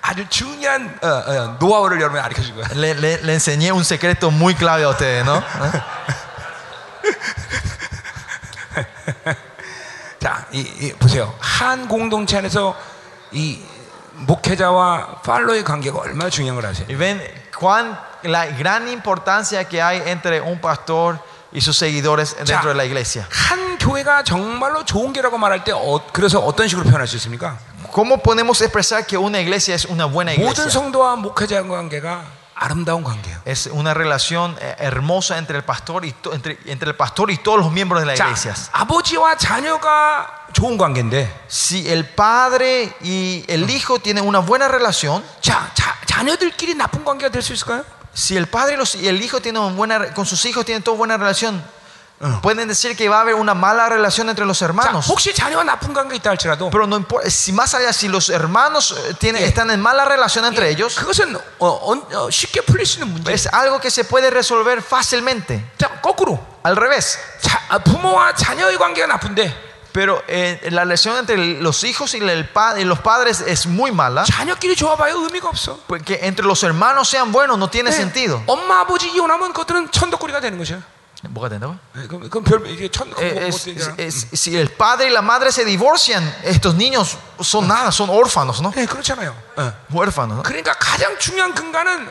아주 중요한 어, 어, 노하우를 여러분이 가르쳐 줄 거야. Le, le- le enseñé un secreto muy clave a ustedes, ¿no? ¿Eh? 자, 이, 이, 보세요. 한 공동체 안에서 이 목회자와 팔로의 관계가 얼마나 중요한 걸 아세요? Y ven cuán la gran importancia que hay entre un pastor y sus seguidores dentro de la iglesia. 한 교회가 정말로 좋은 교라고 말할 때 어, 그래서 어떤 식으로 표현할 수 있습니까? ¿Cómo podemos expresar que una iglesia es una buena 모든 iglesia? 성도와 목회자의 관계가 아름다운 관계예요. Es una relación eh, hermosa entre el pastor y to- entre, entre el pastor y todos los miembros de la 자, iglesia. 아버지와 자녀가 좋은 관계인데, Si el padre y el hijo tienen una buena relación, 자, 자 자녀들끼리 나쁜 관계가 될 수 있을까요? si el padre y, los- y el hijo tienen una buena re- con sus hijos tienen toda buena relación, pueden decir que va a haber una mala relación entre los 자, hermanos. 혹시 자녀와 나쁜 관계 있다 할지라도 Pero no importa, si más allá si los hermanos eh, tienen, Sí. están en mala relación entre ellos, 그것은 어, 언- 어, 쉽게 풀릴 수 있는 문제. es algo que se puede resolver fácilmente. 자, 거꾸로 Al revés. 자, 아, 부모와 자녀의 관계가 나쁜데 Pero eh, la relación entre los hijos y el pa- y los padres es muy mala. 자녀끼리 좋아봐야 의미가 없어. Porque entre los hermanos sean buenos no tiene 네, sentido. 엄마 아버지 이혼하면 그것들은 천덕거리가 되는 것이야. Boca atenta, boca. 네, 그럼 그럼 별 이게 천 그거 Eh, 뭐- es- 뭐 되잖아. es- es- si el padre y la madre se divorcian, estos niños son nada, son órfanos, ¿no? 네, 그렇잖아요. 어. Huérfanos. ¿no? 그러니까 가장 중요한 근간은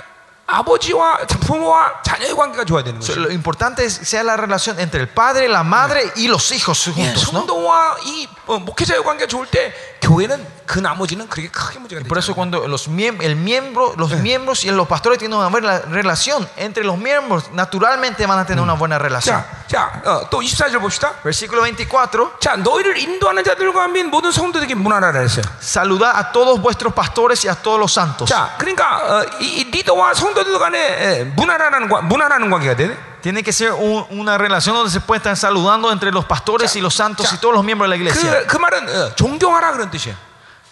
아버지와 자- 부모와 자녀의 관계가 좋아야 되는 So, 거죠. Lo importante es sea la relación entre el padre, la madre y los hijos juntos, ¿no? 성도와 이 어, 목회자의 관계가 좋을 때 교회는 그 나머지는 그렇게 크게 문제가 Por 되지 eso 않아요. cuando los miemb- el miembro, los miembros y los pastores tienen una buena relación entre los miembros, naturalmente van a tener una buena relación. 자, 자, 어, 또 24절 봅시다. Versículo 24. 자, 너희를 인도하는 자들과 및 모든 성도들에게 문하라 했어요. Saludad a todos vuestros pastores y a todos los santos. 자, 그러니까 어, 이, 이 리더와 성도들 간에 에, 문화라는 관- 문화라는 관계가 되네. 그, Tiene que ser un- una relación donde se puede estar saludando entre los pastores y los santos Ya. y todos los miembros de la 그, iglesia. 그 말은 어, 존경하라 그런 뜻이에요.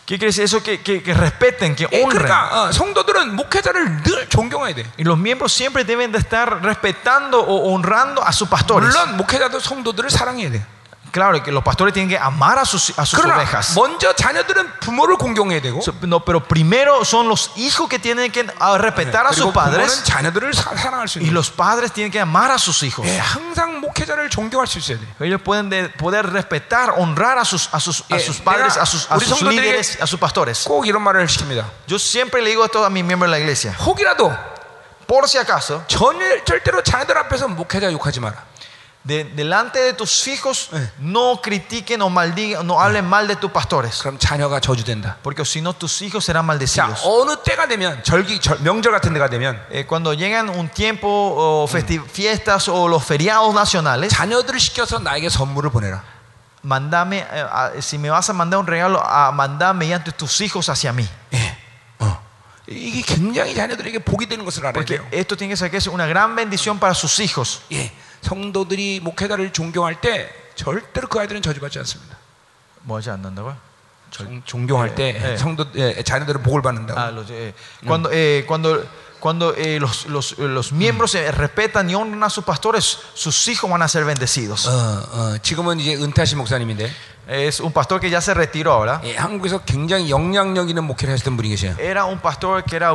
¿Qué quiere decir eso? Que, que- que respeten, que 예, honren. 그러니까 어, 성도들은 목회자를 늘 존경해야 돼. Y los miembros siempre deben de estar respetando o honrando a sus pastores. 물론 목회자도 성도들을 사랑해야 돼. Claro, que los pastores tienen que amar a sus, a sus 그러나 ovejas. 먼저 자녀들은 부모를 공경해야 되고 So- No, pero primero son los hijos que tienen que ah, respetar a sus 그리고 부모는 padres 자녀들을 사, 사랑할 수 y 있는. los padres tienen que amar a sus hijos. 예, 항상 목회자를 존경할 수 있어야 돼. Ellos pueden de- poder respetar, honrar a sus, a sus, a Eh, sus padres, 내가 a sus, a 우리 sus 성도들에게- líderes, a sus pastores. 꼭 이런 말을 시킵니다. Yo siempre le digo esto a mis miembros de la iglesia. 혹이라도 Por si acaso, 전 절대로 자녀들 앞에서 목회자 욕하지 마라. de- delante de tus hijos, no critiquen o maldigan, no hablen mal de tus pastores. 그럼 자녀가 저주된다. Porque si no, tus hijos serán 자, maldecidos. 어느 때가 되면 절기 절- 명절 같은 데가 되면 Eh, cuando llegan un tiempo, o festi- fiestas o los feriados nacionales, 자녀들을 시켜서 나에게 선물을 보내라. mandame, eh, a- si me vas a mandar un regalo, a mandar mediante tus hijos hacia mí. 예. 어. 이게 굉장히 자녀들에게 복이 되는 것을 알아야 Porque 돼요. esto tiene que ser que es una gran bendición para sus hijos. 예. 성도들이 목회자를 존경할 때 절대로 그 아이들은 저주받지 않습니다. 뭐지 않는다고요? 존- 존경할 때 예. 성도 예, 자녀들은 복을 받는다고. Ah, los, eh, cuando eh, cuando, cuando eh, los, los, eh, los miembros eh, respetan y honran a sus pastores, sus hijos van a ser bendecidos. 어, 어, 지금은 이제 은퇴하신 목사님인데 Es un pastor que ya se retiró ahora. 예, 한국에서 굉장히 영향력 있는 목회를 하셨던 분이 계세요. Era un pastor que era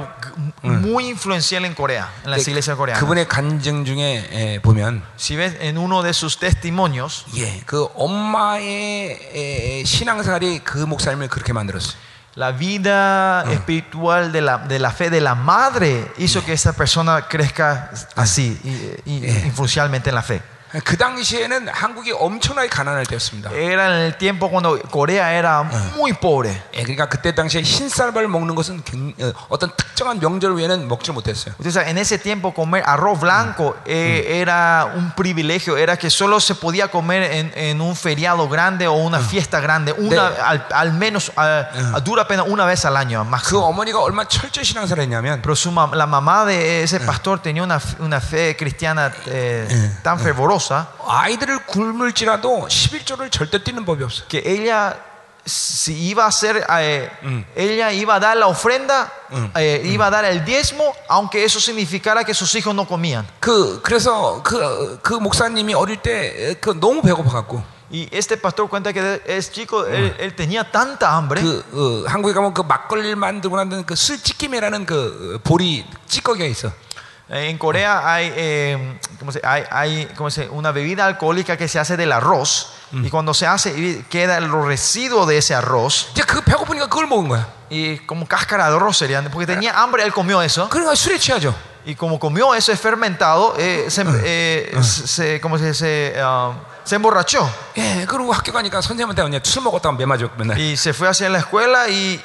muy influencial en Corea, en las iglesias coreanas. 그분의 간증 중에 예, 보면 Si ves en uno de sus testimonios, 예, 그 엄마의 예, 신앙생활이 그 목사님을 그렇게 만들었어요. la vida espiritual de la, de la fe de la madre hizo que esa persona crezca así, y- y- influencialmente en la fe. 그 당시에는 한국이 엄청나게 ga난할 때였습니다. 예, Era en el tiempo cuando Corea era muy pobre. 예, 그러니까 그때 당시에 흰쌀밥을 먹는 것은 굉- 어, 어떤 특정한 명절 외에는 먹지 못했어요. Usted sabe, en ese tiempo comer arroz blanco eh, era un privilegio, era que solo se podía comer en, en un feriado grande o una fiesta grande, una, De- al, al menos a, a dura pena una vez al año 그 máximo. 어머니가 얼마나 철저히 신앙생활을 했냐면 Pero su mam- la mamá de ese pastor tenía una, f- una fe cristiana eh, tan fervorosa 아이들을 굶을지라도 11조를 절대 뛰는 법이 없어요. que ella, si iba a hacer, eh, ella iba a dar la ofrenda, eh, iba a dar el diezmo, aunque eso significara que sus hijos no comían. 그 그래서 그, 그 목사님이 어릴 때 그 너무 배고파 갖고 Y este pastor cuenta que de- es chico, él, él tenía tanta hambre 그 어, 한국에 가면 그 막걸리를 만들고 나는 그 술찌김이라는 그 어, 보리 찌꺼기가 있어. Eh, en Corea hay, eh, ¿cómo se, hay, hay ¿cómo se- una bebida alcohólica que se hace del arroz y cuando se hace y queda los residuos de ese arroz 이제 그 배고프니까 그걸 먹은 거야. y como cáscara de arroz serían porque tenía hambre él comió eso 그러니까 술에 취하죠. y como comió eso es fermentado eh, se, eh, se- se- ¿cómo se, se, ah, se emborrachó 예, 그리고 학교 가니까 선생님한테 언니 술 먹었다고 매 맞아 맨날. y se fue hacia la escuela y,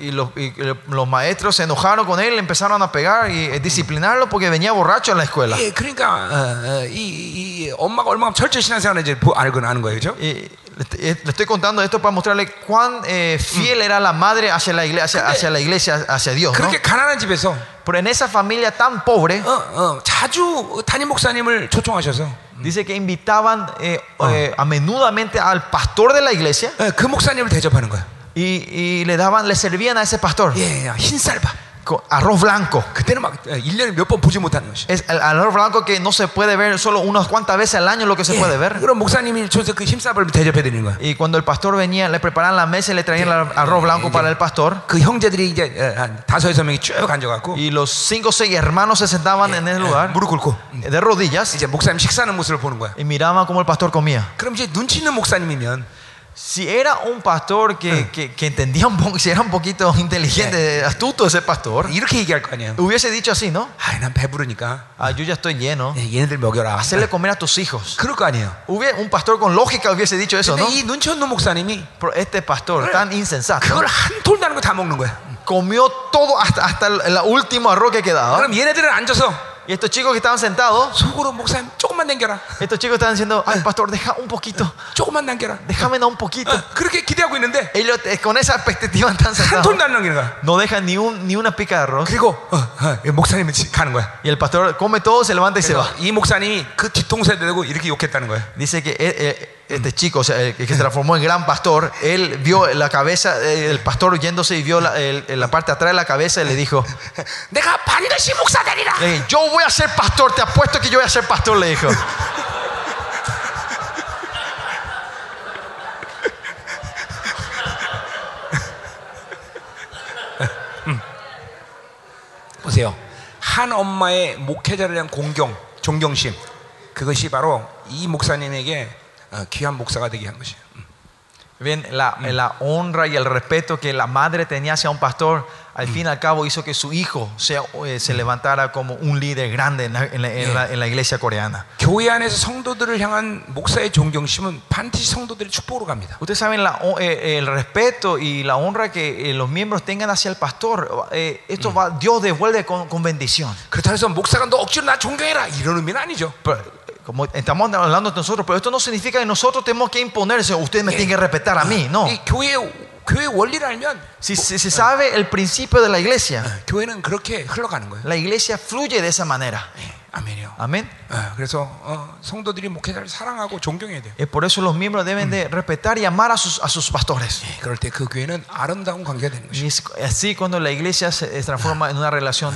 y- y los, y los maestros se enojaron con él empezaron a pegar y eh, disciplinarlo porque venía borracho a la escuela 예, 그러니까 어, 어, 이, 이- 이 엄마가 얼마나 철저히 신앙생활을 이제 보- 알고 아는 거예요, 그렇죠? Eh, le le estoy contando esto para mostrarle cuán eh, fiel era la madre hacia la iglesia, hacia, hacia la iglesia, hacia Dios. ¿no? 그렇게 가난한 집에서 Pero en esa familia tan pobre, 어, 어, 자주 담임 목사님을 초청하셔서 dice que invitaban eh, eh, a menudamente al pastor de la iglesia 예, 그 목사님을 대접하는 거야. y, y le daban, le servían a ese pastor 예, 흰쌀밥. con arroz blanco. 그때는 막 예, 1년에 몇 번 보지 못하는 것이. Es el arroz blanco que no se puede ver solo unas cuantas veces al año lo que se puede ver. 예, 그럼 목사님이 줘서 그 흰쌀밥을 대접해 드리는 거야. Y cuando el pastor venía, le preparaban la mesa y le traían el arroz blanco para el pastor. 그 형제들이 이제 예, 한 다섯 여섯 명이 쭉 앉아갖고 Y los cinco o seis hermanos se sentaban en ese lugar 무릎 꿇고 de rodillas. 음, 이제 목사님 식사하는 모습을 보는 거야. y miraba cómo el pastor comía. 그럼 이제 눈치 있는 목사님이면 Si era un pastor que, que, que entendía un poco, si era un poquito inteligente, astuto ese pastor, 이렇게 얘기할 거 아니에요. hubiese dicho así, ¿no? 아이 난 배부르니까 Ah, yo ya estoy lleno. 예, 얘네들 먹여라. Hacerle comer a tus hijos. 그럴 거 아니에요. Hubie- un pastor con lógica hubiese dicho eso, 근데 ¿no? 이 눈치 없는 목사님이 Pero este pastor tan insensato 그걸 한 톨도 안 하고 다 먹는 거야. comió todo hasta, hasta el, el último arroz que quedaba. 그럼 얘네들은 앉아서 Y estos chicos que estaban sentados 속으로 목사님 조금만 조금만 남겨라. Estos chicos estaban diciendo, ay, pastor, deja un poquito, 조금만 남겨라. déjame no un poquito. 어, 그렇게 기대하고 있는데 Ellos eh, con esa expectativa 한 están sentados. 톤도 안 남기는 거야. No dejan ni, un, ni una pica de arroz. 아. 그리고 어, 어, 목사님은 지- 가는 거야. Y el pastor come todo, se levanta y 네, se va. 이 목사님이 그 뒤통수에 대고 이렇게 욕했다는 거야. Dice que eh, eh, este chico, o sea, el que se transformó en gran pastor, él vio la cabeza eh, del pastor yéndose y vio la, el- la parte de atrás de la cabeza y le dijo, 내가 반드시 목사 되리라. le dije, yo voy a ser pastor, te apuesto que yo voy a ser pastor, le dijo. 보세요. 한 엄마의 목회자를 위한 공경, 존경심. 그것이 바로 이 목사님에게 어, 귀한 목사가 되게 한 것이에요. 음. Bien, la, la honra y el respeto que la madre tenía hacia un pastor, al fin y al cabo hizo que su hijo sea, eh, se levantara como un líder grande en la, en la- en la- en la iglesia coreana. 교회 안에서 성도들을 향한 목사의 존경심은 반드시 성도들의 축복으로 갑니다. Ustedes saben la ho- eh, el respeto y la honra que eh, los miembros tengan hacia el pastor. eh, esto va, Dios devuelve con, con bendición. 그렇다고 해서 목사가 너 억지로 나 존경해라 이런 의미는 아니죠. Pero, eh, como estamos hablando de nosotros, pero esto no significa que nosotros tenemos que imponerse. Usted me tiene que respetar a mí, no. 이 교회 교회 원리를 알면 어, Si, si se sabe el principio de la Ah. iglesia, 교회는 그렇게 흘러가는 거예요. la iglesia fluye de esa manera. Eh. 아멘이요. Amén. 어, 그래서 어, 성도들이 목회자를 사랑하고 존경해야 돼요. Eh, por eso los miembros deben de respetar y amar a sus, a sus pastores. 그럴 때 그 교회는 아름다운 관계가 되는 것이 Y es así cuando la iglesia se eh, transforma en una relación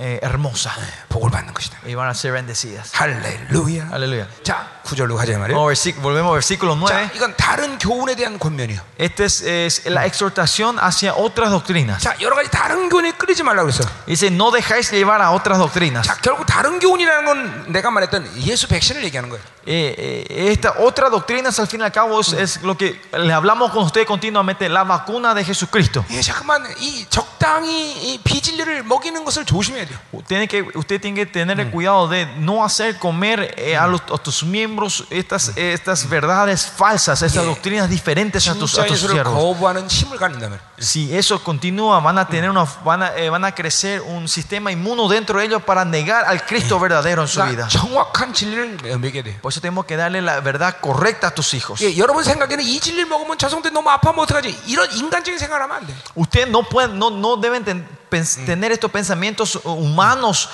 eh, hermosa 복을 받는 것이다. y van a ser bendecidas. 할렐루야. Aleluya. 자, 구절로 가자 이 말이에요. Vamos a versículo- volvemos al versículo 자, 9. 이건 다른 교훈에 대한 권면이에요. Esta es, es la exhortación hacia otras doctrinas. 자, 여러 가지 다른 교훈에 끌리지 말라고 그랬어. Dice, no dejáis llevar a otras doctrinas. 자, 결국 다른 교훈이라는 건 내가 말했던 예수 백신을 얘기하는 거예요. Eh, eh, esta otra doctrina, al fin y al cabo, es, es lo que le hablamos con ustedes continuamente, la vacuna de Jesucristo. 예, 잠깐만 이 적당히 이 비진리를 먹이는 것을 조심해야 돼요. Tiene que, usted tiene que tener el cuidado de no hacer comer eh, a, los, a tus miembros estas, estas verdades falsas, estas Yeah. doctrinas diferentes a tus, a 진짜 tus 예수를 siervos. 거부하는 힘을 갖는다 말이에요. Si eso continúa, van a, tener una, van, a, eh, van a crecer un sistema inmuno dentro de ellos para negar al Cristo verdadero en su 그러니까 vida. 정확한 진리를 먹여야 돼요. Por eso tenemos que darle la verdad correcta a tus hijos. 예, 여러분 생각에는 이 진리를 먹으면 저 성도 너무 아파하면 뭐 어떡하지? 이런 인간적인 생각을 하면 안 돼. Ustedes no, pueden, no, no deben ten- pens- tener estos pensamientos humanos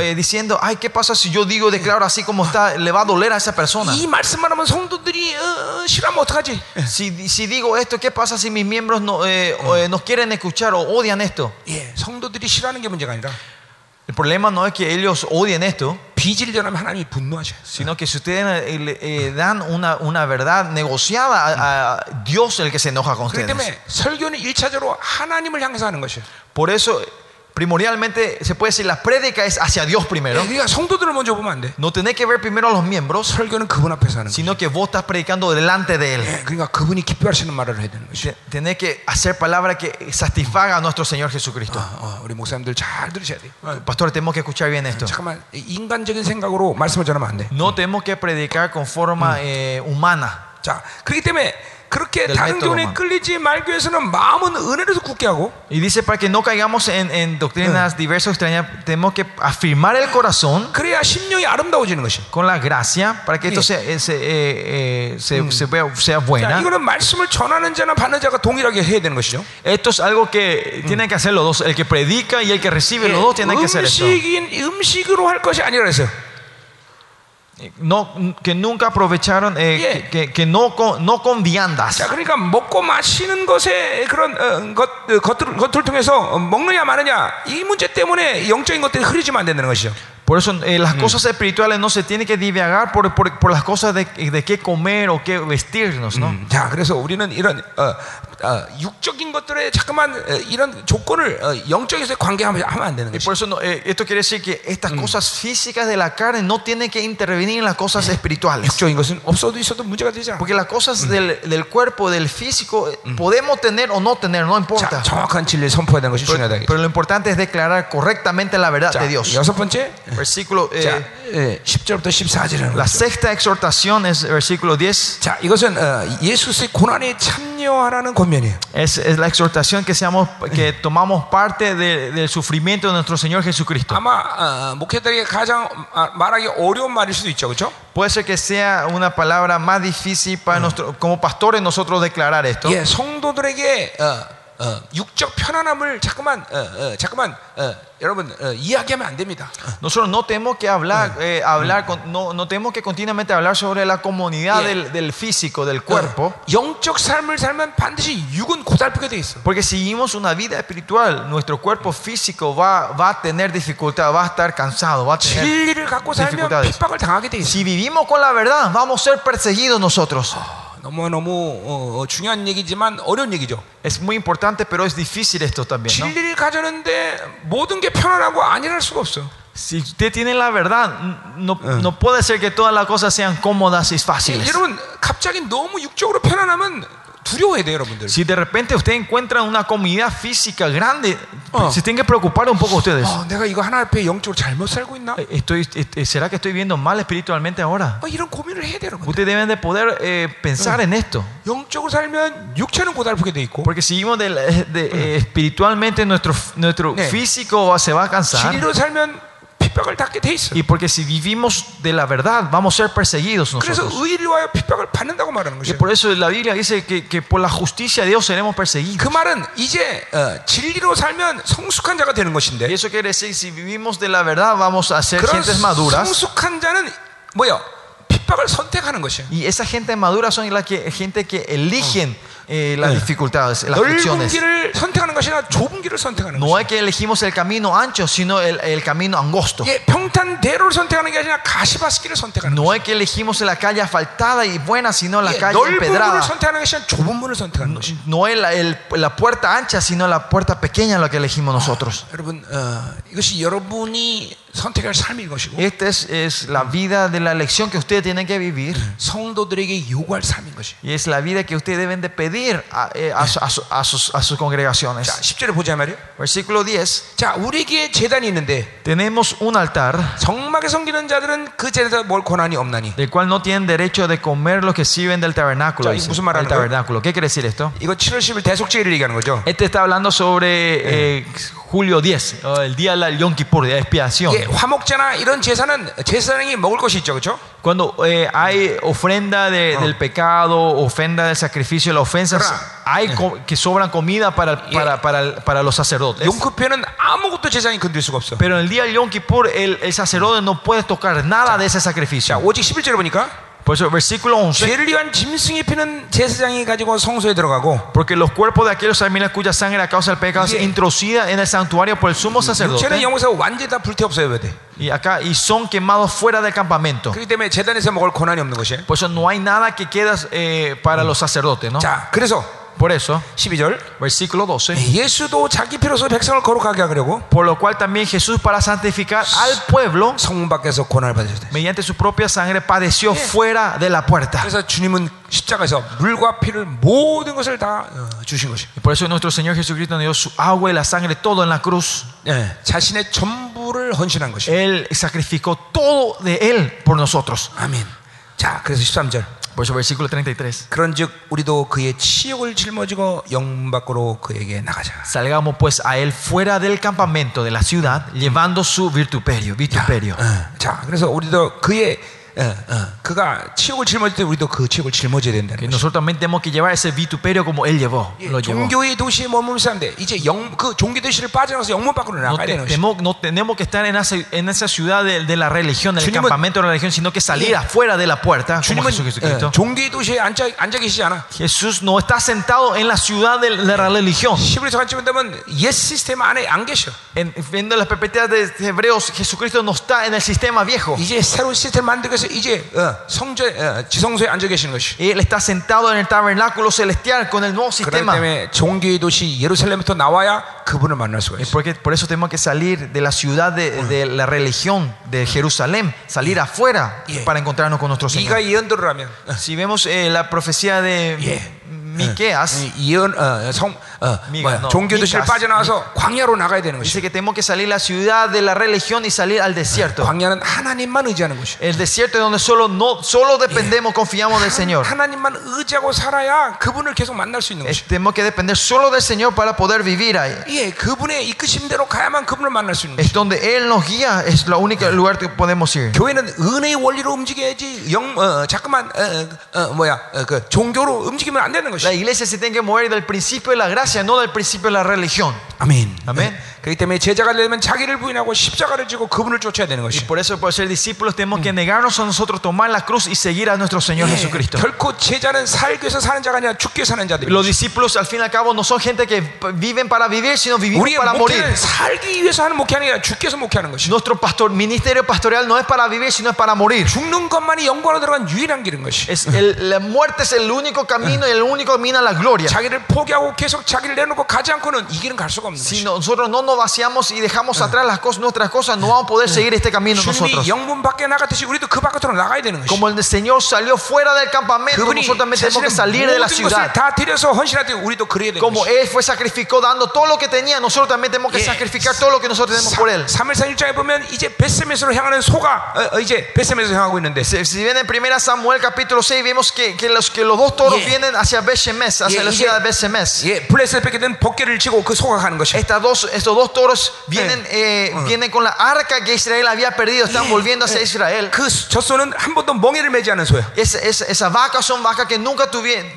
eh, diciendo, ay, ¿qué pasa si yo digo, declaro así como está? Le va a doler a esa persona. 이 말씀만 하면 성도들이 어, 어, 싫어하면 어떡하지? Si, si digo esto, ¿qué pasa si mis miembros no, eh, o, eh, nos quieren escuchar o odian esto? 예, 성도들이 싫어하는 게 문제가 아니라 El problema no es que ellos odien esto, 비진리라면 하나님이 분노하셔요. sino que si ustedes eh, le- eh, dan una, una verdad negociada a, a Dios el que se enoja con 그렇기 ustedes. 때문에 설교는 일차적으로 하나님을 향해서 하는 것이에요. Por eso, primordialmente, se puede decir, la prédica es hacia Dios primero. 우리가 그러니까 성도들을 먼저 보면 안 돼. No tenés que ver primero a los miembros, 설교는 그분 앞에서 하는 거예요. sino que vos estás predicando delante de Él. 예, 그러니까 그분이 기뻐하시는 말을 해야 되는 것이에요. Te- Tenés que hacer palabra que satisfaga a nuestro Señor Jesucristo. 어, 우리 목사님들 잘 들으셔야 돼요. 어, Pastor, tenemos que escuchar bien esto. 잠깐만 이 인간적인 생각으로 말씀을 전하면 안 돼. No tenemos que predicar con forma eh, humana. 자, 그렇기 때문에 그렇게 Del 다른 método 교훈에 humano. 끌리지 말기 위해서는 마음은 은혜로서 굳게 하고 Y dice para que no caigamos en, en doctrinas diversas o extrañas, tenemos que afirmar el corazón 그래야 심령이 아름다워지는 것이. con la gracia para que esto Sí. sea, eh, se- eh, eh, se- se vea- sea 자, buena. 이거는 말씀을 전하는 자나 받는 자가 동일하게 해야 되는 것이죠. Esto es algo que tienen que hacer los dos. El que predica y el que recibe, Eh, los dos tienen que hacer esto. 음식인 음식으로 할 것이 아니라 그랬어요. No, que nunca aprovecharon, eh, Yeah. que, que no, con, no con viandas. 자, 그러니까 먹고 마시는 것에 그런 어, 것, 어, 것들, 것들을 통해서 어, 먹느냐 마느냐 이 문제 때문에 영적인 것들이 흐르지면 안 된다는 것이죠. Por eso eh, las cosas espirituales no se tienen que divagar por, por, por las cosas de, de qué comer o qué vestirnos, ¿no? 음, 자, 그래서 우리는 이런 어, 어, 육적인 것들에 자꾸만 어, 이런 조건을 어, 영적에서 관계하면 하면 안 되는 Y 것이죠. por eso no, eh, esto quiere decir que estas cosas físicas de la carne no tienen que intervenir en las cosas espirituales. 육적인 것은 없어도 있어도 문제가 되지 않아. Porque las cosas del, del cuerpo, del físico, eh, podemos tener o no tener, no 자, importa. 정확한 진리를 선포해야 되는 것이 Pero, 중요하다. pero lo importante es declarar correctamente la verdad 자, de Dios. 여섯 번째. Versículo eh, 자, 예, 10절부터 14절이라는 La 거죠. sexta exhortación es versículo 10. 자, 이것은 어, 예수의 고난에 참여하라는 권면이에요. Es, es la exhortación que, seamos, que tomamos parte de- del sufrimiento de nuestro Señor Jesucristo. 아마 어, 목회자에게 가장 아, 말하기 어려운 말일 수도 있죠, 그렇죠? Puede ser que sea una palabra más difícil para nuestro, como pastores nosotros declarar esto. 예, 성도들에게 어, 어, 육적 편안함을 자꾸만 어, 어, 자꾸만 어, 여러분 어, 이야기하면 안 됩니다. 어. Nosotros no tenemos que hablar, eh, hablar con- no, no tenemos que continuamente hablar sobre la comunidad Yeah. del, del físico, del cuerpo. 어, 영적 삶을 살면 반드시 육은 고달프게 돼 있어. Porque si seguimos una vida espiritual, nuestro cuerpo físico va, va a tener dificultad, va a estar cansado, va a tener... 진리를 갖고 살면 difficultades. 핍박을 당하게 돼 있어. Si vivimos con la verdad, vamos a ser perseguidos nosotros. 너무 너무 어, 어, 중요한 얘기지만 어려운 얘기죠. Es muy importante, pero es difícil esto también. ¿no? 진리를 가졌는데 모든 게 편안하고 안일할 수가 없어. Si usted tiene la verdad, no, no puede ser que todas las cosas sean cómodas y 예, fáciles. 여러분 갑자기 너무 육적으로 편안하면 두려워해야 돼요, 여러분들. Si de repente usted encuentra una comunidad física grande, Ah. se tienen que preocupar un poco ustedes. 어, 내가 이거 하나 앞에 영적으로 잘못 살고 있나? Eh, Estoy, eh, ¿Será que estoy viendo mal espiritualmente ahora? 어, 이런 고민을 해야 돼요, 여러분. Ustedes deben de poder eh, pensar en esto. 영적으로 살면 육체는 고달프게 돼 있고 Porque si vivimos de la- de, eh, espiritualmente, nuestro, nuestro Sí. físico va- se va a cansar. 진리로 살면 핍박을 닫게 돼 있어. Y porque si vivimos de la verdad, vamos a ser perseguidos 그래서 nosotros. 의리와의 핍박을 받는다고 말하는 Y 것이에요. por eso la Biblia dice que, que por la justicia de Dios seremos 그 perseguidos. 말은 이제 어, 진리로 살면 성숙한 자가 되는 Y 것인데 eso quiere decir, si vivimos de la verdad, vamos a ser 그런 gentes maduras. 성숙한 자는 뭐요? 핍박을 선택하는 것이에요. Y esa gente madura son la que, gente que eligen eh, las Sí. dificultades, las 넓은 aflicciones. 길을 선택하는 것이나 좁은 길을 선택하는 No 것이에요. es que elegimos el camino ancho, sino el, el camino angosto. 예, 평탄대로를 선택하는 게 아니라 가시밭길을 선택하는 No es que elegimos la calle asfaltada y buena, sino la 예, calle 넓은 문을 empedrada. 선택하는 것이 아니라 좁은 문을 선택하는 것이에요. No es la, el- la puerta ancha, sino la puerta pequeña la que elegimos nosotros. 여러분 어, 이것이 여러분이 선택할 삶인 것이고 Esta es, es la vida de la elección que ustedes tienen que vivir. 성도들에게 요구할 삶인 것이. Y es la vida que ustedes deben de pedir a, eh, a su- a su- a sus, a sus 자, congregaciones. 10절에 보자 말이에요. Versículo 10. 자, 우리에게 재단이 있는데 Tenemos un altar 정막에 섬기는 자들은 그 재단에서 뭘 고난이 없나니. del cual no tienen derecho de comer los que sirven del tabernáculo. Ya, ¿y dice. mucho más Del grande, ¿no? tabernáculo. ¿Qué quiere decir esto? 이거 7월 10일 대속죄를 얘기하는 거죠. Este está hablando sobre eh, julio 10, o el día del Yom Kippur, de expiación. 예, 화목제나 이런 제사는 제사장이 먹을 것이 있죠, 그렇죠? Cuando eh, hay ofrenda de- del pecado, ofrenda del sacrificio, las ofensas, Ahora, hay co- que sobran comida para, para, para, para los sacerdotes. 용크표는 아무것도 제사장이 건드릴 수가 없어. Pero en el día del Yom Kippur, el, el sacerdote no puede tocar nada de ese 자, sacrificio. 오직 11절에 보니까 Por eso, versículo 11. 죄를 위한 짐승의 피는 제사장이 가지고 성소에 들어가고 Porque los cuerpos de aquellos animales cuya sangre a causa del pecado es Bien. introducida en el santuario por el sumo 육체는 sacerdote 영에서 완전히 다 불태없어야 돼. y acá y son quemados fuera del campamento. 그렇기 때문에 재단에서 먹을 고난이 없는 것이에요. Por eso no hay nada que queda eh, para los sacerdotes, ¿no? 자, 그래서 Por eso, 12절 versículo 12. 예수도 자기 피로서 백성을 거룩하게 하려고 Por lo cual también Jesús para santificar al pueblo 성문 밖에서 고난을 받으셨다. mediante su propia sangre padeció fuera de la puerta. 그래서 주님은 십자가에서 물과 피를 모든 것을 다 어, 주신 것이. Y por eso nuestro Señor Jesucristo nos dio su agua y la sangre todo en la cruz. 예, 자신의 전부를 헌신한 것이. Él sacrificó todo de Él por nosotros. 아멘. 자, 그래서 13절. Por eso versículo 33. 그런즉 우리도 그의 치욕을 짊어지고 영 밖으로 그에게 나가자. Salgamos pues a Él fuera del campamento de la ciudad, llevando su virtuperio. Vituperio. 어, 자, 그래서 우리도 그의 어, 어, 그가 치욕을 짊어질 때 우리도 그 치욕을 짊어져야 Que 된다는 것이. nosotros también tenemos que llevar ese vituperio como Él llevó. 예, Lo llevó. 종교의 도시에 머무는 사람들 이제 영, 그 종교 도시를 빠져나가서 영문 밖으로 No, 나가야 te- 되는 것이. temo- no tenemos que estar en esa, en esa ciudad de, de la religión, del Juním은- campamento de la religión, sino que salir Yeah. afuera de la puerta. como 주님은 Jesús Jesucristo. 예, 종교의 도시에 앉아, 앉아 계시지 않아. Jesús no está sentado en la ciudad de, de la religión. 히브리서 관점 본다면 옛 시스템 안에 안 계셔. En- viendo las perspectivas de Hebreos, Jesucristo no está en el sistema viejo. 이제 새로운 시스템 만들기 위해서 이제 어, 성전 어, 지성소에 앉아 계시는 것이. Él está sentado en el tabernáculo celestial con el nuevo 그렇기 sistema. 때문에 종교의 도시 예루살렘부터 나와야 그분을 만날 수가 Es 있어. porque, por eso tenemos que salir de la ciudad de, de la religión de Jerusalén, salir afuera Yeah. para encontrarnos con nuestro Señor. 네가 예언대로라면 Si vemos eh, la profecía de Yeah. Eh, Miqueas 이언 어, 성 어, 미- 뭐야, no, 종교 도시를 미카스. 빠져나와서 광야로 나가야 되는 dice 것이. que tenemos que salir la ciudad de la religión y salir al desierto. 광야는 하나님만 의지하는 것이. El desierto es donde solo, no, solo dependemos, confiamos del Señor. 하나님만 의지하고 살아야 그분을 계속 만날 수 있는 Eh, 것이. Tenemos que depender solo del Señor para poder vivir ahí. 예, 그분의 이끄심대로 가야만 그분을 만날 수 있는 것이. Es donde Él nos guía, es la única lugar que podemos ir. 교회는 은혜의 원리로 움직여야지 영 어, 자꾸만 어, 어, 어, 뭐야 어, 그 종교로 움직이면 안 되는 La 것이. iglesia se tiene que mover del principio de la gracia, no del principio de la religión. 아멘. 아멘. 네. 그렇기 때문에 제자가 되려면 자기를 부인하고 십자가를 지고 그분을 쫓아야 되는 Y 것이. por eso, por ser discípulos, tenemos que negarnos a nosotros, tomar la cruz y seguir a nuestro Señor 예. Jesucristo. 결코 제자는 살기 위해서 사는 자가 아니라 죽기 위해 사는 자들이. Los discípulos, al fin y al cabo, no son gente que p- viven para vivir, sino vivimos 우리의 para morir. 목회는 살기 위해서 하는 목회가 아니라 죽기 위해서 목회하는 것이. Nuestro pastor, ministerio pastoral no es para vivir, sino es para morir. 죽는 것만이 영광으로 들어간 유일한 길인 것이. Es el- la muerte es el único camino y el único camino a la gloria. 자기를 포기하고 계속 자기를 내놓고 가지 않고는 이 길은 갈 수가 없는 Si 것이. nosotros no nos vaciamos y dejamos atrás las cosas, nuestras cosas, no vamos a poder seguir este camino nosotros. 주님이 영문 밖에 나갔듯이 우리도 그 바깥으로 나가야 되는 것이. Como el Señor salió fuera del campamento, 그분이 nosotros también tenemos que 자신의 salir de la 모든 것을 ciudad. 다 드려서 헌신하되 우리도 그래야 되는 Como 것이. Él fue sacrificó dando todo lo que tenía, nosotros también tenemos que Yeah. sacrificar todo lo que nosotros tenemos por Él. 3월 1장에 보면 이제 베스메스로 향하는 소가 어, 어, 이제 베스메스로 향하고 있는데 Si, si bien en 1 Samuel capítulo 6 vemos que, que los, que los dos toros Yeah. vienen hacia Beshemes, hacia Yeah, la 이제- ciudad de Beshemes. 예, 블레셋 뺏게 된 벗개를 지고 그 소가 가는 것이. Estas dos, estos dos toros vienen, eh, vienen con la arca que Israel había perdido, están volviendo hacia Israel. 그저 소는 한 번도 멍에를 매지 않은 소야. Esa- esa- Esas vacas son vacas que nunca tuvieron,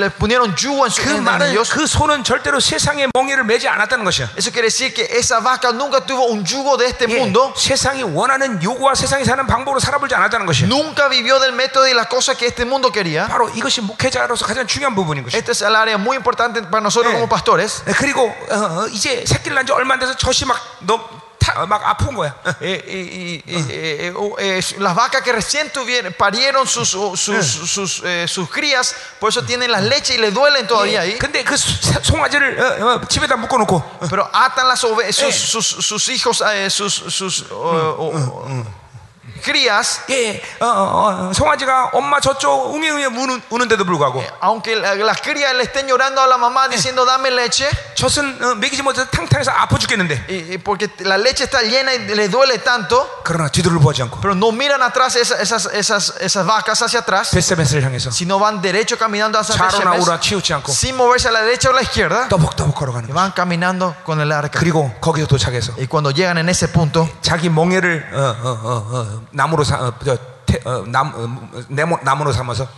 le pusieron eh, yugo en sus 그 말은 Dios. 그 소는 절대로 세상에 멍에를 매지 않았다는 것이야. Eso quiere decir que esa vaca nunca tuvo un yugo de este 예, mundo. 세상이 원하는 요구와 세상이 사는 방법으로 살아보지 않았다는 것이야. Nunca vivió del método y las cosas que este mundo quería. 바로 이것이 목회자로서 가장 중요한 부분인 것이야. Esta es el área muy importante para nosotros Yeah. como pastores. 예, 그리고 어, 이제 새끼를 낳은 지 얼마 안 돼서 젖이 막너막 아픈 거야. 어. Eh, y- y- y- eh, eh, oh, eh, las vacas que recién tuvieron, parieron sus, sus, sus, sus, eh, sus crías, por eso tienen las leches y le duelen todavía ahí. 근데 그 수- 송아지를 어, 어, 집에다 묶어놓고 어, Pero atan las ove- sus, Eh. sus, sus hijos, eh, sus, sus oh, oh, oh, crías, 예, 어, 어, 어, 송아지가 엄마 저쪽 웅이웅이 우는, 우는데도 불구하고 aunque la- las crías le estén llorando a la mamá diciendo dame leche, 젖은 어, 먹이지 못해서 탕탕해서 아파 죽겠는데 y- y porque la leche está llena y le duele tanto, 그러나 뒤를 보지 않고 pero no miran atrás esa- esas, esas, esas vacas hacia atrás, 베세베스를 향해서 sino van derecho caminando hacia 좌로나 Bershemesh, 우로나 치우치 않고 sin moverse a la derecha o a la izquierda, 떠벅떠벅 걸어가는 y 거야. van caminando con el arca. 그리고 거기서 도착해서 Y cuando llegan en ese punto, 자기 멍에를 어, 어, 어, 어, 나무로 사, 어, 저, 태, 어, 남, 어, 네모, 나무로 삼아서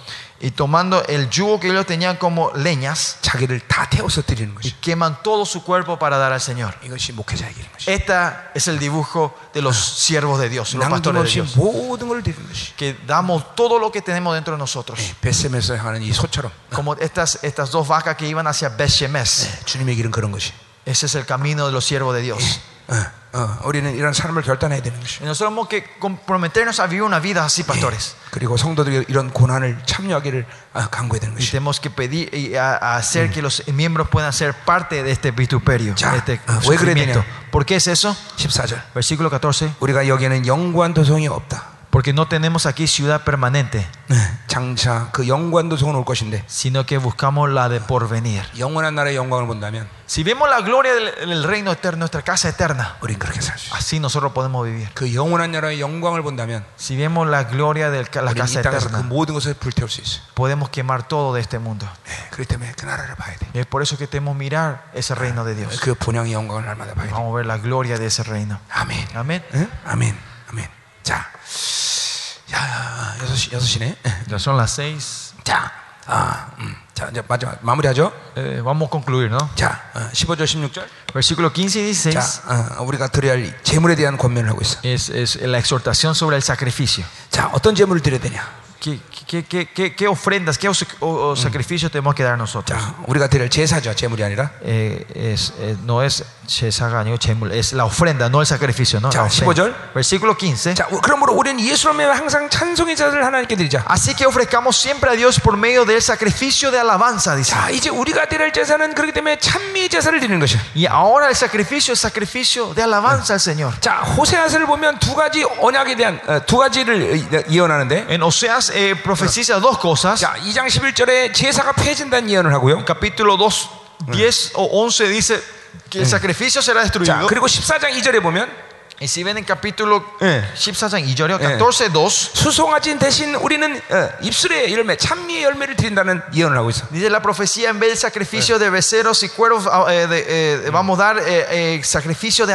y tomando el yugo que ellos tenían como leñas, 자기를 다 태워서 드리는 y 것이 queman todo su cuerpo para dar al Señor. 이것이 목회자의 길인 것이 Este es el dibujo de los siervos de Dios, los pastores de 낭돈없이 Dios. 모든 걸 드리는 것이 Que damos todo lo que tenemos dentro de Eh. nosotros. 베세메스를 향하는 이 소처럼 Como estas, estas dos vacas que iban hacia Beshemes. 주님의 길은 그런 것이 Ese es el camino de los siervos de Eh. Dios. 어, 어, 우리는 이런 삶을 결단해야 되는 것이 Y nosotros tenemos que comprometernos a vivir una vida así, pastores. 그리고 성도들이 이런 고난을 참여하기를 아, 강구해야 되는 Y 것이 tenemos que pedir y a- a hacer que los miembros puedan ser parte de este vituperio, Eh. Ya. de este Ah, voy a creer en sufrimiento. ello. ¿Por qué es eso? 14절 Versículo 14. 우리가 여기에는 영관 도성이 없다 네, Porque no tenemos aquí ciudad permanente, 장차 그 영관 도성은 올 것인데 sino que buscamos la de porvenir. 영원한 나라의 영광을 본다면 Si vemos la gloria del, del reino eterno, nuestra casa eterna, 우린 그렇게 살 수 있어 así nosotros podemos vivir. 그 영원한 나라의 영광을 본다면 Si vemos la gloria de la 우린 casa 이 땅에서 그 eterna, 모든 것을 불태울 수 있어 podemos quemar todo de este mundo. 네, 그렇기 때문에 그 나라를 봐야 돼 Y es por eso que tenemos que mirar ese reino de Dios. 그 본향의 영광을 날마다 봐야 돼 Vamos a ver la gloria de ese reino. 아멘 Amén. 응? 예? 아멘 아멘 자 야, 여섯 시 여섯 시네 예. Ya son las seis. 자, 아, 음, 자 이제 마지막 마무리하죠. Eh, vamos a concluir, ¿no? 자, 어, 15절 16절. Versículo 15 y 16 자, 어, 우리가 드려야 할 재물에 대한 권면을 하고 있어. es, es la exhortación sobre el sacrificio. 자, 어떤 재물을 드려야 되냐? ¿Qué, qué, qué, qué, qué ofrendas, qué os- o- o sacrificios tenemos que dar nosotros? 자, 우리가 드려야 할 제사죠. 재물이 아니라. Eh, es, eh, no es 제사가 아니고 재물, es la ofrenda, no el sacrificio. ¿no? 자, La ofrenda. 15 Versículo 15. 자, 우- 그러므로 우리는 예수로 면 항상 찬송의 자를 하나님께 드리자. Así que ofrezcamos siempre a Dios por medio del sacrificio de alabanza, dice. 자, 이제 우리가 드려야 할 제사는 그렇기 때문에 찬미의 제사를 드리는 것이야. Y ahora el sacrificio es sacrificio de alabanza al Señor. 자, 호세아서를 보면 두 가지 언약에 대한 어, 두 가지를 이- 이- 이언하는데 En Oseas eh, profetiza dos cosas. 자, 2장 11절에 제사가 폐해진다는 예언을 하고요. Capítulo 2, Mm. 10 o 11 dice que el sacrificio será 자, destruido. 그리고 14장 2절에 보면 Y si ven en capítulo Eh. 14장 2절이요. 14, 2 수송아진 대신 우리는 어, 입술의 열매, 찬미의 열매를 드린다는 예언을 하고 있어. dice la profecía en vez del sacrificio de becerros y cueros ah, eh, de, eh, vamos a dar eh, eh, sacrificio de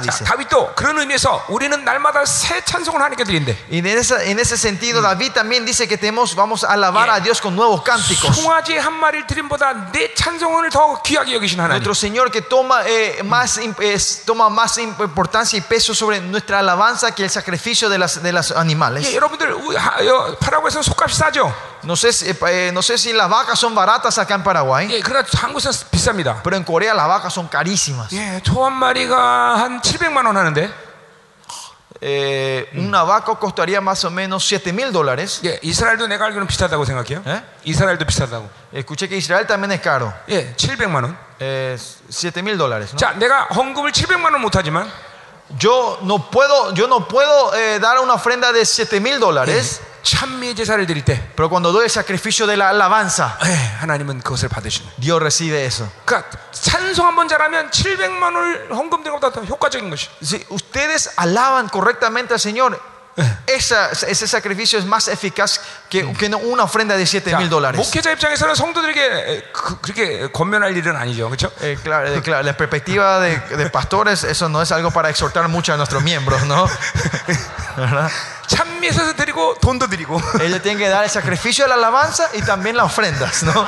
자, dice. 다윗도 그런 의미에서 우리는 날마다 새 찬송을 하나님께 드린대. Y en, esa- en ese sentido David también dice que tenemos vamos a alabar Yeah. a Dios con nuevos cánticos. 송아지 한 마리를 드림보다 내 찬송을 더 귀하게 여기신 하나님. Nuestro Señor que toma, eh, más, imp- es- toma más importancia y peso sobre nuestra alabanza que el sacrificio de las, de las 예, animales. 여러분들 우- 하- 여- 파라구에서 속값이 싸죠. No sé, si, eh, no sé si las vacas son baratas acá en Paraguay, 예, 그러나 한국에서는 비쌉니다. pero en Corea las vacas son carísimas. 예, 저 한 마리가 한 700만 원 하는데 Eh, una vaca costaría más o menos 7 mil dólares. 예, 이스라엘도 내가 알기로는 비싸다고 생각해요. 예? 이스ra엘도 비싸다고. Escuché que Israel también es caro, 예, 700만 원. eh, 7 mil dólares. ¿no? 어? 자, 내가 헌금을 700만 원 못하지만 Yo no puedo, yo no puedo eh, dar una ofrenda de 7 mil 예, dólares, 찬미의 제사를 드릴 때 pero cuando doy el sacrificio de la alabanza, 예, 하나님은 그것을 받으시는. 거예요. Dios recibe eso. 그러니까 찬송 한 번 잘하면 700만 원을 헌금 드린 것보다 더 효과적인 것이. Si ustedes alaban correctamente al Señor, esa- ese sacrificio es más eficaz que, que no una ofrenda de 7 자, mil dólares. 목회자 입장에서는 성도들에게 에, 그, 그렇게 권면할 일은 아니죠, 그렇죠? Eh, claro, eh, claro, la perspectiva de, de pastores, eso no es algo para exhortar mucho a nuestros miembros, ¿no? ¿Verdad? 찬미에서 드리고 돈도 드리고. Ellos tienen que dar el sacrificio de la alabanza y también las ofrendas, ¿no?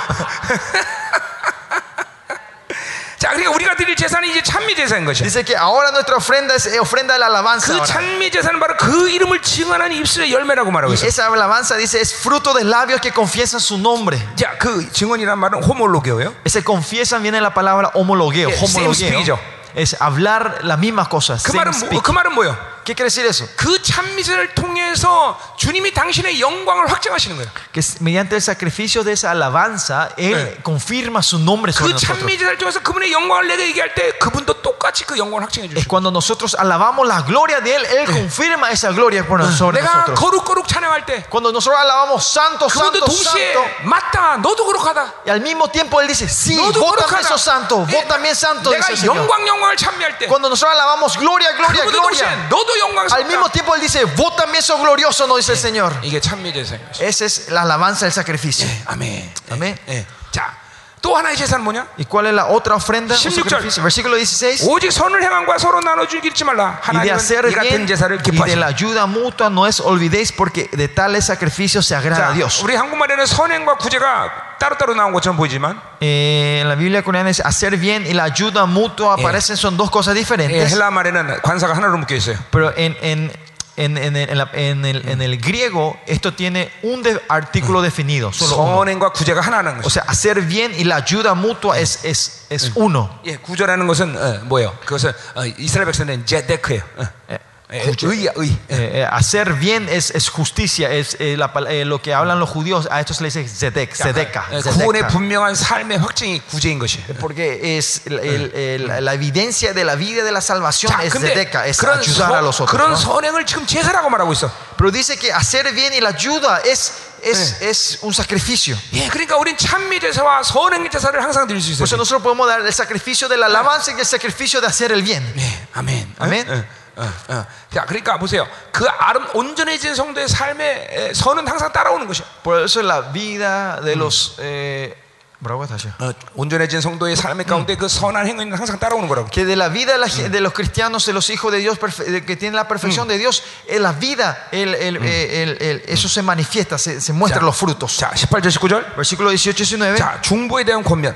자, 그러니까 우리가 드릴 제사는 이제 찬미 제사인 것이야. Dice que ahora nuestra ofrenda es eh, ofrenda de la alabanza. 그 ahora. 찬미 제사는 바로 그 이름을 증언하는 입술의 열매라고 말하고 있어. Esa alabanza dice es fruto de labios que confiesan su nombre. 자, 그 증언이란 말은 호몰로게오예요. Ese confiesan viene la palabra homologueo. Yeah, Eh, same speech. homologueo. Es hablar las mismas cosas. 그 same 말은 뭐, speech. 그 말은 뭐요? ¿Qué quiere decir eso? 그 찬미를 통해서 주님이 당신의 영광을 확증하시는 거예요. 그 Que s- mediante el sacrificio de esa alabanza, Él Yeah. confirma su nombre sobre 그 nosotros. 찬미 제사를 통해서 그분의 영광을 내가 얘기할 때 그분도 똑같이 그 영광을 확증해 Es 주시고. cuando nosotros alabamos la gloria de Él, Eh. Él confirma esa gloria Ah. por nos- sobre 내가 nosotros. 거룩거룩 찬양할 때 Cuando nosotros alabamos santo, 그분도 santo, santo, 동시에 맞다. 너도 거룩하다. y al mismo tiempo Él dice, sí, 너도 vos también 거룩하다. sos santo, 예, vos también santo, dice el 내가 Señor. 영광 영광을 찬미할 때 Cuando nosotros alabamos gloria, gloria, 그분도 동시에 gloria, 너도 al mismo 영광스럽다. tiempo Él dice, vos también sos glorioso, nos dice el Señor. 이게 찬미 제사인 것이. Esa es la alabanza del sacrificio. 아멘. Amén. 예. 자, 또 하나의 제사는 뭐냐? ¿Y cuál es la otra ofrenda? o 16 sacrificio? Versículo 16. 오직 선을 행함과 서로 나눠주길 잃지 말라. Y de 하나님은 hacer 이 같은 bien 제사를 y de la 기뻐하시라. ayuda mutua no es olvidéis porque de tales sacrificios se agrada 자, a Dios. 우리 한국말에는 선행과 구제가 따로따로 나온 것처럼 보이지만 Eh, en la Biblia coreana es hacer bien y la ayuda mutua aparecen, son dos cosas 예, diferentes. 헬라 말에는 관사가 하나로 묶여 있어요. Pero en, en, en, en, el- en la- en el, en el griego esto tiene un de- artículo definido, solo uno. 선행과 구제가 하나라는 O 것이죠. sea, hacer bien y la ayuda mutua es, es, es uno. 예, 구제라는 것은 어, 뭐예요? 그것은 어, 이스라엘 백성들은 제데크예요. 어. 예, 예, 의야 의. Eh, eh, hacer bien es, es justicia, es eh, la pal- eh, lo que hablan los judíos, a esto se le dice zedek, zedeca, 예, zedeca. 구원의 분명한 삶의 확증이 구제인 것이에요. Porque es el- el- el- la evidencia de la vida y de la salvación 자, es 근데 zedeca, es 그런, ayudar a los 선, 그런 otros. ¿no? 선행을 지금 제사라고 말하고 있어. Pero dice que hacer bien y la ayuda es, es, es un sacrificio. 예, 그러니까 우린 찬미 제사와 선행 제사를 항상 드릴 수 Por eso 있어요. nosotros podemos dar el sacrificio de la alabanza y el sacrificio de hacer el bien. 네, 아멘. 아멘. 응, 응, 응. 자, 그러니까 보세요. 그 아름 온전해진 성도의 삶에 에, 선은 항상 따라오는 것이야. Por eso la vida de los... eh, bravo, Tasha. 어, 온전해진 성도의 삶의 가운데 그 선한 행위는 항상 따라오는 거라고. que de la vida de, la ge- de los cristianos, de los hijos de Dios, perfe- de- que tienen la perfección de Dios, en la vida el- el- eh, el- el- eso se manifiesta, se, se muestran los frutos. 자, 18절 19절. Versículo 18 y 19 자, 중보에 대한 권면.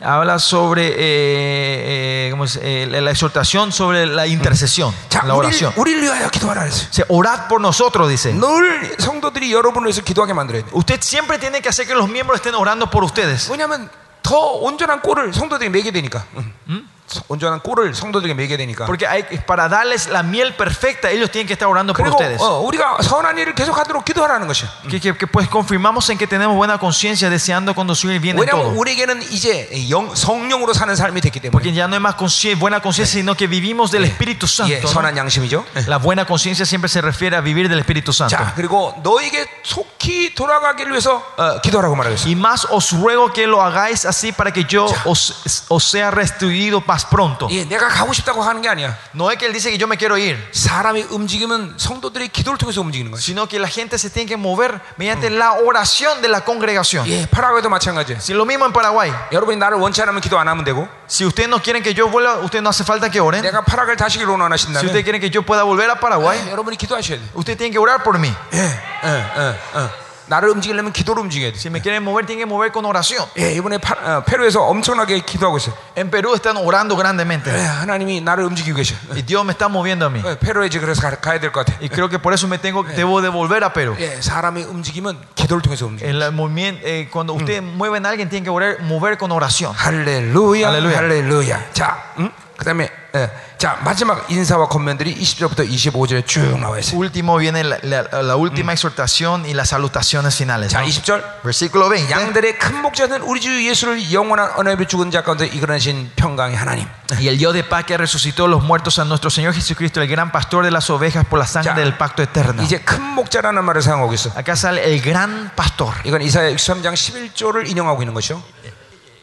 habla sobre eh, eh, ¿cómo es? Eh, la la exhortación, sobre la intercesión, 자, la 우리를, oración. 우리를 위하여 기도하라 했어요. O sea, orad por nosotros, dice. 늘 성도들이 여러분을 위해서 기도하게 만들어야 돼. Usted siempre tiene que hacer que los miembros estén orando por ustedes. 왜냐하면 더 온전한 꼴을 성도들이 매게 되니까. 응. 온전한 꿀을 성도들에게 먹여야 되니까. Porque hay, para darles la miel perfecta, ellos tienen que estar orando por 그리고 ustedes. 어, 우리가 선한 일을 계속하도록 기도하라는 것이야. Que, que- que, pues confirmamos en que tenemos buena conciencia deseando conducir bien en 왜냐하면 todo. 우리에게는 이제 영, 성령으로 사는 삶이 됐기 때문에 Porque ya no hay más consci- buena conciencia, sino que vivimos del Espíritu 예, Santo. ¿no? 선한 양심이죠. 예. La buena conciencia siempre se refiere a vivir del Espíritu Santo. 자, 그리고 너에게 속히 돌아가기를 위해서 어, 기도하라고 말하고 있어요. Y más os ruego que lo hagáis así para que yo os, os sea restituido más pronto. 예, 내가 가고 싶다고 하는 게 아니야. No es que él dice que yo me quiero ir, 사람이 움직이면 성도들이 기도를 통해서 움직이는 거야. sino que la gente se tiene que mover mediante la oración de la congregación. 예, 파라과이도 마찬가지예요. Si lo mismo en Paraguay, 여러분이 나를 원치 않으면 기도 안 하면 되고 si ustedes no quieren que yo vuelva, ustedes no hace falta que oren. 내가 파라과이를 다시기로 Si 원하신다면 ustedes quieren que yo pueda volver a Paraguay, 예, 여러분이 기도하셔야 돼. ustedes tienen que orar por mí. 예, 예, 예, 예. 나를 움직이려면 기도로 움직여야 돼. Si me quieren mover, tienen que mover con oración. 예, 이번에 파, 어, 페루에서 엄청나게 기도하고 있어요. En Perú están orando 예, grandemente. 하나님이 나를 움직이고 계셔. Y Dios me está moviendo a mí. 예, 페루에 이제 그래서 가, 가야 될 것 같아. Y creo que por eso me tengo, debo de volver a Perú. 예, 사람의 움직임은 기도를 통해서 움직여. El movimiento, eh, cuando ustedes mueven a alguien, tienen que orar- mover con oración. 할렐루야, 할렐루야. 할렐루야. 자, 음? 그다음에 예, 자 마지막 인사와 권면들이 20절부터 25절에 쭉 나와 있어요. Último viene la, la- la última exhortación y las salutaciones finales. 자, ¿no? 20절. Versículo 20. 양들의 큰 목자는 우리 주 예수를 영원한 언어로 죽은 자 가운데 이끌어내신 평강의 하나님. Y el Dios de paz que resucitó los muertos a nuestro Señor Jesucristo, el gran pastor de las ovejas por la sangre Ya. del pacto eterno. 이제 큰 목자라는 말을 사용하고 있어. Acá sale el gran pastor. 이건 이사야 63장 11절을 인용하고 있는 것이요.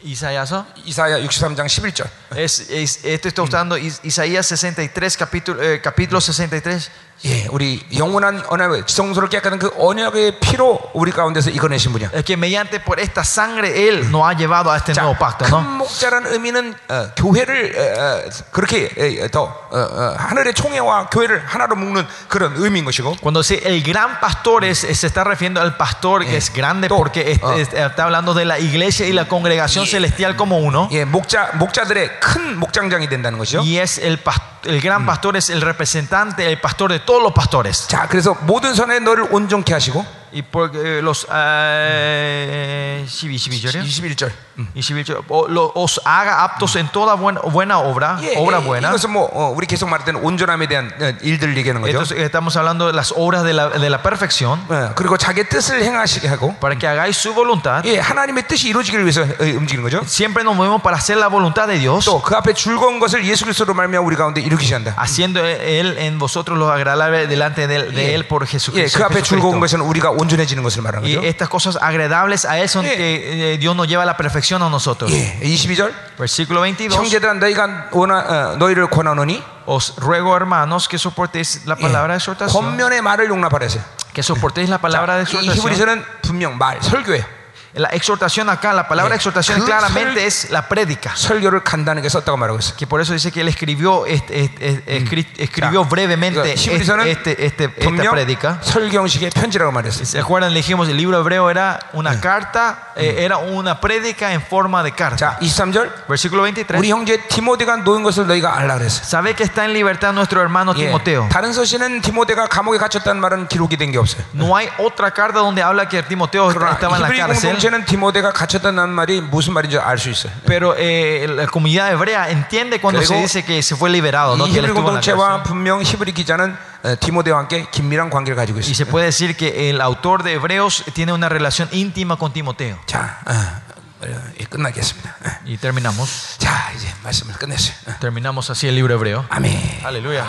Isaías. ¿no? 이사야 63장 11절. Es, es- esto está usando Is- Isaías 63, capítulo, eh, capítulo 63. 예, 우리 영원한 언약의 지성소를 깨끗한 그 언약의 피로 우리 가운데서 이끌어내신 분이야. Es que mediante por esta sangre Él nos ha llevado a este 자, nuevo pacto. 큰 ¿no? 목자라는 의미는 어, 교회를 어, 어, 그렇게 에, 더 어, 어, 하늘의 총회와 교회를 하나로 묶는 그런 의미인 것이고. Cuando dice el gran pastor, es, es- se está refiriendo al pastor que es grande Todo. porque es- Ah. es- está hablando de la iglesia y la congregación Y- celestial como uno. 예, 목자 목자들의 큰 목장장이 된다는 것이죠. Y es el, pas- el gran pastor, es el representante, el pastor de todos los pastores. 자, 그래서 모든 선에 너를 온전케 하시고 Y por eh, los. eh, 예? 11, 21절. 11, Mm. o- lo- os haga aptos en toda buena, buena obra, 예, obra 예, buena. 이것은 뭐 어, 우리 계속 말했던 온전함에 대한 어, 일들 얘기하는 거죠. Entonces, estamos hablando de las obras de la, de la perfección 어, 그리고 자기 뜻을 행하시게 하고 para que hagáis su voluntad. 예, 하나님의 뜻이 이루어지기를 위해서 어, 움직이는 거죠. Siempre nos movemos para hacer la voluntad de Dios, 또 그 앞에 즐거운 것을 예수 그리스도로 말미암아 우리 가운데 이루기시 한다. haciendo e-, Él en vosotros los agradables delante de, de Él por 예, Jesucristo. 그 앞에 즐거운 Jesucristo. 것은 우리가 온전해지는 것을 말하는 Y 거죠. estas cosas agradables a Él son Yeah. que eh, Dios nos lleva a la perfección a nosotros. 예, 22절 Versículo 22. 형제들아 너희가 원하, 어, 너희를 권하노니 Os ruego, hermanos, que soportéis 예. la palabra de exhortación. 권면의 말을 용납하라세요. Que soportéis la palabra de 이 exhortación. 히브리서는 분명 말 설교예요. La exhortación acá, la palabra Yeah. exhortación Good claramente sol- es la prédica. 설교를 간단하게 썼다고 말하고 있어요. Que por eso dice que él escribió, este- este- escri- escribió Mm. Ya. brevemente 그러니까 este- 히브리서는 este- este- esta 분명 prédica. 설경식의 편지라고 말했어요. Eh, ¿Se acuerdan? Le dijimos, el libro hebreo era una carta, eh, era una prédica en forma de 자, carta. 23절. Versículo 우리 23. 형제 디모데가 놓인 것을 너희가 알라 그랬어. Sabe que está en libertad nuestro hermano 예. Timoteo. 다른 서신은 디모데가 감옥에 갇혔다는 말은 기록이 된 게 없어요. No hay otra carta donde habla que Timoteo 그러나 estaba en la 히브리 cárcel. 공동체는 디모데가 갇혔다는 말이 무슨 말인지 알 수 있어요. Pero eh, la comunidad hebrea entiende cuando se Luego, dice que se fue liberado, 이 ¿no? que él 히브리 estuvo en la 공동체와 cárcel. 분명 히브리 기자는 어, 디모데와 함께 긴밀한 관계를 가지고 Y 있어요. se puede decir que el autor de Hebreos tiene una relación íntima con Timoteo. 자, 어, 어, 예, 끝나겠습니다. 예. Y terminamos. 자, 이제 말씀을 끝냈어요. 어. Terminamos así el libro hebreo. 아멘. Aleluya.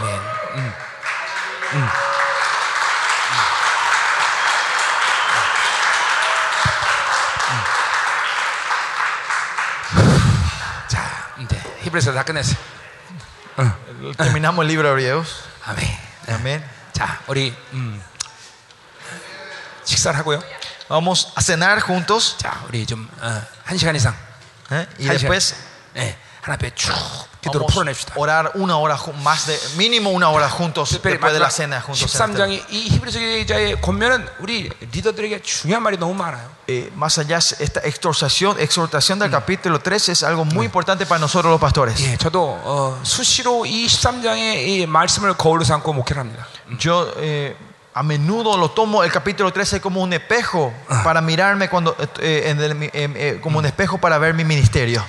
자, 이제 히브리서 다 끝냈어요. Terminamos el libro de Hebreos. 아멘. 네. Amén. 자, 우리 음, 식사를 하고요. Vamos a cenar juntos. 자, 우리 좀한 시간 이상 ¿eh? Y 한 después 시간, 예, 하나 앞에 쭉 기도를 vamos 풀어냅시다. a orar una hora ju- más de mínimo una hora juntos 특별히 después de la 마지막 cena juntos. en este- 13장이 이 히브리서 기자의 권면은 우리 리더들에게 중요한 말이 너무 많아요. Eh, más allá esta exhortación, exhortación del capítulo 13 es algo muy importante para nosotros los pastores. 예, 저도 어, 수시로 이 13장의 이 말씀을 거울로 삼고 목회를 합니다. Yo eh, A menudo lo tomo el capítulo 13 como un espejo para mirarme cuando eh, en el mi- em, eh, como un espejo para ver mi ministerio.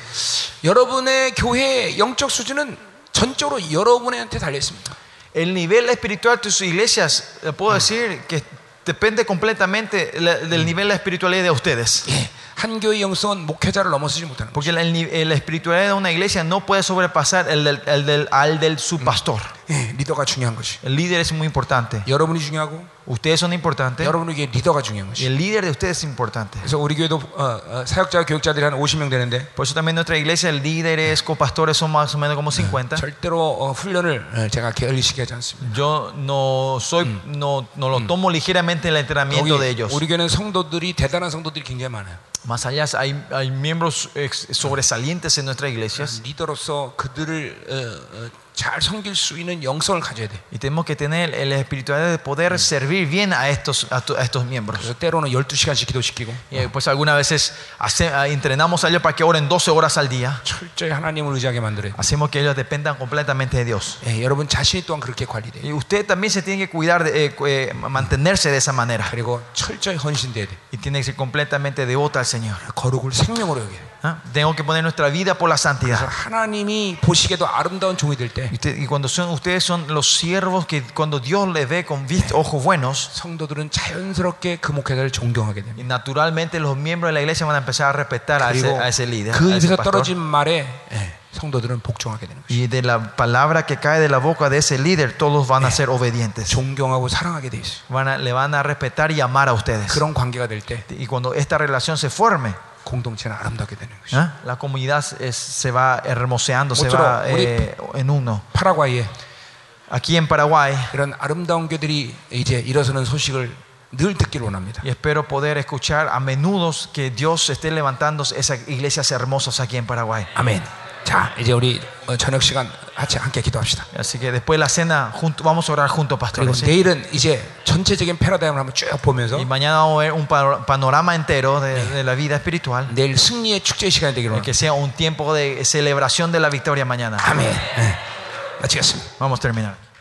여러분의 교회의 영적 수준은 전적으로 여러분한테 달려 있습니다. El nivel espiritual de sus iglesias, eh, puedo decir que depende completamente la- del nivel de la espiritualidad de ustedes. 예, 한 교회 영성은 목회자를 넘어서지 못하는 거예요. Porque la, el ni- eh, la espiritualidad de una iglesia no puede sobrepasar el del, el del- al del su pastor. 예, 리더가 중요한 것이. El líder es muy importante. 여러분이 중요하고 Ustedes son importantes. 여러분에게 리더가 중요한 Y 것이. el líder de ustedes es importante. 그래서 우리 교회도 어, 어, 사역자 교육자들이 한 50명 되는데 Por eso también nuestra iglesia, el líderes, copastores son más o menos como 50. 절대로 어, 훈련을 어, 제가 게을리시게 하지 않습니다. Yo no soy, no, no lo tomo ligeramente el entrenamiento de 여기 ellos. 우리 교회는 성도들이 대단한 성도들이 굉장히 많아요. Más allá hay, hay miembros ex- sobresalientes en nuestras iglesias 리더로서 그들을 어, 어, 잘 섬길 수 있는 영성을 가져야 돼. y tenemos que tener la espiritualidad de poder servir bien a estos, a, tu- a estos miembros. 그래서 때로는 12시간씩 기도시키고 Y eh, pues algunas veces hace- ah, entrenamos a ellos para que oren 12 horas al día. 철저히 하나님을 의지하게 만들어야 돼. Hacemos que ellos dependan completamente de Dios. 예, 여러분 자신이 또한 그렇게 관리돼. Y usted también se tiene que cuidar, de, eh, cu- eh, mantenerse de esa manera. 그리고 철저히 헌신돼야 돼. Y tiene que ser completamente devota al Señor. 거룩을 생명으로 여겨. ¿Ah? Tengo que poner nuestra vida por la 그래서 santidad. 하나님이 보시기에도 아름다운 종이 될 때 Y, usted- y cuando son, ustedes son los siervos que cuando Dios les ve con vist- ojos buenos, 성도들은 자연스럽게 그 목회자를 존경하게 y 됩니다. naturalmente los miembros de la iglesia van a empezar a respetar a ese, 그리고 a ese líder. 그 a ese 입에서 pastor. 떨어진 말에 예, 성도들은 복종하게 되는 거죠. Y de la palabra que cae de la boca de ese líder, todos van a ser obedientes. 존경하고 사랑하게 돼 있어요. Van a- le van a respetar y amar a ustedes. 그런 관계가 될 때 Y cuando esta relación se forme, 공동체는 아름답게 되는 거죠. ¿ah? la comunidad es- se va hermoseando, se Otro, va 우리- eh, en uno. 파라과이에 Aquí en Paraguay, 이런 아름다운 교들이 이제 일어서는 소식을 늘 듣기를 원합니다. Y espero poder escuchar a menudo que Dios esté levantando esas iglesias hermosas aquí en Paraguay. 아멘. 자, 이제 우리 어, 저녁 시간 같이 함께 기도합시다. Así que después de la cena junto- vamos a orar juntos, 그리고 pastores. ¿sí? 내일은 이제 전체적인 패러다임을 한번 쭉 보면서 Y mañana vamos a ver un pano- panorama entero de, de la vida espiritual. 내일 승리의 축제 시간이 되기를 Que 원합니다. sea un tiempo de celebración de la victoria mañana. 아멘. 예. 마치겠습니다. Vamos a terminar.